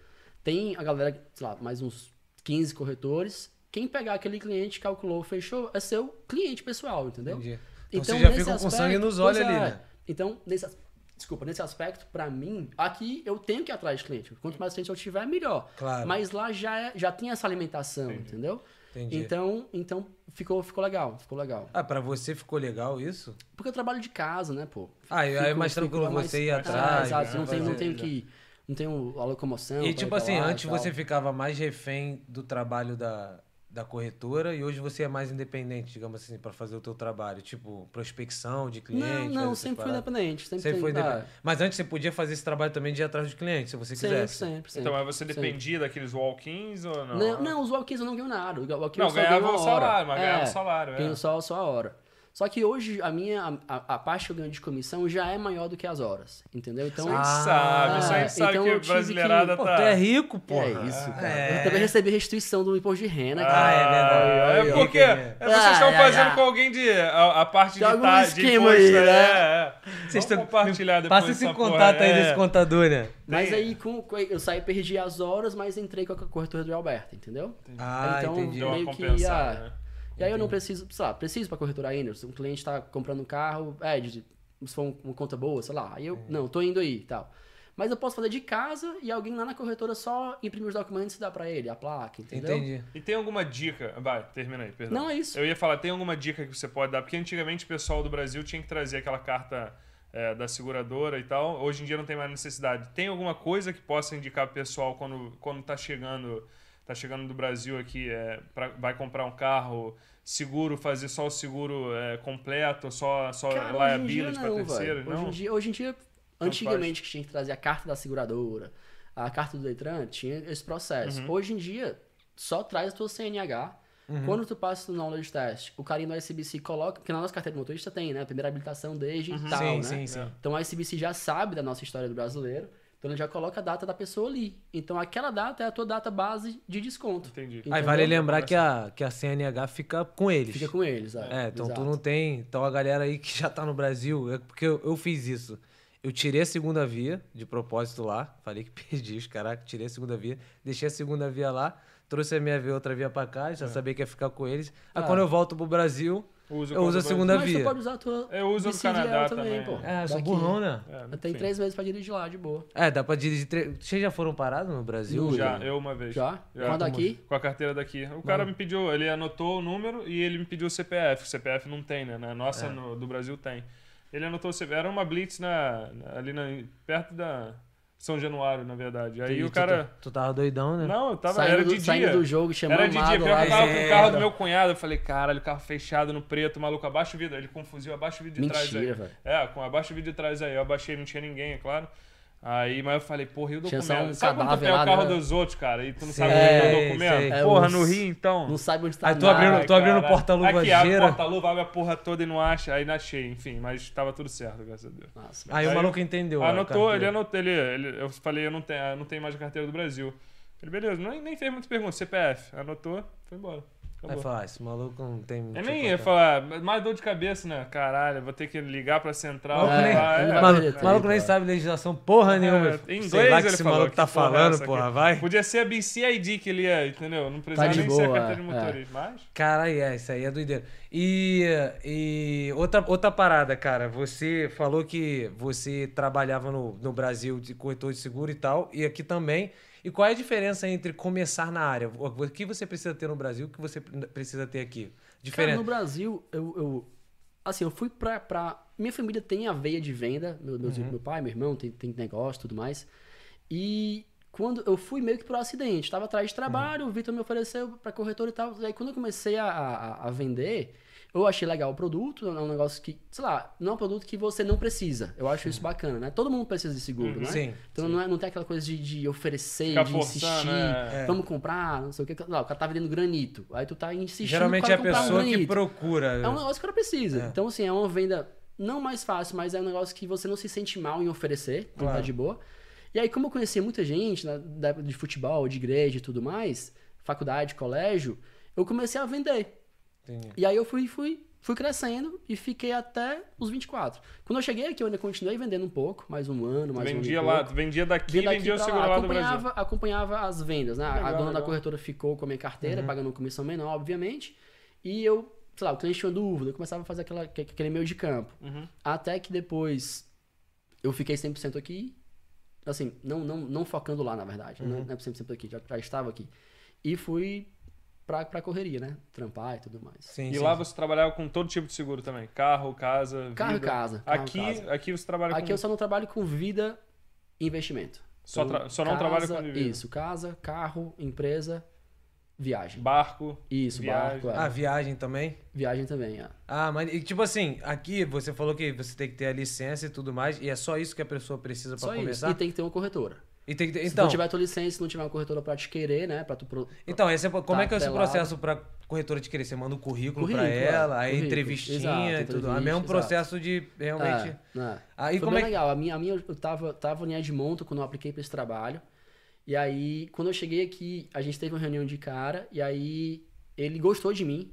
[SPEAKER 2] Tem a galera, sei lá, mais uns 15 corretores. Quem pegar aquele cliente, calculou, fechou, é seu cliente pessoal, entendeu?
[SPEAKER 1] Entendi. Então, você já fica com sangue nos olhos
[SPEAKER 2] pois
[SPEAKER 1] ali,
[SPEAKER 2] é.
[SPEAKER 1] né?
[SPEAKER 2] Então, nesse, as- desculpa, nesse aspecto, pra mim, aqui eu tenho que ir atrás de cliente. Quanto mais cliente eu tiver, melhor.
[SPEAKER 1] Claro.
[SPEAKER 2] Mas lá já, é- já tem essa alimentação, entendeu?
[SPEAKER 1] Entendi.
[SPEAKER 2] Então, então ficou, ficou legal, ficou legal.
[SPEAKER 1] Ah, pra você ficou legal isso?
[SPEAKER 2] Porque eu trabalho de casa, né, pô?
[SPEAKER 1] Ah, e aí é
[SPEAKER 2] Fico-
[SPEAKER 1] mais
[SPEAKER 2] fico
[SPEAKER 1] tranquilo
[SPEAKER 2] lá
[SPEAKER 1] você ir
[SPEAKER 2] Ah,
[SPEAKER 1] atrás,
[SPEAKER 2] Exato,
[SPEAKER 1] né,
[SPEAKER 2] não tenho, não
[SPEAKER 1] fazer-
[SPEAKER 2] tenho que ir- não tenho a locomoção.
[SPEAKER 1] E
[SPEAKER 2] pra ir
[SPEAKER 1] tipo
[SPEAKER 2] pra
[SPEAKER 1] assim,
[SPEAKER 2] lá e
[SPEAKER 1] antes
[SPEAKER 2] tal.
[SPEAKER 1] você ficava mais refém do trabalho da, da corretora e hoje você é mais independente, digamos assim, pra fazer o teu trabalho. Tipo, prospecção de cliente.
[SPEAKER 2] Não,
[SPEAKER 1] fazer
[SPEAKER 2] não,
[SPEAKER 1] essas
[SPEAKER 2] sempre fui
[SPEAKER 1] paradas.
[SPEAKER 2] independente. Sempre,
[SPEAKER 1] Sempre foi
[SPEAKER 2] fui- ah,
[SPEAKER 1] independente. Mas antes você podia fazer esse trabalho também de ir atrás de cliente, se você
[SPEAKER 2] Sempre,
[SPEAKER 1] quisesse.
[SPEAKER 2] sempre, sempre.
[SPEAKER 3] Então, mas você
[SPEAKER 2] sempre.
[SPEAKER 3] dependia daqueles walk-ins ou não?
[SPEAKER 2] Não, não, os walk-ins eu não ganho nada. O walk-in
[SPEAKER 3] Não,
[SPEAKER 2] eu só
[SPEAKER 3] ganhava
[SPEAKER 2] ganho
[SPEAKER 3] o
[SPEAKER 2] a
[SPEAKER 3] salário,
[SPEAKER 2] hora.
[SPEAKER 3] mas ganhava o salário, é.
[SPEAKER 2] Ganho só, só a hora. Só que hoje a minha a, a parte que eu ganho de comissão já é maior do que as horas, entendeu? Então
[SPEAKER 3] Isso aí sabe, isso aí
[SPEAKER 2] Ah,
[SPEAKER 3] sabe
[SPEAKER 2] então
[SPEAKER 3] que
[SPEAKER 2] eu
[SPEAKER 3] o
[SPEAKER 2] tive
[SPEAKER 3] brasileirada
[SPEAKER 1] Pô,
[SPEAKER 3] tá.
[SPEAKER 1] tu é rico, pô.
[SPEAKER 2] é isso, cara. Eu também recebi restituição do imposto de renda,
[SPEAKER 1] Ah,
[SPEAKER 2] cara.
[SPEAKER 1] é verdade.
[SPEAKER 3] É
[SPEAKER 1] Olha,
[SPEAKER 3] porque
[SPEAKER 1] olha, olha.
[SPEAKER 3] é, vocês estão
[SPEAKER 2] Ah,
[SPEAKER 3] fazendo
[SPEAKER 2] ah,
[SPEAKER 3] com alguém de. A, a parte de
[SPEAKER 2] Tem algum
[SPEAKER 3] tá- de
[SPEAKER 2] um esquema aí,
[SPEAKER 3] imposto,
[SPEAKER 2] né?
[SPEAKER 3] É, é. Vamos compartilhar depois.
[SPEAKER 1] Passa esse
[SPEAKER 3] essa porra,
[SPEAKER 1] contato aí
[SPEAKER 3] é.
[SPEAKER 1] desse contador, né?
[SPEAKER 2] Mas
[SPEAKER 3] Tem-
[SPEAKER 2] aí com, com- eu saí, perdi as horas, mas entrei com a corretora do Alberto, entendeu?
[SPEAKER 1] Ah,
[SPEAKER 2] então,
[SPEAKER 1] entendi.
[SPEAKER 3] Deu uma
[SPEAKER 2] meio que,
[SPEAKER 3] compensada,
[SPEAKER 2] ah,
[SPEAKER 3] né?
[SPEAKER 2] E aí eu não preciso, sei lá, preciso pra corretora ainda. Se um cliente tá comprando um carro, é, de- se for um- uma conta boa, sei lá. Aí eu, não, tô indo aí e tal. Mas eu posso fazer de casa e alguém lá na corretora só imprimir os documentos e dar pra ele, a placa, entendeu?
[SPEAKER 1] Entendi.
[SPEAKER 3] E tem alguma dica? Vai, termina aí, perdão.
[SPEAKER 2] Não, é isso.
[SPEAKER 3] Eu ia falar, tem alguma dica que você pode dar? Porque antigamente o pessoal do Brasil tinha que trazer aquela carta é, da seguradora e tal. Hoje em dia não tem mais necessidade. Tem alguma coisa que possa indicar pro pessoal quando, quando tá chegando tá chegando do Brasil aqui, é, pra- vai comprar um carro, seguro, fazer só o seguro é, completo, só, só
[SPEAKER 2] Cara, hoje em dia
[SPEAKER 3] liability para
[SPEAKER 2] não,
[SPEAKER 3] terceiro?
[SPEAKER 2] velho. Hoje
[SPEAKER 3] Não?
[SPEAKER 2] em dia, hoje em dia
[SPEAKER 3] Não
[SPEAKER 2] antigamente que tinha que trazer a carta da seguradora, a carta do Detran, tinha esse processo. Hoje em dia, só traz a tua CNH. Quando tu passa no knowledge test, o carinho do SBC coloca, porque na nossa carteira de motorista tem, né? Primeira habilitação desde tal,
[SPEAKER 1] Uhum. sim,
[SPEAKER 2] né?
[SPEAKER 1] sim, sim.
[SPEAKER 2] Então a SBC já sabe da nossa história do brasileiro, então ele já coloca a data da pessoa ali. Então aquela data é a tua data base de desconto.
[SPEAKER 3] Entendi.
[SPEAKER 1] Aí
[SPEAKER 2] Entendeu?
[SPEAKER 1] vale lembrar que a, que a CNH fica com eles.
[SPEAKER 2] Fica com eles, sabe?
[SPEAKER 1] É, então
[SPEAKER 2] Exato.
[SPEAKER 1] tu não tem. Então a galera aí que já tá no Brasil, é porque eu, eu fiz isso. Eu tirei a segunda via de propósito lá. Falei que perdi os caraca, tirei a segunda via, deixei a segunda
[SPEAKER 2] É.
[SPEAKER 1] via lá, trouxe a minha via, outra via pra cá, já sabia que ia ficar com eles. Aí quando eu volto pro Brasil,
[SPEAKER 3] Uso
[SPEAKER 1] Eu uso a
[SPEAKER 3] Córdoba.
[SPEAKER 1] segunda-
[SPEAKER 2] Ah. Mas
[SPEAKER 1] via.
[SPEAKER 2] você pode usar a tua
[SPEAKER 3] Eu uso no
[SPEAKER 2] VCDL
[SPEAKER 3] Canadá também.
[SPEAKER 2] pô.
[SPEAKER 1] É, eu sou
[SPEAKER 2] Daqui.
[SPEAKER 1] burrão, né?
[SPEAKER 3] É,
[SPEAKER 2] Tem
[SPEAKER 3] enfim.
[SPEAKER 2] três meses pra dirigir lá, de boa.
[SPEAKER 1] É, dá pra dirigir. Tre... Vocês já foram parados no Brasil?
[SPEAKER 2] Não,
[SPEAKER 3] Já, eu uma vez.
[SPEAKER 2] Já? Com a daqui?
[SPEAKER 3] Com a carteira daqui. O cara me pediu, ele anotou o número e ele me pediu o CPF. O CPF não tem, né? Na nossa,
[SPEAKER 2] É.
[SPEAKER 3] no- do Brasil, tem. Ele anotou o CPF. Era uma blitz na, na- ali na, perto da São Januário, na verdade. Aí
[SPEAKER 1] E
[SPEAKER 3] o
[SPEAKER 1] tu
[SPEAKER 2] então.
[SPEAKER 3] cara...
[SPEAKER 1] tá- Tu, tava doidão, né?
[SPEAKER 3] Não, eu tava...
[SPEAKER 2] saindo,
[SPEAKER 3] era
[SPEAKER 2] do,
[SPEAKER 3] de dia.
[SPEAKER 2] saindo do jogo, chamando
[SPEAKER 3] Era de dia,
[SPEAKER 2] amado
[SPEAKER 3] pior
[SPEAKER 2] lá. então.
[SPEAKER 3] que eu tava com o
[SPEAKER 1] é,
[SPEAKER 3] carro do
[SPEAKER 1] era.
[SPEAKER 3] meu cunhado. Eu falei, caralho, o carro fechado no preto, maluco, abaixa o vidro. Ele com um fuzil, abaixa o vidro de trás aí.
[SPEAKER 2] Mentira, velho.
[SPEAKER 3] É, com abaixa o vídeo de trás aí. Eu abaixei, não tinha ninguém, é claro. Aí, mas eu falei, porra, e o
[SPEAKER 2] Tinha
[SPEAKER 3] documento?
[SPEAKER 2] só um
[SPEAKER 3] sabe quando tu
[SPEAKER 2] cadáver
[SPEAKER 3] pega
[SPEAKER 2] lá,
[SPEAKER 3] o carro
[SPEAKER 2] né?
[SPEAKER 3] dos outros, cara, e tu não
[SPEAKER 1] Sim.
[SPEAKER 3] sabe onde é o
[SPEAKER 1] É,
[SPEAKER 3] documento?
[SPEAKER 1] isso
[SPEAKER 2] aí.
[SPEAKER 3] porra,
[SPEAKER 2] É,
[SPEAKER 3] no
[SPEAKER 2] uns-
[SPEAKER 3] Rio, então.
[SPEAKER 2] Não sabe onde tá
[SPEAKER 1] Aí tu
[SPEAKER 2] nada.
[SPEAKER 1] abrindo- tô abrindo
[SPEAKER 3] caralho.
[SPEAKER 1] porta-luva
[SPEAKER 3] Aqui, abre o
[SPEAKER 1] gira.
[SPEAKER 3] porta-luva, abre a porra toda e não acha. Aí não achei, enfim, mas tava tudo certo, graças a Deus.
[SPEAKER 2] Nossa,
[SPEAKER 1] Aí,
[SPEAKER 3] Aí Ah,
[SPEAKER 1] o maluco entendeu. né, a
[SPEAKER 3] Anotou,
[SPEAKER 1] carteira.
[SPEAKER 3] ele anotou, ele, ele- eu falei, eu não tenho, eu não tenho mais a carteira do Brasil. Ele, beleza, nem, nem fez muita pergunta, CPF. Anotou, foi embora. Acabou.
[SPEAKER 1] Aí fala, ah, esse maluco não tem.
[SPEAKER 3] É
[SPEAKER 1] deixa eu
[SPEAKER 3] nem ia
[SPEAKER 1] contar.
[SPEAKER 3] falar, mais dor de cabeça, né? Caralho, vou ter que ligar pra central.
[SPEAKER 1] Maluco,
[SPEAKER 2] É,
[SPEAKER 1] nem,
[SPEAKER 3] Ah,
[SPEAKER 2] ele vai
[SPEAKER 1] maluco-
[SPEAKER 2] perder tempo,
[SPEAKER 1] maluco nem
[SPEAKER 2] cara.
[SPEAKER 1] sabe legislação porra nenhuma.
[SPEAKER 3] É, em
[SPEAKER 1] Sei
[SPEAKER 3] inglês
[SPEAKER 1] lá que
[SPEAKER 3] ele
[SPEAKER 1] esse
[SPEAKER 3] falou,
[SPEAKER 1] maluco tá
[SPEAKER 3] que porra é
[SPEAKER 1] falando,
[SPEAKER 3] essa
[SPEAKER 1] porra,
[SPEAKER 3] aqui?
[SPEAKER 1] vai.
[SPEAKER 3] Podia ser a BCID que ele ia, entendeu? Não precisava
[SPEAKER 2] Tá de
[SPEAKER 3] nem ser a
[SPEAKER 2] boa,
[SPEAKER 3] carteira de
[SPEAKER 2] é.
[SPEAKER 3] motorista. Mas,
[SPEAKER 1] Caralho, é, isso aí é doideira. E, e outra, outra parada, cara, você falou que você trabalhava no, no Brasil de corretor de seguro e tal, e aqui também. E qual é a diferença entre começar na área? O o que você precisa ter no Brasil e o que você precisa ter aqui?
[SPEAKER 2] Cara, no
[SPEAKER 1] Diferença.
[SPEAKER 2] Brasil, eu, eu- Assim, eu fui pra, pra. Minha família tem a veia de venda. Meu, meus-
[SPEAKER 1] Uhum.
[SPEAKER 2] meu pai, meu irmão, tem, tem negócio e tudo mais. E quando eu fui meio que por acidente, tava atrás de trabalho,
[SPEAKER 1] Uhum.
[SPEAKER 2] o Vitor me ofereceu pra corretora e tal. E aí quando eu comecei a, a, a vender, eu achei legal o produto, é um negócio que, sei lá, não é um produto que você não precisa. Eu acho
[SPEAKER 1] Uhum.
[SPEAKER 2] isso bacana, né? Todo mundo precisa de seguro, né?
[SPEAKER 1] Sim,
[SPEAKER 2] Então não, é- não tem aquela coisa de, de oferecer,
[SPEAKER 3] Ficar
[SPEAKER 2] de insistir,
[SPEAKER 3] forçando, né?
[SPEAKER 2] vamos comprar, não sei o que. Não, o cara tá vendendo granito. Aí tu tá insistindo
[SPEAKER 1] Geralmente
[SPEAKER 2] pra
[SPEAKER 1] é a
[SPEAKER 2] comprar um
[SPEAKER 1] pessoa que
[SPEAKER 2] granito.
[SPEAKER 1] procura.
[SPEAKER 2] É um negócio que o cara precisa. Então, assim, é uma venda não mais fácil, mas é um negócio que você não se sente mal em oferecer, quando tá
[SPEAKER 1] Claro.
[SPEAKER 2] de boa. E aí, como eu conhecia muita gente na- da época de futebol, de igreja e tudo mais, faculdade, colégio, eu comecei a vender.
[SPEAKER 1] Entendi.
[SPEAKER 2] E aí eu fui, fui, fui crescendo e fiquei até os 24. Quando eu cheguei aqui, eu ainda continuei vendendo um pouco, mais um ano, mais um ano. e
[SPEAKER 3] vendia
[SPEAKER 2] pouco.
[SPEAKER 3] lá, vendia daqui,
[SPEAKER 2] Via daqui
[SPEAKER 3] vendia o
[SPEAKER 2] pra
[SPEAKER 3] seguro
[SPEAKER 2] lá.
[SPEAKER 3] lá do Brasil.
[SPEAKER 2] Acompanhava, acompanhava as vendas, né? a
[SPEAKER 3] Legal,
[SPEAKER 2] dona da
[SPEAKER 3] legal. Uhum.
[SPEAKER 2] corretora ficou com a minha carteira, pagando uma comissão menor, obviamente. E eu, sei lá, o cliente tinha dúvida, eu começava a fazer aquela, que- aquele meio de campo.
[SPEAKER 3] Uhum.
[SPEAKER 2] Até que depois eu fiquei 100% aqui, assim, não, não, não focando lá, na verdade.
[SPEAKER 3] Uhum.
[SPEAKER 2] Não, não é 100% aqui, já, já estava aqui. E fui pra, pra correria, né? Trampar e tudo mais.
[SPEAKER 1] Sim,
[SPEAKER 3] E
[SPEAKER 1] sim,
[SPEAKER 3] lá
[SPEAKER 1] sim.
[SPEAKER 3] você trabalhava com todo tipo de seguro também. Carro, casa,
[SPEAKER 2] Carro e
[SPEAKER 3] vida.
[SPEAKER 2] casa. carro e
[SPEAKER 3] Aqui,
[SPEAKER 2] casa.
[SPEAKER 3] aqui você trabalha
[SPEAKER 2] Aqui
[SPEAKER 3] com...
[SPEAKER 2] eu só não trabalho com vida e investimento.
[SPEAKER 3] Só,
[SPEAKER 2] Então,
[SPEAKER 3] tra- só não trabalha com
[SPEAKER 2] casa,
[SPEAKER 3] vida.
[SPEAKER 2] Isso, casa, carro, empresa, viagem.
[SPEAKER 3] Barco.
[SPEAKER 2] Isso,
[SPEAKER 3] Viagem.
[SPEAKER 2] barco. é.
[SPEAKER 1] Ah, viagem também?
[SPEAKER 2] Viagem também, é.
[SPEAKER 1] Ah, mas e, tipo assim, aqui você falou que você tem que ter a licença e tudo mais, e é só isso que a pessoa precisa pra
[SPEAKER 2] Só
[SPEAKER 1] começar?
[SPEAKER 2] isso. E tem que ter uma corretora.
[SPEAKER 1] E tem que ter-
[SPEAKER 2] Se tu
[SPEAKER 1] então,
[SPEAKER 2] não tiver tua licença, se não tiver uma corretora pra te querer, né? Pra tu pro...
[SPEAKER 1] então esse é- como é que é esse
[SPEAKER 2] atrelado.
[SPEAKER 1] processo pra corretora de querer? Você manda o currículo, pra
[SPEAKER 2] tá Currículo, é.
[SPEAKER 1] ela, aí
[SPEAKER 2] Currículo.
[SPEAKER 1] entrevistinha e
[SPEAKER 2] Exato,
[SPEAKER 1] tudo. É o
[SPEAKER 2] entrevista,
[SPEAKER 1] mesmo
[SPEAKER 2] exato.
[SPEAKER 1] processo de realmente.
[SPEAKER 2] É, é.
[SPEAKER 1] Aí
[SPEAKER 2] Foi
[SPEAKER 1] como
[SPEAKER 2] bem
[SPEAKER 1] é que.
[SPEAKER 2] legal. A minha, a minha eu tava, tava em Edmonton quando eu apliquei pra esse trabalho. E aí, quando eu cheguei aqui, a gente teve uma reunião de cara. E aí, ele gostou de mim.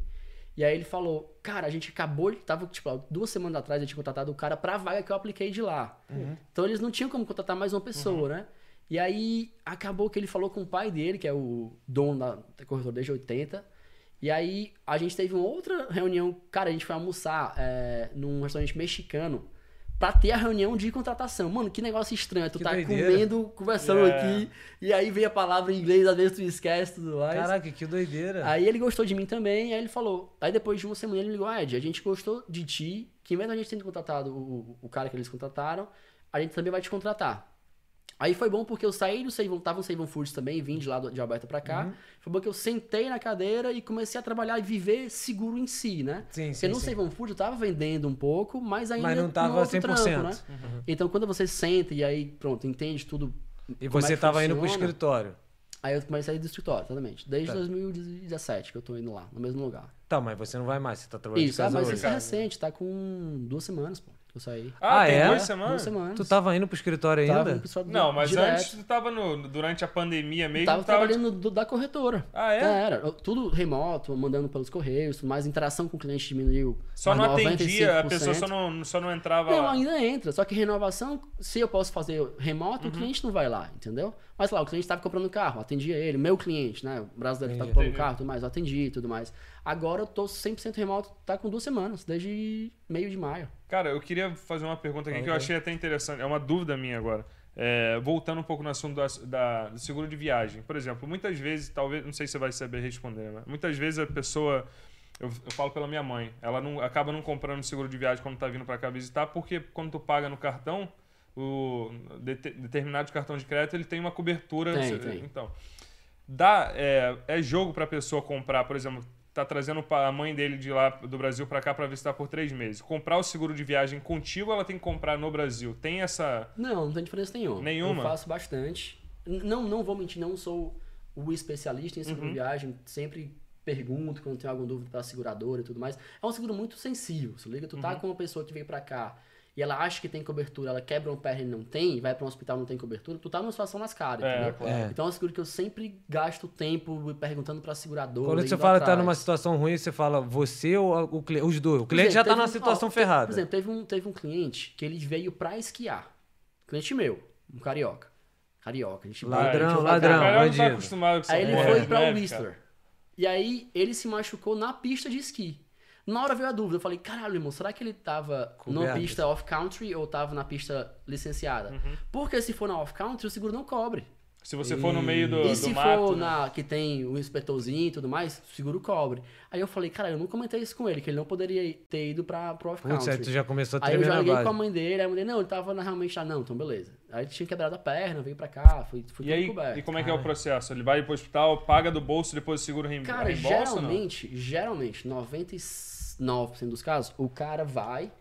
[SPEAKER 2] E aí ele falou, cara, a gente acabou, de- tava, tipo, lá, duas semanas atrás eu tinha contratado o cara pra vaga que eu apliquei de lá. Então eles não tinham como contratar mais uma pessoa, né? E aí acabou que ele falou com o pai dele, que é o dono da, da corretora desde 80. E aí a gente teve uma outra reunião, cara, a gente foi almoçar é, num restaurante mexicano pra ter a reunião de contratação. Mano, que negócio estranho, tu
[SPEAKER 1] Que
[SPEAKER 2] tá
[SPEAKER 1] doideira. É.
[SPEAKER 2] comendo, conversando
[SPEAKER 3] Yeah.
[SPEAKER 2] aqui, e aí vem a palavra em inglês, às vezes tu esquece tudo mais.
[SPEAKER 1] Caraca, que doideira.
[SPEAKER 2] Aí ele gostou de mim também, aí ele falou. Aí depois de uma semana ele me ligou, "Ah, Ed, a gente gostou de ti, que mesmo a gente tendo contratado o, o cara que eles contrataram, a gente também vai te contratar. Aí foi bom porque eu saí do Seivon, tava no Seivon Foods também, vim de lá do- de Alberta pra
[SPEAKER 1] Uhum.
[SPEAKER 2] cá. Foi bom que eu sentei na cadeira e comecei a trabalhar e viver seguro em si, né?
[SPEAKER 1] Sim,
[SPEAKER 2] Porque
[SPEAKER 1] sim.
[SPEAKER 2] no
[SPEAKER 1] sim.
[SPEAKER 2] Seivon Foods eu tava vendendo um pouco, mas ainda
[SPEAKER 1] Mas não
[SPEAKER 2] no
[SPEAKER 1] tava
[SPEAKER 2] outro
[SPEAKER 1] 100%.
[SPEAKER 2] né? Então quando você senta e aí, pronto, entende tudo.
[SPEAKER 1] E
[SPEAKER 2] como é
[SPEAKER 1] você
[SPEAKER 2] que
[SPEAKER 1] tava indo pro
[SPEAKER 2] funciona,
[SPEAKER 1] escritório.
[SPEAKER 2] Aí eu comecei a ir do escritório, exatamente. Desde
[SPEAKER 1] Tá.
[SPEAKER 2] 2017 que eu tô indo lá, no mesmo lugar.
[SPEAKER 1] Tá, mas você não vai mais, você tá trabalhando de
[SPEAKER 2] Isso, ah,
[SPEAKER 1] casa
[SPEAKER 2] mas
[SPEAKER 1] hoje.
[SPEAKER 2] isso é recente, tá com duas semanas, pô. que Eu saí.
[SPEAKER 3] Ah,
[SPEAKER 1] Ah,
[SPEAKER 3] tem
[SPEAKER 1] é?
[SPEAKER 3] duas semanas?
[SPEAKER 2] Duas semanas.
[SPEAKER 1] Tu tava indo pro escritório
[SPEAKER 2] Tava
[SPEAKER 1] ainda?
[SPEAKER 2] com o pessoal do-
[SPEAKER 3] Não, mas
[SPEAKER 2] direto.
[SPEAKER 3] antes tu tava no, durante a pandemia mesmo.
[SPEAKER 2] Tava
[SPEAKER 3] tu tava tipo,
[SPEAKER 2] trabalhando do- da corretora.
[SPEAKER 3] Ah, é?
[SPEAKER 2] Era. Eu- Tudo remoto, mandando pelos correios, tudo mais interação com o cliente diminuiu.
[SPEAKER 3] Só
[SPEAKER 2] mais
[SPEAKER 3] não atendia, a
[SPEAKER 2] 95%.
[SPEAKER 3] pessoa só não, só não entrava
[SPEAKER 2] Não,
[SPEAKER 3] lá. Uhum.
[SPEAKER 2] ainda entra. Só que renovação, se eu posso fazer remoto, o cliente não vai lá, entendeu? Mas sei lá, o cliente estava comprando carro, eu atendia ele, meu cliente, né? O brasileiro que estava comprando carro, tudo mais, eu atendi e tudo mais. Agora eu tô 100% remoto, tá com duas semanas, desde meio de maio.
[SPEAKER 3] Cara, eu queria fazer uma pergunta aqui que eu achei até interessante. É uma dúvida minha agora. É, voltando um pouco no assunto da, da- do seguro de viagem. Por exemplo, muitas vezes, talvez, não sei se você vai saber responder, mas muitas vezes a pessoa. Eu, eu falo pela minha mãe, ela não acaba não comprando seguro de viagem quando tá vindo para cá visitar, porque quando tu paga no cartão, o dete- determinado cartão de crédito, ele tem uma cobertura.
[SPEAKER 2] Tem,
[SPEAKER 3] se-
[SPEAKER 2] tem.
[SPEAKER 3] Então, dá é, é jogo para pessoa comprar, por exemplo, tá trazendo pa- a mãe dele de lá do Brasil para cá para visitar por três meses. Comprar o seguro de viagem contigo, ela tem que comprar no Brasil. Tem essa
[SPEAKER 2] Não, não tem diferença nenhuma. Eu
[SPEAKER 3] Nenhuma?
[SPEAKER 2] faço bastante. N- Não, não vou mentir, não sou o especialista em
[SPEAKER 3] Uhum.
[SPEAKER 2] seguro de viagem. Sempre pergunto quando tenho alguma dúvida para seguradora e tudo mais. É um seguro muito sensível. Se liga, tu
[SPEAKER 3] Uhum.
[SPEAKER 2] tá com uma pessoa que veio para cá e ela acha que tem cobertura, ela quebra uma perna e não tem, vai para um hospital e não tem cobertura, tu tá numa situação lascada,
[SPEAKER 3] É,
[SPEAKER 2] entendeu?
[SPEAKER 3] claro.
[SPEAKER 1] É.
[SPEAKER 2] Então é um seguro que eu sempre gasto tempo perguntando para seguradora.
[SPEAKER 1] Quando você
[SPEAKER 2] indo
[SPEAKER 1] fala que tá
[SPEAKER 2] atrás.
[SPEAKER 1] numa situação ruim, você fala você ou a- o cliente? Os dois. O
[SPEAKER 2] Por
[SPEAKER 1] cliente já
[SPEAKER 2] exemplo,
[SPEAKER 1] tá
[SPEAKER 2] teve
[SPEAKER 1] numa
[SPEAKER 2] um-
[SPEAKER 1] situação
[SPEAKER 2] ó, te-
[SPEAKER 1] ferrada.
[SPEAKER 2] Por exemplo, teve um, teve um cliente que ele veio pra esquiar. Cliente meu, um carioca. Carioca, a gente
[SPEAKER 1] Ladrão,
[SPEAKER 2] a gente vai pra
[SPEAKER 1] ladrão.
[SPEAKER 3] O cara não tá
[SPEAKER 1] bandido.
[SPEAKER 3] acostumado com essa
[SPEAKER 2] Aí ele
[SPEAKER 3] porra,
[SPEAKER 2] foi
[SPEAKER 3] né,
[SPEAKER 2] pra
[SPEAKER 3] cara?
[SPEAKER 2] Whistler. E aí ele se machucou na pista de esqui. Na hora veio a dúvida, eu falei, caralho, irmão, será que ele tava numa
[SPEAKER 1] Coberto.
[SPEAKER 2] pista off-country ou tava na pista licenciada?
[SPEAKER 3] Uhum.
[SPEAKER 2] Porque se for na off-country, o seguro não cobre.
[SPEAKER 3] Se você for no meio do,
[SPEAKER 2] E
[SPEAKER 3] do
[SPEAKER 2] se
[SPEAKER 3] mato.
[SPEAKER 2] for
[SPEAKER 3] né?
[SPEAKER 2] na, que tem o inspetorzinho e tudo mais, o seguro cobre. Aí eu falei, cara, eu não comentei isso com ele, que ele não poderia ter ido pra, pro
[SPEAKER 1] Putz, aí tu
[SPEAKER 2] off-country.
[SPEAKER 1] já começou a
[SPEAKER 2] Aí eu
[SPEAKER 1] tremer na
[SPEAKER 2] joguei com a
[SPEAKER 1] base.
[SPEAKER 2] mãe dele, aí a mãe dele, não, ele tava na- realmente lá, não, então beleza. Aí tinha quebrado a perna, veio pra cá, foi, foi
[SPEAKER 3] E
[SPEAKER 2] tudo
[SPEAKER 3] aí,
[SPEAKER 2] coberto.
[SPEAKER 3] e como é que é o processo? Ele vai pro hospital, paga do bolso, depois o seguro reem-
[SPEAKER 2] Cara,
[SPEAKER 3] reembolsa ou não?
[SPEAKER 2] geralmente, geralmente, 99% dos casos, o cara vai.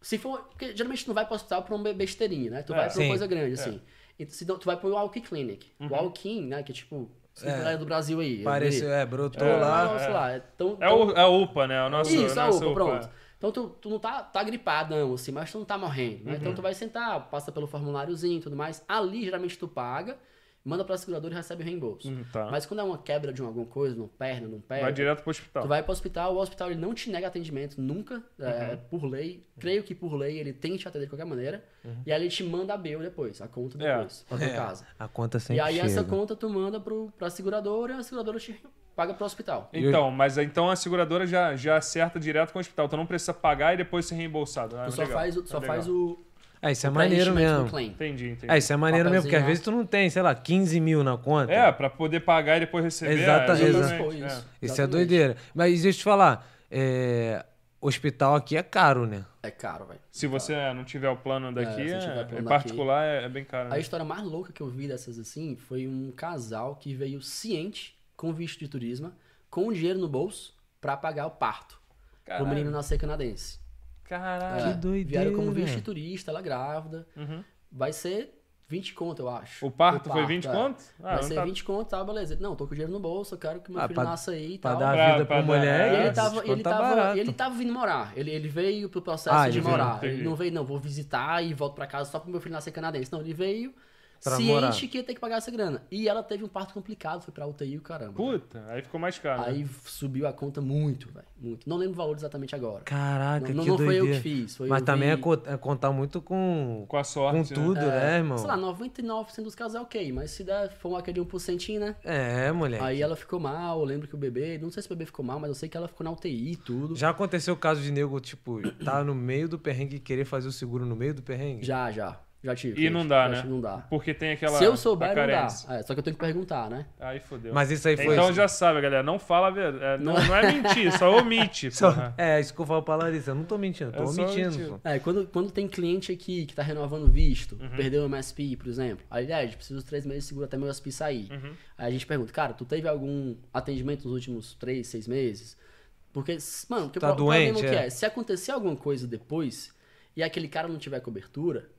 [SPEAKER 2] Se for. Porque geralmente tu não vai pro hospital pra uma besteirinha, né? Tu
[SPEAKER 3] É. Uhum.
[SPEAKER 2] vai pra
[SPEAKER 1] Sim.
[SPEAKER 2] uma coisa grande, assim. Então, se tu tu vai pro Walk Clinic. Walk-in, né? Que é tipo. Se
[SPEAKER 1] É.
[SPEAKER 2] galera do Brasil aí.
[SPEAKER 1] Parece,
[SPEAKER 2] ali.
[SPEAKER 1] é, brotou
[SPEAKER 2] Então,
[SPEAKER 1] lá.
[SPEAKER 2] não, sei lá. Então,
[SPEAKER 3] É, o, é a UPA, né? O nosso,
[SPEAKER 2] Isso, a
[SPEAKER 3] nosso
[SPEAKER 2] UPA, pronto. Então tu, tu não tá, tá gripadão, assim, mas tu não tá morrendo, né?
[SPEAKER 3] Uhum.
[SPEAKER 2] Então tu vai sentar, passa pelo formuláriozinho e tudo mais. Ali, geralmente, tu paga, manda pra seguradora e recebe o reembolso.
[SPEAKER 3] Hum, tá.
[SPEAKER 2] Mas é. quando é uma quebra de alguma coisa, numa perna, num pé,
[SPEAKER 3] Vai direto pro hospital.
[SPEAKER 2] tu vai pro hospital, o hospital ele não te nega atendimento nunca, é,
[SPEAKER 3] Uhum.
[SPEAKER 2] por lei. Creio que por lei ele tem que te atender de qualquer maneira. E aí ele te manda a bill depois, a conta
[SPEAKER 3] É.
[SPEAKER 2] depois, pra tua
[SPEAKER 1] É.
[SPEAKER 2] casa.
[SPEAKER 1] A conta sempre
[SPEAKER 2] E aí
[SPEAKER 1] chega.
[SPEAKER 2] essa conta tu manda pro, pra seguradora e a seguradora te paga pro hospital.
[SPEAKER 3] Então, mas então a seguradora já, já acerta direto com o hospital. Tu não precisa pagar e depois ser reembolsado. Ah,
[SPEAKER 2] Tu só
[SPEAKER 3] legal.
[SPEAKER 2] faz, o-
[SPEAKER 3] É
[SPEAKER 2] só
[SPEAKER 3] legal.
[SPEAKER 2] faz o,
[SPEAKER 1] É, isso é maneiro
[SPEAKER 2] preenchimento do
[SPEAKER 1] mesmo.
[SPEAKER 2] claim.
[SPEAKER 3] Entendi, entendi.
[SPEAKER 1] É, isso é maneiro mesmo, porque às
[SPEAKER 2] Papelzinho lá.
[SPEAKER 1] vezes tu não tem, sei lá, 15 mil na conta.
[SPEAKER 3] É, pra poder pagar e depois receber.
[SPEAKER 1] Exata-
[SPEAKER 3] é,
[SPEAKER 1] exata-
[SPEAKER 3] exatamente,
[SPEAKER 2] Isso.
[SPEAKER 3] é.
[SPEAKER 1] Isso é
[SPEAKER 2] Exatamente.
[SPEAKER 1] doideira. Mas deixa eu te falar, é, hospital aqui é caro, né?
[SPEAKER 2] É caro, velho.
[SPEAKER 3] Se você é, não tiver o plano daqui,
[SPEAKER 2] se
[SPEAKER 3] é,
[SPEAKER 2] não tiver plano daqui.
[SPEAKER 3] é particular é, é bem caro.
[SPEAKER 2] A
[SPEAKER 3] né?
[SPEAKER 2] história mais louca que eu vi dessas assim foi um casal que veio ciente, com visto de turismo, com o dinheiro no bolso, pra pagar o parto.
[SPEAKER 3] Caralho.
[SPEAKER 2] Pro menino nascer canadense.
[SPEAKER 3] Caralho.
[SPEAKER 2] É, Vieram como
[SPEAKER 1] doideira.
[SPEAKER 2] visto de turista, ela grávida.
[SPEAKER 3] Uhum.
[SPEAKER 2] Vai ser 20 conto, eu acho.
[SPEAKER 3] O parto foi 20
[SPEAKER 2] é.
[SPEAKER 3] conto? Ah,
[SPEAKER 2] Vai
[SPEAKER 3] não
[SPEAKER 2] ser
[SPEAKER 3] tá-
[SPEAKER 2] 20 conto, tá, beleza. Não, tô com o dinheiro no bolso, eu quero que meu
[SPEAKER 1] Ah,
[SPEAKER 2] filho
[SPEAKER 1] pra-
[SPEAKER 2] nasça aí e
[SPEAKER 1] Pra
[SPEAKER 2] tal.
[SPEAKER 1] dar
[SPEAKER 3] Pra-
[SPEAKER 1] a vida
[SPEAKER 3] pra
[SPEAKER 1] pra,
[SPEAKER 3] dar-
[SPEAKER 1] mulher.
[SPEAKER 2] E
[SPEAKER 3] É,
[SPEAKER 2] ele
[SPEAKER 1] esses
[SPEAKER 2] tava, ele,
[SPEAKER 1] pontos tá
[SPEAKER 2] tava,
[SPEAKER 1] barato.
[SPEAKER 2] ele tava vindo morar. Ele, ele veio pro processo
[SPEAKER 1] Ah,
[SPEAKER 2] de
[SPEAKER 1] ele veio,
[SPEAKER 2] morar.
[SPEAKER 3] entendi.
[SPEAKER 2] ele não veio, não, vou visitar e volto pra casa só pro meu filho nascer canadense. Não, ele veio
[SPEAKER 1] Pra
[SPEAKER 2] ciente
[SPEAKER 1] morar.
[SPEAKER 2] que ia ter que pagar essa grana. E ela teve um parto complicado, foi pra UTI e o caramba.
[SPEAKER 3] Puta, aí ficou mais caro. né?
[SPEAKER 2] Aí subiu a conta muito, velho. Muito. Não lembro o valor exatamente agora.
[SPEAKER 1] Caraca,
[SPEAKER 2] não
[SPEAKER 1] que
[SPEAKER 2] não foi
[SPEAKER 1] doideira.
[SPEAKER 2] eu que fiz. Foi
[SPEAKER 1] Mas
[SPEAKER 2] eu
[SPEAKER 1] também
[SPEAKER 2] vi-
[SPEAKER 1] é, co- é contar muito com,
[SPEAKER 3] Com a sorte.
[SPEAKER 1] com
[SPEAKER 3] né?
[SPEAKER 1] tudo, né, irmão?
[SPEAKER 2] Sei lá, 99% dos casos é ok, mas se der, for aquele 1%, né?
[SPEAKER 1] É, moleque.
[SPEAKER 2] Aí ela ficou mal, eu lembro que o bebê, não sei se o bebê ficou mal, mas eu sei que ela ficou na UTI e tudo.
[SPEAKER 1] Já aconteceu o caso de nego, tipo, tá no meio do perrengue e querer fazer o seguro no meio do perrengue?
[SPEAKER 2] Já, já. Já tive.
[SPEAKER 3] E não dá,
[SPEAKER 2] Já
[SPEAKER 3] né?
[SPEAKER 2] tive, Não dá.
[SPEAKER 3] Porque tem aquela.
[SPEAKER 2] Se eu souber, não
[SPEAKER 3] a
[SPEAKER 2] dá.
[SPEAKER 3] carência.
[SPEAKER 2] É, só que eu tenho que perguntar, né?
[SPEAKER 3] Aí fodeu.
[SPEAKER 1] Mas isso aí foi.
[SPEAKER 3] então já sabe, galera. Não fala a verdade. É, não, não é mentir, só omite. porra.
[SPEAKER 1] É, isso que eu falo pra Larissa. Eu não tô mentindo, tô
[SPEAKER 3] Eu só menti.
[SPEAKER 1] omitindo. pô.
[SPEAKER 2] É, quando, quando tem cliente aqui que tá renovando visto,
[SPEAKER 3] Uhum.
[SPEAKER 2] perdeu o MSP, por exemplo, aí, é, gente precisa de três meses de seguro até meu MSP sair.
[SPEAKER 3] Uhum.
[SPEAKER 2] Aí a gente pergunta, cara, tu teve algum atendimento nos últimos três, seis meses? Porque, s- mano, porque
[SPEAKER 1] Tá
[SPEAKER 2] o pro- problema
[SPEAKER 1] doente,
[SPEAKER 2] que
[SPEAKER 1] é.
[SPEAKER 2] é, se acontecer alguma coisa depois e aquele cara não tiver cobertura,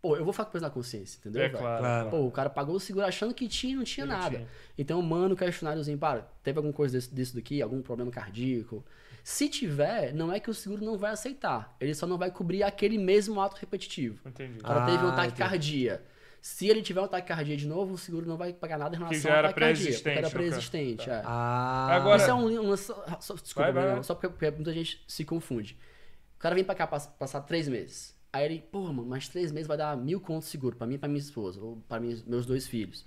[SPEAKER 2] pô, eu vou ficar com peso na consciência, entendeu?
[SPEAKER 3] É
[SPEAKER 2] velho?
[SPEAKER 3] claro.
[SPEAKER 1] Claro.
[SPEAKER 2] Pô, o cara pagou o seguro achando que tinha e não tinha
[SPEAKER 3] E não
[SPEAKER 2] nada.
[SPEAKER 3] tinha.
[SPEAKER 2] Então, manda o questionáriozinho, para, teve alguma coisa desse- disso daqui, algum problema cardíaco? Se tiver, não é que o seguro não vai aceitar. Ele só não vai cobrir aquele mesmo ato repetitico.
[SPEAKER 3] Entendi.
[SPEAKER 2] O cara
[SPEAKER 1] Ah,
[SPEAKER 2] teve um
[SPEAKER 1] entendi.
[SPEAKER 2] taquicardia. Se ele tiver um taquicardia de novo, o seguro não vai pagar nada em relação
[SPEAKER 3] já era
[SPEAKER 2] à taquicardia. porque
[SPEAKER 3] pré-existente,
[SPEAKER 2] era
[SPEAKER 3] no caso.
[SPEAKER 2] pré-existente, é.
[SPEAKER 1] Ah,
[SPEAKER 3] Agora-
[SPEAKER 2] Isso é um... Uma, só, desculpa,
[SPEAKER 3] Vai, vai,
[SPEAKER 2] Bruno,
[SPEAKER 3] vai.
[SPEAKER 2] só porque, porque muita gente se confunde. O cara vem pra cá pass- passar três meses. Aí Aí ele, porra, mano, mais três meses vai dar mil contos de seguro pra mim e pra minha esposa, ou pra minhas- meus dois filhos.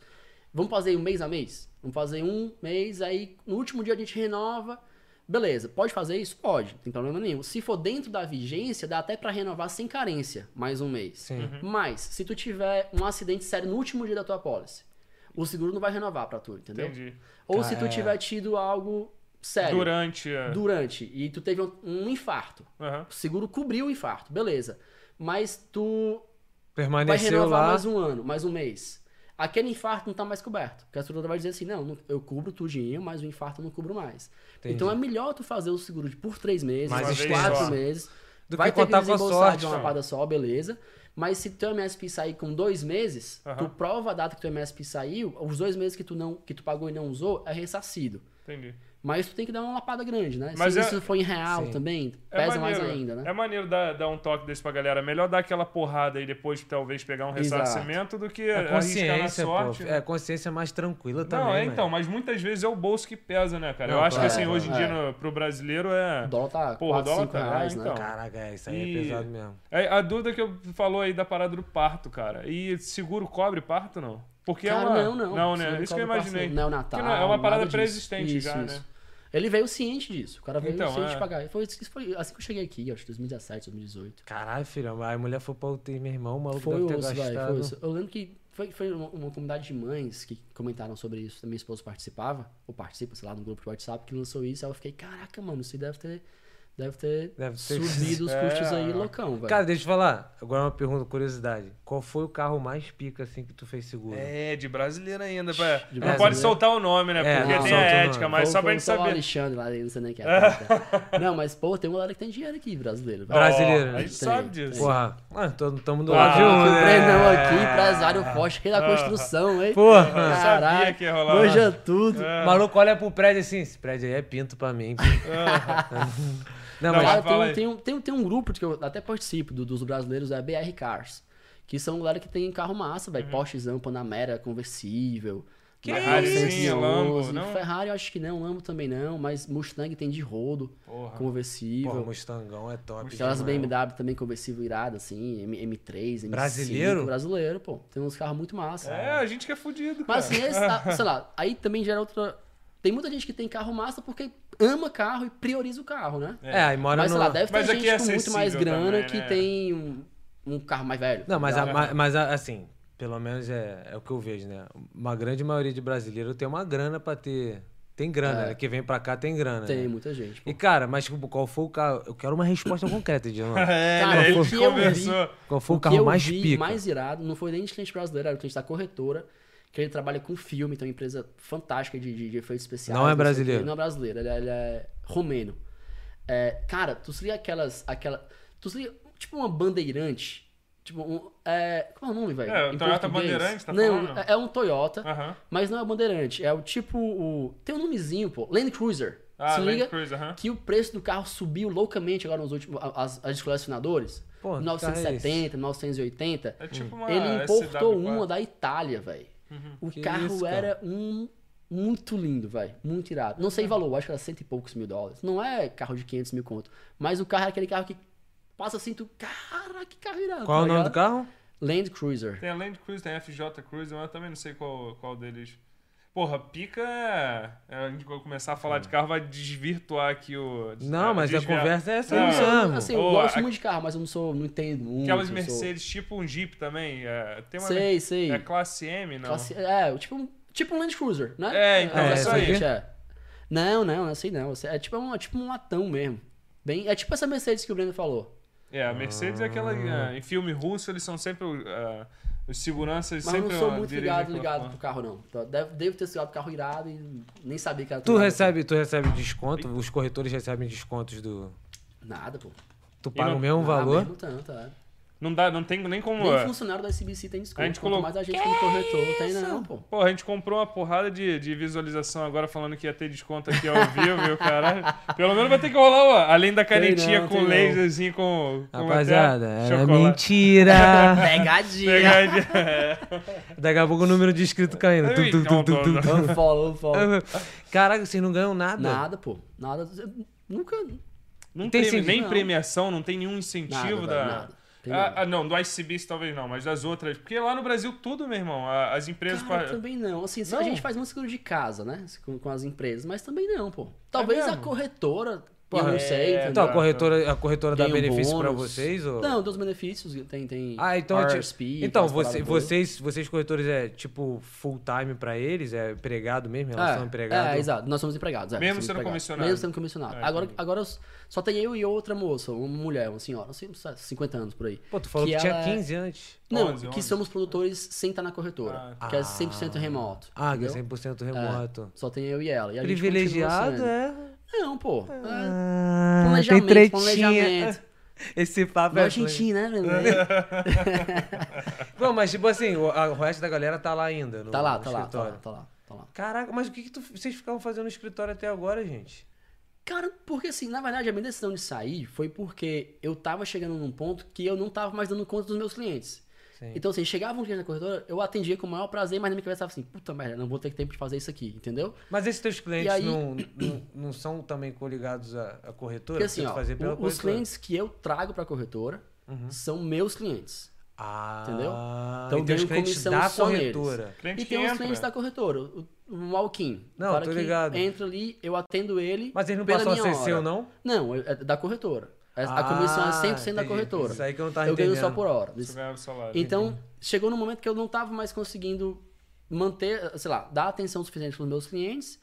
[SPEAKER 2] Vamos fazer um mês a mês? Vamos fazer um mês, aí no último dia a gente renova. Beleza, pode fazer isso? Pode, não tem problema nenhum. Se for dentro da vigência, dá até pra renovar sem carência mais um mês.
[SPEAKER 1] Sim.
[SPEAKER 3] Uhum.
[SPEAKER 2] Mas, se tu tiver um acidente sério no último dia da tua policy, o seguro não vai renovar pra tu, entendeu?
[SPEAKER 3] Entendi.
[SPEAKER 2] Ou se
[SPEAKER 1] Ah, é.
[SPEAKER 2] tu tiver tido algo sério durante,
[SPEAKER 3] Durante. a-
[SPEAKER 2] e tu teve um, um infarto.
[SPEAKER 3] Aham.
[SPEAKER 2] O seguro cobriu o infarto, beleza. Mas tu vai
[SPEAKER 1] Permaneceu
[SPEAKER 2] renovar
[SPEAKER 1] lá.
[SPEAKER 2] mais um ano, mais um mês. Aquele infarto não tá mais coberto. Porque a seguradora vai dizer assim, não, não- eu cubro tudinho, mas o infarto eu não cubro mais.
[SPEAKER 1] Entendi.
[SPEAKER 2] Então é melhor tu fazer o seguro de por três meses,
[SPEAKER 1] Mais
[SPEAKER 2] mais
[SPEAKER 1] uma vez
[SPEAKER 2] quatro
[SPEAKER 1] só.
[SPEAKER 2] meses.
[SPEAKER 1] Do
[SPEAKER 2] vai
[SPEAKER 1] que
[SPEAKER 2] ter
[SPEAKER 1] contar
[SPEAKER 2] que
[SPEAKER 1] com a
[SPEAKER 2] desembolsar
[SPEAKER 1] sorte,
[SPEAKER 2] de uma
[SPEAKER 1] mano.
[SPEAKER 2] parada só, beleza. Mas se teu MSP sair com dois meses,
[SPEAKER 3] Aham.
[SPEAKER 2] tu prova a data que teu MSP saiu, os dois meses que tu, não, que tu pagou e não usou, é ressarcido.
[SPEAKER 3] Entendi.
[SPEAKER 2] Mas tu tem que dar uma lapada grande, né?
[SPEAKER 3] Mas
[SPEAKER 2] se
[SPEAKER 3] é-
[SPEAKER 2] isso for em real
[SPEAKER 1] Sim.
[SPEAKER 2] também,
[SPEAKER 3] É
[SPEAKER 2] pesa mais
[SPEAKER 3] maneiro,
[SPEAKER 2] ainda, né?
[SPEAKER 3] É maneiro dar, dar um toque desse pra galera. Melhor dar aquela porrada e depois talvez pegar um
[SPEAKER 2] Exato.
[SPEAKER 3] ressarcimento do que
[SPEAKER 1] É
[SPEAKER 3] arriscar na
[SPEAKER 1] consciência,
[SPEAKER 3] sorte. né?
[SPEAKER 1] pô. É consciência mais tranquila também.
[SPEAKER 3] Não, é
[SPEAKER 1] mano.
[SPEAKER 3] então, mas muitas vezes é o bolso que pesa, né, cara?
[SPEAKER 1] Não,
[SPEAKER 3] Eu acho
[SPEAKER 1] claro,
[SPEAKER 3] que assim,
[SPEAKER 1] claro.
[SPEAKER 3] hoje em
[SPEAKER 2] é.
[SPEAKER 3] dia no- pro brasileiro é.
[SPEAKER 2] O dólar tá
[SPEAKER 3] Porra, o
[SPEAKER 2] 4,
[SPEAKER 3] dólar
[SPEAKER 2] 5
[SPEAKER 3] tá-
[SPEAKER 2] reais,
[SPEAKER 3] é,
[SPEAKER 2] né?
[SPEAKER 3] então.
[SPEAKER 1] Caraca, é, isso aí
[SPEAKER 3] E-
[SPEAKER 1] é pesado mesmo.
[SPEAKER 3] É, a dúvida que eu falou aí da parada do parto, cara. E seguro cobre parto, não? Porque é
[SPEAKER 2] Cara,
[SPEAKER 3] uma.
[SPEAKER 2] não, não.
[SPEAKER 3] Não, né?
[SPEAKER 2] Seguro
[SPEAKER 3] Isso que eu
[SPEAKER 2] cobre
[SPEAKER 3] imaginei.
[SPEAKER 2] parcela. Neonatal,
[SPEAKER 3] Que não- é uma
[SPEAKER 2] nada
[SPEAKER 3] parada
[SPEAKER 2] disso.
[SPEAKER 3] pré-existente
[SPEAKER 2] Isso,
[SPEAKER 3] já,
[SPEAKER 2] isso.
[SPEAKER 3] né?
[SPEAKER 2] Ele veio ciente disso. O cara veio
[SPEAKER 3] Então,
[SPEAKER 2] ciente
[SPEAKER 3] é.
[SPEAKER 2] de pagar. Foi, isso foi assim que eu cheguei aqui, acho que 2017, 2018.
[SPEAKER 1] Caralho, filho, a mulher foi pra UTI, meu irmão, o maluco
[SPEAKER 2] Foi
[SPEAKER 1] deve ter
[SPEAKER 2] osso, velho.
[SPEAKER 1] gastado.
[SPEAKER 2] Foi osso. Eu lembro que foi, foi uma, uma comunidade de mães que comentaram sobre isso. Minha esposa participava, ou participa, sei lá, num grupo de WhatsApp que lançou isso. Aí eu fiquei, caraca, mano, isso deve ter, deve ter,
[SPEAKER 1] Deve ter-
[SPEAKER 2] subido os custos
[SPEAKER 3] É.
[SPEAKER 2] aí, loucão, velho.
[SPEAKER 1] Cara, deixa eu falar. Agora uma pergunta, curiosidade. Qual foi o carro mais pica, assim, que tu fez seguro?
[SPEAKER 3] É, de brasileiro ainda. pra- não
[SPEAKER 2] brasileiro.
[SPEAKER 3] pode soltar o nome, né?
[SPEAKER 1] É,
[SPEAKER 3] Porque
[SPEAKER 2] não,
[SPEAKER 3] tem a
[SPEAKER 1] solta o nome.
[SPEAKER 3] ética, mas
[SPEAKER 2] Foi-
[SPEAKER 3] só pra
[SPEAKER 2] foi
[SPEAKER 3] gente
[SPEAKER 2] só o
[SPEAKER 3] saber.
[SPEAKER 2] Alexandre lá, não sei nem quem é. tá? não, mas, pô, tem uma galera que tem dinheiro aqui, brasileiro.
[SPEAKER 3] Ah,
[SPEAKER 2] velho.
[SPEAKER 1] Brasileiro. né?
[SPEAKER 3] Ó, a gente
[SPEAKER 2] Tem,
[SPEAKER 3] sabe disso.
[SPEAKER 1] Porra, mano, estamos do
[SPEAKER 3] Ah,
[SPEAKER 1] lado de
[SPEAKER 2] Olha
[SPEAKER 1] um,
[SPEAKER 2] que o
[SPEAKER 1] né?
[SPEAKER 2] Brenão aqui, empresário forte, rei da construção, hein?
[SPEAKER 1] Porra. Eu
[SPEAKER 3] sabia
[SPEAKER 2] Caralho,
[SPEAKER 3] que ia É, rolar.
[SPEAKER 2] manja tudo.
[SPEAKER 1] O maluco olha pro prédio assim, esse prédio aí é pinto pra mim. É. Não, mas...
[SPEAKER 2] Cara,
[SPEAKER 3] Não, mas
[SPEAKER 2] tem,
[SPEAKER 3] fala
[SPEAKER 2] um-
[SPEAKER 3] aí.
[SPEAKER 2] tem, um, tem, um- tem um grupo que eu até participo do- dos brasileiros, é BR Cars. Que são um galera que tem carro massa, velho. Porschezão, Panamera, conversível.
[SPEAKER 3] Uhum. Que
[SPEAKER 2] Ferrari
[SPEAKER 3] isso, hein,
[SPEAKER 2] 911,
[SPEAKER 3] Lambo, não?
[SPEAKER 2] Ferrari eu acho que não, Lambo também não. Mas Mustang tem de rodo,
[SPEAKER 3] Ah. Porra.
[SPEAKER 2] conversível.
[SPEAKER 1] Porra, Mustangão é top.
[SPEAKER 2] Aquelas
[SPEAKER 1] demais.
[SPEAKER 2] BMW também conversível irada, assim, M- M3, M5.
[SPEAKER 1] Brasileiro?
[SPEAKER 2] Brasileiro, pô. Tem uns carros muito massa.
[SPEAKER 3] É, a gente que é fudido, cara.
[SPEAKER 2] Mas assim, esse, ah, sei lá, aí também gera outra. Tem muita gente que tem carro massa porque ama carro e prioriza o carro, né?
[SPEAKER 1] É, aí mora
[SPEAKER 2] Mas
[SPEAKER 1] no...
[SPEAKER 2] sei lá, deve ter
[SPEAKER 3] Mas aqui
[SPEAKER 2] gente
[SPEAKER 3] é
[SPEAKER 2] com muito mais
[SPEAKER 3] acessível
[SPEAKER 2] grana
[SPEAKER 3] também,
[SPEAKER 2] que
[SPEAKER 3] né?
[SPEAKER 2] tem um, um carro mais velho.
[SPEAKER 1] Não, mas, a-
[SPEAKER 2] Tá?
[SPEAKER 1] ma- mas a- assim, pelo menos é, é o que eu vejo, né? Uma grande maioria de brasileiiro tem uma grana pra ter. Tem grana, né? Que vem pra cá tem grana.
[SPEAKER 2] É. Tem
[SPEAKER 1] né?
[SPEAKER 2] muita gente. pô.
[SPEAKER 1] E cara, mas tipo, qual foi o carro? Eu quero uma resposta concreta, Dino.
[SPEAKER 3] É,
[SPEAKER 2] Cara,
[SPEAKER 3] né?
[SPEAKER 2] o que
[SPEAKER 3] a gente
[SPEAKER 2] eu vi-
[SPEAKER 3] conversou.
[SPEAKER 1] Qual foi o,
[SPEAKER 2] que
[SPEAKER 1] carro
[SPEAKER 2] eu
[SPEAKER 1] mais
[SPEAKER 2] vi
[SPEAKER 1] pica?
[SPEAKER 2] mais irado, não foi nem de cliente brasileiro, era o cliente da corretora, que ele trabalha com filme, tem uma empresa fantástica de, de- de efeitos especiais.
[SPEAKER 1] Não é
[SPEAKER 2] sei o quê.
[SPEAKER 1] brasileiro.
[SPEAKER 2] Não é brasileiro, ele é, ele é romeno. É, cara, tu seria aquelas. Aquela, tu seria tipo uma bandeirante. Tipo, um, é, qual é o nome, velho?
[SPEAKER 3] É, o
[SPEAKER 2] Em
[SPEAKER 3] Toyota
[SPEAKER 2] português?
[SPEAKER 3] Bandeirante, tá
[SPEAKER 2] Não,
[SPEAKER 3] falando? Ah.
[SPEAKER 2] é- é um Toyota,
[SPEAKER 3] Aham.
[SPEAKER 2] mas não é bandeirante. É o tipo. O, tem um nomezinho, pô. Land Cruiser.
[SPEAKER 3] Ah,
[SPEAKER 2] se liga
[SPEAKER 3] Land Cruiser, aham.
[SPEAKER 2] que o preço do carro subiu loucamente agora nos últimos. a- As, as colecionadores.
[SPEAKER 1] Pô, que carro é
[SPEAKER 2] 970, 980.
[SPEAKER 1] Hum.
[SPEAKER 3] É tipo uma
[SPEAKER 2] Ele importou
[SPEAKER 3] SW4.
[SPEAKER 2] uma da Itália, velho.
[SPEAKER 3] Uhum.
[SPEAKER 2] O
[SPEAKER 1] Que
[SPEAKER 2] carro
[SPEAKER 1] isso, cara.
[SPEAKER 2] era um. Muito lindo, velho. Muito irado. Não sei o
[SPEAKER 3] Uhum.
[SPEAKER 2] valor, acho que era cento e poucos mil dólares. Não é carro de 500 mil conto. Mas o carro é aquele carro que passa assim, tu. Cara, que carro irado. tá
[SPEAKER 1] Qual é o nome do
[SPEAKER 2] ligado?
[SPEAKER 1] carro?
[SPEAKER 2] Land Cruiser.
[SPEAKER 3] Tem a Land Cruiser, tem a FJ Cruiser, mas eu também não sei qual, qual deles. Porra, pica é. é, A gente vai começar a falar de carro, vai desvirtuar aqui o.
[SPEAKER 1] Hum. Não, mas a
[SPEAKER 3] desviar.
[SPEAKER 1] conversa é essa
[SPEAKER 3] Não,
[SPEAKER 1] aí
[SPEAKER 3] sou-
[SPEAKER 1] mesmo.
[SPEAKER 2] Assim, eu
[SPEAKER 3] Boa,
[SPEAKER 2] gosto
[SPEAKER 3] a-
[SPEAKER 2] muito de carro, mas eu não sou. Não entendo
[SPEAKER 1] é
[SPEAKER 2] muito.
[SPEAKER 3] Aquelas
[SPEAKER 2] eu
[SPEAKER 3] Mercedes, tipo um Jeep também. É, tem
[SPEAKER 2] Sou...
[SPEAKER 3] uma.
[SPEAKER 2] Sei, sei.
[SPEAKER 3] É classe M, não.
[SPEAKER 2] Classe- é, tipo, um- tipo um Land Cruiser, né?
[SPEAKER 3] É, então,
[SPEAKER 1] é isso aí.
[SPEAKER 2] exatamente, é. Não, não, não é assim não. É tipo, um, é tipo um latão mesmo. Bem, é tipo essa Mercedes que o Breno falou.
[SPEAKER 3] É, a Mercedes é aquela. é, em filme russo, eles são sempre. é, os seguranças
[SPEAKER 2] Mas eu
[SPEAKER 3] sempre.
[SPEAKER 2] não sou
[SPEAKER 3] ó,
[SPEAKER 2] muito
[SPEAKER 3] dirigem
[SPEAKER 2] ligado,
[SPEAKER 3] aquela
[SPEAKER 2] ligado
[SPEAKER 3] porra.
[SPEAKER 2] pro carro, não. Então, Deve, devo ter ligado pro carro irado e nem sabia que era tão
[SPEAKER 1] Tu
[SPEAKER 2] irado
[SPEAKER 1] recebe, tu recebe desconto, os corretores recebem descontos do.
[SPEAKER 2] assim. Nada, pô.
[SPEAKER 1] Tu paga
[SPEAKER 3] não-
[SPEAKER 1] o mesmo
[SPEAKER 2] Ah,
[SPEAKER 1] um valor?
[SPEAKER 2] mesmo tanto, é.
[SPEAKER 3] Não dá, não tem nem como.
[SPEAKER 2] Nem
[SPEAKER 3] é,
[SPEAKER 2] funcionário da SBC tem desconto.
[SPEAKER 3] A gente
[SPEAKER 2] quanto
[SPEAKER 3] colocou-
[SPEAKER 2] mais a gente como corretor tem, não, pô.
[SPEAKER 3] Pô, a gente comprou uma porrada de, de visualização agora falando que ia ter desconto aqui ao vivo, meu caralho. Pelo menos vai ter que rolar, ó, além da canetinha
[SPEAKER 2] não,
[SPEAKER 3] com
[SPEAKER 2] tem não.
[SPEAKER 3] laserzinho, com, com
[SPEAKER 1] Rapaziada,
[SPEAKER 3] até
[SPEAKER 1] é
[SPEAKER 3] é? chocolate.
[SPEAKER 1] mentira!
[SPEAKER 2] Pegadinha.
[SPEAKER 3] Pegar de- é.
[SPEAKER 1] Daqui a pouco o número de inscrito caindo.
[SPEAKER 3] Ai,
[SPEAKER 1] Tum, tum, tum, tum, tum, tum.
[SPEAKER 2] Follow, follow.
[SPEAKER 1] Caraca, vocês não ganham nada.
[SPEAKER 2] Nada, pô. Nada. Nunca.
[SPEAKER 3] Não
[SPEAKER 1] Tem
[SPEAKER 3] tem,
[SPEAKER 1] sentido,
[SPEAKER 3] nem
[SPEAKER 2] não.
[SPEAKER 3] premiação, não tem nenhum incentivo
[SPEAKER 2] Nada,
[SPEAKER 3] da.
[SPEAKER 2] velho, nada. Tem nada.
[SPEAKER 3] Ah, ah, não, do ICBC talvez não, mas das outras. Porque lá no Brasil tudo, meu irmão, a- as empresas.
[SPEAKER 2] Cara,
[SPEAKER 3] pa-
[SPEAKER 2] também não. Assim, se
[SPEAKER 3] Não?
[SPEAKER 2] a gente faz muito seguro de casa, né? Com, com as empresas, mas também não, pô.
[SPEAKER 1] É
[SPEAKER 2] Talvez a
[SPEAKER 3] mesmo?
[SPEAKER 2] corretora,
[SPEAKER 3] Porra,
[SPEAKER 2] eu não sei.
[SPEAKER 3] é,
[SPEAKER 2] entendeu?
[SPEAKER 1] Então, a corretora, a corretora dá
[SPEAKER 2] Tem um
[SPEAKER 1] benefício pra
[SPEAKER 2] bônus.
[SPEAKER 1] vocês? Ou...
[SPEAKER 2] Não, dos benefícios tem, tem
[SPEAKER 1] Ah, então, é tipo-
[SPEAKER 2] RSP,
[SPEAKER 1] então
[SPEAKER 2] tem umas
[SPEAKER 1] você,
[SPEAKER 2] paradas todas.
[SPEAKER 1] vocês, vocês corretores é tipo full time pra eles? É empregado mesmo? em Relação ao
[SPEAKER 2] é,
[SPEAKER 1] empregado?
[SPEAKER 2] É, exato. Nós somos empregados. é,
[SPEAKER 3] Mesmo
[SPEAKER 2] somos
[SPEAKER 3] sendo
[SPEAKER 2] empregados.
[SPEAKER 3] comissionado.
[SPEAKER 2] Mesmo sendo comissionado.
[SPEAKER 1] É,
[SPEAKER 3] Ah,
[SPEAKER 2] agora,
[SPEAKER 3] entendi.
[SPEAKER 2] agora só tem eu e outra moça, uma mulher, uma senhora, assim, 50 anos por aí.
[SPEAKER 1] Pô, tu falou que, tinha
[SPEAKER 2] ela- é-
[SPEAKER 1] 15 antes.
[SPEAKER 2] Não,
[SPEAKER 3] 11,
[SPEAKER 2] que
[SPEAKER 3] 11.
[SPEAKER 2] somos produtores sem estar na corretora.
[SPEAKER 1] Ah,
[SPEAKER 2] que é 100% remoto.
[SPEAKER 1] Ah, que é
[SPEAKER 2] entendeu?
[SPEAKER 1] 100% remoto.
[SPEAKER 2] Só tem eu e ela. E a gente continua
[SPEAKER 1] Privilegiado,
[SPEAKER 2] sendo. assim.
[SPEAKER 1] é.
[SPEAKER 2] Não, pô. é,
[SPEAKER 1] Ah,
[SPEAKER 2] Planejamento,
[SPEAKER 1] tem
[SPEAKER 2] planejamento.
[SPEAKER 1] tretinha. Esse papo
[SPEAKER 2] Igual
[SPEAKER 1] é
[SPEAKER 2] a gente, né, velho?
[SPEAKER 1] Não, mas tipo assim, o, a- o resto da galera tá lá ainda. No,
[SPEAKER 2] Tá lá,
[SPEAKER 1] no
[SPEAKER 2] tá lá, tá lá,
[SPEAKER 1] escritório.
[SPEAKER 2] tá lá, tá lá.
[SPEAKER 1] Caraca, mas o que, que tu- vocês ficavam fazendo no escritório até agora, gente?
[SPEAKER 2] Cara, porque assim, na verdade, a minha decisão de sair foi porque eu tava chegando num ponto que eu não tava mais dando conta dos meus clientes.
[SPEAKER 1] Sim.
[SPEAKER 2] Então, assim, chegava um cliente na corretora, eu atendia com o maior prazer, mas na minha cabeça tava assim, puta merda, não vou ter tempo de fazer isso aqui, entendeu?
[SPEAKER 1] Mas esses teus clientes
[SPEAKER 2] aí-
[SPEAKER 1] não, não, não são também coligados à, à corretora?
[SPEAKER 2] Porque assim,
[SPEAKER 1] Tem que
[SPEAKER 2] ó,
[SPEAKER 1] fazer pela
[SPEAKER 2] o- os
[SPEAKER 1] corretora. Uhum.
[SPEAKER 2] clientes que eu trago pra corretora são meus clientes.
[SPEAKER 1] Ah,
[SPEAKER 2] Entendeu? Então
[SPEAKER 1] Então tem os
[SPEAKER 2] ganho
[SPEAKER 1] clientes
[SPEAKER 2] comissão
[SPEAKER 1] da
[SPEAKER 2] só neles.
[SPEAKER 1] corretora.
[SPEAKER 3] Cliente
[SPEAKER 2] e
[SPEAKER 3] que
[SPEAKER 2] tem os
[SPEAKER 3] entra.
[SPEAKER 2] clientes da corretora, o, o walk-in.
[SPEAKER 1] Não,
[SPEAKER 2] o cara
[SPEAKER 1] tô
[SPEAKER 2] que
[SPEAKER 1] ligado.
[SPEAKER 2] entra ali, eu atendo ele
[SPEAKER 1] Mas ele não
[SPEAKER 2] pela
[SPEAKER 1] passou a
[SPEAKER 2] minha
[SPEAKER 1] ser
[SPEAKER 2] hora.
[SPEAKER 1] seu, não?
[SPEAKER 2] Não, é da corretora. A
[SPEAKER 1] Ah,
[SPEAKER 2] a comissão é 100% da
[SPEAKER 1] entendi.
[SPEAKER 2] corretora.
[SPEAKER 1] Isso aí que eu não tava
[SPEAKER 2] ganho só
[SPEAKER 1] entendendo.
[SPEAKER 2] por hora.
[SPEAKER 3] Você ganhava salário.
[SPEAKER 2] Então, chegou num momento que eu não estava mais conseguindo manter, sei lá, dar atenção suficiente para meus clientes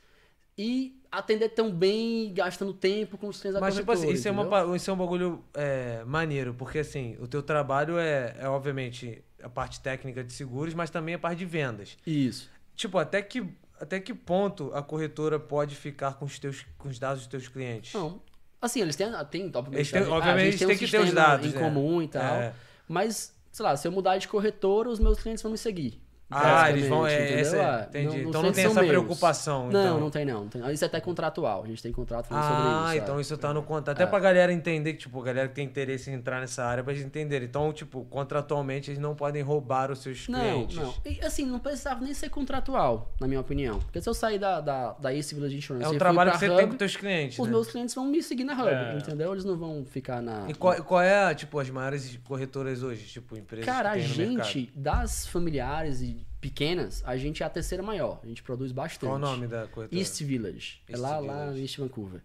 [SPEAKER 2] e atender tão bem, gastando tempo com os clientes da
[SPEAKER 1] Mas, tipo
[SPEAKER 2] corretora.
[SPEAKER 1] assim, isso é, uma,
[SPEAKER 2] entendeu?
[SPEAKER 1] pa- isso é um bagulho é, maneiro, porque, assim, o teu trabalho é, é, obviamente, a parte técnica de seguros, mas também a parte de vendas.
[SPEAKER 2] Isso.
[SPEAKER 1] Tipo, até que, até que ponto a corretora pode ficar com os, teus, com os dados dos teus clientes?
[SPEAKER 2] Não. Assim, eles têm, têm obviamente,
[SPEAKER 1] Eles têm-
[SPEAKER 2] a gente-
[SPEAKER 1] obviamente,
[SPEAKER 2] a gente tem,
[SPEAKER 1] tem
[SPEAKER 2] um
[SPEAKER 1] que ter os
[SPEAKER 2] sistema
[SPEAKER 1] dados,
[SPEAKER 2] em
[SPEAKER 1] né?
[SPEAKER 2] comum e tal.
[SPEAKER 1] É.
[SPEAKER 2] Mas, sei lá, se eu mudar de corretora, os meus clientes vão me seguir.
[SPEAKER 1] Ah, eles vão. É,
[SPEAKER 2] basicamente,
[SPEAKER 1] essa,
[SPEAKER 2] entendeu? Ah,
[SPEAKER 1] entendi.
[SPEAKER 2] os
[SPEAKER 1] então não
[SPEAKER 2] clientes
[SPEAKER 1] tem
[SPEAKER 2] são
[SPEAKER 1] essa
[SPEAKER 2] meus.
[SPEAKER 1] preocupação.
[SPEAKER 2] Não,
[SPEAKER 1] então.
[SPEAKER 2] não tem não. não tem- Isso é até contratual. A gente tem contrato falando
[SPEAKER 1] Ah,
[SPEAKER 2] sobre isso.
[SPEAKER 1] então
[SPEAKER 2] sabe? É.
[SPEAKER 1] isso tá no contrato. Até pra galera entender que, tipo, a galera que tem interesse em entrar nessa área, pra eles entenderem. Então, tipo, contratualmente eles não podem roubar os seus
[SPEAKER 2] Não,
[SPEAKER 1] é clientes.
[SPEAKER 2] não. E, assim, não precisava nem ser contratual, na minha opinião. Porque se eu sair da, da, da Ace Village Insurance
[SPEAKER 1] É um
[SPEAKER 2] e fui
[SPEAKER 1] trabalho
[SPEAKER 2] pra
[SPEAKER 1] que você
[SPEAKER 2] Hub,
[SPEAKER 1] tem com os teus clientes.
[SPEAKER 2] os
[SPEAKER 1] né?
[SPEAKER 2] meus clientes vão me seguir na Hub,
[SPEAKER 3] É.
[SPEAKER 2] entendeu? Eles não vão ficar na...
[SPEAKER 1] E qual, qual é, tipo, as maiores corretoras hoje? Tipo, empresas
[SPEAKER 2] Cara,
[SPEAKER 1] que
[SPEAKER 2] a
[SPEAKER 1] tem no mercado?
[SPEAKER 2] gente, das familiares e pequenas, a gente é a terceira maior. A gente produz bastante.
[SPEAKER 1] Qual o nome da corretora?
[SPEAKER 2] East Village. é
[SPEAKER 1] East
[SPEAKER 2] lá, lá
[SPEAKER 1] Village.
[SPEAKER 2] em East Vancouver.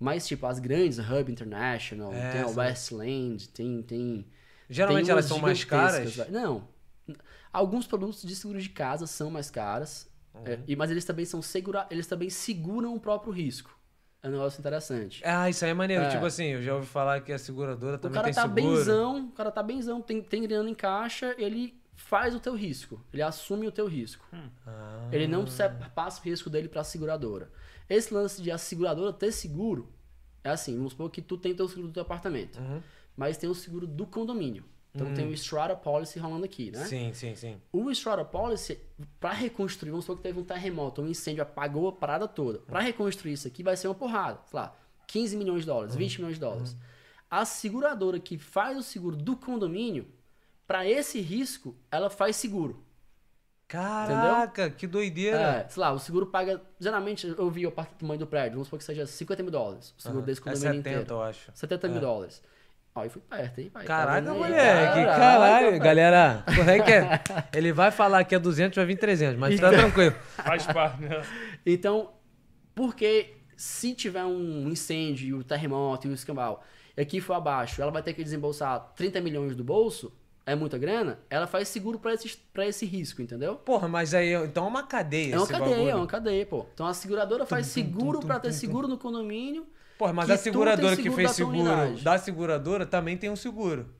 [SPEAKER 2] Mas, tipo, as grandes, Hub International,
[SPEAKER 1] É,
[SPEAKER 2] tem a
[SPEAKER 1] essa-
[SPEAKER 2] Westland, tem... tem
[SPEAKER 1] Geralmente
[SPEAKER 2] tem
[SPEAKER 1] elas
[SPEAKER 2] umas
[SPEAKER 1] são mais
[SPEAKER 2] gigantescas, né?
[SPEAKER 1] caras.
[SPEAKER 2] velho. Não. Alguns produtos de seguro de casa são mais caras,
[SPEAKER 1] Uhum.
[SPEAKER 2] é, e- mas eles também são segura, eles também seguram o próprio risco. É um negócio interessante.
[SPEAKER 1] Ah, isso aí é maneiro.
[SPEAKER 2] É.
[SPEAKER 1] Tipo assim, eu já ouvi falar que a seguradora
[SPEAKER 2] o
[SPEAKER 1] também
[SPEAKER 2] cara
[SPEAKER 1] tem
[SPEAKER 2] tá
[SPEAKER 1] seguro.
[SPEAKER 2] benzão, o cara tá benzão, tem, tem grana em caixa, ele faz o teu risco, ele assume o teu risco.
[SPEAKER 1] Ah,
[SPEAKER 2] Ele não se- passa o risco dele pra seguradora. Esse lance de a seguradora ter seguro é assim, vamos supor que tu tem teu seguro do teu apartamento,
[SPEAKER 1] Uhum. Hum.
[SPEAKER 2] mas tem o seguro do condomínio. Então tem o Strata Policy rolando aqui, né?
[SPEAKER 1] Sim, sim, sim.
[SPEAKER 2] O Strata Policy, pra reconstruir, vamos supor que teve um terremoto, um incêndio, apagou a parada toda. Pra reconstruir isso aqui vai ser uma porrada, sei lá, 15 milhões de dólares, 20 milhões de dólares. A seguradora que faz o seguro do condomínio, pra esse risco, ela faz seguro.
[SPEAKER 1] Caraca, que doideira.
[SPEAKER 2] É, sei lá, o seguro paga, geralmente eu vi o tamanho do prédio, vamos supor que seja 50 mil dólares, o seguro
[SPEAKER 1] Aham.
[SPEAKER 2] desse
[SPEAKER 1] é
[SPEAKER 2] condomínio
[SPEAKER 1] 70,
[SPEAKER 2] inteiro.
[SPEAKER 1] eu acho. É.
[SPEAKER 2] 70 mil dólares. Ó, e fui perto, hein, pai? Tá
[SPEAKER 1] Caraca,
[SPEAKER 2] vendo aí?
[SPEAKER 1] moleque.
[SPEAKER 2] Caraca,
[SPEAKER 1] Caralho,
[SPEAKER 2] pai.
[SPEAKER 1] galera. Como é que é? Ele vai falar que é 200, vai vir 300, mas tá tranquilo.
[SPEAKER 3] Faz parte, né?
[SPEAKER 2] Então, porque se tiver um incêndio, e o terremoto e o escambau, e aqui for abaixo, ela vai ter que desembolsar 30 milhões do bolso, é muita grana, ela faz seguro pra esse, pra esse risco, entendeu?
[SPEAKER 1] Porra, mas aí, então é uma cadeia
[SPEAKER 2] É uma
[SPEAKER 1] esse né?
[SPEAKER 2] cadeia,
[SPEAKER 1] bagulho.
[SPEAKER 2] é uma cadeia, pô. Então a seguradora faz seguro pra ter seguro no condomínio.
[SPEAKER 1] Porra, mas
[SPEAKER 2] que
[SPEAKER 1] a
[SPEAKER 2] tu tem
[SPEAKER 1] seguradora que
[SPEAKER 2] seguro
[SPEAKER 1] fez
[SPEAKER 2] da tua
[SPEAKER 1] seguro
[SPEAKER 2] unidade.
[SPEAKER 1] da seguradora também tem um seguro.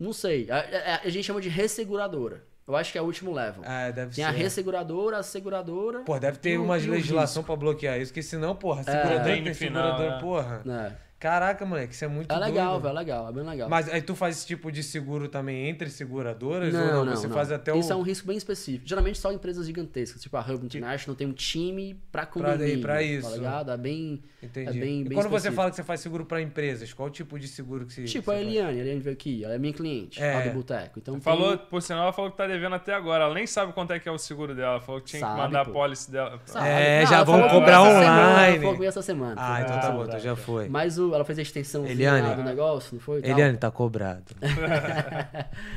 [SPEAKER 2] Não sei. A, a- a gente chama de resseguradora. Eu acho que é o último level.
[SPEAKER 1] Ah, deve
[SPEAKER 2] Tem
[SPEAKER 1] ser.
[SPEAKER 2] a resseguradora, a seguradora.
[SPEAKER 1] Pô, deve ter
[SPEAKER 2] e o-
[SPEAKER 1] uma
[SPEAKER 2] e o
[SPEAKER 1] legislação pra bloquear isso, porque senão, porra, seguradora
[SPEAKER 3] Bem É. no
[SPEAKER 1] tem
[SPEAKER 3] final,
[SPEAKER 1] seguradora,
[SPEAKER 3] né?
[SPEAKER 1] porra.
[SPEAKER 2] risco. É,
[SPEAKER 1] Caraca, moleque, isso é muito
[SPEAKER 2] é legal,
[SPEAKER 1] doido.
[SPEAKER 2] velho, é legal, é bem legal.
[SPEAKER 1] Mas aí tu faz esse tipo de seguro também entre seguradoras ou não? Você faz até o
[SPEAKER 2] Isso é um risco bem específico. Geralmente só empresas gigantescas, tipo a Hub International tem um time pra
[SPEAKER 1] Pra-
[SPEAKER 2] condomínio.
[SPEAKER 1] pra isso.
[SPEAKER 2] Tá ligado? É bem...
[SPEAKER 1] Entendi.
[SPEAKER 2] é bem-
[SPEAKER 1] e
[SPEAKER 2] bem
[SPEAKER 1] quando você
[SPEAKER 2] específico.
[SPEAKER 1] fala que você faz seguro pra empresas, qual tipo de seguro que você
[SPEAKER 2] tipo
[SPEAKER 1] você
[SPEAKER 2] a
[SPEAKER 1] faz?
[SPEAKER 2] Eliane, a Eliane veio aqui, ela é minha cliente,
[SPEAKER 1] É.
[SPEAKER 2] lá do Boteco. Então tem-
[SPEAKER 3] Falou, por sinal, ela falou que tá devendo até agora. Ela nem sabe quanto é que é o seguro dela. Falou que tinha que
[SPEAKER 2] Sabe,
[SPEAKER 3] mandar
[SPEAKER 2] pô.
[SPEAKER 3] a policy dela.
[SPEAKER 2] Sabe?
[SPEAKER 1] É, já
[SPEAKER 2] ela
[SPEAKER 1] vão
[SPEAKER 2] falou comigo
[SPEAKER 1] cobrar
[SPEAKER 2] essa semana,
[SPEAKER 1] online.
[SPEAKER 2] ela falou comigo essa semana.
[SPEAKER 1] Ah, então tá
[SPEAKER 3] Ah,
[SPEAKER 1] bom,
[SPEAKER 3] tá,
[SPEAKER 1] então já
[SPEAKER 3] tá.
[SPEAKER 1] foi.
[SPEAKER 2] Mas o, extensão, ela fez a extensão
[SPEAKER 1] Eliane.
[SPEAKER 2] do negócio, não foi? e tal?
[SPEAKER 1] Eliane tá cobrado.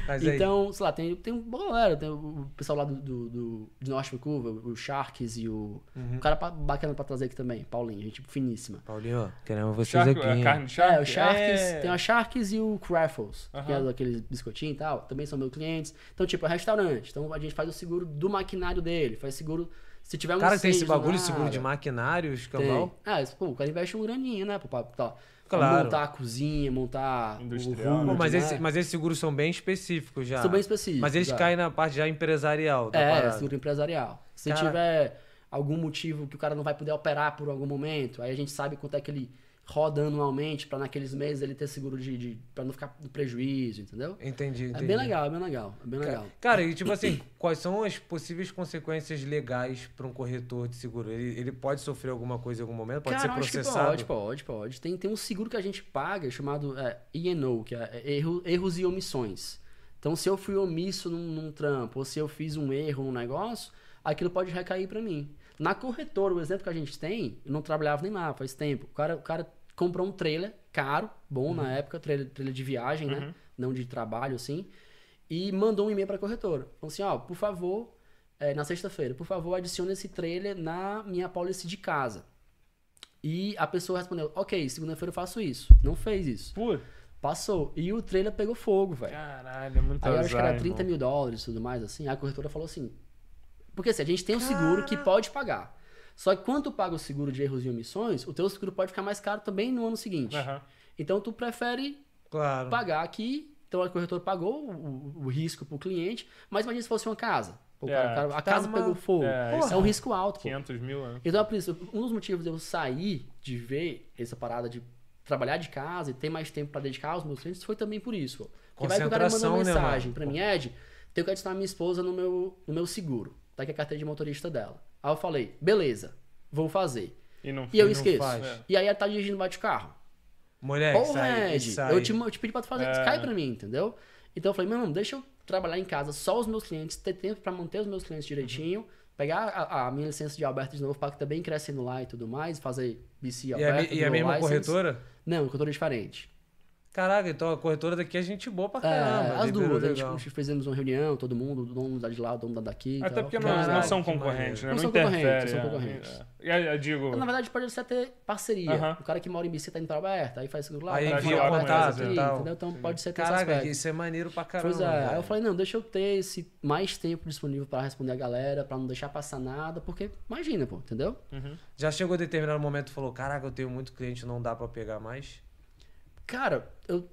[SPEAKER 1] Mas aí,
[SPEAKER 2] Então, sei lá, tem, tem uma boa galera, tem o pessoal lá do, do, do, de Norte Vancouver, o Sharks e o.
[SPEAKER 1] Uhum.
[SPEAKER 2] Um cara pa- bacana pra trazer aqui também, Paulinho, gente finíssima.
[SPEAKER 1] Paulinho, queremos vocês
[SPEAKER 3] Shark,
[SPEAKER 1] aqui. hein?
[SPEAKER 3] a carne de shark?
[SPEAKER 2] É, o Sharks,
[SPEAKER 3] É.
[SPEAKER 2] tem a Sharks e o Craffles, que é
[SPEAKER 3] Aham.
[SPEAKER 2] daqueles biscoitinhos e tal, também são meus clientes. Então, tipo, é restaurante, então a gente faz o seguro do maquinário dele, faz seguro. Se tiver um
[SPEAKER 1] Cara, tem esse
[SPEAKER 2] incêndio do
[SPEAKER 1] bagulho,
[SPEAKER 2] nada,
[SPEAKER 1] seguro de maquinário, escambau.
[SPEAKER 2] Tem. Ah, isso, pô, o cara investe um graninho, né? Pô, pra, tá,
[SPEAKER 1] Claro.
[SPEAKER 2] Montar a cozinha, montar. o
[SPEAKER 3] Industrial.
[SPEAKER 1] Pô,
[SPEAKER 2] hood,
[SPEAKER 1] mas,
[SPEAKER 2] né?
[SPEAKER 1] esse- mas esses seguros são bem específicos já.
[SPEAKER 2] São bem específicos,
[SPEAKER 1] Mas eles
[SPEAKER 2] é.
[SPEAKER 1] caem na parte já empresarial da
[SPEAKER 2] É,
[SPEAKER 1] parada.
[SPEAKER 2] seguro empresarial. Se
[SPEAKER 1] Cara-
[SPEAKER 2] tiver algum motivo que o cara não vai poder operar por algum momento, aí a gente sabe quanto é que ele roda anualmente pra naqueles meses ele ter seguro de. de pra não ficar no prejuízo, entendeu?
[SPEAKER 1] Entendi, entendi.
[SPEAKER 2] É bem legal, é bem legal, é bem legal.
[SPEAKER 1] Cara, e tipo assim, quais são as possíveis consequências legais pra um corretor de seguro? Ele, ele pode sofrer alguma coisa em algum momento? Pode
[SPEAKER 2] Cara,
[SPEAKER 1] ser
[SPEAKER 2] eu acho que
[SPEAKER 1] processado?
[SPEAKER 2] Pode, pode, pode. Tem, tem um seguro que a gente paga chamado é, INO, que é erro- erros e omissões. Então, se eu fui omisso num, num trampo, ou se eu fiz um erro num negócio, aquilo pode recair pra mim. Na corretora, o exemplo que a gente tem, eu não trabalhava nem lá faz tempo. O cara, o cara comprou um trailer caro, bom
[SPEAKER 1] Uhum.
[SPEAKER 2] na época, trailer, trailer de viagem, né? Não de trabalho, assim. E mandou um e-mail pra corretora. Falou assim, ó, por favor, é, na sexta-feira, por favor, adicione esse trailer na minha policy de casa. E a pessoa respondeu, ok, segunda-feira eu faço isso. Não fez isso.
[SPEAKER 3] Pô,
[SPEAKER 2] Passou. E o trailer pegou fogo, velho.
[SPEAKER 3] caralho, é muito
[SPEAKER 2] Aí eu acho que era
[SPEAKER 3] azar,
[SPEAKER 2] 30
[SPEAKER 3] irmão.
[SPEAKER 2] mil dólares e tudo mais, assim. Aí a corretora falou assim, porque assim, a gente tem um seguro que pode pagar. Só que quando tu paga o seguro de erros e omissões, o teu seguro pode ficar mais caro também no ano seguinte.
[SPEAKER 3] Aham.
[SPEAKER 2] Então tu prefere
[SPEAKER 1] Claro.
[SPEAKER 2] pagar aqui. Então a corretora pagou o, o- o risco pro cliente. Mas imagina se fosse uma casa. Pô, o cara-
[SPEAKER 3] É,
[SPEAKER 2] o cara- a
[SPEAKER 1] tá
[SPEAKER 2] casa
[SPEAKER 1] uma-
[SPEAKER 2] pegou fogo.
[SPEAKER 3] é,
[SPEAKER 2] É,
[SPEAKER 1] isso-
[SPEAKER 2] um risco alto, pô.
[SPEAKER 3] 500 mil, né?
[SPEAKER 2] Então, é por isso, um dos motivos de eu sair de ver essa parada de trabalhar de casa e ter mais tempo pra dedicar aos meus clientes foi também por isso. Porque vai que o cara manda
[SPEAKER 1] Concentração,
[SPEAKER 2] uma
[SPEAKER 1] né,
[SPEAKER 2] mensagem
[SPEAKER 1] mano?
[SPEAKER 2] pra mim, Ed, tenho que adicionar minha esposa no meu, no meu seguro. Tá aqui a carteira de motorista dela. Aí eu falei, beleza, vou fazer.
[SPEAKER 3] E não
[SPEAKER 2] E eu
[SPEAKER 1] não
[SPEAKER 2] esqueço.
[SPEAKER 1] faz.
[SPEAKER 3] É.
[SPEAKER 2] E aí ela tá dirigindo bate o carro.
[SPEAKER 1] Moleque,
[SPEAKER 2] Porra,
[SPEAKER 1] sai,
[SPEAKER 2] Ed,
[SPEAKER 1] sai.
[SPEAKER 2] eu te, eu te pedi pra tu fazer,
[SPEAKER 3] É.
[SPEAKER 2] cai pra mim, entendeu? Então eu falei, mano, deixa eu trabalhar em casa só os meus clientes, ter tempo pra manter os meus clientes direitinho, pegar a, a minha licença de Alberto de novo, pra que também crescendo lá e tudo mais, fazer BC
[SPEAKER 1] E a,
[SPEAKER 2] Alberta.
[SPEAKER 1] me- e é a
[SPEAKER 2] dual
[SPEAKER 1] mesma
[SPEAKER 2] license.
[SPEAKER 1] corretora?
[SPEAKER 2] Não, corretora diferente.
[SPEAKER 1] Caraca, então a corretora daqui é gente boa pra
[SPEAKER 2] É,
[SPEAKER 1] caramba.
[SPEAKER 2] as
[SPEAKER 1] liberou
[SPEAKER 2] duas, a gente
[SPEAKER 1] legal.
[SPEAKER 2] a gente fizemos uma reunião, todo mundo, o dono da de lá, o dono da daqui. e
[SPEAKER 3] Até
[SPEAKER 2] tal.
[SPEAKER 3] porque não,
[SPEAKER 1] Caralho,
[SPEAKER 3] não são
[SPEAKER 1] que
[SPEAKER 3] concorrentes,
[SPEAKER 2] então.
[SPEAKER 3] né?
[SPEAKER 2] maneiro.
[SPEAKER 3] Não,
[SPEAKER 2] Não são concorrentes,
[SPEAKER 3] interfere.
[SPEAKER 2] não são
[SPEAKER 3] é.
[SPEAKER 2] concorrentes.
[SPEAKER 3] É, Eu digo,
[SPEAKER 2] Na verdade, pode ser até parceria.
[SPEAKER 3] Aham.
[SPEAKER 2] O cara que mora em BC tá indo pra Alberta, aí faz seguro lá,
[SPEAKER 1] Aí
[SPEAKER 2] o cara que
[SPEAKER 3] envia
[SPEAKER 2] mora
[SPEAKER 3] o
[SPEAKER 2] lá né? faz
[SPEAKER 3] contato e
[SPEAKER 2] aqui,
[SPEAKER 1] tal.
[SPEAKER 2] entendeu? Então pode ser ter esse
[SPEAKER 1] Caraca,
[SPEAKER 2] aspecto.
[SPEAKER 1] isso é maneiro pra caramba.
[SPEAKER 2] Pois é, aí eu
[SPEAKER 1] velho.
[SPEAKER 2] falei, não, deixa eu ter esse mais tempo disponível pra responder a galera, pra não deixar passar nada, porque imagina, pô, entendeu?
[SPEAKER 1] Já chegou determinado momento e falou: Caraca, eu tenho muito cliente, não dá pra pegar mais?
[SPEAKER 2] Cara, eu.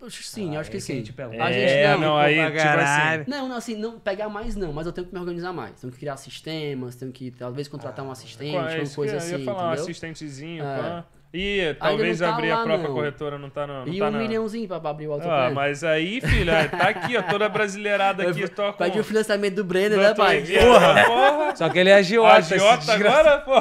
[SPEAKER 2] eu acho que sim,
[SPEAKER 1] Ah,
[SPEAKER 2] eu acho que
[SPEAKER 1] é que a
[SPEAKER 2] sim.
[SPEAKER 1] gente pega
[SPEAKER 2] A
[SPEAKER 1] mais.
[SPEAKER 2] gente
[SPEAKER 3] É,
[SPEAKER 2] não.
[SPEAKER 3] não, aí, tipo
[SPEAKER 1] Caralho.
[SPEAKER 3] assim...
[SPEAKER 2] Não, não, assim, não pegar mais não, mas eu tenho que me organizar mais. Tenho que criar sistemas, tenho que talvez
[SPEAKER 1] Ah,
[SPEAKER 2] contratar um assistente,
[SPEAKER 3] qual- é
[SPEAKER 2] alguma
[SPEAKER 3] isso
[SPEAKER 2] coisa
[SPEAKER 3] que
[SPEAKER 2] assim,
[SPEAKER 3] eu ia falar, um
[SPEAKER 2] entendeu?
[SPEAKER 3] assistentezinho,
[SPEAKER 2] É.
[SPEAKER 3] pá. E talvez
[SPEAKER 2] não tá
[SPEAKER 3] abrir a
[SPEAKER 2] lá,
[SPEAKER 3] própria
[SPEAKER 2] não.
[SPEAKER 3] corretora não tá no. Não
[SPEAKER 2] E
[SPEAKER 3] tá
[SPEAKER 2] um
[SPEAKER 3] na-
[SPEAKER 2] milhãozinho pra pra abrir o
[SPEAKER 3] Ah,
[SPEAKER 2] autocrédito.
[SPEAKER 3] mas aí, filho, é, tá aqui, ó, toda brasileirada aqui,
[SPEAKER 2] Pede-
[SPEAKER 3] toca.
[SPEAKER 2] Pede o financiamento do Brenner, né, pai?
[SPEAKER 3] Porra! Porra!
[SPEAKER 1] Só que ele é agiota. esse
[SPEAKER 3] Agiota
[SPEAKER 1] desgra-
[SPEAKER 3] agora, pô!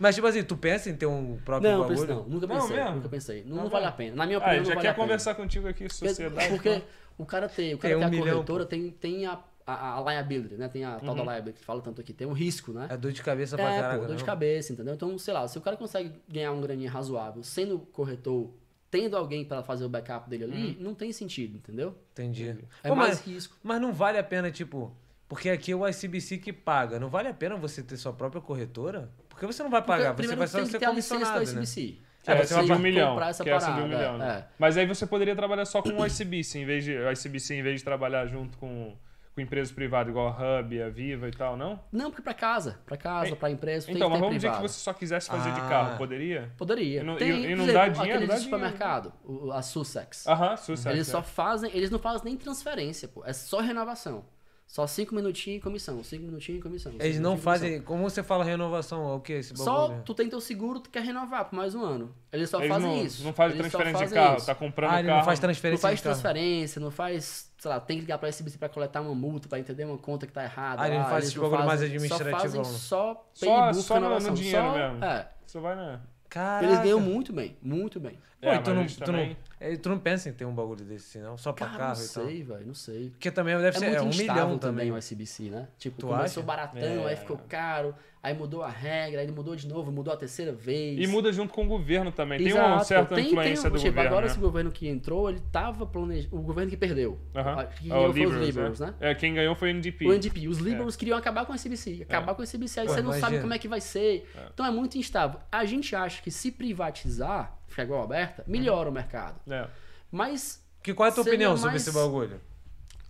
[SPEAKER 1] Mas, tipo assim, tu pensa em ter um próprio
[SPEAKER 2] Não, penso,
[SPEAKER 1] bagulho?
[SPEAKER 2] não, nunca
[SPEAKER 3] Não,
[SPEAKER 2] pensei,
[SPEAKER 3] mesmo?
[SPEAKER 2] nunca pensei. Não,
[SPEAKER 3] Tá
[SPEAKER 2] não vale
[SPEAKER 3] bom.
[SPEAKER 2] a pena. Na minha
[SPEAKER 3] Ah,
[SPEAKER 2] opinião,
[SPEAKER 3] eu
[SPEAKER 2] não
[SPEAKER 3] já
[SPEAKER 2] vale a
[SPEAKER 3] quer
[SPEAKER 2] pena.
[SPEAKER 3] conversar contigo aqui, sociedade. É,
[SPEAKER 2] Porque é o cara tem, o cara
[SPEAKER 1] Tem
[SPEAKER 2] tem
[SPEAKER 1] um
[SPEAKER 2] a
[SPEAKER 1] milhão,
[SPEAKER 2] corretora, tem, tem a, a, a liability, né? Tem a tal da
[SPEAKER 3] Uhum.
[SPEAKER 2] liability que fala tanto aqui, tem um risco, né?
[SPEAKER 1] É dor de cabeça pra
[SPEAKER 2] É,
[SPEAKER 1] caraca.
[SPEAKER 2] pô, dor de
[SPEAKER 1] não?
[SPEAKER 2] cabeça, entendeu? Então, sei lá, se o cara consegue ganhar um graninha razoável sendo corretor, tendo alguém pra fazer o backup dele
[SPEAKER 3] Uhum.
[SPEAKER 2] ali, não tem sentido, entendeu?
[SPEAKER 1] Entendi.
[SPEAKER 2] É
[SPEAKER 1] Pô,
[SPEAKER 2] mais
[SPEAKER 1] mas,
[SPEAKER 2] risco.
[SPEAKER 1] mas não vale a pena, tipo. Porque aqui é o ICBC que paga. Não vale a pena você ter sua própria corretora? Porque você não vai
[SPEAKER 2] Porque,
[SPEAKER 1] pagar, você
[SPEAKER 2] primeiro
[SPEAKER 1] vai só
[SPEAKER 2] tem que
[SPEAKER 1] ser um
[SPEAKER 2] ter a licença da
[SPEAKER 1] comissionado, né?
[SPEAKER 2] SBC.
[SPEAKER 3] É, você vai pra um milhão.
[SPEAKER 2] comprar essa
[SPEAKER 3] que é subir
[SPEAKER 2] parada.
[SPEAKER 3] um milhão, né?
[SPEAKER 2] é.
[SPEAKER 3] Mas aí você poderia trabalhar só com o ICBC, em vez de, o ICBC, em vez de trabalhar junto com, com empresas privadas, igual a Hub, a Viva e tal, não?
[SPEAKER 2] Não, porque pra casa, pra casa, pra empresa, tu
[SPEAKER 3] então,
[SPEAKER 2] tem
[SPEAKER 3] mas
[SPEAKER 2] que ter
[SPEAKER 3] vamos dizer
[SPEAKER 2] privado.
[SPEAKER 3] que você só quisesse fazer de
[SPEAKER 1] Ah.
[SPEAKER 3] carro, poderia?
[SPEAKER 2] Poderia.
[SPEAKER 3] E não-
[SPEAKER 2] tem,
[SPEAKER 3] e- e não
[SPEAKER 2] por
[SPEAKER 3] dá
[SPEAKER 2] exemplo,
[SPEAKER 3] dinheiro, né?
[SPEAKER 2] aqueles
[SPEAKER 3] dá
[SPEAKER 2] do supermercado, o- a Sussex.
[SPEAKER 3] Aham, sucesso.
[SPEAKER 2] Eles
[SPEAKER 3] é.
[SPEAKER 2] só fazem, eles não fazem nem transferência, pô. É só renovação. Só cinco minutinhos em comissão, cinco minutinhos em comissão.
[SPEAKER 1] Eles
[SPEAKER 2] cinco
[SPEAKER 1] não
[SPEAKER 2] minutinhos em comissão.
[SPEAKER 1] fazem. Como você fala renovação? É o que esse bagulho?
[SPEAKER 2] Só tu tem teu seguro, tu quer renovar por mais um ano. Eles só
[SPEAKER 3] é. Eles
[SPEAKER 2] fazem
[SPEAKER 3] não,
[SPEAKER 2] isso.
[SPEAKER 3] Não faz
[SPEAKER 2] Eles só
[SPEAKER 3] transferência de
[SPEAKER 2] fazem
[SPEAKER 3] carro,
[SPEAKER 2] isso.
[SPEAKER 3] tá comprando
[SPEAKER 1] Ah, ele
[SPEAKER 3] carro.
[SPEAKER 1] não faz transferência.
[SPEAKER 2] Não faz
[SPEAKER 1] de carro.
[SPEAKER 2] transferência, não faz, sei lá, tem que ligar pra SBC pra coletar uma multa, pra entender uma conta que tá errada.
[SPEAKER 1] Ah, ele não
[SPEAKER 2] lá,
[SPEAKER 1] faz
[SPEAKER 2] eles
[SPEAKER 1] esse
[SPEAKER 2] não
[SPEAKER 1] bagulho mais
[SPEAKER 2] fazem-
[SPEAKER 1] administrativo,
[SPEAKER 2] Só fazem
[SPEAKER 1] não.
[SPEAKER 2] só
[SPEAKER 3] Só-
[SPEAKER 2] paybook,
[SPEAKER 3] só no- no
[SPEAKER 2] renovação,
[SPEAKER 3] dinheiro
[SPEAKER 2] só-
[SPEAKER 3] mesmo.
[SPEAKER 2] É.
[SPEAKER 3] Você vai, né?
[SPEAKER 1] Caraca.
[SPEAKER 2] Eles ganham muito bem, muito bem.
[SPEAKER 1] Pô,
[SPEAKER 3] É,
[SPEAKER 1] e tu
[SPEAKER 3] mas
[SPEAKER 1] não,
[SPEAKER 3] eles
[SPEAKER 1] tu não-
[SPEAKER 3] também-
[SPEAKER 1] é, É, tu não pensa em ter um bagulho desse, não? Só pra
[SPEAKER 2] Cara, não
[SPEAKER 1] carro e tal.
[SPEAKER 2] sei, velho, não sei.
[SPEAKER 1] Porque também deve ser
[SPEAKER 2] é
[SPEAKER 1] é
[SPEAKER 2] muito
[SPEAKER 1] um
[SPEAKER 2] instável
[SPEAKER 1] milhão
[SPEAKER 2] também
[SPEAKER 1] também.
[SPEAKER 2] o SBC, né? Tipo,
[SPEAKER 1] Tu
[SPEAKER 2] começou
[SPEAKER 1] acha?
[SPEAKER 2] baratão,
[SPEAKER 3] É.
[SPEAKER 2] aí ficou caro, aí mudou a regra, aí mudou de novo, mudou a terceira vez.
[SPEAKER 3] E muda junto com o governo também. Tem
[SPEAKER 2] Exato.
[SPEAKER 3] uma certa
[SPEAKER 2] Tem- tem-
[SPEAKER 3] influência do
[SPEAKER 2] tipo,
[SPEAKER 3] governo.
[SPEAKER 2] Agora
[SPEAKER 3] né?
[SPEAKER 2] esse governo que entrou, ele tava planejando... O governo que perdeu.
[SPEAKER 3] Aham.
[SPEAKER 2] A- Que
[SPEAKER 3] É, o
[SPEAKER 2] ganhou foi os
[SPEAKER 3] Liberals,
[SPEAKER 2] Liberals, né?
[SPEAKER 3] É, quem ganhou foi o NDP.
[SPEAKER 2] O NDP. Os Liberals queriam acabar com o
[SPEAKER 3] É.
[SPEAKER 2] SBC. Acabar com o SBC. Aí
[SPEAKER 1] Pô,
[SPEAKER 2] você não
[SPEAKER 1] imagina.
[SPEAKER 2] sabe como é que vai ser. Então é muito instável. A gente acha que se privatizar, ficar igual a
[SPEAKER 3] Uhum.
[SPEAKER 2] Aberta, melhora o mercado.
[SPEAKER 3] É.
[SPEAKER 2] Mas
[SPEAKER 1] Que, qual é a tua
[SPEAKER 2] Seria
[SPEAKER 1] opinião sobre
[SPEAKER 2] mais-
[SPEAKER 1] esse bagulho?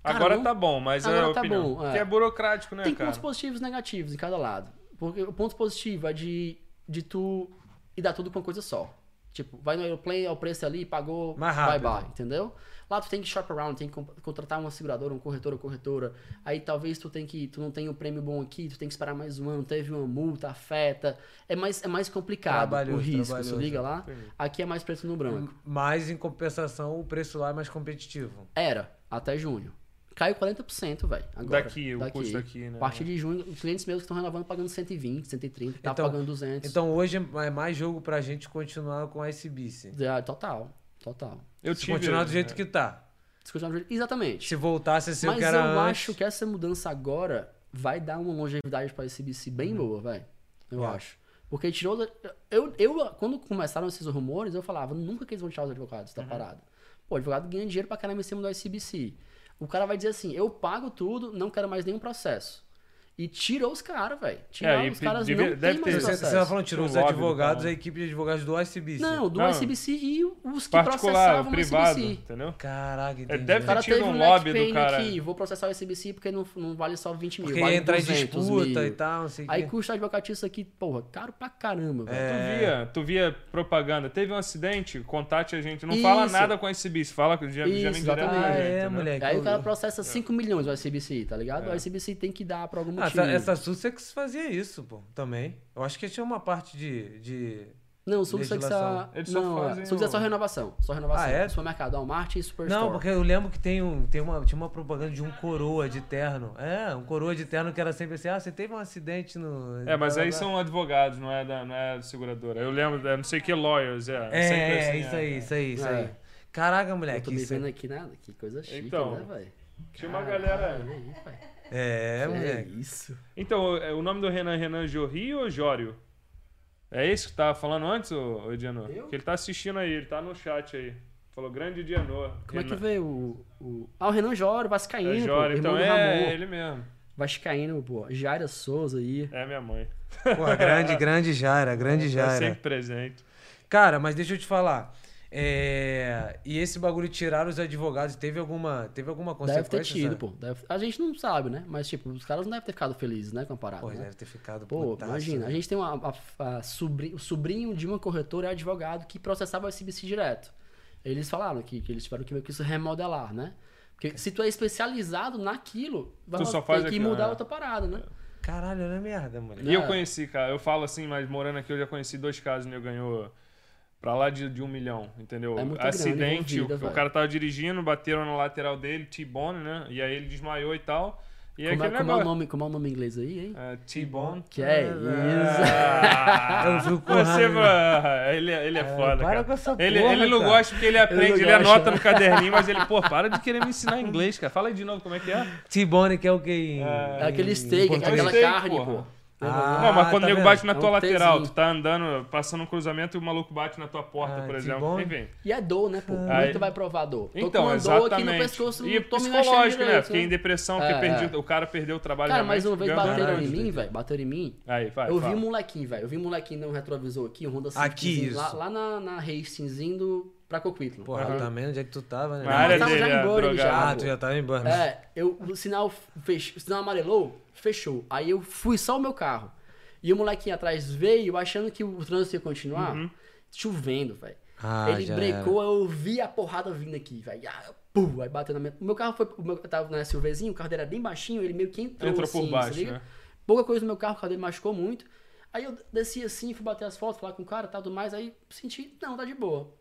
[SPEAKER 2] Cara,
[SPEAKER 3] Agora
[SPEAKER 2] não-
[SPEAKER 3] tá bom, mas é
[SPEAKER 2] agora
[SPEAKER 3] a
[SPEAKER 2] tá
[SPEAKER 3] opinião.
[SPEAKER 2] bom, é.
[SPEAKER 3] Que é burocrático, né,
[SPEAKER 2] tem
[SPEAKER 3] cara?
[SPEAKER 2] pontos positivos e negativos em cada lado. Porque o ponto positivo é de, de tu e dar tudo com uma coisa só. Tipo, vai no aeroplane, é o preço ali, pagou,
[SPEAKER 1] Mais
[SPEAKER 2] bye
[SPEAKER 1] rápido.
[SPEAKER 2] bye, entendeu? Lá tu tem que shop around, tem que com- contratar uma seguradora, um corretor ou corretora. Aí talvez tu tem que, tu não tem um prêmio bom aqui, tu tem que esperar mais um ano, teve uma multa, afeta. É mais, é mais complicado
[SPEAKER 1] Trabalhoso,
[SPEAKER 2] o risco, se
[SPEAKER 1] trabalhoso.
[SPEAKER 2] liga lá. Aqui é mais preto no branco.
[SPEAKER 1] Mas, em compensação, o preço lá é mais competitivo.
[SPEAKER 2] Era, até junho. Caiu 40%, velho. agora.
[SPEAKER 3] Daqui, o custo daqui, né?
[SPEAKER 2] A partir de junho, os clientes meus que estão renovando pagando 120, 130, tá
[SPEAKER 1] Então-
[SPEAKER 2] pagando 200.
[SPEAKER 1] Então, hoje é mais jogo pra gente continuar com a SBC.
[SPEAKER 2] É, total, total.
[SPEAKER 3] Eu
[SPEAKER 1] Se
[SPEAKER 3] tive- né? é,
[SPEAKER 1] continuar do jeito que tá.
[SPEAKER 2] Se continuar- Exatamente.
[SPEAKER 1] Se voltasse a ser o
[SPEAKER 2] Mas
[SPEAKER 1] que
[SPEAKER 2] eu
[SPEAKER 1] era antes...
[SPEAKER 2] acho que essa mudança agora vai dar uma longevidade pra SBC bem
[SPEAKER 3] Uhum.
[SPEAKER 2] boa, velho. Eu
[SPEAKER 3] É.
[SPEAKER 1] Vai.
[SPEAKER 2] acho. Porque tirou. da- Eu, eu, quando começaram esses rumores, eu falava, nunca que eles vão tirar os advogados
[SPEAKER 3] Uhum.
[SPEAKER 2] da parada. Pô, advogado ganha dinheiro pra caramba em cima do SBC. O cara vai dizer assim: eu pago tudo, não quero mais nenhum processo. E tirou os caras, velho. Tirou
[SPEAKER 3] É, e
[SPEAKER 2] os caras,
[SPEAKER 3] devia-
[SPEAKER 2] não tem
[SPEAKER 3] deve ter-
[SPEAKER 1] Você,
[SPEAKER 2] mais
[SPEAKER 1] você
[SPEAKER 2] processo.
[SPEAKER 1] tá falando, tirou
[SPEAKER 3] Tem
[SPEAKER 1] os
[SPEAKER 3] lobby do
[SPEAKER 1] advogados,
[SPEAKER 3] cara.
[SPEAKER 1] a equipe de advogados do SBC.
[SPEAKER 2] Não, do
[SPEAKER 3] Não.
[SPEAKER 2] SBC e os que
[SPEAKER 3] Particular,
[SPEAKER 2] processavam
[SPEAKER 3] privado,
[SPEAKER 2] o SBC.
[SPEAKER 3] entendeu?
[SPEAKER 1] Caraca,
[SPEAKER 3] É,
[SPEAKER 1] entendi.
[SPEAKER 3] deve
[SPEAKER 2] O cara
[SPEAKER 3] ter tido
[SPEAKER 2] teve
[SPEAKER 3] um
[SPEAKER 2] um
[SPEAKER 3] lobby
[SPEAKER 2] leg
[SPEAKER 3] do
[SPEAKER 2] pain
[SPEAKER 3] cara.
[SPEAKER 2] aqui, vou processar o SBC porque não, não vale só 20 mil,
[SPEAKER 1] Porque
[SPEAKER 2] vale
[SPEAKER 1] entra em
[SPEAKER 2] 200
[SPEAKER 1] disputa
[SPEAKER 2] mil.
[SPEAKER 1] e tal, não sei o
[SPEAKER 2] Aí
[SPEAKER 1] quê.
[SPEAKER 2] custa advocatício aqui, porra, caro pra caramba,
[SPEAKER 1] É,
[SPEAKER 2] velho.
[SPEAKER 3] Tu via, tu via propaganda. Teve um acidente, contate a gente. Não fala
[SPEAKER 2] Isso.
[SPEAKER 3] nada com esse bicho, fala com o Diana
[SPEAKER 2] Isso,
[SPEAKER 3] direto
[SPEAKER 2] exatamente.
[SPEAKER 3] com a
[SPEAKER 1] Ah,
[SPEAKER 3] gente,
[SPEAKER 1] é,
[SPEAKER 3] né?
[SPEAKER 1] moleque.
[SPEAKER 2] Aí o
[SPEAKER 1] eu-
[SPEAKER 2] cara processa
[SPEAKER 3] É.
[SPEAKER 2] 5 milhões o SBC, tá ligado? O SBC tem que dar pra algum
[SPEAKER 1] Ah,
[SPEAKER 2] motivo.
[SPEAKER 1] essa, essa Sussex fazia isso, pô, também. Eu acho que tinha uma parte de. de...
[SPEAKER 2] Não, o Subsex é...
[SPEAKER 1] legislação.
[SPEAKER 3] Eles só
[SPEAKER 2] Não,
[SPEAKER 3] fazem
[SPEAKER 2] é- Subsex é só
[SPEAKER 3] o-
[SPEAKER 2] renovação. Só renovação.
[SPEAKER 1] Ah, é?
[SPEAKER 2] Supermercado, Walmart e Superstore.
[SPEAKER 1] Não, porque eu lembro que tem um, tem uma, tinha uma propaganda de um coroa de terno. É, um coroa de terno que era sempre assim: ah, você teve um acidente no.
[SPEAKER 3] É, mas
[SPEAKER 1] blá,
[SPEAKER 3] aí
[SPEAKER 1] blá,
[SPEAKER 3] são advogados, não é da, não é da seguradora. Eu lembro, é, não sei que lawyers, é.
[SPEAKER 1] blá. É,
[SPEAKER 3] sempre
[SPEAKER 1] é,
[SPEAKER 3] assim,
[SPEAKER 1] isso aí, isso aí, isso
[SPEAKER 2] É.
[SPEAKER 1] aí. Caraca,
[SPEAKER 2] Eu
[SPEAKER 1] moleque.
[SPEAKER 2] tô me
[SPEAKER 1] Isso...
[SPEAKER 2] vendo aqui, né? Que coisa chique,
[SPEAKER 3] Então,
[SPEAKER 2] né, velho?
[SPEAKER 3] Tinha uma galera.
[SPEAKER 2] Olha aí, velho.
[SPEAKER 1] É, é,
[SPEAKER 2] É
[SPEAKER 1] moleque.
[SPEAKER 2] isso.
[SPEAKER 3] Então, é, o nome do Renan é Renan Jorri ou Jório? É esse que tava falando antes, ô, ô Dianô?
[SPEAKER 2] Eu?
[SPEAKER 3] Que ele tá assistindo aí, ele tá no chat aí. Falou, grande Dianô.
[SPEAKER 2] Como é que vê o... o... Ah, o Renan Jório, Vascaíno,
[SPEAKER 3] É
[SPEAKER 2] pô,
[SPEAKER 3] Jório,
[SPEAKER 2] irmão
[SPEAKER 3] então
[SPEAKER 2] do
[SPEAKER 3] é,
[SPEAKER 2] Ramon.
[SPEAKER 3] ele mesmo.
[SPEAKER 2] Vascaíno, pô. Jaira Souza aí.
[SPEAKER 3] É minha mãe.
[SPEAKER 1] Porra, grande, grande Jara, grande
[SPEAKER 3] Tá
[SPEAKER 1] Jara.
[SPEAKER 3] sempre presente.
[SPEAKER 1] Cara, mas deixa eu te falar. É, E esse bagulho de tirar os advogados, teve alguma, teve alguma
[SPEAKER 2] Deve
[SPEAKER 1] consequência?
[SPEAKER 2] ter tido,
[SPEAKER 1] sabe?
[SPEAKER 2] pô. Deve- A gente não sabe, né? Mas, tipo, os caras não devem ter ficado felizes, né, com a parada.
[SPEAKER 1] Pô,
[SPEAKER 2] né?
[SPEAKER 1] deve ter ficado
[SPEAKER 2] Pô,
[SPEAKER 1] é, putaço,
[SPEAKER 2] imagina,
[SPEAKER 1] né?
[SPEAKER 2] a gente tem uma, a- a sobri- o sobrinho de uma corretora é advogado que processava o SBC direto. Eles falaram que, que eles tiveram que meio que isso remodelar, né? Porque se tu é especializado naquilo, vai
[SPEAKER 3] Tu só
[SPEAKER 2] ter
[SPEAKER 3] faz
[SPEAKER 2] que
[SPEAKER 3] aquilo,
[SPEAKER 2] mudar
[SPEAKER 3] né?
[SPEAKER 2] outra parada, né?
[SPEAKER 1] Caralho, olha a merda, moleque.
[SPEAKER 3] E eu
[SPEAKER 2] É.
[SPEAKER 3] conheci, cara, eu falo assim, mas morando aqui eu já conheci dois casos, né? Eu ganhou pra lá de, de um milhão, entendeu?
[SPEAKER 2] É muita grana
[SPEAKER 3] Acidente,
[SPEAKER 2] envolvida,
[SPEAKER 3] o- o,
[SPEAKER 2] velho.
[SPEAKER 3] cara tava dirigindo, bateram na lateral dele, T-Bone, né? E aí ele desmaiou e tal. E aí
[SPEAKER 2] Como, é,
[SPEAKER 3] aquele
[SPEAKER 2] como é o
[SPEAKER 3] negócio.
[SPEAKER 2] nome, como é o nome em inglês aí, hein?
[SPEAKER 3] É, T-Bone.
[SPEAKER 2] Que é isso?
[SPEAKER 1] Eu
[SPEAKER 3] Ah,
[SPEAKER 1] fico com
[SPEAKER 3] você,
[SPEAKER 1] raiva.
[SPEAKER 3] ah, ele, ele é foda,
[SPEAKER 1] para
[SPEAKER 3] cara.
[SPEAKER 1] com essa
[SPEAKER 3] ele,
[SPEAKER 1] porra,
[SPEAKER 3] ele não
[SPEAKER 1] cara.
[SPEAKER 3] gosta porque ele aprende,
[SPEAKER 2] não
[SPEAKER 3] ele
[SPEAKER 2] gosto,
[SPEAKER 3] anota
[SPEAKER 2] né?
[SPEAKER 3] no caderninho, mas ele, pô, para de querer me ensinar inglês, cara. Fala aí de novo como é que é.
[SPEAKER 1] T-Bone que é o que em...
[SPEAKER 2] É aquele steak,
[SPEAKER 1] português.
[SPEAKER 2] aquela
[SPEAKER 3] Steak,
[SPEAKER 2] carne,
[SPEAKER 3] porra. É,
[SPEAKER 2] pô.
[SPEAKER 1] Ah,
[SPEAKER 3] não, mas quando
[SPEAKER 1] tá
[SPEAKER 3] o nego
[SPEAKER 1] vendo?
[SPEAKER 3] bate na
[SPEAKER 2] É um
[SPEAKER 3] tua lateral,
[SPEAKER 2] Tzinho.
[SPEAKER 3] tu tá andando, passando um cruzamento e o maluco bate na tua porta,
[SPEAKER 1] Ah,
[SPEAKER 3] por
[SPEAKER 1] que
[SPEAKER 3] exemplo.
[SPEAKER 1] bom.
[SPEAKER 3] Enfim.
[SPEAKER 2] E é dor, né, pô?
[SPEAKER 1] Ah.
[SPEAKER 2] Como é
[SPEAKER 3] Aí-
[SPEAKER 2] que tu vai provar a dor? Tô
[SPEAKER 3] Então,
[SPEAKER 2] com uma dor aqui no
[SPEAKER 3] exatamente.
[SPEAKER 2] pescoço,
[SPEAKER 3] e
[SPEAKER 2] não tô me mexendo
[SPEAKER 3] psicológico, né?
[SPEAKER 2] direito,
[SPEAKER 3] Fiquei em depressão,
[SPEAKER 2] É,
[SPEAKER 3] porque perdi,
[SPEAKER 2] é.
[SPEAKER 3] o cara perdeu o trabalho
[SPEAKER 2] Cara,
[SPEAKER 3] da
[SPEAKER 2] mais
[SPEAKER 3] mente,
[SPEAKER 2] uma vez
[SPEAKER 3] ganhou
[SPEAKER 2] bateram
[SPEAKER 3] grana.
[SPEAKER 2] em mim, velho. Bateram em mim.
[SPEAKER 3] Aí, É, vai,
[SPEAKER 2] eu
[SPEAKER 3] fala.
[SPEAKER 2] vi um molequinho, velho. Eu vi um molequinho no retrovisor aqui, um Honda
[SPEAKER 1] Aqui,
[SPEAKER 2] Civiczinho, lá,
[SPEAKER 1] isso.
[SPEAKER 2] lá na, na Hastings indo pra Coquitlam.
[SPEAKER 1] Porra,
[SPEAKER 2] Aí-
[SPEAKER 1] tá vendo onde é que tu tava, né?
[SPEAKER 3] Na área
[SPEAKER 2] eu tava
[SPEAKER 3] dele,
[SPEAKER 2] já
[SPEAKER 3] é,
[SPEAKER 2] embora, ele
[SPEAKER 3] drogado.
[SPEAKER 2] já.
[SPEAKER 1] Ah, tu já tava em Burma.
[SPEAKER 2] É, eu, o sinal fechou, o sinal amarelou, fechou. Aí eu fui só o meu carro. E o molequinho atrás veio, achando que o trânsito ia continuar,
[SPEAKER 3] Uhum.
[SPEAKER 2] chovendo, velho.
[SPEAKER 1] Ah,
[SPEAKER 2] ele
[SPEAKER 1] já
[SPEAKER 2] brecou, eu vi a porrada vindo aqui, velho. Ah, pum, aí bateu na minha. O meu carro foi. O meu eu tava na SUVzinho, o carro dele era bem baixinho, ele meio que entrou.
[SPEAKER 3] Entrou
[SPEAKER 2] assim,
[SPEAKER 3] por baixo,
[SPEAKER 2] se liga?
[SPEAKER 3] né?
[SPEAKER 2] Pouca coisa no meu carro, o carro dele machucou muito. Aí eu desci assim, fui bater as fotos, falar com o cara, tal, tudo mais. Aí senti, não, tá de boa.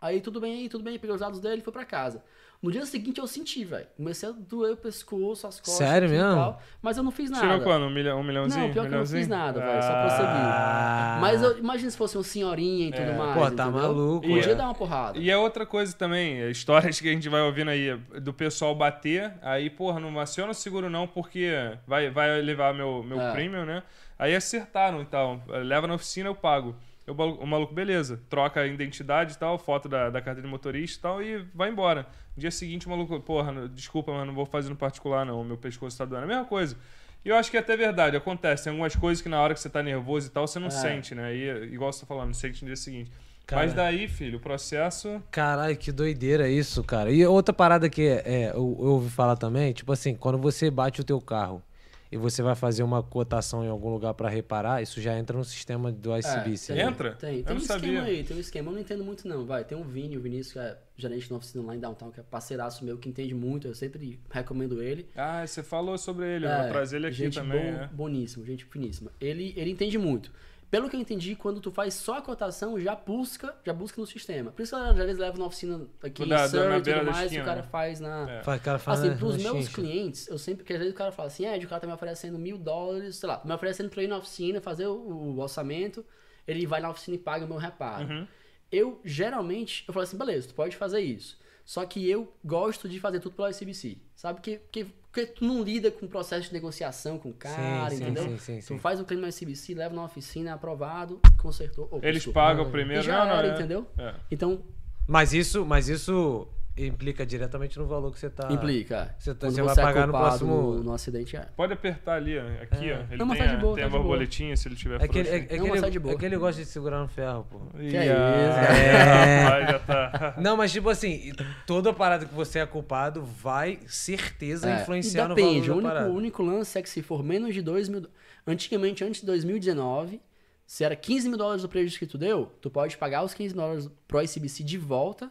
[SPEAKER 2] Aí tudo bem, tudo bem, peguei os dados dele e fui pra casa. No dia seguinte eu senti, velho. Comecei a doer o pescoço, as costas.
[SPEAKER 1] Sério
[SPEAKER 2] tudo e
[SPEAKER 1] mesmo?
[SPEAKER 2] tal, mas eu não fiz nada.
[SPEAKER 3] Tirou quando? Um, milhão, um milhãozinho?
[SPEAKER 2] Não, pior que eu não
[SPEAKER 3] milhãozinho?
[SPEAKER 2] fiz nada, velho. Só
[SPEAKER 3] Ah,
[SPEAKER 1] Ah.
[SPEAKER 2] prossegui. Mas eu, imagina se fosse um senhorinha e tudo
[SPEAKER 3] É.
[SPEAKER 2] mais.
[SPEAKER 1] Pô, tá
[SPEAKER 2] entendeu?
[SPEAKER 1] maluco,
[SPEAKER 2] Podia
[SPEAKER 1] é.
[SPEAKER 2] dar uma porrada.
[SPEAKER 3] E é outra coisa também, é histórias que a gente vai ouvindo aí, do pessoal bater, aí, porra, não aciona o seguro não, porque vai, vai levar meu, meu
[SPEAKER 2] É.
[SPEAKER 3] premium, né? Aí acertaram e tal, leva na oficina, eu pago. Eu, o maluco, beleza, troca a identidade e tal, foto da, da carteira de motorista e tal, e vai embora. No dia seguinte, o maluco, porra, não- desculpa, mas não vou fazer no particular não, meu pescoço tá doendo. É a mesma coisa. E eu acho que é até verdade, acontece. Tem algumas coisas que na hora que você tá nervoso e tal, você não sente, né? E, igual você tá falando, sente no dia seguinte.
[SPEAKER 1] Cara.
[SPEAKER 3] Mas daí, filho, o processo...
[SPEAKER 1] Caralho, que doideira isso, cara. E outra parada que é, eu, eu ouvi falar também, tipo assim, quando você bate o teu carro e você vai fazer uma cotação em algum lugar pra reparar, isso já entra no sistema do ICBC.
[SPEAKER 2] É, tem,
[SPEAKER 1] né?
[SPEAKER 3] Entra?
[SPEAKER 2] Tem, tem
[SPEAKER 3] Eu
[SPEAKER 2] um
[SPEAKER 3] não
[SPEAKER 2] esquema
[SPEAKER 3] sabia.
[SPEAKER 2] aí, tem um esquema. Eu não entendo muito, não, vai. Tem o Vini, o Vinícius, que é gerente da oficina lá em Downtown, que é parceiraço meu, que entende muito. Eu sempre recomendo ele.
[SPEAKER 3] Ah, você falou sobre ele, eu
[SPEAKER 2] É,
[SPEAKER 3] vou trazer ele aqui
[SPEAKER 2] gente
[SPEAKER 3] também.
[SPEAKER 2] bom-
[SPEAKER 3] né?
[SPEAKER 2] Boníssimo, gente finíssima. Ele, ele entende muito. Pelo que eu entendi, quando tu faz só a cotação, já busca, já busca no sistema. Por isso que às vezes leva na oficina aqui
[SPEAKER 3] Da- da-
[SPEAKER 2] em Surrey
[SPEAKER 3] na
[SPEAKER 2] e
[SPEAKER 3] beira
[SPEAKER 2] tudo
[SPEAKER 3] da
[SPEAKER 2] mais,
[SPEAKER 3] esquina,
[SPEAKER 2] o cara
[SPEAKER 3] né?
[SPEAKER 2] faz na...
[SPEAKER 3] É.
[SPEAKER 1] Fala, cara, fala,
[SPEAKER 2] Assim,
[SPEAKER 1] né,
[SPEAKER 2] pros
[SPEAKER 1] na
[SPEAKER 2] meus
[SPEAKER 1] xincha.
[SPEAKER 2] clientes, eu sempre, porque às vezes o cara fala assim, Ed, o cara tá me oferecendo mil dólares, sei lá, me oferecendo pra eu ir na oficina, fazer o, o orçamento, ele vai na oficina e paga o meu reparo.
[SPEAKER 1] Uhum.
[SPEAKER 2] Eu, geralmente, eu falo assim, beleza, tu pode fazer isso. Só que eu gosto de fazer tudo pela ICBC, sabe? Porque, porque, porque tu não lida com o processo de negociação com o cara,
[SPEAKER 1] Sim, sim,
[SPEAKER 2] entendeu?
[SPEAKER 1] sim, sim, sim.
[SPEAKER 2] Tu faz o clima na ICBC, leva na oficina, aprovado, consertou. ou
[SPEAKER 3] Eles
[SPEAKER 2] consertou.
[SPEAKER 3] pagam
[SPEAKER 1] E
[SPEAKER 3] primeiro.
[SPEAKER 2] E já
[SPEAKER 1] né?
[SPEAKER 3] não, não,
[SPEAKER 2] era,
[SPEAKER 3] é.
[SPEAKER 2] entendeu?
[SPEAKER 3] É.
[SPEAKER 2] Então,
[SPEAKER 1] Mas isso, mas isso implica diretamente no valor que você tá.
[SPEAKER 2] implica.
[SPEAKER 1] Você tá-
[SPEAKER 2] Quando é
[SPEAKER 1] você vai pagar no
[SPEAKER 2] culpado
[SPEAKER 1] próximo-
[SPEAKER 2] No, no acidente, é.
[SPEAKER 3] Pode apertar ali, ó, aqui, ó. Ele
[SPEAKER 2] Não, mas
[SPEAKER 3] tem,
[SPEAKER 2] tá de
[SPEAKER 3] a-
[SPEAKER 2] boa,
[SPEAKER 3] tem
[SPEAKER 2] tá
[SPEAKER 3] a
[SPEAKER 2] de boa.
[SPEAKER 3] borboletinha, se ele tiver
[SPEAKER 1] É que ele, é, é
[SPEAKER 3] frouxo.
[SPEAKER 1] que
[SPEAKER 2] Não, mas tá de
[SPEAKER 1] ele,
[SPEAKER 2] boa.
[SPEAKER 1] é que ele gosta de segurar no ferro, pô.
[SPEAKER 3] Ih,
[SPEAKER 2] Que
[SPEAKER 3] ah,
[SPEAKER 2] é isso,
[SPEAKER 1] É.
[SPEAKER 3] rapaz, já tá.
[SPEAKER 1] Não, mas tipo assim, e toda parada que você é culpado vai certeza
[SPEAKER 2] É,
[SPEAKER 1] influenciar
[SPEAKER 2] e
[SPEAKER 1] no valor
[SPEAKER 2] depende,
[SPEAKER 1] da
[SPEAKER 2] o único,
[SPEAKER 1] parada.
[SPEAKER 2] o único lance é que se for menos de 2 mil... do- Antigamente, antes de 2019, se era 15 mil dólares o prejuízo que tu deu, tu pode pagar os 15 mil dólares pro ICBC de volta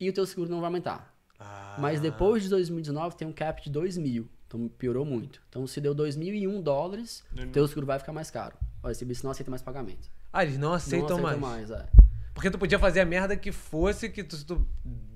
[SPEAKER 2] e o teu seguro não vai aumentar.
[SPEAKER 1] Ah,
[SPEAKER 2] Mas depois de 2019 tem um cap de 2 mil, então piorou muito. Então se deu 2.001 dólares,
[SPEAKER 3] Ele-
[SPEAKER 2] teu seguro vai ficar mais caro. O ICBC não aceita mais pagamento.
[SPEAKER 1] Ah, eles não aceitam
[SPEAKER 2] não aceita
[SPEAKER 1] mais.
[SPEAKER 2] mais. é.
[SPEAKER 1] Porque tu podia fazer a merda que fosse que tu, se tu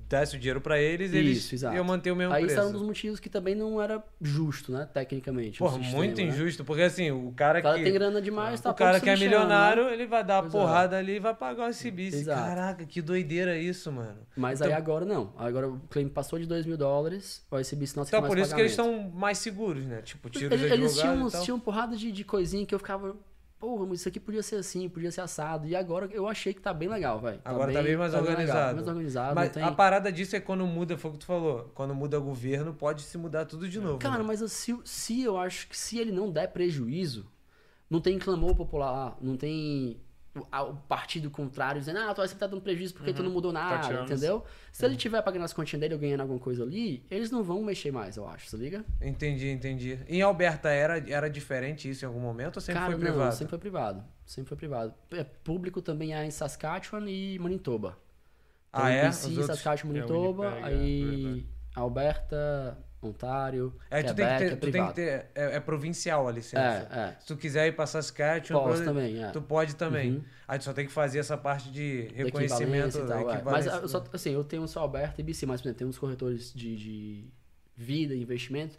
[SPEAKER 1] desse o dinheiro pra eles, eles
[SPEAKER 2] Isso, exato.
[SPEAKER 1] iam manter o mesmo
[SPEAKER 2] Aí isso
[SPEAKER 1] preço.
[SPEAKER 2] era um dos motivos que também não era justo, né, tecnicamente. o
[SPEAKER 1] Porra,
[SPEAKER 2] sistema,
[SPEAKER 1] muito
[SPEAKER 2] né?
[SPEAKER 1] injusto, porque assim, o cara,
[SPEAKER 2] O cara
[SPEAKER 1] que.
[SPEAKER 2] tem grana demais, tá
[SPEAKER 1] o cara
[SPEAKER 2] pouco
[SPEAKER 1] que é
[SPEAKER 2] se lixando, né?
[SPEAKER 1] milionário, ele vai dar uma
[SPEAKER 2] Exato.
[SPEAKER 1] porrada ali e vai pagar esse bice.
[SPEAKER 2] Exato.
[SPEAKER 1] Caraca, que doideira isso, mano.
[SPEAKER 2] Mas aí agora não. Agora o claim passou de 2 mil dólares, vai receber sinal
[SPEAKER 1] Então por isso que eles estão mais seguros, né? Tipo, tira os
[SPEAKER 2] Eles, eles
[SPEAKER 1] advogados
[SPEAKER 2] tinham,
[SPEAKER 1] e tal.
[SPEAKER 2] tinham porrada de, de coisinha que eu ficava. Porra, mas isso aqui podia ser assim, podia ser assado. E agora eu achei que tá bem legal, vai.
[SPEAKER 1] Agora tá bem mais organizado.
[SPEAKER 2] legal, mais organizado.
[SPEAKER 1] Mas
[SPEAKER 2] não tem...
[SPEAKER 1] a parada disso é quando muda, foi o que tu falou. Quando muda governo, pode se mudar tudo de novo.
[SPEAKER 2] Cara,
[SPEAKER 1] né?
[SPEAKER 2] mas eu- se, se eu acho que se ele não der prejuízo, não tem clamor popular, não tem o, a- o partido contrário dizendo, ah, tu vai sempre tá dando prejuízo porque
[SPEAKER 1] Uhum.
[SPEAKER 2] tu não mudou nada,
[SPEAKER 3] tirando-
[SPEAKER 2] entendeu? Se ele tiver pagando as continhas dele ou ganhando alguma coisa ali, eles não vão mexer mais, eu acho, tá se liga?
[SPEAKER 1] Entendi, entendi. Em Alberta era, era diferente isso em algum momento ou sempre
[SPEAKER 2] Cara,
[SPEAKER 1] foi
[SPEAKER 2] não,
[SPEAKER 1] privado?
[SPEAKER 2] sempre foi privado. Sempre foi privado. É público também é em Saskatchewan e Manitoba. Então,
[SPEAKER 1] Ah, é?
[SPEAKER 2] BC,
[SPEAKER 1] Os outros-
[SPEAKER 2] Saskatchewan,
[SPEAKER 3] é,
[SPEAKER 2] Manitoba,
[SPEAKER 3] Winnipeg, é,
[SPEAKER 2] aí
[SPEAKER 3] verdade.
[SPEAKER 2] Alberta, Ontário,
[SPEAKER 1] É, tu tem que
[SPEAKER 2] Quebec,
[SPEAKER 1] ter.
[SPEAKER 2] é
[SPEAKER 1] tu tem que
[SPEAKER 2] privado.
[SPEAKER 1] ter é, é provincial a licença.
[SPEAKER 2] É, é.
[SPEAKER 1] Se tu quiser ir pra Saskatchewan,
[SPEAKER 2] Posso
[SPEAKER 1] pra-
[SPEAKER 2] também, é.
[SPEAKER 1] tu pode também. Aí tu só tem que fazer essa parte de reconhecimento. né?
[SPEAKER 2] Da equivalência e tal, é. Mas
[SPEAKER 1] equivalência.
[SPEAKER 2] ah, eu só, assim, eu tenho só Alberta e BC, mas por exemplo, tem uns corretores de, de vida e investimento.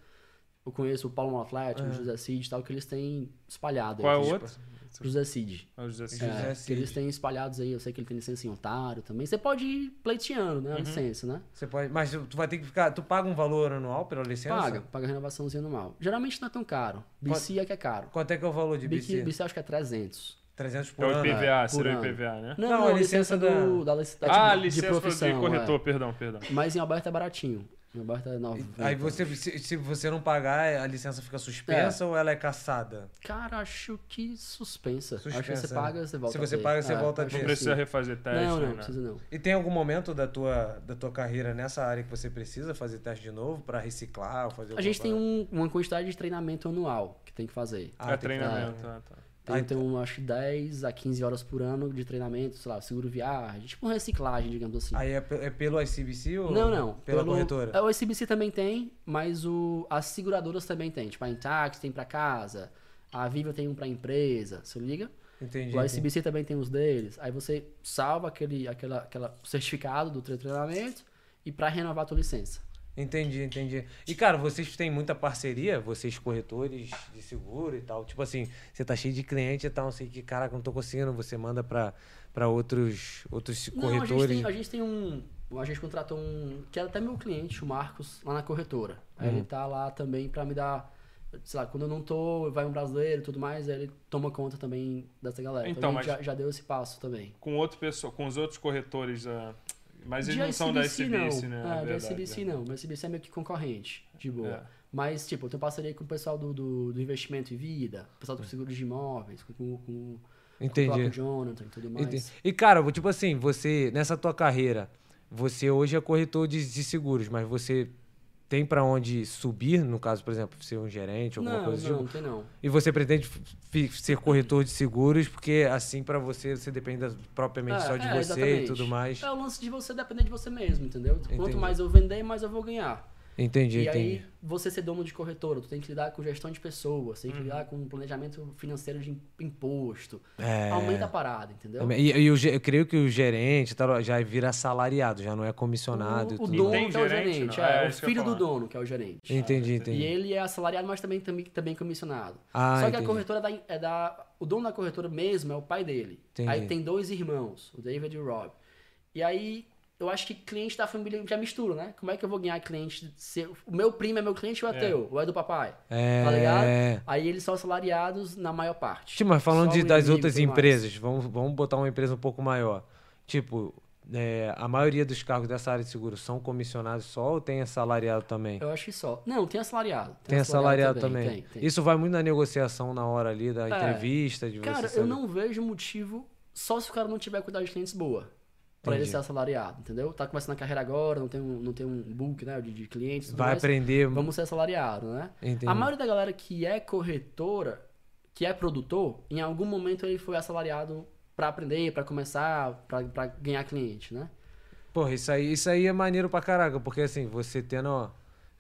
[SPEAKER 2] Eu conheço o Paulo Atlético,
[SPEAKER 1] É.
[SPEAKER 2] o José Cid e tal, que eles têm espalhado.
[SPEAKER 3] Qual é
[SPEAKER 2] aí,
[SPEAKER 3] o
[SPEAKER 2] tipo,
[SPEAKER 3] outro?
[SPEAKER 2] José Cid.
[SPEAKER 3] É o José Cid.
[SPEAKER 1] José
[SPEAKER 2] É, que
[SPEAKER 1] Cid.
[SPEAKER 2] eles têm espalhados aí, eu sei que ele tem licença em Ontário também. Você pode ir pleiteando,
[SPEAKER 3] Uhum.
[SPEAKER 2] né? A licença, né?
[SPEAKER 1] Você pode, mas tu vai ter que ficar. Tu paga um valor anual pela licença?
[SPEAKER 2] Paga, paga renovaçãozinha anual. Geralmente não é tão caro. BC é que é caro.
[SPEAKER 1] Quanto é que é o valor de
[SPEAKER 2] BC,
[SPEAKER 1] BC?
[SPEAKER 2] BC acho que é 300.
[SPEAKER 1] 300 por
[SPEAKER 3] É o
[SPEAKER 1] ano. né?
[SPEAKER 3] IPVA, seria o
[SPEAKER 2] ano.
[SPEAKER 3] IPVA, né?
[SPEAKER 2] Não,
[SPEAKER 1] Não,
[SPEAKER 2] não,
[SPEAKER 1] a
[SPEAKER 2] a licença,
[SPEAKER 1] licença
[SPEAKER 2] do, da, lic- da,
[SPEAKER 3] Ah,
[SPEAKER 2] Tá de,
[SPEAKER 3] licença
[SPEAKER 2] de
[SPEAKER 3] de,
[SPEAKER 2] profissão.
[SPEAKER 3] corretor, perdão, perdão.
[SPEAKER 2] é. Mas em Alberta é baratinho. Em Alberta é 90.
[SPEAKER 1] Aí você, se, se você não pagar, a licença fica suspensa ou ela é caçada?
[SPEAKER 2] Cara, acho que suspensa. Acho que
[SPEAKER 1] Suspensa,
[SPEAKER 2] você
[SPEAKER 1] né?
[SPEAKER 2] paga, você volta
[SPEAKER 1] Se você
[SPEAKER 2] a ter. É,
[SPEAKER 1] paga, você volta a
[SPEAKER 2] acho
[SPEAKER 1] ter.
[SPEAKER 3] Não
[SPEAKER 2] que
[SPEAKER 3] precisa
[SPEAKER 2] sim.
[SPEAKER 3] refazer teste,
[SPEAKER 2] Não, não,
[SPEAKER 3] né?
[SPEAKER 2] não precisa não.
[SPEAKER 1] E tem algum momento da tua, da tua carreira nessa área que você precisa fazer teste de novo pra reciclar ou fazer
[SPEAKER 2] A
[SPEAKER 1] alguma
[SPEAKER 2] gente tem
[SPEAKER 1] parada?
[SPEAKER 2] um- uma quantidade de treinamento anual que tem que fazer.
[SPEAKER 1] Ah,
[SPEAKER 3] é
[SPEAKER 1] tem que-
[SPEAKER 3] treinamento, ah, tá.
[SPEAKER 2] Tem,
[SPEAKER 1] Ah,
[SPEAKER 2] então, acho que 10 a 15 horas por ano de treinamento, sei lá, seguro viagem, tipo uma reciclagem, digamos assim.
[SPEAKER 1] Aí é, pe- é pelo ICBC ou
[SPEAKER 2] não, não.
[SPEAKER 1] pela
[SPEAKER 2] pelo-
[SPEAKER 1] corretora?
[SPEAKER 2] É, O ICBC também tem, mas o, as seguradoras também tem. Tipo, a Intact tem pra casa, A Viva tem um pra empresa, se liga?
[SPEAKER 1] Entendi.
[SPEAKER 2] O ICBC também tem os deles. Aí você salva aquele aquela, aquela certificado do teu treinamento e pra renovar a tua licença.
[SPEAKER 1] Entendi, entendi. E, cara, vocês têm muita parceria, vocês corretores de seguro e tal. Tipo assim, você tá cheio de cliente e tal, não sei que, caraca, não tô conseguindo, você manda pra, pra outros, outros
[SPEAKER 2] Não, a gente,
[SPEAKER 1] corretores.
[SPEAKER 2] tem, a gente tem um. A gente contratou um. Que era até meu cliente, o Marcos, lá na corretora. Aí ele tá lá também pra me dar. Sei lá, quando eu não tô, vai um brasileiro e tudo mais, aí ele toma conta também dessa galera.
[SPEAKER 3] Então,
[SPEAKER 2] Então, a gente
[SPEAKER 3] mas-
[SPEAKER 2] já, já deu esse passo também.
[SPEAKER 3] Com, outro pessoa, com os outros corretores, ah, mas eles
[SPEAKER 2] De
[SPEAKER 3] não são da
[SPEAKER 2] ICBC
[SPEAKER 3] SBC,
[SPEAKER 2] não.
[SPEAKER 3] né?
[SPEAKER 2] É, da
[SPEAKER 3] Verdade,
[SPEAKER 2] SBC não. Mas SBC é meio que concorrente, de boa.
[SPEAKER 3] É.
[SPEAKER 2] Mas, tipo, eu tenho parceria com o pessoal do, do, do investimento e vida, o pessoal do seguro de imóveis, com, com, com o próprio
[SPEAKER 1] Entendi.
[SPEAKER 2] Jonathan e tudo mais.
[SPEAKER 1] Entendi. E, cara, tipo assim, você, nessa tua carreira, você hoje é corretor de, de seguros, mas você tem pra onde subir, no caso, por exemplo, ser um gerente, alguma
[SPEAKER 2] Não,
[SPEAKER 1] coisa do
[SPEAKER 2] não,
[SPEAKER 1] tipo?
[SPEAKER 2] não tem não.
[SPEAKER 1] E você pretende fi- ser corretor de seguros, porque assim pra você, você depende da- propriamente só de você e
[SPEAKER 2] Ah, É, exatamente.
[SPEAKER 1] tudo mais.
[SPEAKER 2] É o lance de você depender de você mesmo, entendeu?
[SPEAKER 1] Entendi.
[SPEAKER 2] Quanto mais eu vender, mais eu vou ganhar.
[SPEAKER 1] Entendi,
[SPEAKER 2] e
[SPEAKER 1] entendi.
[SPEAKER 2] aí, você ser dono de corretora, tu tem que lidar com gestão de pessoas,
[SPEAKER 3] Uhum.
[SPEAKER 2] tem que lidar com um planejamento financeiro de im- imposto.
[SPEAKER 1] É.
[SPEAKER 2] Aumenta a parada, entendeu?
[SPEAKER 1] Também. E, e o ge- eu creio que o gerente e tal, já vira assalariado, já não é comissionado e
[SPEAKER 2] o, o
[SPEAKER 1] tudo.
[SPEAKER 2] dono
[SPEAKER 1] mais.
[SPEAKER 3] Tem
[SPEAKER 2] que é o
[SPEAKER 3] gerente,
[SPEAKER 2] gerente,
[SPEAKER 3] não?
[SPEAKER 2] é,
[SPEAKER 3] É,
[SPEAKER 2] o
[SPEAKER 3] isso que eu ia
[SPEAKER 2] filho do
[SPEAKER 3] falar.
[SPEAKER 2] dono que é o gerente.
[SPEAKER 1] Entendi, entendi.
[SPEAKER 2] E ele é assalariado, mas também, também, também comissionado.
[SPEAKER 1] Ah,
[SPEAKER 2] Só que
[SPEAKER 1] entendi.
[SPEAKER 2] a corretora é da, é da. O dono da corretora mesmo é o pai dele.
[SPEAKER 1] Entendi.
[SPEAKER 2] Aí tem dois irmãos, o David e o Rob. E aí, eu acho que cliente da família já mistura, né? Como é que eu vou ganhar cliente? Se eu- o meu primo é meu cliente ou é,
[SPEAKER 3] É.
[SPEAKER 2] teu? Ou é do papai?
[SPEAKER 1] É.
[SPEAKER 2] Tá ligado? Aí eles são assalariados na maior parte.
[SPEAKER 1] Tipo, mas falando
[SPEAKER 2] Só
[SPEAKER 1] de-
[SPEAKER 2] o
[SPEAKER 1] das
[SPEAKER 2] amigo e
[SPEAKER 1] outras
[SPEAKER 2] tudo mais.
[SPEAKER 1] empresas, vamos, vamos botar uma empresa um pouco maior. Tipo, é, a maioria dos cargos dessa área de seguro são comissionados só ou tem assalariado também?
[SPEAKER 2] Eu acho que só. Não, tem assalariado.
[SPEAKER 1] Tem assalariado também.
[SPEAKER 2] tem, tem.
[SPEAKER 1] Isso vai muito na negociação na hora ali da entrevista, de você
[SPEAKER 2] Cara, eu
[SPEAKER 1] saber.
[SPEAKER 2] não vejo motivo só se o cara não tiver quantidade de clientes boa. Pra ele
[SPEAKER 1] Entendi.
[SPEAKER 2] ser assalariado, entendeu? Tá começando a carreira agora, não tem um, não tem um book né, de, de clientes. tudo
[SPEAKER 1] Vai
[SPEAKER 2] mais.
[SPEAKER 1] aprender.
[SPEAKER 2] Vamos ser assalariado, né?
[SPEAKER 1] Entendi.
[SPEAKER 2] A maioria da galera que é corretora, que é produtor, em algum momento ele foi assalariado pra aprender, pra começar, pra, pra ganhar cliente, né?
[SPEAKER 1] Porra, isso aí, isso aí é maneiro pra caraca, porque assim, você tendo. ó,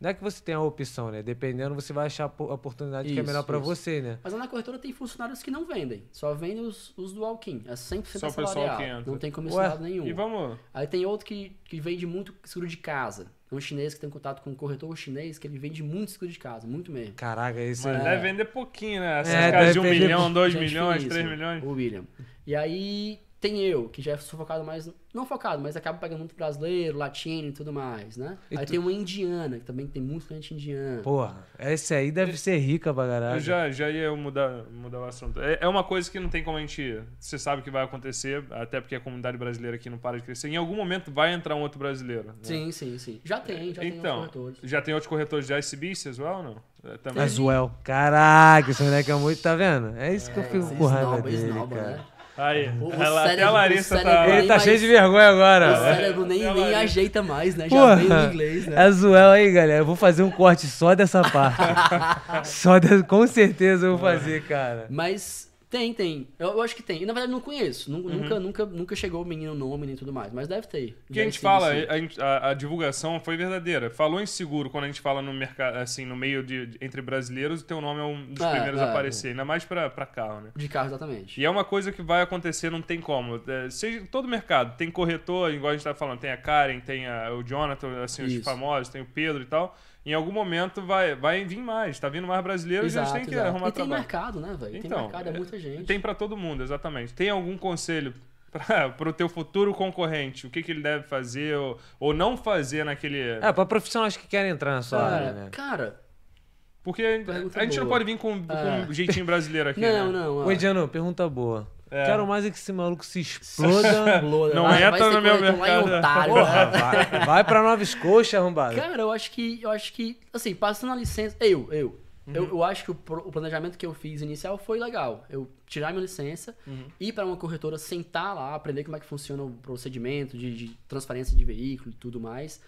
[SPEAKER 1] Não é que você tem a opção, né? Dependendo, você vai achar a po- a oportunidade que é
[SPEAKER 2] Isso,
[SPEAKER 1] melhor pra
[SPEAKER 2] isso.
[SPEAKER 1] você, né?
[SPEAKER 2] Mas lá na corretora tem funcionários que não vendem, só vendem os, os do Alquim. É 100%
[SPEAKER 3] Só o pessoal que
[SPEAKER 2] assalariado.
[SPEAKER 3] entra.
[SPEAKER 2] Não tem comissionado
[SPEAKER 3] é.
[SPEAKER 2] nenhum.
[SPEAKER 3] E vamos...
[SPEAKER 2] Aí tem outro que, que vende muito seguro de casa. É um chinês que tem contato com um corretor chinês que ele vende muito seguro de casa, muito mesmo.
[SPEAKER 1] Caraca, é, isso
[SPEAKER 3] Mas
[SPEAKER 2] É.
[SPEAKER 1] aí.
[SPEAKER 3] deve vender pouquinho, né? Essas
[SPEAKER 1] É,
[SPEAKER 3] casas de
[SPEAKER 1] deve
[SPEAKER 3] um
[SPEAKER 1] vender
[SPEAKER 3] milhão, dois
[SPEAKER 2] Gente né?
[SPEAKER 3] milhões,
[SPEAKER 2] finíssima,
[SPEAKER 3] três milhões.
[SPEAKER 2] O William. E aí tem eu, que já é sou focado mais. Não focado, mas acabo pegando muito brasileiro, latino e tudo mais, né?
[SPEAKER 1] E
[SPEAKER 2] aí
[SPEAKER 1] tu-
[SPEAKER 2] tem uma indiana, que também tem muito cliente indiana.
[SPEAKER 1] Porra, esse aí deve ser rica pra
[SPEAKER 3] Eu
[SPEAKER 1] caraca.
[SPEAKER 3] já, já ia mudar, mudar o assunto. É, é uma coisa que não tem como a gente. Você sabe que vai acontecer, até porque a comunidade brasileira aqui não para de crescer. Em algum momento vai entrar um outro brasileiro. né?
[SPEAKER 2] Sim, sim, sim. Já tem, já tem os
[SPEAKER 3] então,
[SPEAKER 2] corretores.
[SPEAKER 3] já tem outros corretores de ICBC as well ou não? É, também.
[SPEAKER 1] As well. Caraca, esse moleque é muito, tá vendo? É isso que eu fico com raiva
[SPEAKER 2] Esnoba,
[SPEAKER 1] dele,
[SPEAKER 2] esnoba,
[SPEAKER 1] cara.
[SPEAKER 2] né?
[SPEAKER 3] Aí,
[SPEAKER 2] o
[SPEAKER 3] ela- até a
[SPEAKER 2] cérebro- o é
[SPEAKER 3] Larissa tá.
[SPEAKER 2] cérebro-
[SPEAKER 1] Ele
[SPEAKER 2] Ele
[SPEAKER 1] tá
[SPEAKER 2] Mas-
[SPEAKER 1] cheio de vergonha
[SPEAKER 2] O
[SPEAKER 3] é.
[SPEAKER 1] agora. né?
[SPEAKER 2] cérebro nem,
[SPEAKER 3] Ela-
[SPEAKER 2] nem ajeita mais, né? Já vem no
[SPEAKER 1] Porra,
[SPEAKER 2] inglês, né?
[SPEAKER 1] a Zuel aí, galera. Eu vou fazer um corte só dessa parte. só de... Com certeza eu vou fazer, cara.
[SPEAKER 2] Mas tem, tem. Eu, eu acho que tem. E, na verdade, não conheço. Nu- Nunca, nunca, nunca chegou o menino nome nem tudo mais. Mas deve ter.
[SPEAKER 3] Uhum. que a
[SPEAKER 2] Deve
[SPEAKER 3] gente
[SPEAKER 2] ser
[SPEAKER 3] fala,
[SPEAKER 2] isso.
[SPEAKER 3] a, gente- a- a divulgação foi verdadeira. Falou em seguro quando a gente fala no mercado, assim, no meio de, de- entre brasileiros, o teu nome é um dos
[SPEAKER 2] É,
[SPEAKER 3] primeiros a
[SPEAKER 2] é.
[SPEAKER 3] aparecer, ainda mais pra, pra carro, né?
[SPEAKER 2] De carro, exatamente.
[SPEAKER 3] E é uma coisa que vai acontecer, não tem como. É, seja todo mercado, tem corretor, igual a gente tá falando, tem a Karen, tem a- o Jonathan, assim, os
[SPEAKER 2] Isso.
[SPEAKER 3] famosos, tem o Pedro e tal. Em algum momento vai, vai vir mais, tá vindo mais brasileiros e eles têm que é arrumar
[SPEAKER 2] e tem
[SPEAKER 3] trabalho. Então,
[SPEAKER 2] mercado, né, velho? tem mercado, é muita gente.
[SPEAKER 3] Tem pra todo mundo, exatamente. Tem algum conselho para pro teu futuro concorrente? O que, que ele deve fazer ou, ou não fazer naquele.
[SPEAKER 1] É, pra profissionais que querem entrar na sua área,
[SPEAKER 2] Cara,
[SPEAKER 1] né?
[SPEAKER 2] cara,
[SPEAKER 3] Porque a gente não
[SPEAKER 2] boa. Ah.
[SPEAKER 3] pode vir com, com um jeitinho brasileiro aqui.
[SPEAKER 2] não,
[SPEAKER 3] né?
[SPEAKER 2] não.
[SPEAKER 1] Ô,
[SPEAKER 2] é.
[SPEAKER 1] Ediano, pergunta boa.
[SPEAKER 3] É.
[SPEAKER 1] Quero mais é que esse maluco se exploda.
[SPEAKER 2] Loura,
[SPEAKER 3] Não
[SPEAKER 2] Ah, vai-
[SPEAKER 3] entra
[SPEAKER 2] vai ser
[SPEAKER 3] no meu
[SPEAKER 2] corretor Lá em
[SPEAKER 3] mercado.
[SPEAKER 2] Otário,
[SPEAKER 1] Porra,
[SPEAKER 2] né?
[SPEAKER 1] vai, vai pra Nova Escoxa, arrombado.
[SPEAKER 2] Cara, eu acho que, eu acho que, assim, passando a licença, eu, eu,
[SPEAKER 1] Uhum.
[SPEAKER 2] eu, eu acho que o, pro- o planejamento que eu fiz inicial foi legal. Eu tirar minha licença,
[SPEAKER 1] Uhum.
[SPEAKER 2] ir pra uma corretora, sentar lá, aprender como é que funciona o procedimento de, de transferência de veículo e tudo mais,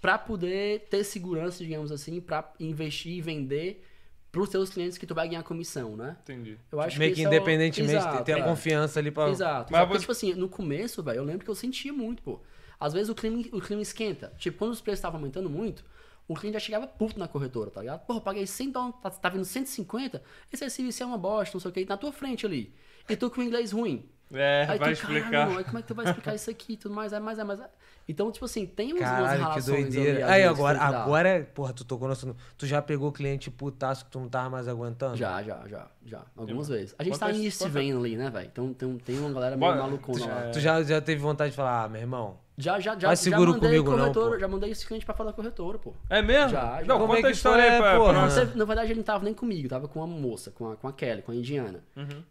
[SPEAKER 2] pra poder ter segurança, digamos assim, pra investir e vender pros seus clientes que tu vai ganhar comissão, né?
[SPEAKER 3] Entendi.
[SPEAKER 2] Eu acho
[SPEAKER 1] Meio
[SPEAKER 2] que
[SPEAKER 1] que
[SPEAKER 2] esse é o-
[SPEAKER 1] independentemente,
[SPEAKER 2] Exato,
[SPEAKER 1] tem a
[SPEAKER 2] é.
[SPEAKER 1] confiança ali pra.
[SPEAKER 2] Exato.
[SPEAKER 3] Mas
[SPEAKER 2] Só que,
[SPEAKER 3] você-
[SPEAKER 2] tipo assim, no começo, velho, eu lembro que eu sentia muito, pô. Às vezes o clima, o clima esquenta. Tipo, quando os preços estavam aumentando muito, o cliente já chegava puto na corretora, tá ligado? Porra, eu paguei 100 dólares, tá, tá vindo 150? Esse serviço é uma bosta, não sei o que, na tua frente ali. E tu com inglês ruim.
[SPEAKER 3] É,
[SPEAKER 2] Aí
[SPEAKER 3] vai
[SPEAKER 2] tu,
[SPEAKER 3] explicar.
[SPEAKER 2] caralho, aí como é que tu vai explicar isso aqui e tudo mais? É, mais, é, mais. É. Então, tipo assim, tem uns, umas
[SPEAKER 1] Caralho, que
[SPEAKER 2] relações ali,
[SPEAKER 1] doideira.
[SPEAKER 2] às
[SPEAKER 1] Aí
[SPEAKER 2] vezes, que
[SPEAKER 1] agora,
[SPEAKER 2] tem que dar.
[SPEAKER 1] agora, é, porra, tu tocou no assunto. Tu já pegou cliente putaço que tu não tava mais aguentando?
[SPEAKER 2] Já, já, já, já. Algumas vezes. A gente
[SPEAKER 3] Quantas-
[SPEAKER 2] tá em East
[SPEAKER 3] quantas-
[SPEAKER 2] Van ali, né, velho? Então tem, tem uma galera meio
[SPEAKER 3] Bora,
[SPEAKER 2] malucona
[SPEAKER 3] tu já-
[SPEAKER 2] lá.
[SPEAKER 1] Tu já, já teve vontade de falar, ah, meu irmão,
[SPEAKER 2] Já, já, já.
[SPEAKER 1] Faz seguro
[SPEAKER 2] já mandei
[SPEAKER 1] comigo não,
[SPEAKER 2] corretora-
[SPEAKER 1] pô.
[SPEAKER 2] Já mandei esse cliente pra falar da corretora, pô.
[SPEAKER 3] É mesmo?
[SPEAKER 2] Já, já.
[SPEAKER 3] Não,
[SPEAKER 1] Como é
[SPEAKER 3] conta
[SPEAKER 1] que
[SPEAKER 3] a história
[SPEAKER 1] isso
[SPEAKER 3] aí
[SPEAKER 1] é,
[SPEAKER 3] pra,
[SPEAKER 1] porra?
[SPEAKER 3] pra
[SPEAKER 2] Não,
[SPEAKER 1] Ah.
[SPEAKER 2] você- na verdade, ele não tava nem comigo, tava com uma moça, com a, com a Kelly, com a indiana.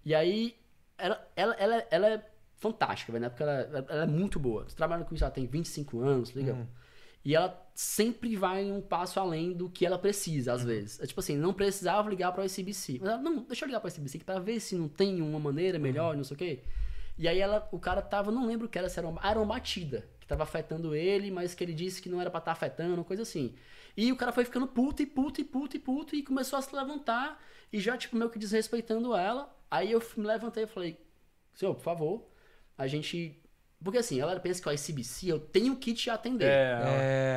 [SPEAKER 2] E aí, ela, ela, ela, ela é fantástica, velho, né? Porque ela, ela é muito boa. Tu trabalha com isso, ela tem 25 anos, liga? E ela sempre vai um passo além do que ela precisa, às vezes. É tipo assim, não precisava ligar pra ICBC. Mas ela, não, deixa eu ligar pra ICBC pra ver se não tem uma maneira melhor, não sei o quê. E aí ela, o cara tava, não lembro o que era, se era uma, ah, era uma batida que tava afetando ele, mas que ele disse que não era pra estar afetando, uma coisa assim. E o cara foi ficando puto e puto e puto e puto e começou a se levantar e já, tipo, meio que desrespeitando ela. Aí eu me levantei e falei, senhor, por favor, a gente... Porque assim, ela pensa que o ICBC, eu tenho que te atender.
[SPEAKER 3] É,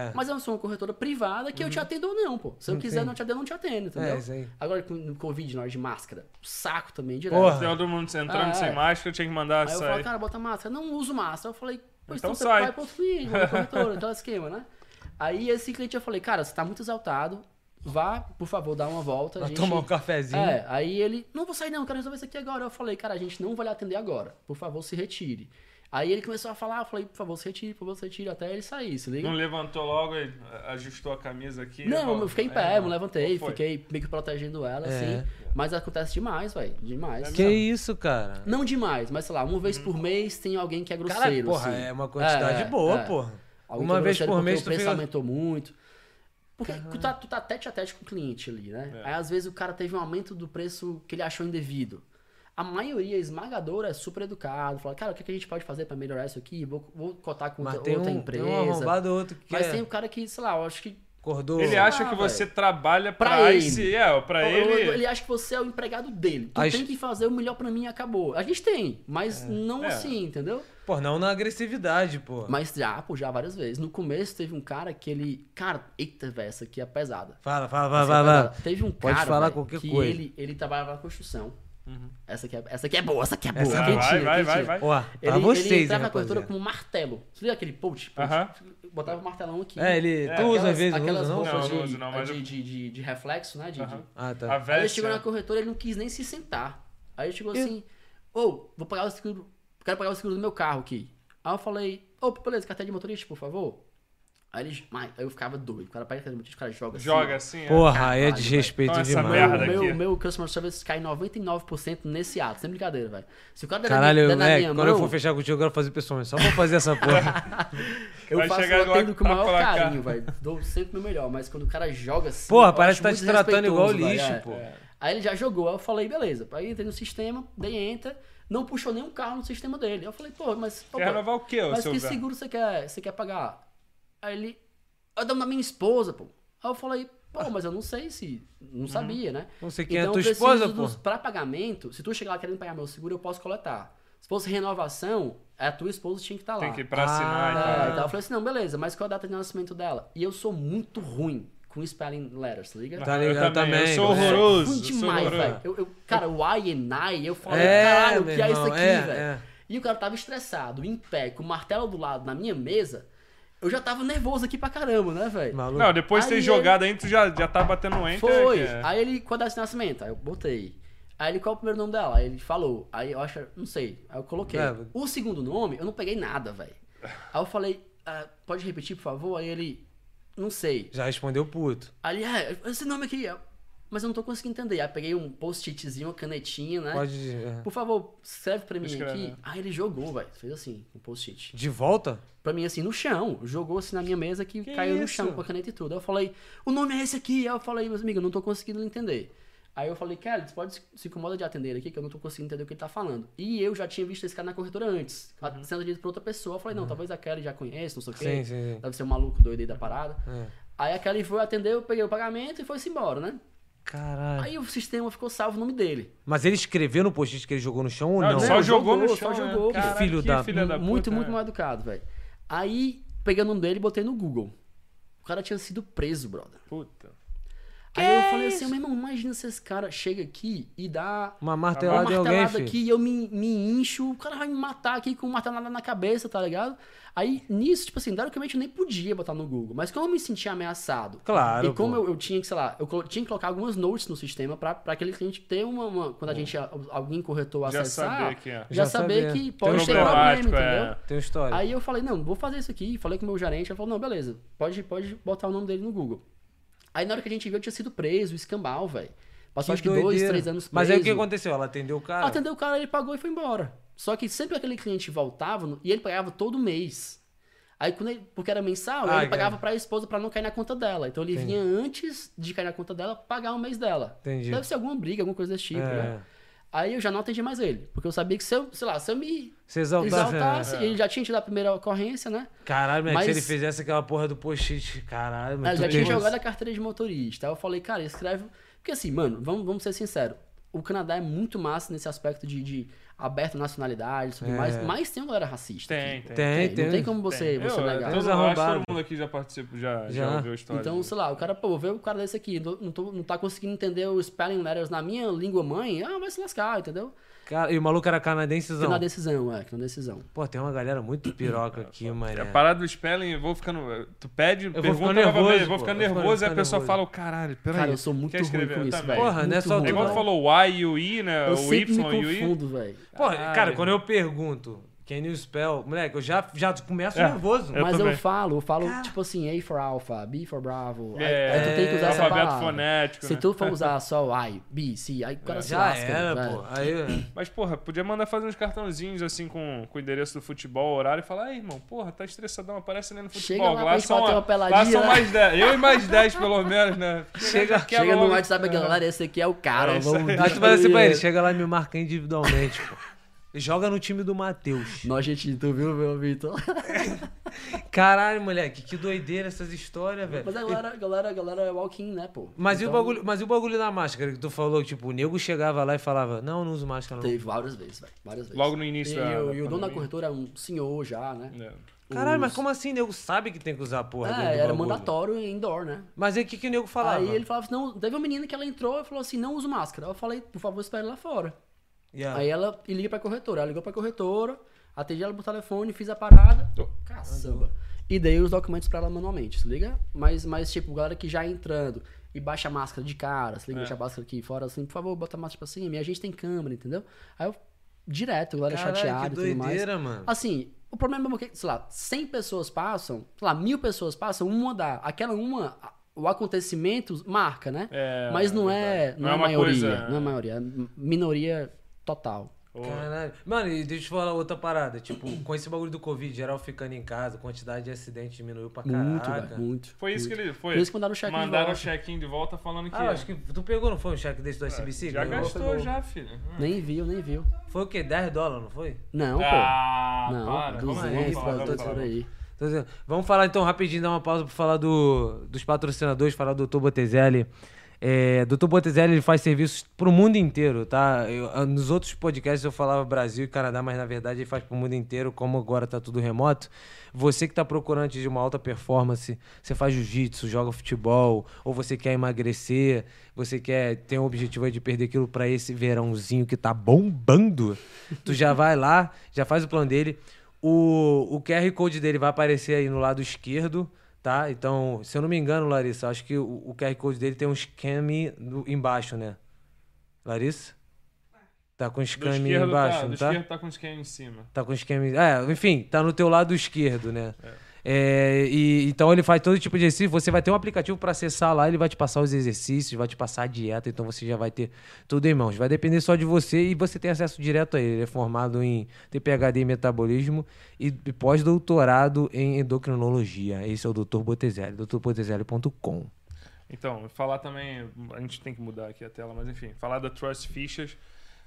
[SPEAKER 1] é.
[SPEAKER 2] Mas eu não sou uma corretora privada que eu te atendo ou não, pô. Se eu quiser
[SPEAKER 1] Entendi.
[SPEAKER 2] não te atender, eu não te atendo, entendeu?
[SPEAKER 1] É, isso aí.
[SPEAKER 2] Agora, com no Covid, na hora de máscara, saco também, direto.
[SPEAKER 1] Porra.
[SPEAKER 3] se todo mundo entrando
[SPEAKER 2] Ah,
[SPEAKER 3] sem
[SPEAKER 2] é.
[SPEAKER 3] máscara, eu tinha que mandar
[SPEAKER 2] Aí eu
[SPEAKER 3] sair.
[SPEAKER 2] falo, cara, bota máscara. Não uso máscara. Eu falei, pois
[SPEAKER 3] Então
[SPEAKER 2] então, você
[SPEAKER 3] sai.
[SPEAKER 2] vai pra outro cliente, vai pra corretora, aquele esquema, né? Aí esse cliente eu falei, cara, você tá muito exaltado. Vá, por favor, dar uma volta. a
[SPEAKER 1] Pra
[SPEAKER 2] gente-
[SPEAKER 1] tomar um cafezinho.
[SPEAKER 2] É, aí ele, não vou sair não, quero resolver isso aqui agora. Eu falei, cara, a gente não vai lhe atender agora. Por favor, se retire. Aí ele começou a falar, eu falei, por favor, se retire, por favor, se retire, até ele sair, se liga?
[SPEAKER 3] Não levantou logo e ajustou a camisa aqui? É,
[SPEAKER 2] Não, eu fiquei em pé, eu me levantei,
[SPEAKER 3] Foi.
[SPEAKER 2] fiquei meio que protegendo ela,
[SPEAKER 1] É.
[SPEAKER 2] assim. Mas acontece demais, velho. Demais.
[SPEAKER 3] É
[SPEAKER 1] Que isso, cara?
[SPEAKER 2] Não demais, mas sei lá, uma vez por mês tem alguém que é grosseiro.
[SPEAKER 1] Hum. Cara, porra,
[SPEAKER 2] assim.
[SPEAKER 1] é uma quantidade
[SPEAKER 2] É,
[SPEAKER 1] boa,
[SPEAKER 2] é.
[SPEAKER 1] porra.
[SPEAKER 2] Alguém
[SPEAKER 1] Uma
[SPEAKER 2] que é
[SPEAKER 1] vez
[SPEAKER 2] grosseiro
[SPEAKER 1] por
[SPEAKER 2] porque
[SPEAKER 1] mês
[SPEAKER 2] o
[SPEAKER 1] tu
[SPEAKER 2] preço
[SPEAKER 1] fica-
[SPEAKER 2] aumentou muito. Porque tu tá, tu tá tete a tete com o cliente ali, né?
[SPEAKER 1] É.
[SPEAKER 2] Aí às vezes o cara teve um aumento do preço que ele achou indevido. A maioria esmagadora é super educado, fala, cara, o que que a gente pode fazer pra melhorar isso aqui? Vou, vou cotar com
[SPEAKER 1] Mas
[SPEAKER 2] outra,
[SPEAKER 1] tem
[SPEAKER 2] outra
[SPEAKER 1] um, tem
[SPEAKER 2] empresa.
[SPEAKER 1] um arrombado outro que
[SPEAKER 2] Mas
[SPEAKER 1] é-
[SPEAKER 2] tem o cara que, sei lá, eu acho que
[SPEAKER 1] acordou.
[SPEAKER 3] Ele
[SPEAKER 2] Ah,
[SPEAKER 3] acha que
[SPEAKER 2] velho.
[SPEAKER 3] você trabalha pra,
[SPEAKER 2] Pra ele.
[SPEAKER 3] esse... É, pra
[SPEAKER 2] Ou- ou-
[SPEAKER 3] ele...
[SPEAKER 2] acha que você é o empregado dele. Tu
[SPEAKER 1] As-
[SPEAKER 2] tem que fazer o melhor pra mim e acabou. A gente tem, mas não
[SPEAKER 3] É.
[SPEAKER 2] assim, entendeu?
[SPEAKER 1] Pô, não na agressividade, pô.
[SPEAKER 2] Mas já, pô, já várias vezes. No começo teve um cara que ele. Cara, eita, velho, essa aqui é pesada.
[SPEAKER 1] Fala, fala, fala,
[SPEAKER 2] Essa é
[SPEAKER 1] fala. fala.
[SPEAKER 2] pesada. Teve um
[SPEAKER 1] Pode
[SPEAKER 2] cara.
[SPEAKER 1] falar
[SPEAKER 2] velho,
[SPEAKER 1] qualquer
[SPEAKER 2] que
[SPEAKER 1] coisa. Uhum.
[SPEAKER 2] Ele, ele trabalhava na construção. Essa, aqui é, essa aqui é boa, essa aqui é boa.
[SPEAKER 1] Essa é
[SPEAKER 2] quentinha,
[SPEAKER 1] boa.
[SPEAKER 3] Vai, vai,
[SPEAKER 2] quentinha.
[SPEAKER 3] vai, vai.
[SPEAKER 1] Ó, pra
[SPEAKER 2] Ele,
[SPEAKER 1] vocês,
[SPEAKER 2] ele
[SPEAKER 1] hein,
[SPEAKER 2] entrava na corretora
[SPEAKER 1] rapaziada.
[SPEAKER 2] com um martelo. Você lembra aquele post?
[SPEAKER 3] Aham.
[SPEAKER 2] Botava o martelão aqui.
[SPEAKER 1] É, ele...
[SPEAKER 3] É,
[SPEAKER 1] tu usa
[SPEAKER 2] Aquelas-
[SPEAKER 1] às vezes, não
[SPEAKER 2] aquelas
[SPEAKER 1] usa não?
[SPEAKER 2] roupas
[SPEAKER 3] Não,
[SPEAKER 2] de, é
[SPEAKER 3] não uso não, mas
[SPEAKER 2] de,
[SPEAKER 3] eu-
[SPEAKER 2] de, de- de reflexo, né? de- de-
[SPEAKER 3] Aham.
[SPEAKER 1] Ah,
[SPEAKER 3] A
[SPEAKER 1] tá.
[SPEAKER 2] Aí ele
[SPEAKER 3] veste... né?
[SPEAKER 2] chegou na corretora, ele não quis nem se sentar. Aí ele chegou assim, ô, vou pagar o seguro, quero pagar o seguro do meu carro aqui. Aí eu falei, ô, beleza, carteira de motorista, por favor. Aí ele, mas, aí eu ficava doido, o cara pega a carteira de motorista, o cara joga assim.
[SPEAKER 3] Joga assim, é.
[SPEAKER 1] Porra, aí é
[SPEAKER 2] Caralho,
[SPEAKER 1] desrespeito
[SPEAKER 3] velho. Então essa
[SPEAKER 1] demais.
[SPEAKER 2] Meu,
[SPEAKER 3] merda aqui.
[SPEAKER 2] meu, meu customer service cai 99% nesse ato, sem brincadeira, velho. Se o cara der na
[SPEAKER 1] Caralho,
[SPEAKER 2] minha-
[SPEAKER 1] eu,
[SPEAKER 2] der na
[SPEAKER 1] moleque,
[SPEAKER 2] minha
[SPEAKER 1] quando
[SPEAKER 2] mão,
[SPEAKER 1] eu for fechar contigo, eu quero fazer pessoalmente. Só vou fazer essa porra.
[SPEAKER 2] eu
[SPEAKER 3] Vai
[SPEAKER 2] faço
[SPEAKER 3] chegar
[SPEAKER 2] o
[SPEAKER 3] agora
[SPEAKER 2] atendo com o
[SPEAKER 3] pra
[SPEAKER 2] maior
[SPEAKER 3] placar.
[SPEAKER 2] carinho, velho. Dou sempre o meu melhor, mas quando o cara joga assim.
[SPEAKER 1] Porra,
[SPEAKER 2] eu
[SPEAKER 1] parece
[SPEAKER 2] acho
[SPEAKER 1] que tá
[SPEAKER 2] muito
[SPEAKER 1] te tratando igual
[SPEAKER 2] desrespeitoso,
[SPEAKER 1] lixo,
[SPEAKER 2] velho, é.
[SPEAKER 1] pô.
[SPEAKER 2] Aí ele já jogou, aí eu falei, beleza. Aí eu entrei no sistema, dei enter, não puxou nenhum carro no sistema dele. Eu falei, pô, mas.
[SPEAKER 3] Quer
[SPEAKER 2] opa,
[SPEAKER 3] renovar o quê, ô
[SPEAKER 2] mas
[SPEAKER 3] seu
[SPEAKER 2] que
[SPEAKER 3] velho?
[SPEAKER 2] seguro você quer, você quer pagar? Aí ele. "É Eu dou na minha esposa, pô. Aí eu falei, pô, mas eu não sei se.
[SPEAKER 1] Uhum.
[SPEAKER 2] Não sabia, né?
[SPEAKER 1] Não sei quem é
[SPEAKER 2] eu
[SPEAKER 1] tua
[SPEAKER 2] preciso
[SPEAKER 1] esposa,
[SPEAKER 2] dos-
[SPEAKER 1] pô.
[SPEAKER 2] Pra pagamento, se tu chegar lá querendo pagar meu seguro, eu posso coletar. Se fosse renovação, é a tua esposa tinha que estar lá.
[SPEAKER 3] Tem que ir pra assinar
[SPEAKER 1] Ah,
[SPEAKER 3] e tal.
[SPEAKER 2] É, então eu falei assim, não, beleza, mas qual é a data de nascimento dela? E eu sou muito ruim com spelling letters, liga?
[SPEAKER 1] Tá
[SPEAKER 3] eu
[SPEAKER 1] ligado
[SPEAKER 3] também,
[SPEAKER 1] também,
[SPEAKER 3] eu sou
[SPEAKER 1] velho.
[SPEAKER 3] horroroso.
[SPEAKER 2] ruim
[SPEAKER 3] eu sou
[SPEAKER 2] demais,
[SPEAKER 3] horroroso.
[SPEAKER 2] velho. Eu, eu- cara, o I and I, eu falei,
[SPEAKER 1] É,
[SPEAKER 2] caralho, o
[SPEAKER 1] meu
[SPEAKER 2] que é isso
[SPEAKER 1] irmão,
[SPEAKER 2] aqui,
[SPEAKER 1] é,
[SPEAKER 2] velho?
[SPEAKER 1] é.
[SPEAKER 2] E o cara tava estressado, em pé, com o martelo do lado na minha mesa, eu já tava nervoso aqui pra caramba, né, velho?
[SPEAKER 1] Maluco.
[SPEAKER 3] Não, depois de ter
[SPEAKER 2] Aí
[SPEAKER 3] jogado aí, tu já, já tá batendo um enter.
[SPEAKER 2] Foi.
[SPEAKER 3] que é-
[SPEAKER 2] Aí ele, qual é a data de nascimento? Aí eu botei. Aí ele, qual é o primeiro nome dela? Aí ele falou. Aí eu acho, não sei. Aí eu coloquei.
[SPEAKER 1] É.
[SPEAKER 2] O segundo nome, eu não peguei nada, velho. Aí eu falei, ah, pode repetir, por favor? Aí ele, não sei.
[SPEAKER 1] Já respondeu puto.
[SPEAKER 2] Ali, é, esse nome aqui, é- mas eu não tô conseguindo entender. Aí peguei um post-itzinho, uma canetinha, né?
[SPEAKER 1] Pode. é.
[SPEAKER 2] Por favor, escreve pra mim
[SPEAKER 3] Escreve,
[SPEAKER 2] aqui.
[SPEAKER 3] né?
[SPEAKER 2] Aí ele jogou, velho. Fez assim, um post-it.
[SPEAKER 1] De volta?
[SPEAKER 2] Pra mim, assim, no chão. Jogou assim na minha mesa que,
[SPEAKER 1] Que
[SPEAKER 2] caiu no
[SPEAKER 1] isso?
[SPEAKER 2] chão com a caneta e tudo. Aí eu falei, o nome é esse aqui. Aí eu falei, meus amigos, eu não tô conseguindo entender. Aí eu falei, cara, você pode se- se incomoda de atender aqui, que eu não tô conseguindo entender o que ele tá falando. E eu já tinha visto esse cara na corretora antes, tá sendo dito pra outra pessoa. Eu falei, não, talvez a Kelly já conheça, não sei o quê.
[SPEAKER 1] Uhum. Sim, sim, sim.
[SPEAKER 2] Deve ser um maluco doido aí da parada.
[SPEAKER 1] É.
[SPEAKER 2] Aí a Kelly foi atender, eu peguei o pagamento e foi-se embora, né?
[SPEAKER 1] Caralho.
[SPEAKER 2] Aí o sistema ficou salvo o nome dele.
[SPEAKER 1] Mas ele escreveu no post-it que ele jogou no chão ou
[SPEAKER 3] Não,
[SPEAKER 1] não?
[SPEAKER 3] ele só
[SPEAKER 2] Não,
[SPEAKER 3] jogou, no
[SPEAKER 2] jogou,
[SPEAKER 3] chão.
[SPEAKER 2] só
[SPEAKER 3] né?
[SPEAKER 2] jogou.
[SPEAKER 3] Caralho,
[SPEAKER 1] Filho
[SPEAKER 3] que
[SPEAKER 1] da-
[SPEAKER 3] filha da
[SPEAKER 2] muito,
[SPEAKER 3] puta,
[SPEAKER 2] muito
[SPEAKER 3] né?
[SPEAKER 2] um mal educado, velho. Aí peguei o nome dele e botei no Google. O cara tinha sido preso, brother.
[SPEAKER 3] Puta.
[SPEAKER 2] Aí eu falei assim, meu irmão, imagina se esse cara chega aqui e dá
[SPEAKER 1] Uma
[SPEAKER 2] uma
[SPEAKER 1] martelada de alguém,
[SPEAKER 2] martelada
[SPEAKER 1] filho.
[SPEAKER 2] Tá aqui e eu me, me incho, o cara vai me matar aqui com uma martelada na cabeça, tá ligado? Aí, nisso, tipo assim, teoricamente eu nem podia botar no Google, mas como eu me sentia ameaçado,
[SPEAKER 1] Claro,
[SPEAKER 2] e como
[SPEAKER 1] pô.
[SPEAKER 2] eu, eu tinha que, sei lá, eu colo- tinha que colocar algumas notes no sistema pra, pra aquele cliente ter uma, uma- quando a gente, alguém corretor
[SPEAKER 3] Já
[SPEAKER 2] acessar,
[SPEAKER 3] saber que é.
[SPEAKER 1] Já
[SPEAKER 2] já saber
[SPEAKER 1] saber.
[SPEAKER 2] que
[SPEAKER 1] Tem
[SPEAKER 2] pode ter problema,
[SPEAKER 3] problemático,
[SPEAKER 2] entendeu?
[SPEAKER 3] é.
[SPEAKER 1] Tem uma história.
[SPEAKER 2] Aí eu falei, não, vou fazer isso aqui. Falei com o meu gerente, ele falou, não, beleza, pode, pode botar o nome dele no Google. Aí na hora que a gente viu, eu tinha sido preso, escambau, velho. Passou acho que dois,
[SPEAKER 1] doideira.
[SPEAKER 2] três anos preso.
[SPEAKER 1] Mas aí o que aconteceu? Ela atendeu o cara?
[SPEAKER 2] Atendeu o cara, ele pagou e foi embora. Só que sempre aquele cliente voltava no- e ele pagava todo mês. Aí quando ele, porque era mensal,
[SPEAKER 1] Ah,
[SPEAKER 2] ele pagava
[SPEAKER 1] entendi.
[SPEAKER 2] pra esposa pra não cair na conta dela. Então ele vinha antes de cair na conta dela pagar o mês dela.
[SPEAKER 1] Entendi.
[SPEAKER 2] Deve ser alguma briga, alguma coisa desse tipo, né?
[SPEAKER 1] É.
[SPEAKER 2] Aí eu já não atendi mais ele, porque eu sabia que se eu, sei lá, se eu me
[SPEAKER 1] Se exaltasse.
[SPEAKER 2] exaltasse,
[SPEAKER 3] É.
[SPEAKER 2] ele já tinha tido a primeira ocorrência, né?
[SPEAKER 1] Caralho, mas...
[SPEAKER 2] Mas-
[SPEAKER 1] se ele fizesse aquela porra do post-it, caralho,
[SPEAKER 2] Aí
[SPEAKER 1] mas
[SPEAKER 2] eu
[SPEAKER 1] tu
[SPEAKER 2] já
[SPEAKER 1] tem...
[SPEAKER 2] tinha jogado a carteira de motorista. Aí eu falei, cara, escreve. Porque assim, mano, vamos, vamos ser sinceros. O Canadá é muito massa nesse aspecto de, de aberto nacionalidade, tudo
[SPEAKER 1] É.
[SPEAKER 2] mais. Mas tem uma galera racista.
[SPEAKER 3] Tem,
[SPEAKER 2] aqui.
[SPEAKER 3] tem.
[SPEAKER 1] Tem, tem.
[SPEAKER 2] Não tem como você,
[SPEAKER 3] Tem.
[SPEAKER 2] você
[SPEAKER 3] eu,
[SPEAKER 2] negar.
[SPEAKER 3] eu
[SPEAKER 1] Todos
[SPEAKER 3] não- eu acho que
[SPEAKER 1] arrombados.
[SPEAKER 3] todo mundo aqui já participou, já, já.
[SPEAKER 1] Já.
[SPEAKER 3] ouviu a história.
[SPEAKER 2] Então, sei lá, o cara, pô, vê o cara desse aqui, não, não tô- não tá conseguindo entender o spelling letters na minha língua mãe, ah, vai se lascar, entendeu?
[SPEAKER 1] Cara, e o maluco era
[SPEAKER 2] Que
[SPEAKER 1] canadense,
[SPEAKER 2] na decisão, é, que na decisão.
[SPEAKER 1] Pô, tem uma galera muito piroca aqui, mano.
[SPEAKER 3] É a parada do spelling, eu vou ficando. Tu pede,
[SPEAKER 1] vou
[SPEAKER 3] pergunta
[SPEAKER 1] ficando
[SPEAKER 3] novamente,
[SPEAKER 1] nervoso,
[SPEAKER 3] vou
[SPEAKER 1] pô.
[SPEAKER 3] ficando
[SPEAKER 1] Eu fico-
[SPEAKER 3] nervoso e a
[SPEAKER 1] ficando
[SPEAKER 3] pessoa
[SPEAKER 1] nervoso.
[SPEAKER 3] fala, "Oh, caralho, peraí.
[SPEAKER 2] Cara, eu sou muito
[SPEAKER 3] quer
[SPEAKER 2] ruim
[SPEAKER 3] escrever?
[SPEAKER 2] com
[SPEAKER 3] Eu
[SPEAKER 2] isso,
[SPEAKER 3] também.
[SPEAKER 2] velho.
[SPEAKER 1] Porra, não é
[SPEAKER 2] Muito
[SPEAKER 1] só
[SPEAKER 2] ruim.
[SPEAKER 3] É igual tu
[SPEAKER 1] Total.
[SPEAKER 3] falou o I e o I, né?
[SPEAKER 2] Eu
[SPEAKER 3] o
[SPEAKER 2] sempre me
[SPEAKER 3] Y e o I.
[SPEAKER 2] confundo, velho.
[SPEAKER 1] Pô,
[SPEAKER 3] Caralho.
[SPEAKER 1] cara, quando eu pergunto, can you spell? Moleque, eu já, já começo
[SPEAKER 3] É.
[SPEAKER 1] nervoso.
[SPEAKER 3] Eu
[SPEAKER 2] Mas eu
[SPEAKER 3] também.
[SPEAKER 2] falo, eu falo, tipo assim, A for alpha, B for bravo. aí-
[SPEAKER 3] É,
[SPEAKER 2] aí tu tem que usar essa
[SPEAKER 3] alfabeto
[SPEAKER 2] palavra.
[SPEAKER 3] fonético,
[SPEAKER 2] Se
[SPEAKER 3] né?
[SPEAKER 2] tu for usar só o I, B, C, aí o cara se
[SPEAKER 1] É, Já
[SPEAKER 2] lasca, né?
[SPEAKER 1] era,
[SPEAKER 2] velho.
[SPEAKER 1] pô. Aí,
[SPEAKER 3] Mas, porra, podia mandar fazer uns cartãozinhos assim com, com o endereço do futebol, horário e falar, aí, irmão, porra, tá estressadão, aparece ali no
[SPEAKER 2] Chega
[SPEAKER 3] futebol.
[SPEAKER 2] lá pra gente bater uma peladinha,
[SPEAKER 3] lá são
[SPEAKER 2] né?
[SPEAKER 3] mais 10. Eu e mais 10, pelo menos, né? Chega,
[SPEAKER 2] Chega no WhatsApp, galera, esse aqui é o cara,
[SPEAKER 3] É isso
[SPEAKER 2] vamos
[SPEAKER 3] aí.
[SPEAKER 1] Acho que vai assim
[SPEAKER 2] destruir
[SPEAKER 1] pra ele,
[SPEAKER 2] ele.
[SPEAKER 1] chega lá e me marca individualmente, pô. Joga no time do Matheus.
[SPEAKER 2] Nós, gente, tu viu, meu Vitor?
[SPEAKER 1] Caralho, moleque, que doideira essas histórias, velho.
[SPEAKER 2] Mas a galera, a galera, a galera é walk-in, né, pô?
[SPEAKER 1] Mas, e o
[SPEAKER 2] Então,
[SPEAKER 1] bagulho, mas e o bagulho da máscara que tu falou? Tipo, o nego chegava lá e falava, não, eu não uso máscara, não.
[SPEAKER 2] Teve várias vezes, velho. Várias vezes.
[SPEAKER 3] Logo no
[SPEAKER 2] E,
[SPEAKER 3] início
[SPEAKER 2] e,
[SPEAKER 3] da. da
[SPEAKER 2] o- e o dono da
[SPEAKER 3] pandemia.
[SPEAKER 2] corretora é um senhor já, né?
[SPEAKER 3] É.
[SPEAKER 1] Caralho, mas
[SPEAKER 2] Os-
[SPEAKER 1] como assim? O nego sabe que tem que usar a porra do- do
[SPEAKER 2] É, era
[SPEAKER 1] bagulho.
[SPEAKER 2] mandatório indoor, né?
[SPEAKER 1] Mas aí o que, que o nego falava?
[SPEAKER 2] Aí ele falava assim, não, teve uma menina que ela entrou e falou assim, não uso máscara. Eu falei, por favor, espere lá fora.
[SPEAKER 1] Yeah.
[SPEAKER 2] Aí ela e liga pra corretora. Ela ligou pra corretora, atendi ela por telefone, fiz a parada. Caçamba. E dei os documentos pra ela manualmente, se liga? Mas, mas tipo, galera que já é entrando e baixa a máscara de cara, se liga,
[SPEAKER 3] É.
[SPEAKER 2] deixa a máscara aqui fora, assim, por favor, bota a máscara pra cima. E a gente tem câmera, entendeu? Aí eu, direto, galera
[SPEAKER 1] Caralho,
[SPEAKER 2] chateada
[SPEAKER 1] que
[SPEAKER 2] e tudo mais.
[SPEAKER 1] doideira, mano.
[SPEAKER 2] Assim, o problema é que, sei lá, 100 pessoas passam, sei lá, mil pessoas passam, uma dá. Aquela uma, o acontecimento marca, né?
[SPEAKER 3] É,
[SPEAKER 2] Mas não
[SPEAKER 3] verdade.
[SPEAKER 2] é, não é,
[SPEAKER 3] uma
[SPEAKER 2] maioria.
[SPEAKER 3] coisa-
[SPEAKER 2] Não é maioria, é minoria total.
[SPEAKER 3] Ô,
[SPEAKER 1] Caralho. Mano, e deixa eu te falar outra parada. Tipo, com esse bagulho do Covid, geral ficando em casa, a quantidade de acidente diminuiu pra
[SPEAKER 2] Muito,
[SPEAKER 1] caraca.
[SPEAKER 2] velho, muito.
[SPEAKER 3] Foi isso que
[SPEAKER 2] muito.
[SPEAKER 3] ele. Foi.
[SPEAKER 2] Por isso que mandaram o check-in de
[SPEAKER 3] Mandaram o
[SPEAKER 2] volta.
[SPEAKER 3] check-in de volta falando que.
[SPEAKER 1] Ah, eu acho que tu pegou, não foi um cheque desse do SBC?
[SPEAKER 3] já
[SPEAKER 1] Ganhou?
[SPEAKER 3] gastou, já, filho.
[SPEAKER 2] Nem viu, nem viu.
[SPEAKER 1] Foi o quê? 10 dólares, não foi?
[SPEAKER 2] Não,
[SPEAKER 3] Ah,
[SPEAKER 2] pô. Não,
[SPEAKER 3] para. vamos lá,
[SPEAKER 1] É
[SPEAKER 2] 200,
[SPEAKER 3] vamos lá, vamos
[SPEAKER 2] produtos
[SPEAKER 3] lá.
[SPEAKER 2] por aí.
[SPEAKER 1] Tô dizendo, Vamos falar então rapidinho, dar uma pausa pra falar do, dos patrocinadores, falar do Dr. Botezelli. É, Dr. Botezelli ele faz serviços pro mundo inteiro, tá? Eu- nos outros podcasts eu falava Brasil e Canadá, mas na verdade ele faz pro mundo inteiro, como agora tá tudo remoto. Você que tá procurando de uma alta performance, você faz jiu-jitsu, joga futebol, ou você quer emagrecer, você quer ter um objetivo aí de perder aquilo pra esse verãozinho que tá bombando, tu já vai lá, já faz o plano dele. O, o QR Code dele vai aparecer aí no lado esquerdo, tá? Então, se eu não me engano, Larissa, acho que o, o QR Code dele tem um scan no- embaixo, né? Larissa? Tá com
[SPEAKER 3] Do
[SPEAKER 1] scan
[SPEAKER 3] esquerdo
[SPEAKER 1] embaixo,
[SPEAKER 3] tá,
[SPEAKER 1] não
[SPEAKER 3] do
[SPEAKER 1] tá?
[SPEAKER 3] esquerdo tá com o esquema em cima.
[SPEAKER 1] Tá com esquema. É, enfim, tá no teu lado esquerdo, né? É, e, então ele faz todo tipo de exercício. Você vai ter um aplicativo para acessar lá, ele vai te passar os exercícios, vai te passar a dieta, então você já vai ter tudo em mãos. Vai depender só de você e você tem acesso direto a ele. Ele é formado em tem PhD em metabolismo e pós-doutorado em endocrinologia. Esse é o Dr. Botezelli, drbotezelli.com.
[SPEAKER 3] Então, falar também, a gente tem que mudar aqui a tela, mas enfim, falar da Trust Fichas.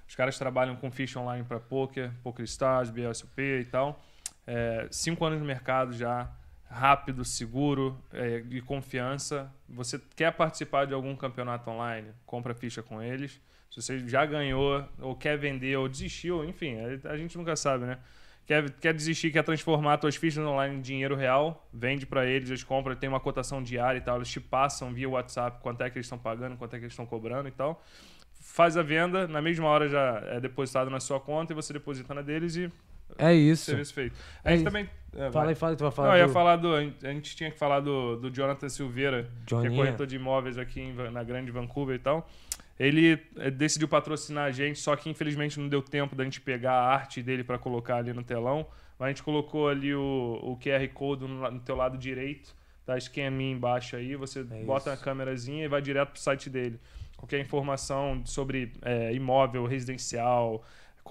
[SPEAKER 3] Os caras trabalham com ficha online para poker, poker stars, BSOP e tal. É, cinco anos no mercado já, rápido, seguro é, de confiança. Você quer participar de algum campeonato online? Compra ficha com eles. Se você já ganhou, ou quer vender, ou desistiu, enfim, a- a gente é, nunca sabe, né? Quer, quer desistir, quer transformar suas fichas online em dinheiro real, vende pra eles, eles compram, tem uma cotação diária e tal, eles te passam via WhatsApp quanto é que eles estão pagando, quanto é que eles estão cobrando e tal. Faz a venda, na mesma hora já é depositado na sua conta e você deposita na deles e
[SPEAKER 1] É isso.
[SPEAKER 3] serviço feito.
[SPEAKER 1] É
[SPEAKER 3] A gente
[SPEAKER 1] isso.
[SPEAKER 3] também. é, vai.
[SPEAKER 1] Fala aí, fala aí, tu vai falar.
[SPEAKER 3] Não, eu ia
[SPEAKER 1] do-
[SPEAKER 3] falar do. A gente tinha que falar do, do Jonathan Silveira, que é
[SPEAKER 1] Joninha.
[SPEAKER 3] corretor de imóveis aqui em Va- na Grande Vancouver e tal. Ele eh, decidiu patrocinar a gente, só que infelizmente não deu tempo da gente pegar a arte dele para colocar ali no telão. Mas a gente colocou ali o, o QR Code no, la- no teu lado direito, tá esqueminha embaixo aí. Você
[SPEAKER 1] É
[SPEAKER 3] bota a câmerazinha e vai direto pro site dele. Qualquer informação sobre eh, imóvel residencial,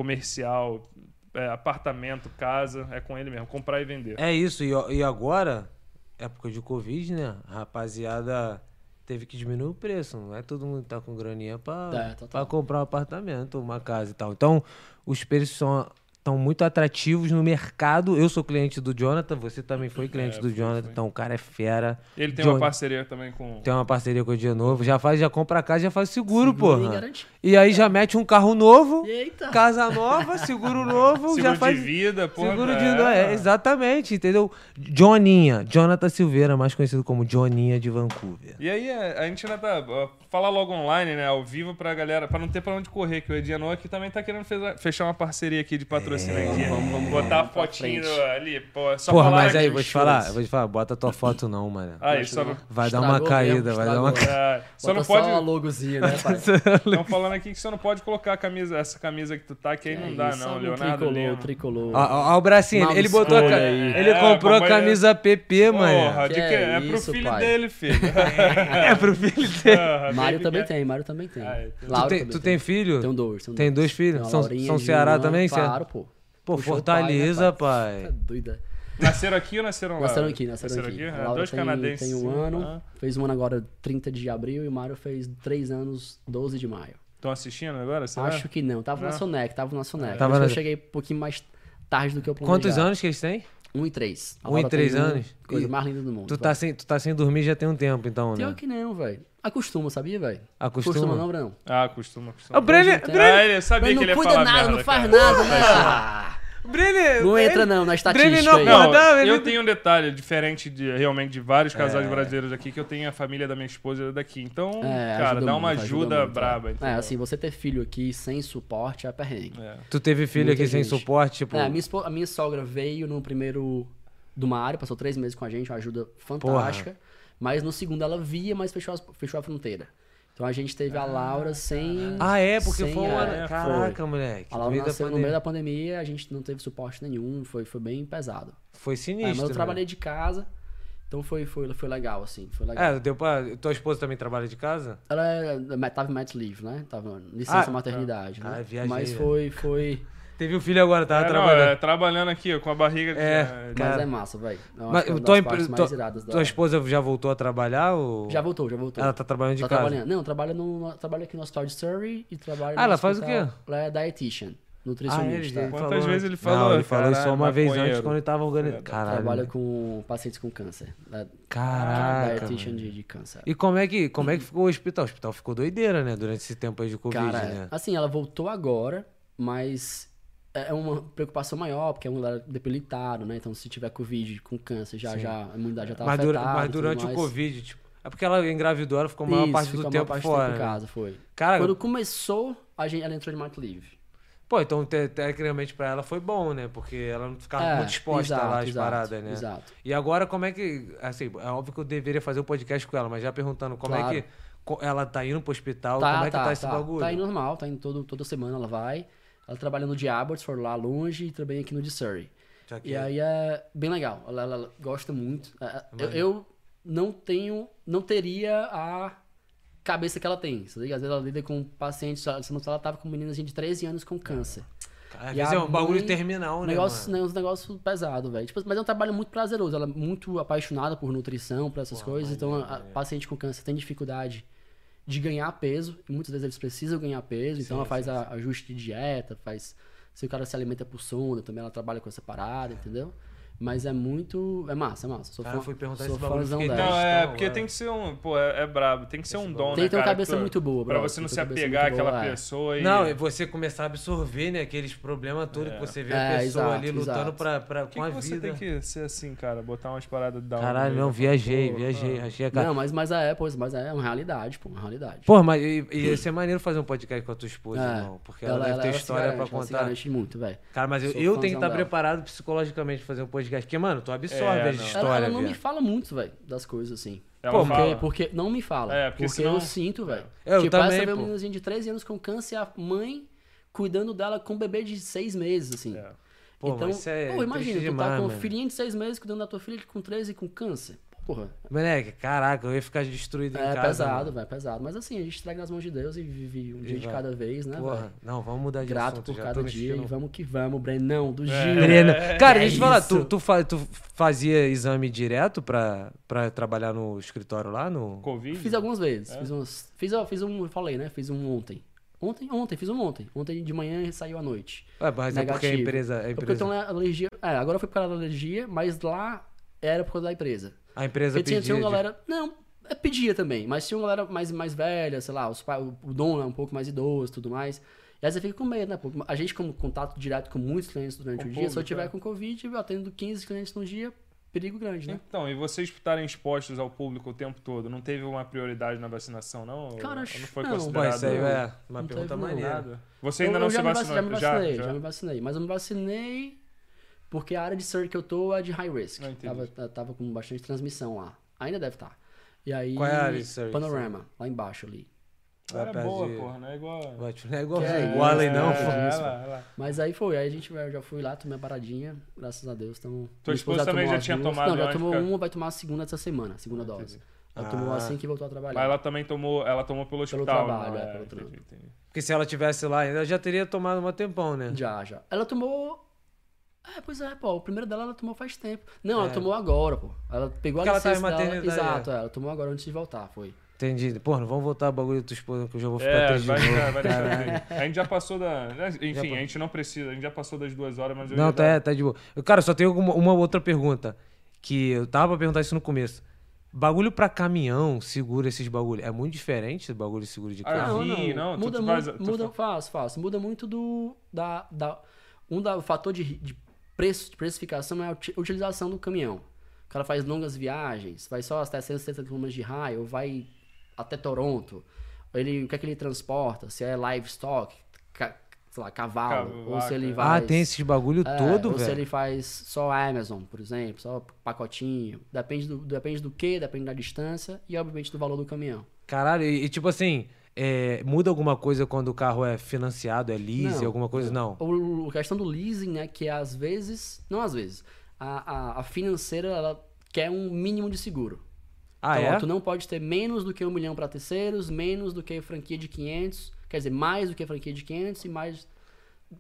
[SPEAKER 3] comercial, eh, apartamento, casa, é com ele mesmo. Comprar e vender.
[SPEAKER 1] É isso, e, ó- e agora, época de Covid, né? A rapaziada teve que diminuir o preço. Não é todo mundo que tá com graninha pra,
[SPEAKER 2] É, total.
[SPEAKER 1] pra comprar um apartamento, uma casa e tal. Então, os preços são. Estão muito atrativos no mercado. Eu sou cliente do Jonathan, você também foi cliente do Jonathan, então o cara é fera.
[SPEAKER 3] Ele tem
[SPEAKER 1] Johnny-
[SPEAKER 3] uma parceria também com.
[SPEAKER 1] Tem uma parceria com o Dia Novo. Já faz, já compra a casa, já faz seguro,
[SPEAKER 2] Seguro e
[SPEAKER 1] porra.
[SPEAKER 2] garantia.
[SPEAKER 1] E aí já mete um carro novo,
[SPEAKER 2] Eita!
[SPEAKER 1] casa nova, seguro novo,
[SPEAKER 3] Seguro
[SPEAKER 1] já faz.
[SPEAKER 3] de vida, pô.
[SPEAKER 1] Seguro de vida, é, exatamente, entendeu? Johninha, Jonathan Silveira, mais conhecido como Johninha de Vancouver.
[SPEAKER 3] E aí, é, a gente ainda tá. ó, Falar logo online, né? Ao vivo pra galera, pra não ter pra onde correr, que o Ediano aqui também tá querendo feza- fechar uma parceria aqui de patrocínio. aqui.
[SPEAKER 2] É. vamos, vamos,
[SPEAKER 3] Botar a
[SPEAKER 2] vamos pra
[SPEAKER 3] fotinho
[SPEAKER 2] frente.
[SPEAKER 3] ali, pô. é Só
[SPEAKER 1] Porra,
[SPEAKER 3] falar
[SPEAKER 1] mas aí,
[SPEAKER 3] aqui.
[SPEAKER 1] vou te falar, vou te falar, bota tua foto não, mano.
[SPEAKER 3] Aí, só, não-
[SPEAKER 1] Vai dar
[SPEAKER 2] Estragou
[SPEAKER 1] uma
[SPEAKER 2] mesmo,
[SPEAKER 1] caída, vai dar uma
[SPEAKER 2] estragou.
[SPEAKER 1] caída.
[SPEAKER 3] é, só
[SPEAKER 2] Bota
[SPEAKER 3] não pode.
[SPEAKER 2] Só a logozinha, né, pai?
[SPEAKER 3] Estão falando aqui que você não pode colocar a camisa, essa camisa que tu tá, que aí não dá,
[SPEAKER 2] É Isso,
[SPEAKER 3] não,
[SPEAKER 2] algum
[SPEAKER 3] Leonardo.
[SPEAKER 2] tricolor,
[SPEAKER 3] Lima.
[SPEAKER 2] tricolor.
[SPEAKER 1] Ó, ó, ó o bracinho,
[SPEAKER 2] Mal
[SPEAKER 1] ele botou a
[SPEAKER 2] escolha
[SPEAKER 1] ca-
[SPEAKER 2] aí.
[SPEAKER 1] Ele
[SPEAKER 3] É,
[SPEAKER 1] comprou a
[SPEAKER 3] companheiro.
[SPEAKER 1] camisa PP,
[SPEAKER 3] Porra,
[SPEAKER 1] mano.
[SPEAKER 3] de
[SPEAKER 2] Que
[SPEAKER 3] que é, pro
[SPEAKER 2] isso,
[SPEAKER 3] filho
[SPEAKER 2] pai.
[SPEAKER 3] dele, filho.
[SPEAKER 1] É pro filho dele.
[SPEAKER 3] Porra,
[SPEAKER 2] Mário
[SPEAKER 3] baby
[SPEAKER 2] também
[SPEAKER 3] cat.
[SPEAKER 2] tem, Mário também tem.
[SPEAKER 3] Ah, é, tem-
[SPEAKER 1] Tu
[SPEAKER 2] Lauro
[SPEAKER 1] tem,
[SPEAKER 2] também
[SPEAKER 1] tu tem filho?
[SPEAKER 2] Tem um dois. Tem,
[SPEAKER 1] Tem dois filhos?
[SPEAKER 2] Tem uma
[SPEAKER 1] São-
[SPEAKER 2] Laurinha
[SPEAKER 1] são
[SPEAKER 2] de
[SPEAKER 1] Ceará
[SPEAKER 2] uma-
[SPEAKER 1] também, Ceará?
[SPEAKER 2] Claro, pô.
[SPEAKER 1] Pô,
[SPEAKER 2] Puxou o
[SPEAKER 1] Fortaleza,
[SPEAKER 2] né,
[SPEAKER 1] pai.
[SPEAKER 2] Tá doida.
[SPEAKER 3] Nasceram aqui ou nasceram lá?
[SPEAKER 2] Nasceram aqui, nasceram, aqui.
[SPEAKER 3] aqui?
[SPEAKER 2] A
[SPEAKER 3] Ah,
[SPEAKER 2] Laura
[SPEAKER 3] dois
[SPEAKER 2] tem,
[SPEAKER 3] canadenses.
[SPEAKER 2] tem um ano,
[SPEAKER 3] Ah,
[SPEAKER 2] fez um ano agora 30 de abril e o Mário fez 3 anos 12 de maio.
[SPEAKER 3] Estão assistindo agora? será?
[SPEAKER 2] Acho que não, tava na
[SPEAKER 3] Não.
[SPEAKER 2] Sonec, tava na Sonec.
[SPEAKER 1] Tava
[SPEAKER 2] Tava
[SPEAKER 1] na-
[SPEAKER 2] Eu cheguei um pouquinho mais tarde do que eu planejava.
[SPEAKER 1] Quantos anos que eles têm?
[SPEAKER 2] 1 e 3.
[SPEAKER 1] Um e três anos?
[SPEAKER 2] Coisa
[SPEAKER 1] E-
[SPEAKER 2] mais linda do mundo.
[SPEAKER 1] Tu
[SPEAKER 2] vai.
[SPEAKER 1] tá, sem, tu tá sem dormir já tem um tempo, então,
[SPEAKER 2] Pior
[SPEAKER 1] né?
[SPEAKER 2] que não, velho. Acostuma, sabia, velho?
[SPEAKER 1] Acostuma?
[SPEAKER 2] Acostuma não, Brão.
[SPEAKER 3] Ah, costuma, costuma.
[SPEAKER 1] O Brenner,
[SPEAKER 2] Hoje
[SPEAKER 1] Brenner,
[SPEAKER 3] Ah, ele sabia
[SPEAKER 2] Mas
[SPEAKER 3] que
[SPEAKER 2] é não
[SPEAKER 3] ele ia
[SPEAKER 2] cuida
[SPEAKER 3] falar
[SPEAKER 2] nada,
[SPEAKER 3] merda,
[SPEAKER 2] não faz
[SPEAKER 3] cara.
[SPEAKER 2] nada, né? Ah,
[SPEAKER 1] Brenner,
[SPEAKER 2] Não entra
[SPEAKER 1] Brenner-
[SPEAKER 2] não na estatística
[SPEAKER 1] Brenner não
[SPEAKER 2] aí.
[SPEAKER 1] acorda.
[SPEAKER 3] Não,
[SPEAKER 1] Acordava, ele-
[SPEAKER 3] eu tenho um detalhe diferente de realmente de vários casais brasileiros aqui, que eu tenho a família da minha esposa daqui. Então,
[SPEAKER 2] É,
[SPEAKER 3] cara, dá uma
[SPEAKER 2] muito,
[SPEAKER 3] ajuda,
[SPEAKER 2] muito,
[SPEAKER 3] braba.
[SPEAKER 2] É,
[SPEAKER 3] entendeu?
[SPEAKER 2] É, assim, você ter filho aqui sem suporte é perrengue.
[SPEAKER 3] É.
[SPEAKER 1] Tu teve filho
[SPEAKER 2] Muita
[SPEAKER 1] aqui sem
[SPEAKER 2] gente.
[SPEAKER 1] suporte, tipo.
[SPEAKER 2] É, a, minha espo- a minha sogra veio no primeiro do Mário, passou três meses com a gente, uma ajuda fantástica. Mas no segundo ela via, mas fechou, as- fechou a fronteira. Então a gente teve
[SPEAKER 3] Ah,
[SPEAKER 2] a Laura sem.
[SPEAKER 1] Ah, é, porque
[SPEAKER 2] sem
[SPEAKER 1] foi um
[SPEAKER 2] a-
[SPEAKER 1] ano.
[SPEAKER 3] é,
[SPEAKER 1] Caraca, moleque.
[SPEAKER 2] A
[SPEAKER 1] No
[SPEAKER 2] Laura
[SPEAKER 1] meio da
[SPEAKER 2] nasceu no
[SPEAKER 1] pandemia.
[SPEAKER 2] meio da pandemia, a gente não teve suporte nenhum, foi, foi bem pesado.
[SPEAKER 1] Foi
[SPEAKER 2] É,
[SPEAKER 1] sinistro.
[SPEAKER 2] mas eu
[SPEAKER 1] né?
[SPEAKER 2] trabalhei de casa, então foi, foi, foi legal, assim, foi legal.
[SPEAKER 1] É, deu pra. Tua esposa também trabalha de casa?
[SPEAKER 2] Ela era- tava em mat leave, né? Tava em licença
[SPEAKER 1] Ah,
[SPEAKER 2] maternidade, né?
[SPEAKER 1] Ah, viajei,
[SPEAKER 2] Mas
[SPEAKER 1] né?
[SPEAKER 2] foi, foi...
[SPEAKER 1] Teve um filho agora, tava
[SPEAKER 3] É, não,
[SPEAKER 1] trabalhando.
[SPEAKER 3] é, trabalhando aqui, ó, com a barriga. de-
[SPEAKER 1] É.
[SPEAKER 3] de-
[SPEAKER 1] Cara.
[SPEAKER 2] Mas tá é massa, velho. Eu acho
[SPEAKER 1] Mas
[SPEAKER 2] que é uma
[SPEAKER 1] tua,
[SPEAKER 2] das
[SPEAKER 1] empre-
[SPEAKER 2] partes
[SPEAKER 1] tua-
[SPEAKER 2] mais iradas da...
[SPEAKER 1] tua esposa já voltou a trabalhar? Ou...
[SPEAKER 2] Já voltou, já voltou.
[SPEAKER 1] Ela tá trabalhando de
[SPEAKER 2] Tá
[SPEAKER 1] casa.
[SPEAKER 2] trabalhando. Não, trabalha, no, trabalha aqui no hospital de Surrey e trabalha
[SPEAKER 1] Ah,
[SPEAKER 2] no
[SPEAKER 1] ela faz o
[SPEAKER 2] hospital-
[SPEAKER 1] quê?
[SPEAKER 2] Ela é dietitian, nutricionista.
[SPEAKER 1] Ah, é, ele
[SPEAKER 3] Quantas
[SPEAKER 1] falou-
[SPEAKER 3] vezes ele
[SPEAKER 1] Não,
[SPEAKER 3] falou,
[SPEAKER 1] ele falou isso só
[SPEAKER 3] caralho,
[SPEAKER 1] uma vez
[SPEAKER 3] maconheiro.
[SPEAKER 1] antes quando ele tava organizando.
[SPEAKER 2] Trabalha
[SPEAKER 1] Caralho.
[SPEAKER 2] com pacientes com câncer. Ela- é
[SPEAKER 1] Caraca,
[SPEAKER 2] Dietitian
[SPEAKER 1] mano.
[SPEAKER 2] de, de câncer.
[SPEAKER 1] E como é, que, como é que ficou o hospital? O hospital ficou doideira, né? Durante esse tempo aí de Covid,
[SPEAKER 2] Cara,
[SPEAKER 1] né?
[SPEAKER 2] assim, ela voltou agora, mas é uma preocupação maior, porque é um lugar debilitado, né? Então, se tiver Covid com câncer, já, já a imunidade já tá
[SPEAKER 1] mas, dura-
[SPEAKER 2] afetada.
[SPEAKER 1] mas
[SPEAKER 2] e tudo
[SPEAKER 1] durante o
[SPEAKER 2] mais.
[SPEAKER 1] Covid, tipo. É porque ela engravidou, ela ficou a maior
[SPEAKER 2] Isso,
[SPEAKER 1] parte
[SPEAKER 2] ficou
[SPEAKER 1] do
[SPEAKER 2] a maior
[SPEAKER 1] tempo
[SPEAKER 2] parte do
[SPEAKER 1] fora.
[SPEAKER 2] em
[SPEAKER 1] né?
[SPEAKER 2] casa, foi.
[SPEAKER 1] Cara,
[SPEAKER 2] Quando começou, a gente, ela entrou de mat leave.
[SPEAKER 1] Pô, então te- tecnicamente pra ela foi bom, né? Porque ela não ficava muito exposta lá às
[SPEAKER 2] É, exato,
[SPEAKER 1] paradas, né?
[SPEAKER 2] Exato.
[SPEAKER 1] E agora como é que, assim, é óbvio que eu deveria fazer o podcast com ela, mas já perguntando como
[SPEAKER 2] Claro.
[SPEAKER 1] é que co- ela tá indo pro hospital,
[SPEAKER 2] tá,
[SPEAKER 1] como é que
[SPEAKER 2] tá,
[SPEAKER 1] tá, esse
[SPEAKER 2] tá.
[SPEAKER 1] bagulho?
[SPEAKER 2] Tá indo normal, tá indo todo, toda semana ela vai. Ela trabalha no de Abbotsford lá longe e também aqui no de Surrey.
[SPEAKER 1] Isso Tá aqui.
[SPEAKER 2] E aí é bem legal. Ela, ela- ela gosta muito. É, é, Eu, eu não tenho, não teria a cabeça que ela tem. Sabe? Às vezes ela lida com pacientes, ela ela tava com meninas de 13 anos com câncer.
[SPEAKER 1] Cara, Às
[SPEAKER 2] e a
[SPEAKER 1] vezes é um bagulho
[SPEAKER 2] mãe-
[SPEAKER 1] terminal,
[SPEAKER 2] Um
[SPEAKER 1] né,
[SPEAKER 2] negócio,
[SPEAKER 1] mano?
[SPEAKER 2] né, uns negócios pesados, velho. Tipo, mas é um trabalho muito prazeroso. Ela é muito apaixonada por nutrição, por essas coisas. então, a- a paciente com câncer tem dificuldade de ganhar peso. E muitas vezes eles precisam ganhar peso. Então, ela faz a- ajuste de dieta, faz... Se o cara se alimenta por sonda, também ela trabalha com essa parada, entendeu? Mas é muito. É massa, é massa. Sou
[SPEAKER 1] Cara, eu
[SPEAKER 2] fui
[SPEAKER 1] fui perguntar
[SPEAKER 2] sou
[SPEAKER 1] esse bagulho,
[SPEAKER 2] fãzão
[SPEAKER 1] fiquei-
[SPEAKER 2] dela.
[SPEAKER 3] Não,
[SPEAKER 1] Então,
[SPEAKER 3] é,
[SPEAKER 1] é.
[SPEAKER 3] porque tem que ser um. Pô, é, é brabo. Tem que ser um dom,
[SPEAKER 2] Tem
[SPEAKER 3] né,
[SPEAKER 2] que ter uma
[SPEAKER 3] cara,
[SPEAKER 2] cabeça
[SPEAKER 3] tu-
[SPEAKER 2] muito boa,
[SPEAKER 3] Pra
[SPEAKER 2] brother,
[SPEAKER 3] você
[SPEAKER 2] tem
[SPEAKER 3] não
[SPEAKER 2] que
[SPEAKER 3] se
[SPEAKER 2] ter uma cabeça
[SPEAKER 3] apegar
[SPEAKER 2] muito
[SPEAKER 3] àquela
[SPEAKER 2] boa, é.
[SPEAKER 3] pessoa e.
[SPEAKER 1] Não, e você começar a absorver, né, aqueles problemas todos que você vê a
[SPEAKER 2] É,
[SPEAKER 1] pessoa
[SPEAKER 2] exato,
[SPEAKER 1] ali lutando
[SPEAKER 2] exato.
[SPEAKER 1] pra, pra,
[SPEAKER 3] Por
[SPEAKER 1] com a
[SPEAKER 3] que, que você
[SPEAKER 1] vida.
[SPEAKER 3] tem que ser assim, cara? Botar umas paradas da
[SPEAKER 1] Caralho, não, viajei, viajei, rachei a cara.
[SPEAKER 2] Não, mas, mas é, pois, mas é uma realidade, pô, uma realidade.
[SPEAKER 1] Pô, mas e- e ia ser maneiro fazer um podcast com a tua esposa,
[SPEAKER 2] É.
[SPEAKER 1] irmão. Porque ela, deve ter
[SPEAKER 2] se
[SPEAKER 1] história
[SPEAKER 2] garante,
[SPEAKER 1] pra
[SPEAKER 2] ela é se
[SPEAKER 1] contar.
[SPEAKER 2] garante muito, velho.
[SPEAKER 1] Cara, mas eu,
[SPEAKER 2] Sou
[SPEAKER 1] eu tenho que
[SPEAKER 2] fãzão
[SPEAKER 1] estar
[SPEAKER 2] dela.
[SPEAKER 1] preparado psicologicamente pra fazer um podcast. Porque, mano, tu absorve
[SPEAKER 3] É,
[SPEAKER 1] as
[SPEAKER 3] não.
[SPEAKER 2] Ela,
[SPEAKER 1] histórias,
[SPEAKER 2] ela não me
[SPEAKER 1] viado.
[SPEAKER 2] fala muito, velho, das coisas assim.
[SPEAKER 3] Ela
[SPEAKER 1] Pô,
[SPEAKER 2] Porque,
[SPEAKER 3] É fala.
[SPEAKER 2] porque não me fala.
[SPEAKER 3] É, porque senão-
[SPEAKER 2] eu sinto, velho.
[SPEAKER 1] Eu
[SPEAKER 2] tipo,
[SPEAKER 1] também,
[SPEAKER 2] essa é
[SPEAKER 1] pô.
[SPEAKER 2] uma meninazinha de 13 anos com câncer, a mãe cuidando dela com um bebê de 6 meses, assim.
[SPEAKER 3] É.
[SPEAKER 1] Pô, mas isso é
[SPEAKER 2] pô, imagina,
[SPEAKER 1] triste
[SPEAKER 2] tu tá
[SPEAKER 1] demais,
[SPEAKER 2] com um
[SPEAKER 1] mano.
[SPEAKER 2] filhinho de 6 meses cuidando da tua filha com 13 com câncer. Porra.
[SPEAKER 1] Moleque, caraca, eu ia ficar destruído em
[SPEAKER 2] É
[SPEAKER 1] casa.
[SPEAKER 2] pesado,
[SPEAKER 1] mano.
[SPEAKER 2] velho, é pesado. Mas assim, a gente entrega nas mãos de Deus e vive um dia de
[SPEAKER 1] vai.
[SPEAKER 2] cada vez, né,
[SPEAKER 1] Porra,
[SPEAKER 2] velho?
[SPEAKER 1] não, vamos mudar de
[SPEAKER 2] Grato
[SPEAKER 1] assunto.
[SPEAKER 2] por
[SPEAKER 1] já
[SPEAKER 2] cada
[SPEAKER 1] tô
[SPEAKER 2] dia
[SPEAKER 1] mexendo.
[SPEAKER 2] e vamos que vamos, Brenão,
[SPEAKER 3] É.
[SPEAKER 2] do Gil.
[SPEAKER 1] Breno. Cara, deixa eu te
[SPEAKER 2] É
[SPEAKER 1] falar, tu,
[SPEAKER 2] isso.
[SPEAKER 1] tu, fa- tu fazia exame direto pra, pra trabalhar no escritório lá? No...
[SPEAKER 3] Covid?
[SPEAKER 2] Fiz algumas
[SPEAKER 3] É.
[SPEAKER 2] vezes. Fiz, uns, fiz, ó, fiz um, eu falei, né? Fiz um ontem. Ontem, ontem, fiz um ontem. Ontem de manhã e saiu à noite.
[SPEAKER 1] É, mas é porque a
[SPEAKER 2] Negativo.
[SPEAKER 1] empresa. A
[SPEAKER 2] É porque eu
[SPEAKER 1] empresa,
[SPEAKER 2] tenho uma alergia. É, agora foi por causa da alergia, mas lá era por causa da empresa.
[SPEAKER 1] a empresa
[SPEAKER 2] Porque tinha,
[SPEAKER 1] pedia.
[SPEAKER 2] tinha uma
[SPEAKER 1] de-
[SPEAKER 2] galera. Não, é, pedia também, mas tinha uma galera mais, mais velha, sei lá, os pa- o dono é um pouco mais idoso e tudo mais. E aí você fica com medo, né? pô? A gente, como contato direto com muitos clientes durante
[SPEAKER 3] Com
[SPEAKER 2] o,
[SPEAKER 3] o
[SPEAKER 2] dia, se eu
[SPEAKER 3] público,
[SPEAKER 1] né?
[SPEAKER 2] tiver
[SPEAKER 3] é.
[SPEAKER 2] com Covid, eu atendo 15 clientes num dia, perigo grande, né?
[SPEAKER 3] Então, e vocês estarem expostos ao público o tempo todo, não teve uma prioridade na vacinação, não?
[SPEAKER 2] Cara,
[SPEAKER 3] Ou
[SPEAKER 2] acho-
[SPEAKER 3] não foi
[SPEAKER 2] não.
[SPEAKER 1] Pô,
[SPEAKER 3] considerado
[SPEAKER 1] isso aí é uma
[SPEAKER 2] né? Não teve
[SPEAKER 1] pergunta
[SPEAKER 2] não.
[SPEAKER 1] maneira.
[SPEAKER 3] nada? Você ainda
[SPEAKER 2] Eu-
[SPEAKER 3] não
[SPEAKER 2] eu
[SPEAKER 3] se
[SPEAKER 2] já me vac-
[SPEAKER 3] vacinou?
[SPEAKER 2] Já me vacinei, já, me vacinei. Mas eu me vacinei porque a área de surf que eu tô é de high risk.
[SPEAKER 3] Ah, entendi.
[SPEAKER 2] Tava, tá- tava com bastante transmissão lá. Ainda deve estar. E aí.
[SPEAKER 1] Qual é a área de surf?
[SPEAKER 2] Panorama, lá embaixo ali.
[SPEAKER 1] Vai
[SPEAKER 3] Era
[SPEAKER 1] pra
[SPEAKER 3] boa,
[SPEAKER 1] de-
[SPEAKER 3] porra, não
[SPEAKER 2] né?
[SPEAKER 3] é igual...
[SPEAKER 1] Bate, Não é igual,
[SPEAKER 2] Que
[SPEAKER 1] é,
[SPEAKER 2] é
[SPEAKER 1] igual
[SPEAKER 2] isso,
[SPEAKER 1] aí, não.
[SPEAKER 2] é.
[SPEAKER 1] pô.
[SPEAKER 2] isso.
[SPEAKER 3] ela, ela.
[SPEAKER 2] Mas aí foi, aí a gente eu já fui lá, tomei a paradinha, graças a Deus. Tamo...
[SPEAKER 3] Tua
[SPEAKER 2] minha
[SPEAKER 3] esposa
[SPEAKER 2] tomou
[SPEAKER 3] também já
[SPEAKER 2] as
[SPEAKER 3] tinha
[SPEAKER 2] duas.
[SPEAKER 3] tomado
[SPEAKER 2] Não, já
[SPEAKER 3] antes,
[SPEAKER 2] tomou
[SPEAKER 3] cara?
[SPEAKER 2] uma, vai tomar a segunda essa semana, a segunda
[SPEAKER 3] Ah, entendi.
[SPEAKER 2] dose. Ela tomou
[SPEAKER 1] Ah.
[SPEAKER 2] assim que voltou a
[SPEAKER 3] Mas
[SPEAKER 2] trabalhar.
[SPEAKER 3] ela também tomou, ela tomou pelo hospital.
[SPEAKER 2] trabalho,
[SPEAKER 3] não
[SPEAKER 2] é, pelo
[SPEAKER 3] entendi,
[SPEAKER 2] trabalho.
[SPEAKER 3] entendi.
[SPEAKER 1] Porque se ela tivesse lá, ainda já teria tomado um tempão, né?
[SPEAKER 2] Já, já. Ela tomou. É, pois é, pô. O primeiro dela ela tomou faz tempo. Não,
[SPEAKER 1] É.
[SPEAKER 2] ela tomou agora, pô. Ela pegou
[SPEAKER 1] Porque
[SPEAKER 2] a
[SPEAKER 1] ela tá em
[SPEAKER 2] licença dela.
[SPEAKER 1] maternidade,
[SPEAKER 2] Exato, é, ela tomou agora antes de voltar, foi.
[SPEAKER 1] Entendi. Pô, não vamos voltar o bagulho da tua esposa, que eu já vou ficar
[SPEAKER 3] É,
[SPEAKER 1] triste de
[SPEAKER 3] vai
[SPEAKER 1] novo.
[SPEAKER 3] deixar, vai deixar. A gente já passou da. né,
[SPEAKER 1] Já
[SPEAKER 3] Enfim,
[SPEAKER 1] pa-
[SPEAKER 3] a gente não precisa, a gente já passou das duas horas, mas eu
[SPEAKER 1] Não,
[SPEAKER 3] ia
[SPEAKER 1] tá,
[SPEAKER 3] dar-
[SPEAKER 1] é, tá de boa. Eu, Cara, só tem uma, uma outra pergunta. Que eu tava pra perguntar isso no começo. Bagulho pra caminhão, seguro esses bagulho. É muito diferente do bagulho de seguro de
[SPEAKER 3] Ah,
[SPEAKER 1] carro.
[SPEAKER 3] vi, não, tu-
[SPEAKER 2] muda
[SPEAKER 3] tu
[SPEAKER 2] é muito.
[SPEAKER 3] faz- tu
[SPEAKER 2] muda,
[SPEAKER 3] fa-
[SPEAKER 2] faz, faz. Muda muito do. Da, da, um da, o fator de, de preço, de precificação é a uti- utilização do caminhão. O cara faz longas viagens, vai só até 170 km de raio, ou vai até Toronto. Ele, o que é que ele transporta? Se é livestock, ca- sei lá, cavalo.
[SPEAKER 3] Cavalo,
[SPEAKER 2] ou se ele
[SPEAKER 3] vaca.
[SPEAKER 1] Ah,
[SPEAKER 2] vai.
[SPEAKER 1] tem esses bagulho
[SPEAKER 2] É,
[SPEAKER 1] todo,
[SPEAKER 2] ou se
[SPEAKER 1] velho.
[SPEAKER 2] ele faz só Amazon, por exemplo, só pacotinho. Depende do, depende do que, depende da distância e, obviamente, do valor do caminhão.
[SPEAKER 1] Caralho, e, e tipo assim, é, muda alguma coisa quando o carro é financiado, é lease,
[SPEAKER 2] Não,
[SPEAKER 1] alguma coisa? Não.
[SPEAKER 2] Ou a questão do leasing, né? Que às vezes, não às vezes, a, a, a financeira ela quer um mínimo de seguro.
[SPEAKER 1] Ah,
[SPEAKER 2] então, ó,
[SPEAKER 1] é?
[SPEAKER 2] tu não pode ter menos do que um milhão para terceiros, menos do que franquia de 500, quer dizer, mais do que franquia de 500 e mais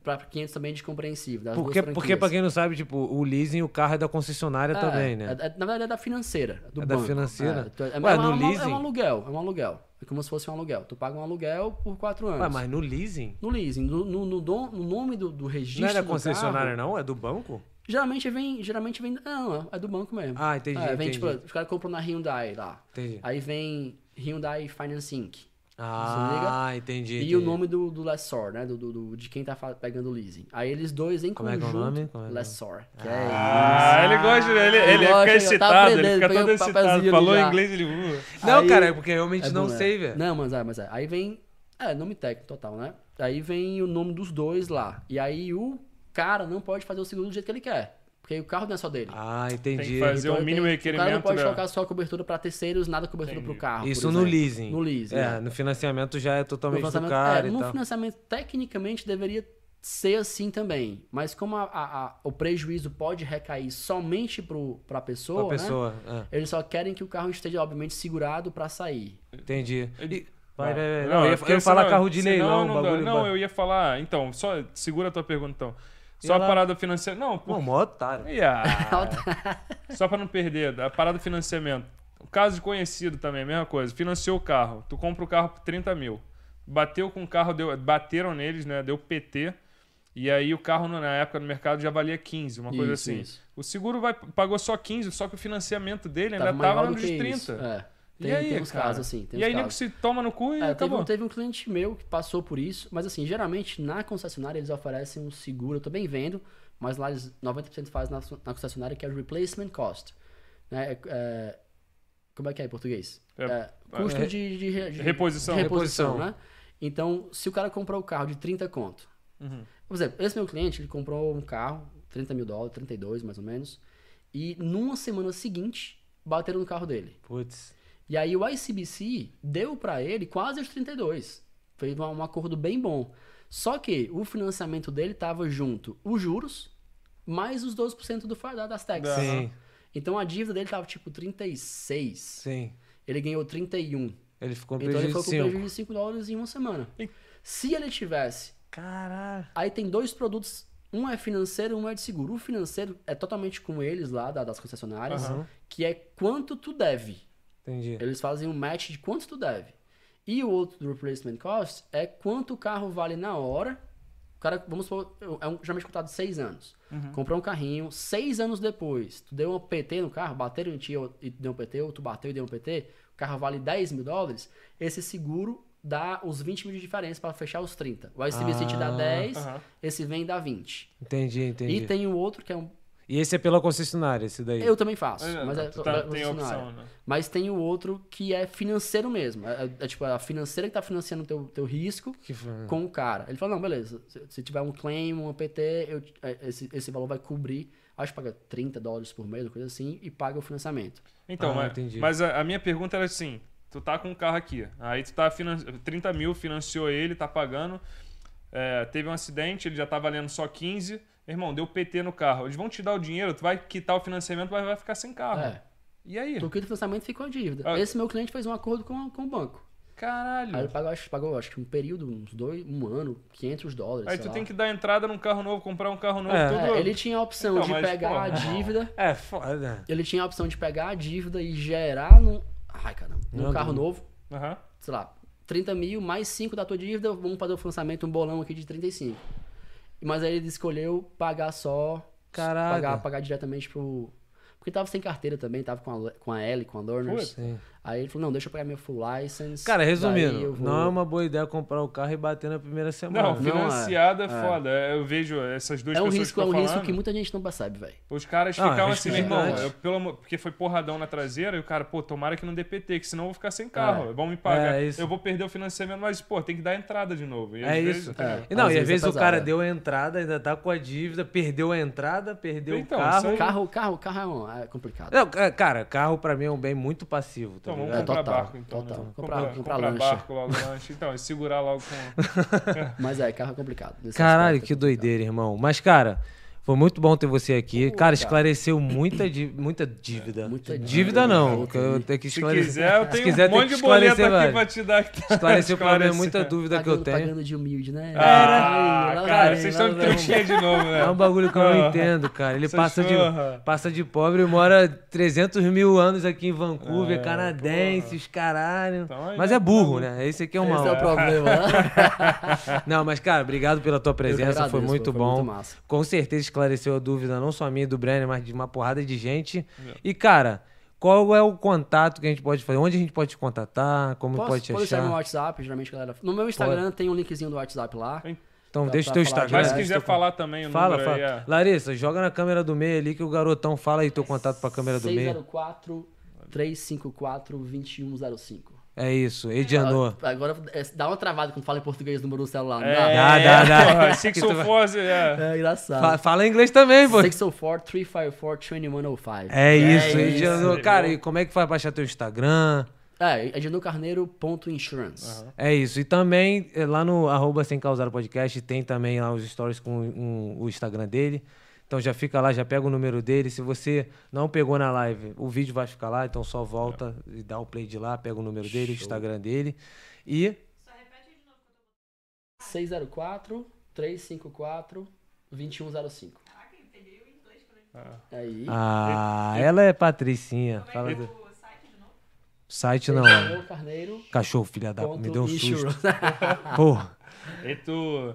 [SPEAKER 2] para 500 também de compreensível. das
[SPEAKER 1] Porque,
[SPEAKER 2] duas
[SPEAKER 1] porque pra
[SPEAKER 2] franquias.
[SPEAKER 1] quem não sabe, tipo, o leasing o carro é da concessionária
[SPEAKER 2] É,
[SPEAKER 1] também, né?
[SPEAKER 2] é- é- na verdade é da financeira, do
[SPEAKER 1] É da
[SPEAKER 2] banco.
[SPEAKER 1] financeira?
[SPEAKER 2] É, tu- é,
[SPEAKER 1] Ué,
[SPEAKER 2] é,
[SPEAKER 1] no
[SPEAKER 2] um- é um- é
[SPEAKER 1] leasing?
[SPEAKER 2] um aluguel, é um aluguel. É como se fosse um aluguel. Tu paga um aluguel por quatro anos.
[SPEAKER 1] Ué, mas no leasing?
[SPEAKER 2] No leasing, no, no, no dom- no nome do, do registro
[SPEAKER 1] Não é da
[SPEAKER 2] do
[SPEAKER 1] concessionária,
[SPEAKER 2] carro,
[SPEAKER 1] não? É do banco?
[SPEAKER 2] Geralmente vem, geralmente vem, não, é do banco mesmo.
[SPEAKER 1] Ah, entendi,
[SPEAKER 2] É, vem,
[SPEAKER 1] entendi.
[SPEAKER 2] tipo, os caras compram na Hyundai lá.
[SPEAKER 1] Entendi.
[SPEAKER 2] Aí vem Hyundai Finance Inc.
[SPEAKER 1] Ah, entendi.
[SPEAKER 2] E
[SPEAKER 1] entendi.
[SPEAKER 2] o nome do, do lessor, né? Do, do- do- de quem tá fa- pegando o leasing. Aí eles dois em
[SPEAKER 1] Como é que é o
[SPEAKER 2] conjunto.
[SPEAKER 1] nome? Como é que é?
[SPEAKER 2] Lessor. Que
[SPEAKER 3] Ah, ele gosta, ele,
[SPEAKER 2] Eu gosto,
[SPEAKER 3] ele fica
[SPEAKER 2] eu tava
[SPEAKER 3] excitado, ele
[SPEAKER 2] tá aprendendo,
[SPEAKER 3] fica
[SPEAKER 2] peguei
[SPEAKER 3] todo
[SPEAKER 2] um
[SPEAKER 3] excitado.
[SPEAKER 2] papelzinho ali
[SPEAKER 3] Falou
[SPEAKER 2] já.
[SPEAKER 3] inglês, ele. uh,
[SPEAKER 1] Não,
[SPEAKER 2] Aí-
[SPEAKER 1] cara, é porque eu realmente
[SPEAKER 2] é
[SPEAKER 1] não
[SPEAKER 2] bom, né?
[SPEAKER 1] sei, velho.
[SPEAKER 2] Não, mas é, mas é. Aí vem. É, nome técnico total, né? Aí vem o nome dos dois lá. E aí o cara não pode fazer o seguro do jeito que ele quer. Porque o carro não é só dele.
[SPEAKER 1] Ah,
[SPEAKER 3] Tem
[SPEAKER 1] entendi.
[SPEAKER 3] que fazer
[SPEAKER 2] Então,
[SPEAKER 3] o mínimo
[SPEAKER 2] tem- O cara não
[SPEAKER 3] requerimento
[SPEAKER 2] pode
[SPEAKER 3] da-
[SPEAKER 2] colocar só cobertura para terceiros, nada cobertura para
[SPEAKER 3] Entendi.
[SPEAKER 2] o carro. por
[SPEAKER 1] Isso no
[SPEAKER 2] exemplo.
[SPEAKER 1] leasing.
[SPEAKER 2] No leasing.
[SPEAKER 1] É,
[SPEAKER 2] É,
[SPEAKER 1] no financiamento já é
[SPEAKER 2] No
[SPEAKER 1] totalmente do
[SPEAKER 2] financiamento-
[SPEAKER 1] cara
[SPEAKER 2] é,
[SPEAKER 1] e
[SPEAKER 2] no
[SPEAKER 1] tal.
[SPEAKER 2] financiamento, tecnicamente, deveria ser assim também. Mas como a- a- a- o prejuízo pode recair somente para a pessoa,
[SPEAKER 1] Pra
[SPEAKER 2] né?
[SPEAKER 1] pessoa.
[SPEAKER 2] Eles só querem que o carro esteja, obviamente, segurado para sair.
[SPEAKER 1] é, entendi. E- Vai, vai, vai.
[SPEAKER 3] Vai.
[SPEAKER 2] é
[SPEAKER 1] Não, eu ia, eu
[SPEAKER 3] é porque
[SPEAKER 1] ia falar
[SPEAKER 3] senão-
[SPEAKER 1] carro de
[SPEAKER 3] senão
[SPEAKER 2] um
[SPEAKER 1] leilão,
[SPEAKER 3] não dá.
[SPEAKER 1] bagulho.
[SPEAKER 3] Não,
[SPEAKER 1] ba-
[SPEAKER 3] eu ia falar. Então, só segura a tua pergunta então. Só
[SPEAKER 1] ela-
[SPEAKER 3] a parada financeira. Não,
[SPEAKER 1] Pô,
[SPEAKER 3] por...
[SPEAKER 1] mó otário.
[SPEAKER 3] Ih, ah. Só pra não perder, a parada do financiamento. O caso de conhecido também, a mesma coisa. Financiou o carro. Tu compra o carro por 30 mil. Bateu com o carro, deu, bateram neles, né? Deu PT. E aí o carro no- na época no mercado já valia 15, uma coisa
[SPEAKER 2] Isso,
[SPEAKER 3] assim.
[SPEAKER 2] isso.
[SPEAKER 3] O seguro vai, pagou só 15, só que o financiamento dele
[SPEAKER 2] Tava
[SPEAKER 3] né? ainda tava
[SPEAKER 2] maior do
[SPEAKER 3] nos
[SPEAKER 2] que
[SPEAKER 3] 30.
[SPEAKER 2] isso. É.
[SPEAKER 3] E
[SPEAKER 2] Tem,
[SPEAKER 3] aí,
[SPEAKER 2] tem uns
[SPEAKER 3] cara?
[SPEAKER 2] casos assim. Tem
[SPEAKER 3] e
[SPEAKER 2] uns
[SPEAKER 3] aí nego
[SPEAKER 2] casos.
[SPEAKER 3] se toma no cu e
[SPEAKER 2] É, teve,
[SPEAKER 3] acabou.
[SPEAKER 2] um, teve um cliente meu que passou por isso, mas assim, geralmente na concessionária eles oferecem um seguro, eu também vendo, mas lá eles 90% faz na, na concessionária que é replacement cost. Né? É, é, como é que é em português?
[SPEAKER 3] É,
[SPEAKER 2] custo
[SPEAKER 1] é,
[SPEAKER 2] de, de re- de-
[SPEAKER 1] Reposição.
[SPEAKER 3] reposição.
[SPEAKER 2] reposição, né? Então, se o cara comprou o carro de 30 conto,
[SPEAKER 3] Uhum.
[SPEAKER 2] por exemplo, esse meu cliente, ele comprou um carro, 30 mil dólares, 32 mais ou menos, e numa semana seguinte, bateram no carro dele.
[SPEAKER 1] Putz.
[SPEAKER 2] E aí o ICBC deu pra ele quase os 32. Fez uma- um acordo bem bom. Só que o financiamento dele tava junto os juros mais os 12% do fa- da- das taxas.
[SPEAKER 1] Sim,
[SPEAKER 2] Então a dívida dele tava tipo 36.
[SPEAKER 1] sim.
[SPEAKER 2] Ele ganhou 31.
[SPEAKER 1] Ele ficou com
[SPEAKER 2] então ele foi
[SPEAKER 1] prejuízo
[SPEAKER 2] com
[SPEAKER 1] de
[SPEAKER 2] prejuízo
[SPEAKER 1] 5.
[SPEAKER 2] de 5 dólares em uma semana.
[SPEAKER 3] E-
[SPEAKER 2] Se ele tivesse
[SPEAKER 1] Caralho.
[SPEAKER 2] Aí tem dois produtos, um é financeiro, um é de seguro. O financeiro é totalmente com eles lá da- das concessionárias,
[SPEAKER 3] Aham.
[SPEAKER 2] que é quanto tu deve.
[SPEAKER 1] Entendi.
[SPEAKER 2] Eles fazem um match de quanto tu deve. E o outro do replacement cost é quanto o carro vale na hora. O cara, vamos supor, é um, geralmente contado seis anos.
[SPEAKER 3] Uhum.
[SPEAKER 2] Comprou um carrinho, seis anos depois, tu deu um PT no carro, bateram em ti ou- e tu deu um PT, ou tu bateu e deu um PT, o carro vale 10 mil dólares, esse seguro dá os 20 mil de diferença para fechar os 30. O ICBC te dá
[SPEAKER 1] Ah.
[SPEAKER 2] 10,
[SPEAKER 3] Aham.
[SPEAKER 2] esse vem e dá 20.
[SPEAKER 1] Entendi, entendi.
[SPEAKER 2] E tem o outro que é um.
[SPEAKER 1] E esse é pela concessionária, esse daí.
[SPEAKER 2] Eu também faço, mas é,
[SPEAKER 3] Tu
[SPEAKER 2] é
[SPEAKER 3] tá, tem
[SPEAKER 2] funcionário.
[SPEAKER 3] opção, né?
[SPEAKER 2] Mas tem o outro que é financeiro mesmo. É, é- é tipo a financeira que tá financiando o teu, teu risco
[SPEAKER 1] Que
[SPEAKER 3] Hum.
[SPEAKER 1] foi-
[SPEAKER 2] com o cara. Ele fala, não, beleza, se, se tiver um claim, um PT, eu, é, esse, esse valor vai cobrir, acho que paga 30 dólares por mês, uma coisa assim, e paga o financiamento.
[SPEAKER 3] Então,
[SPEAKER 1] Ah,
[SPEAKER 3] mas,
[SPEAKER 1] entendi.
[SPEAKER 3] mas a, a minha pergunta era assim: tu tá com um carro aqui, aí tu tá finan... 30 mil, financiou ele, tá pagando. é, teve um acidente, ele já tá valendo só 15. Irmão, deu PT no carro. Eles vão te dar o dinheiro, tu vai quitar o financiamento, mas vai ficar sem carro.
[SPEAKER 2] É.
[SPEAKER 3] E aí?
[SPEAKER 2] Do que o financiamento ficou a dívida.
[SPEAKER 3] Ah. Hum.
[SPEAKER 2] Esse meu cliente fez um acordo com, com o banco.
[SPEAKER 3] Caralho.
[SPEAKER 2] Aí
[SPEAKER 3] Aí,
[SPEAKER 2] ele pagou, acho, pagou, acho que um período, uns dois, um ano, 500 dólares. sei
[SPEAKER 3] tu
[SPEAKER 2] lá.
[SPEAKER 3] tem que dar entrada num carro novo, comprar um carro novo,
[SPEAKER 1] É.
[SPEAKER 3] tudo.
[SPEAKER 2] É, ele tinha a opção
[SPEAKER 3] Então,
[SPEAKER 2] de
[SPEAKER 3] mas,
[SPEAKER 2] pegar
[SPEAKER 3] pô,
[SPEAKER 2] a
[SPEAKER 3] não.
[SPEAKER 2] dívida.
[SPEAKER 1] É, foda.
[SPEAKER 2] ele tinha a opção de pegar a dívida e gerar num. Ai, caramba, num
[SPEAKER 1] Não,
[SPEAKER 2] carro
[SPEAKER 1] não.
[SPEAKER 2] novo,
[SPEAKER 3] Aham.
[SPEAKER 2] sei lá, 30 mil mais 5 da tua dívida, vamos fazer o financiamento, um bolão aqui de 35. Mas aí ele escolheu pagar só.
[SPEAKER 1] Caraca.
[SPEAKER 2] Pagar, pagar diretamente pro. Porque tava sem carteira também, tava com a, Le- com a L, com a Learners.
[SPEAKER 1] Sim.
[SPEAKER 2] Aí ele falou: não, deixa eu pegar meu full license.
[SPEAKER 1] Cara,
[SPEAKER 2] daí eu
[SPEAKER 1] resumindo,
[SPEAKER 2] vou-
[SPEAKER 1] não é uma boa ideia comprar o carro e bater na primeira semana.
[SPEAKER 3] Não,
[SPEAKER 2] Não,
[SPEAKER 3] financiado é,
[SPEAKER 2] é.
[SPEAKER 3] foda. Eu vejo essas duas
[SPEAKER 2] É um
[SPEAKER 3] pessoas
[SPEAKER 2] risco,
[SPEAKER 3] que
[SPEAKER 2] é
[SPEAKER 3] eu
[SPEAKER 2] um
[SPEAKER 3] tô
[SPEAKER 2] risco
[SPEAKER 3] falando.
[SPEAKER 2] que muita gente não percebe, velho.
[SPEAKER 3] Os caras
[SPEAKER 1] Ah,
[SPEAKER 3] ficavam
[SPEAKER 1] risco
[SPEAKER 3] assim, irmão,
[SPEAKER 1] gigante.
[SPEAKER 3] eu, pelo, amor- porque foi porradão na traseira, e o cara, pô, tomara que não dê PT, que senão eu vou ficar sem carro, vão me pagar,
[SPEAKER 1] É, isso.
[SPEAKER 3] eu vou perder o financiamento, mas, pô, tem que dar entrada de novo. E às
[SPEAKER 1] É
[SPEAKER 3] vezes-
[SPEAKER 1] isso.
[SPEAKER 2] É,
[SPEAKER 1] E não,
[SPEAKER 2] às
[SPEAKER 1] e às
[SPEAKER 2] vezes
[SPEAKER 1] vezes
[SPEAKER 2] é
[SPEAKER 1] o cara
[SPEAKER 2] pesado, é.
[SPEAKER 1] deu a entrada, ainda tá com a dívida, perdeu a entrada, perdeu
[SPEAKER 3] Então,
[SPEAKER 1] o
[SPEAKER 3] isso
[SPEAKER 1] carro.
[SPEAKER 3] aí-
[SPEAKER 2] Carro, carro, carro é, um- é complicado.
[SPEAKER 1] Não, ca- cara, carro pra mim é um bem muito passivo, tá
[SPEAKER 3] Então, vamos
[SPEAKER 1] ligado?
[SPEAKER 2] É,
[SPEAKER 3] comprar
[SPEAKER 2] total,
[SPEAKER 3] barco, então. né?
[SPEAKER 2] total.
[SPEAKER 3] Comprar,
[SPEAKER 2] Comprar- comprar lancha.
[SPEAKER 3] barco logo, lanche. Então, e segurar logo com...
[SPEAKER 2] Mas é, carro é complicado. Nesse
[SPEAKER 1] Caralho,
[SPEAKER 2] aspecto é
[SPEAKER 1] que
[SPEAKER 2] complicado.
[SPEAKER 1] doideira, irmão. Mas, cara, foi muito bom ter você aqui. cara,
[SPEAKER 2] Pô, cara.
[SPEAKER 1] esclareceu muita, dí- muita dívida.
[SPEAKER 2] É, Muita
[SPEAKER 1] dívida.
[SPEAKER 2] dívida,
[SPEAKER 1] não,
[SPEAKER 2] muita
[SPEAKER 1] porque eu tenho que
[SPEAKER 3] Se
[SPEAKER 1] esclarecer.
[SPEAKER 3] quiser, eu tenho
[SPEAKER 1] quiser,
[SPEAKER 3] um
[SPEAKER 1] tem
[SPEAKER 3] monte
[SPEAKER 1] que
[SPEAKER 3] de boleto aqui
[SPEAKER 1] esclarecer, velho.
[SPEAKER 3] pra te dar. que tá-
[SPEAKER 1] Esclareceu pra mim é muita
[SPEAKER 3] esclarecer.
[SPEAKER 1] dúvida que eu
[SPEAKER 2] Pagando-
[SPEAKER 1] tenho.
[SPEAKER 2] Pagando de humilde, né?
[SPEAKER 3] Ah,
[SPEAKER 2] Lá vem,
[SPEAKER 3] cara,
[SPEAKER 2] lá
[SPEAKER 3] vocês
[SPEAKER 2] vem,
[SPEAKER 3] estão de
[SPEAKER 2] lá vem.
[SPEAKER 3] trouxinha de novo,
[SPEAKER 1] É um
[SPEAKER 3] né?
[SPEAKER 1] bagulho que eu não
[SPEAKER 3] Ah.
[SPEAKER 1] entendo, cara. Ele
[SPEAKER 3] Essas
[SPEAKER 1] passa de,
[SPEAKER 3] porra.
[SPEAKER 1] passa de pobre e mora 300 mil anos aqui em Vancouver, canadense, os caralho.
[SPEAKER 3] Então aí
[SPEAKER 1] mas
[SPEAKER 3] é
[SPEAKER 1] é burro, né? Esse aqui é o
[SPEAKER 2] Esse
[SPEAKER 1] mal.
[SPEAKER 2] é o problema.
[SPEAKER 1] Não, mas, cara, obrigado pela tua presença.
[SPEAKER 2] agradeço,
[SPEAKER 1] foi muito
[SPEAKER 2] foi
[SPEAKER 1] bom.
[SPEAKER 2] muito massa.
[SPEAKER 1] Com certeza esclareceu a dúvida, não só minha e do Brenner, mas de uma porrada de gente. E, cara, qual é o contato que a gente pode fazer? Onde a gente pode te contatar? Como
[SPEAKER 2] Posso,
[SPEAKER 1] pode te
[SPEAKER 2] pode
[SPEAKER 1] achar?
[SPEAKER 2] meu WhatsApp, geralmente, galera. No meu Instagram tem um linkzinho do WhatsApp lá.
[SPEAKER 1] Então,
[SPEAKER 2] Dá
[SPEAKER 1] deixa o
[SPEAKER 2] pra
[SPEAKER 1] teu
[SPEAKER 2] falar
[SPEAKER 1] Instagram.
[SPEAKER 3] Mas se
[SPEAKER 2] Estou
[SPEAKER 3] quiser
[SPEAKER 2] com-
[SPEAKER 3] falar também o
[SPEAKER 1] Fala,
[SPEAKER 3] número
[SPEAKER 1] fala.
[SPEAKER 3] aí, é...
[SPEAKER 1] Larissa, joga na câmera do meio ali que o garotão fala aí teu contato pra câmera do meio.
[SPEAKER 2] 604 354 2105.
[SPEAKER 1] É isso, Edianor.
[SPEAKER 2] Agora é, dá uma travada quando fala em português o número do celular. não
[SPEAKER 3] É,
[SPEAKER 1] Dá, dá, dá.
[SPEAKER 3] porra,
[SPEAKER 1] Que tu vai-
[SPEAKER 3] Sixofose, é...
[SPEAKER 2] É
[SPEAKER 1] Fa-
[SPEAKER 2] engraçado.
[SPEAKER 1] Fala em inglês também, pô.
[SPEAKER 2] 604 354 2105.
[SPEAKER 1] É isso,
[SPEAKER 2] é
[SPEAKER 1] Edianor.
[SPEAKER 3] isso.
[SPEAKER 1] Cara, e como é que faz pra achar teu Instagram?
[SPEAKER 2] É, é edinocarneiro.insurance.
[SPEAKER 1] É isso. E também é, lá no arroba Sem Causar Podcast tem também lá os stories com um- o Instagram dele. Então já fica lá, já pega o número dele. Se você não pegou na live, o vídeo vai ficar lá, então só volta e dá o play de lá, pega o número dele, o Instagram dele. E
[SPEAKER 2] 604 354 2105. Aí.
[SPEAKER 1] ah, ela é patricinha. Fala do... Site não. é.
[SPEAKER 2] Carneiro.
[SPEAKER 1] Cachorro filha da, me deu um susto.
[SPEAKER 2] insurance.
[SPEAKER 1] Porra.
[SPEAKER 3] E tu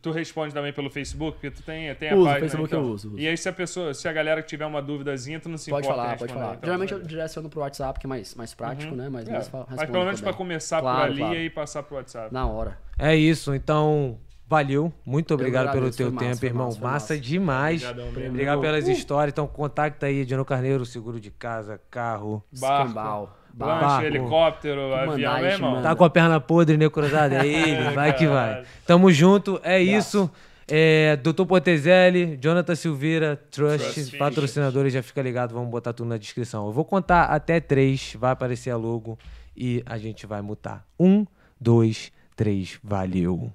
[SPEAKER 3] Tu responde também pelo Facebook, porque tu tem, tem
[SPEAKER 2] Uso,
[SPEAKER 3] a página.
[SPEAKER 2] Facebook
[SPEAKER 3] então.
[SPEAKER 2] eu uso, uso.
[SPEAKER 3] E aí, se a pessoa, se a galera tiver uma duvidazinha, tu não se
[SPEAKER 2] Pode
[SPEAKER 3] importa em
[SPEAKER 2] falar, pode
[SPEAKER 3] responder,
[SPEAKER 2] falar.
[SPEAKER 3] então,
[SPEAKER 2] Geralmente eu
[SPEAKER 3] beleza.
[SPEAKER 2] direciono pro WhatsApp, que é mais, mais prático, né? Mas,
[SPEAKER 3] É,
[SPEAKER 2] mais fa-
[SPEAKER 3] mas
[SPEAKER 2] responde
[SPEAKER 3] pelo menos
[SPEAKER 2] também.
[SPEAKER 3] pra começar por
[SPEAKER 2] Claro,
[SPEAKER 3] ali
[SPEAKER 2] claro.
[SPEAKER 3] e aí passar pro WhatsApp.
[SPEAKER 2] Na hora.
[SPEAKER 1] É isso, então valeu. Muito obrigado pelo
[SPEAKER 2] agradeço,
[SPEAKER 1] teu
[SPEAKER 2] foi massa,
[SPEAKER 1] tempo,
[SPEAKER 2] foi
[SPEAKER 1] irmão.
[SPEAKER 2] massa,
[SPEAKER 1] Massa,
[SPEAKER 2] foi massa. Uh!
[SPEAKER 1] demais.
[SPEAKER 3] Obrigadão mesmo.
[SPEAKER 1] Obrigado pelas histórias. Então contacta aí Diano Carneiro, seguro de casa, carro.
[SPEAKER 3] Barco,
[SPEAKER 2] Escambau.
[SPEAKER 3] Lanche,
[SPEAKER 1] Barco.
[SPEAKER 3] helicóptero,
[SPEAKER 2] mandar,
[SPEAKER 3] avião,
[SPEAKER 2] a
[SPEAKER 3] é,
[SPEAKER 2] gente
[SPEAKER 3] irmão.
[SPEAKER 2] manda.
[SPEAKER 1] Tá com a perna podre, né, cruzada? É ele, vai que vai.
[SPEAKER 3] Caralho.
[SPEAKER 1] Tamo junto, é isso. É, Dr. Potezelli, Jonathan Silveira, Trust,
[SPEAKER 3] Trust
[SPEAKER 1] patrocinadores, já fica ligado, vamos botar tudo na descrição. Eu vou contar até três, vai aparecer a logo e a gente vai mutar. Um, dois, três, valeu.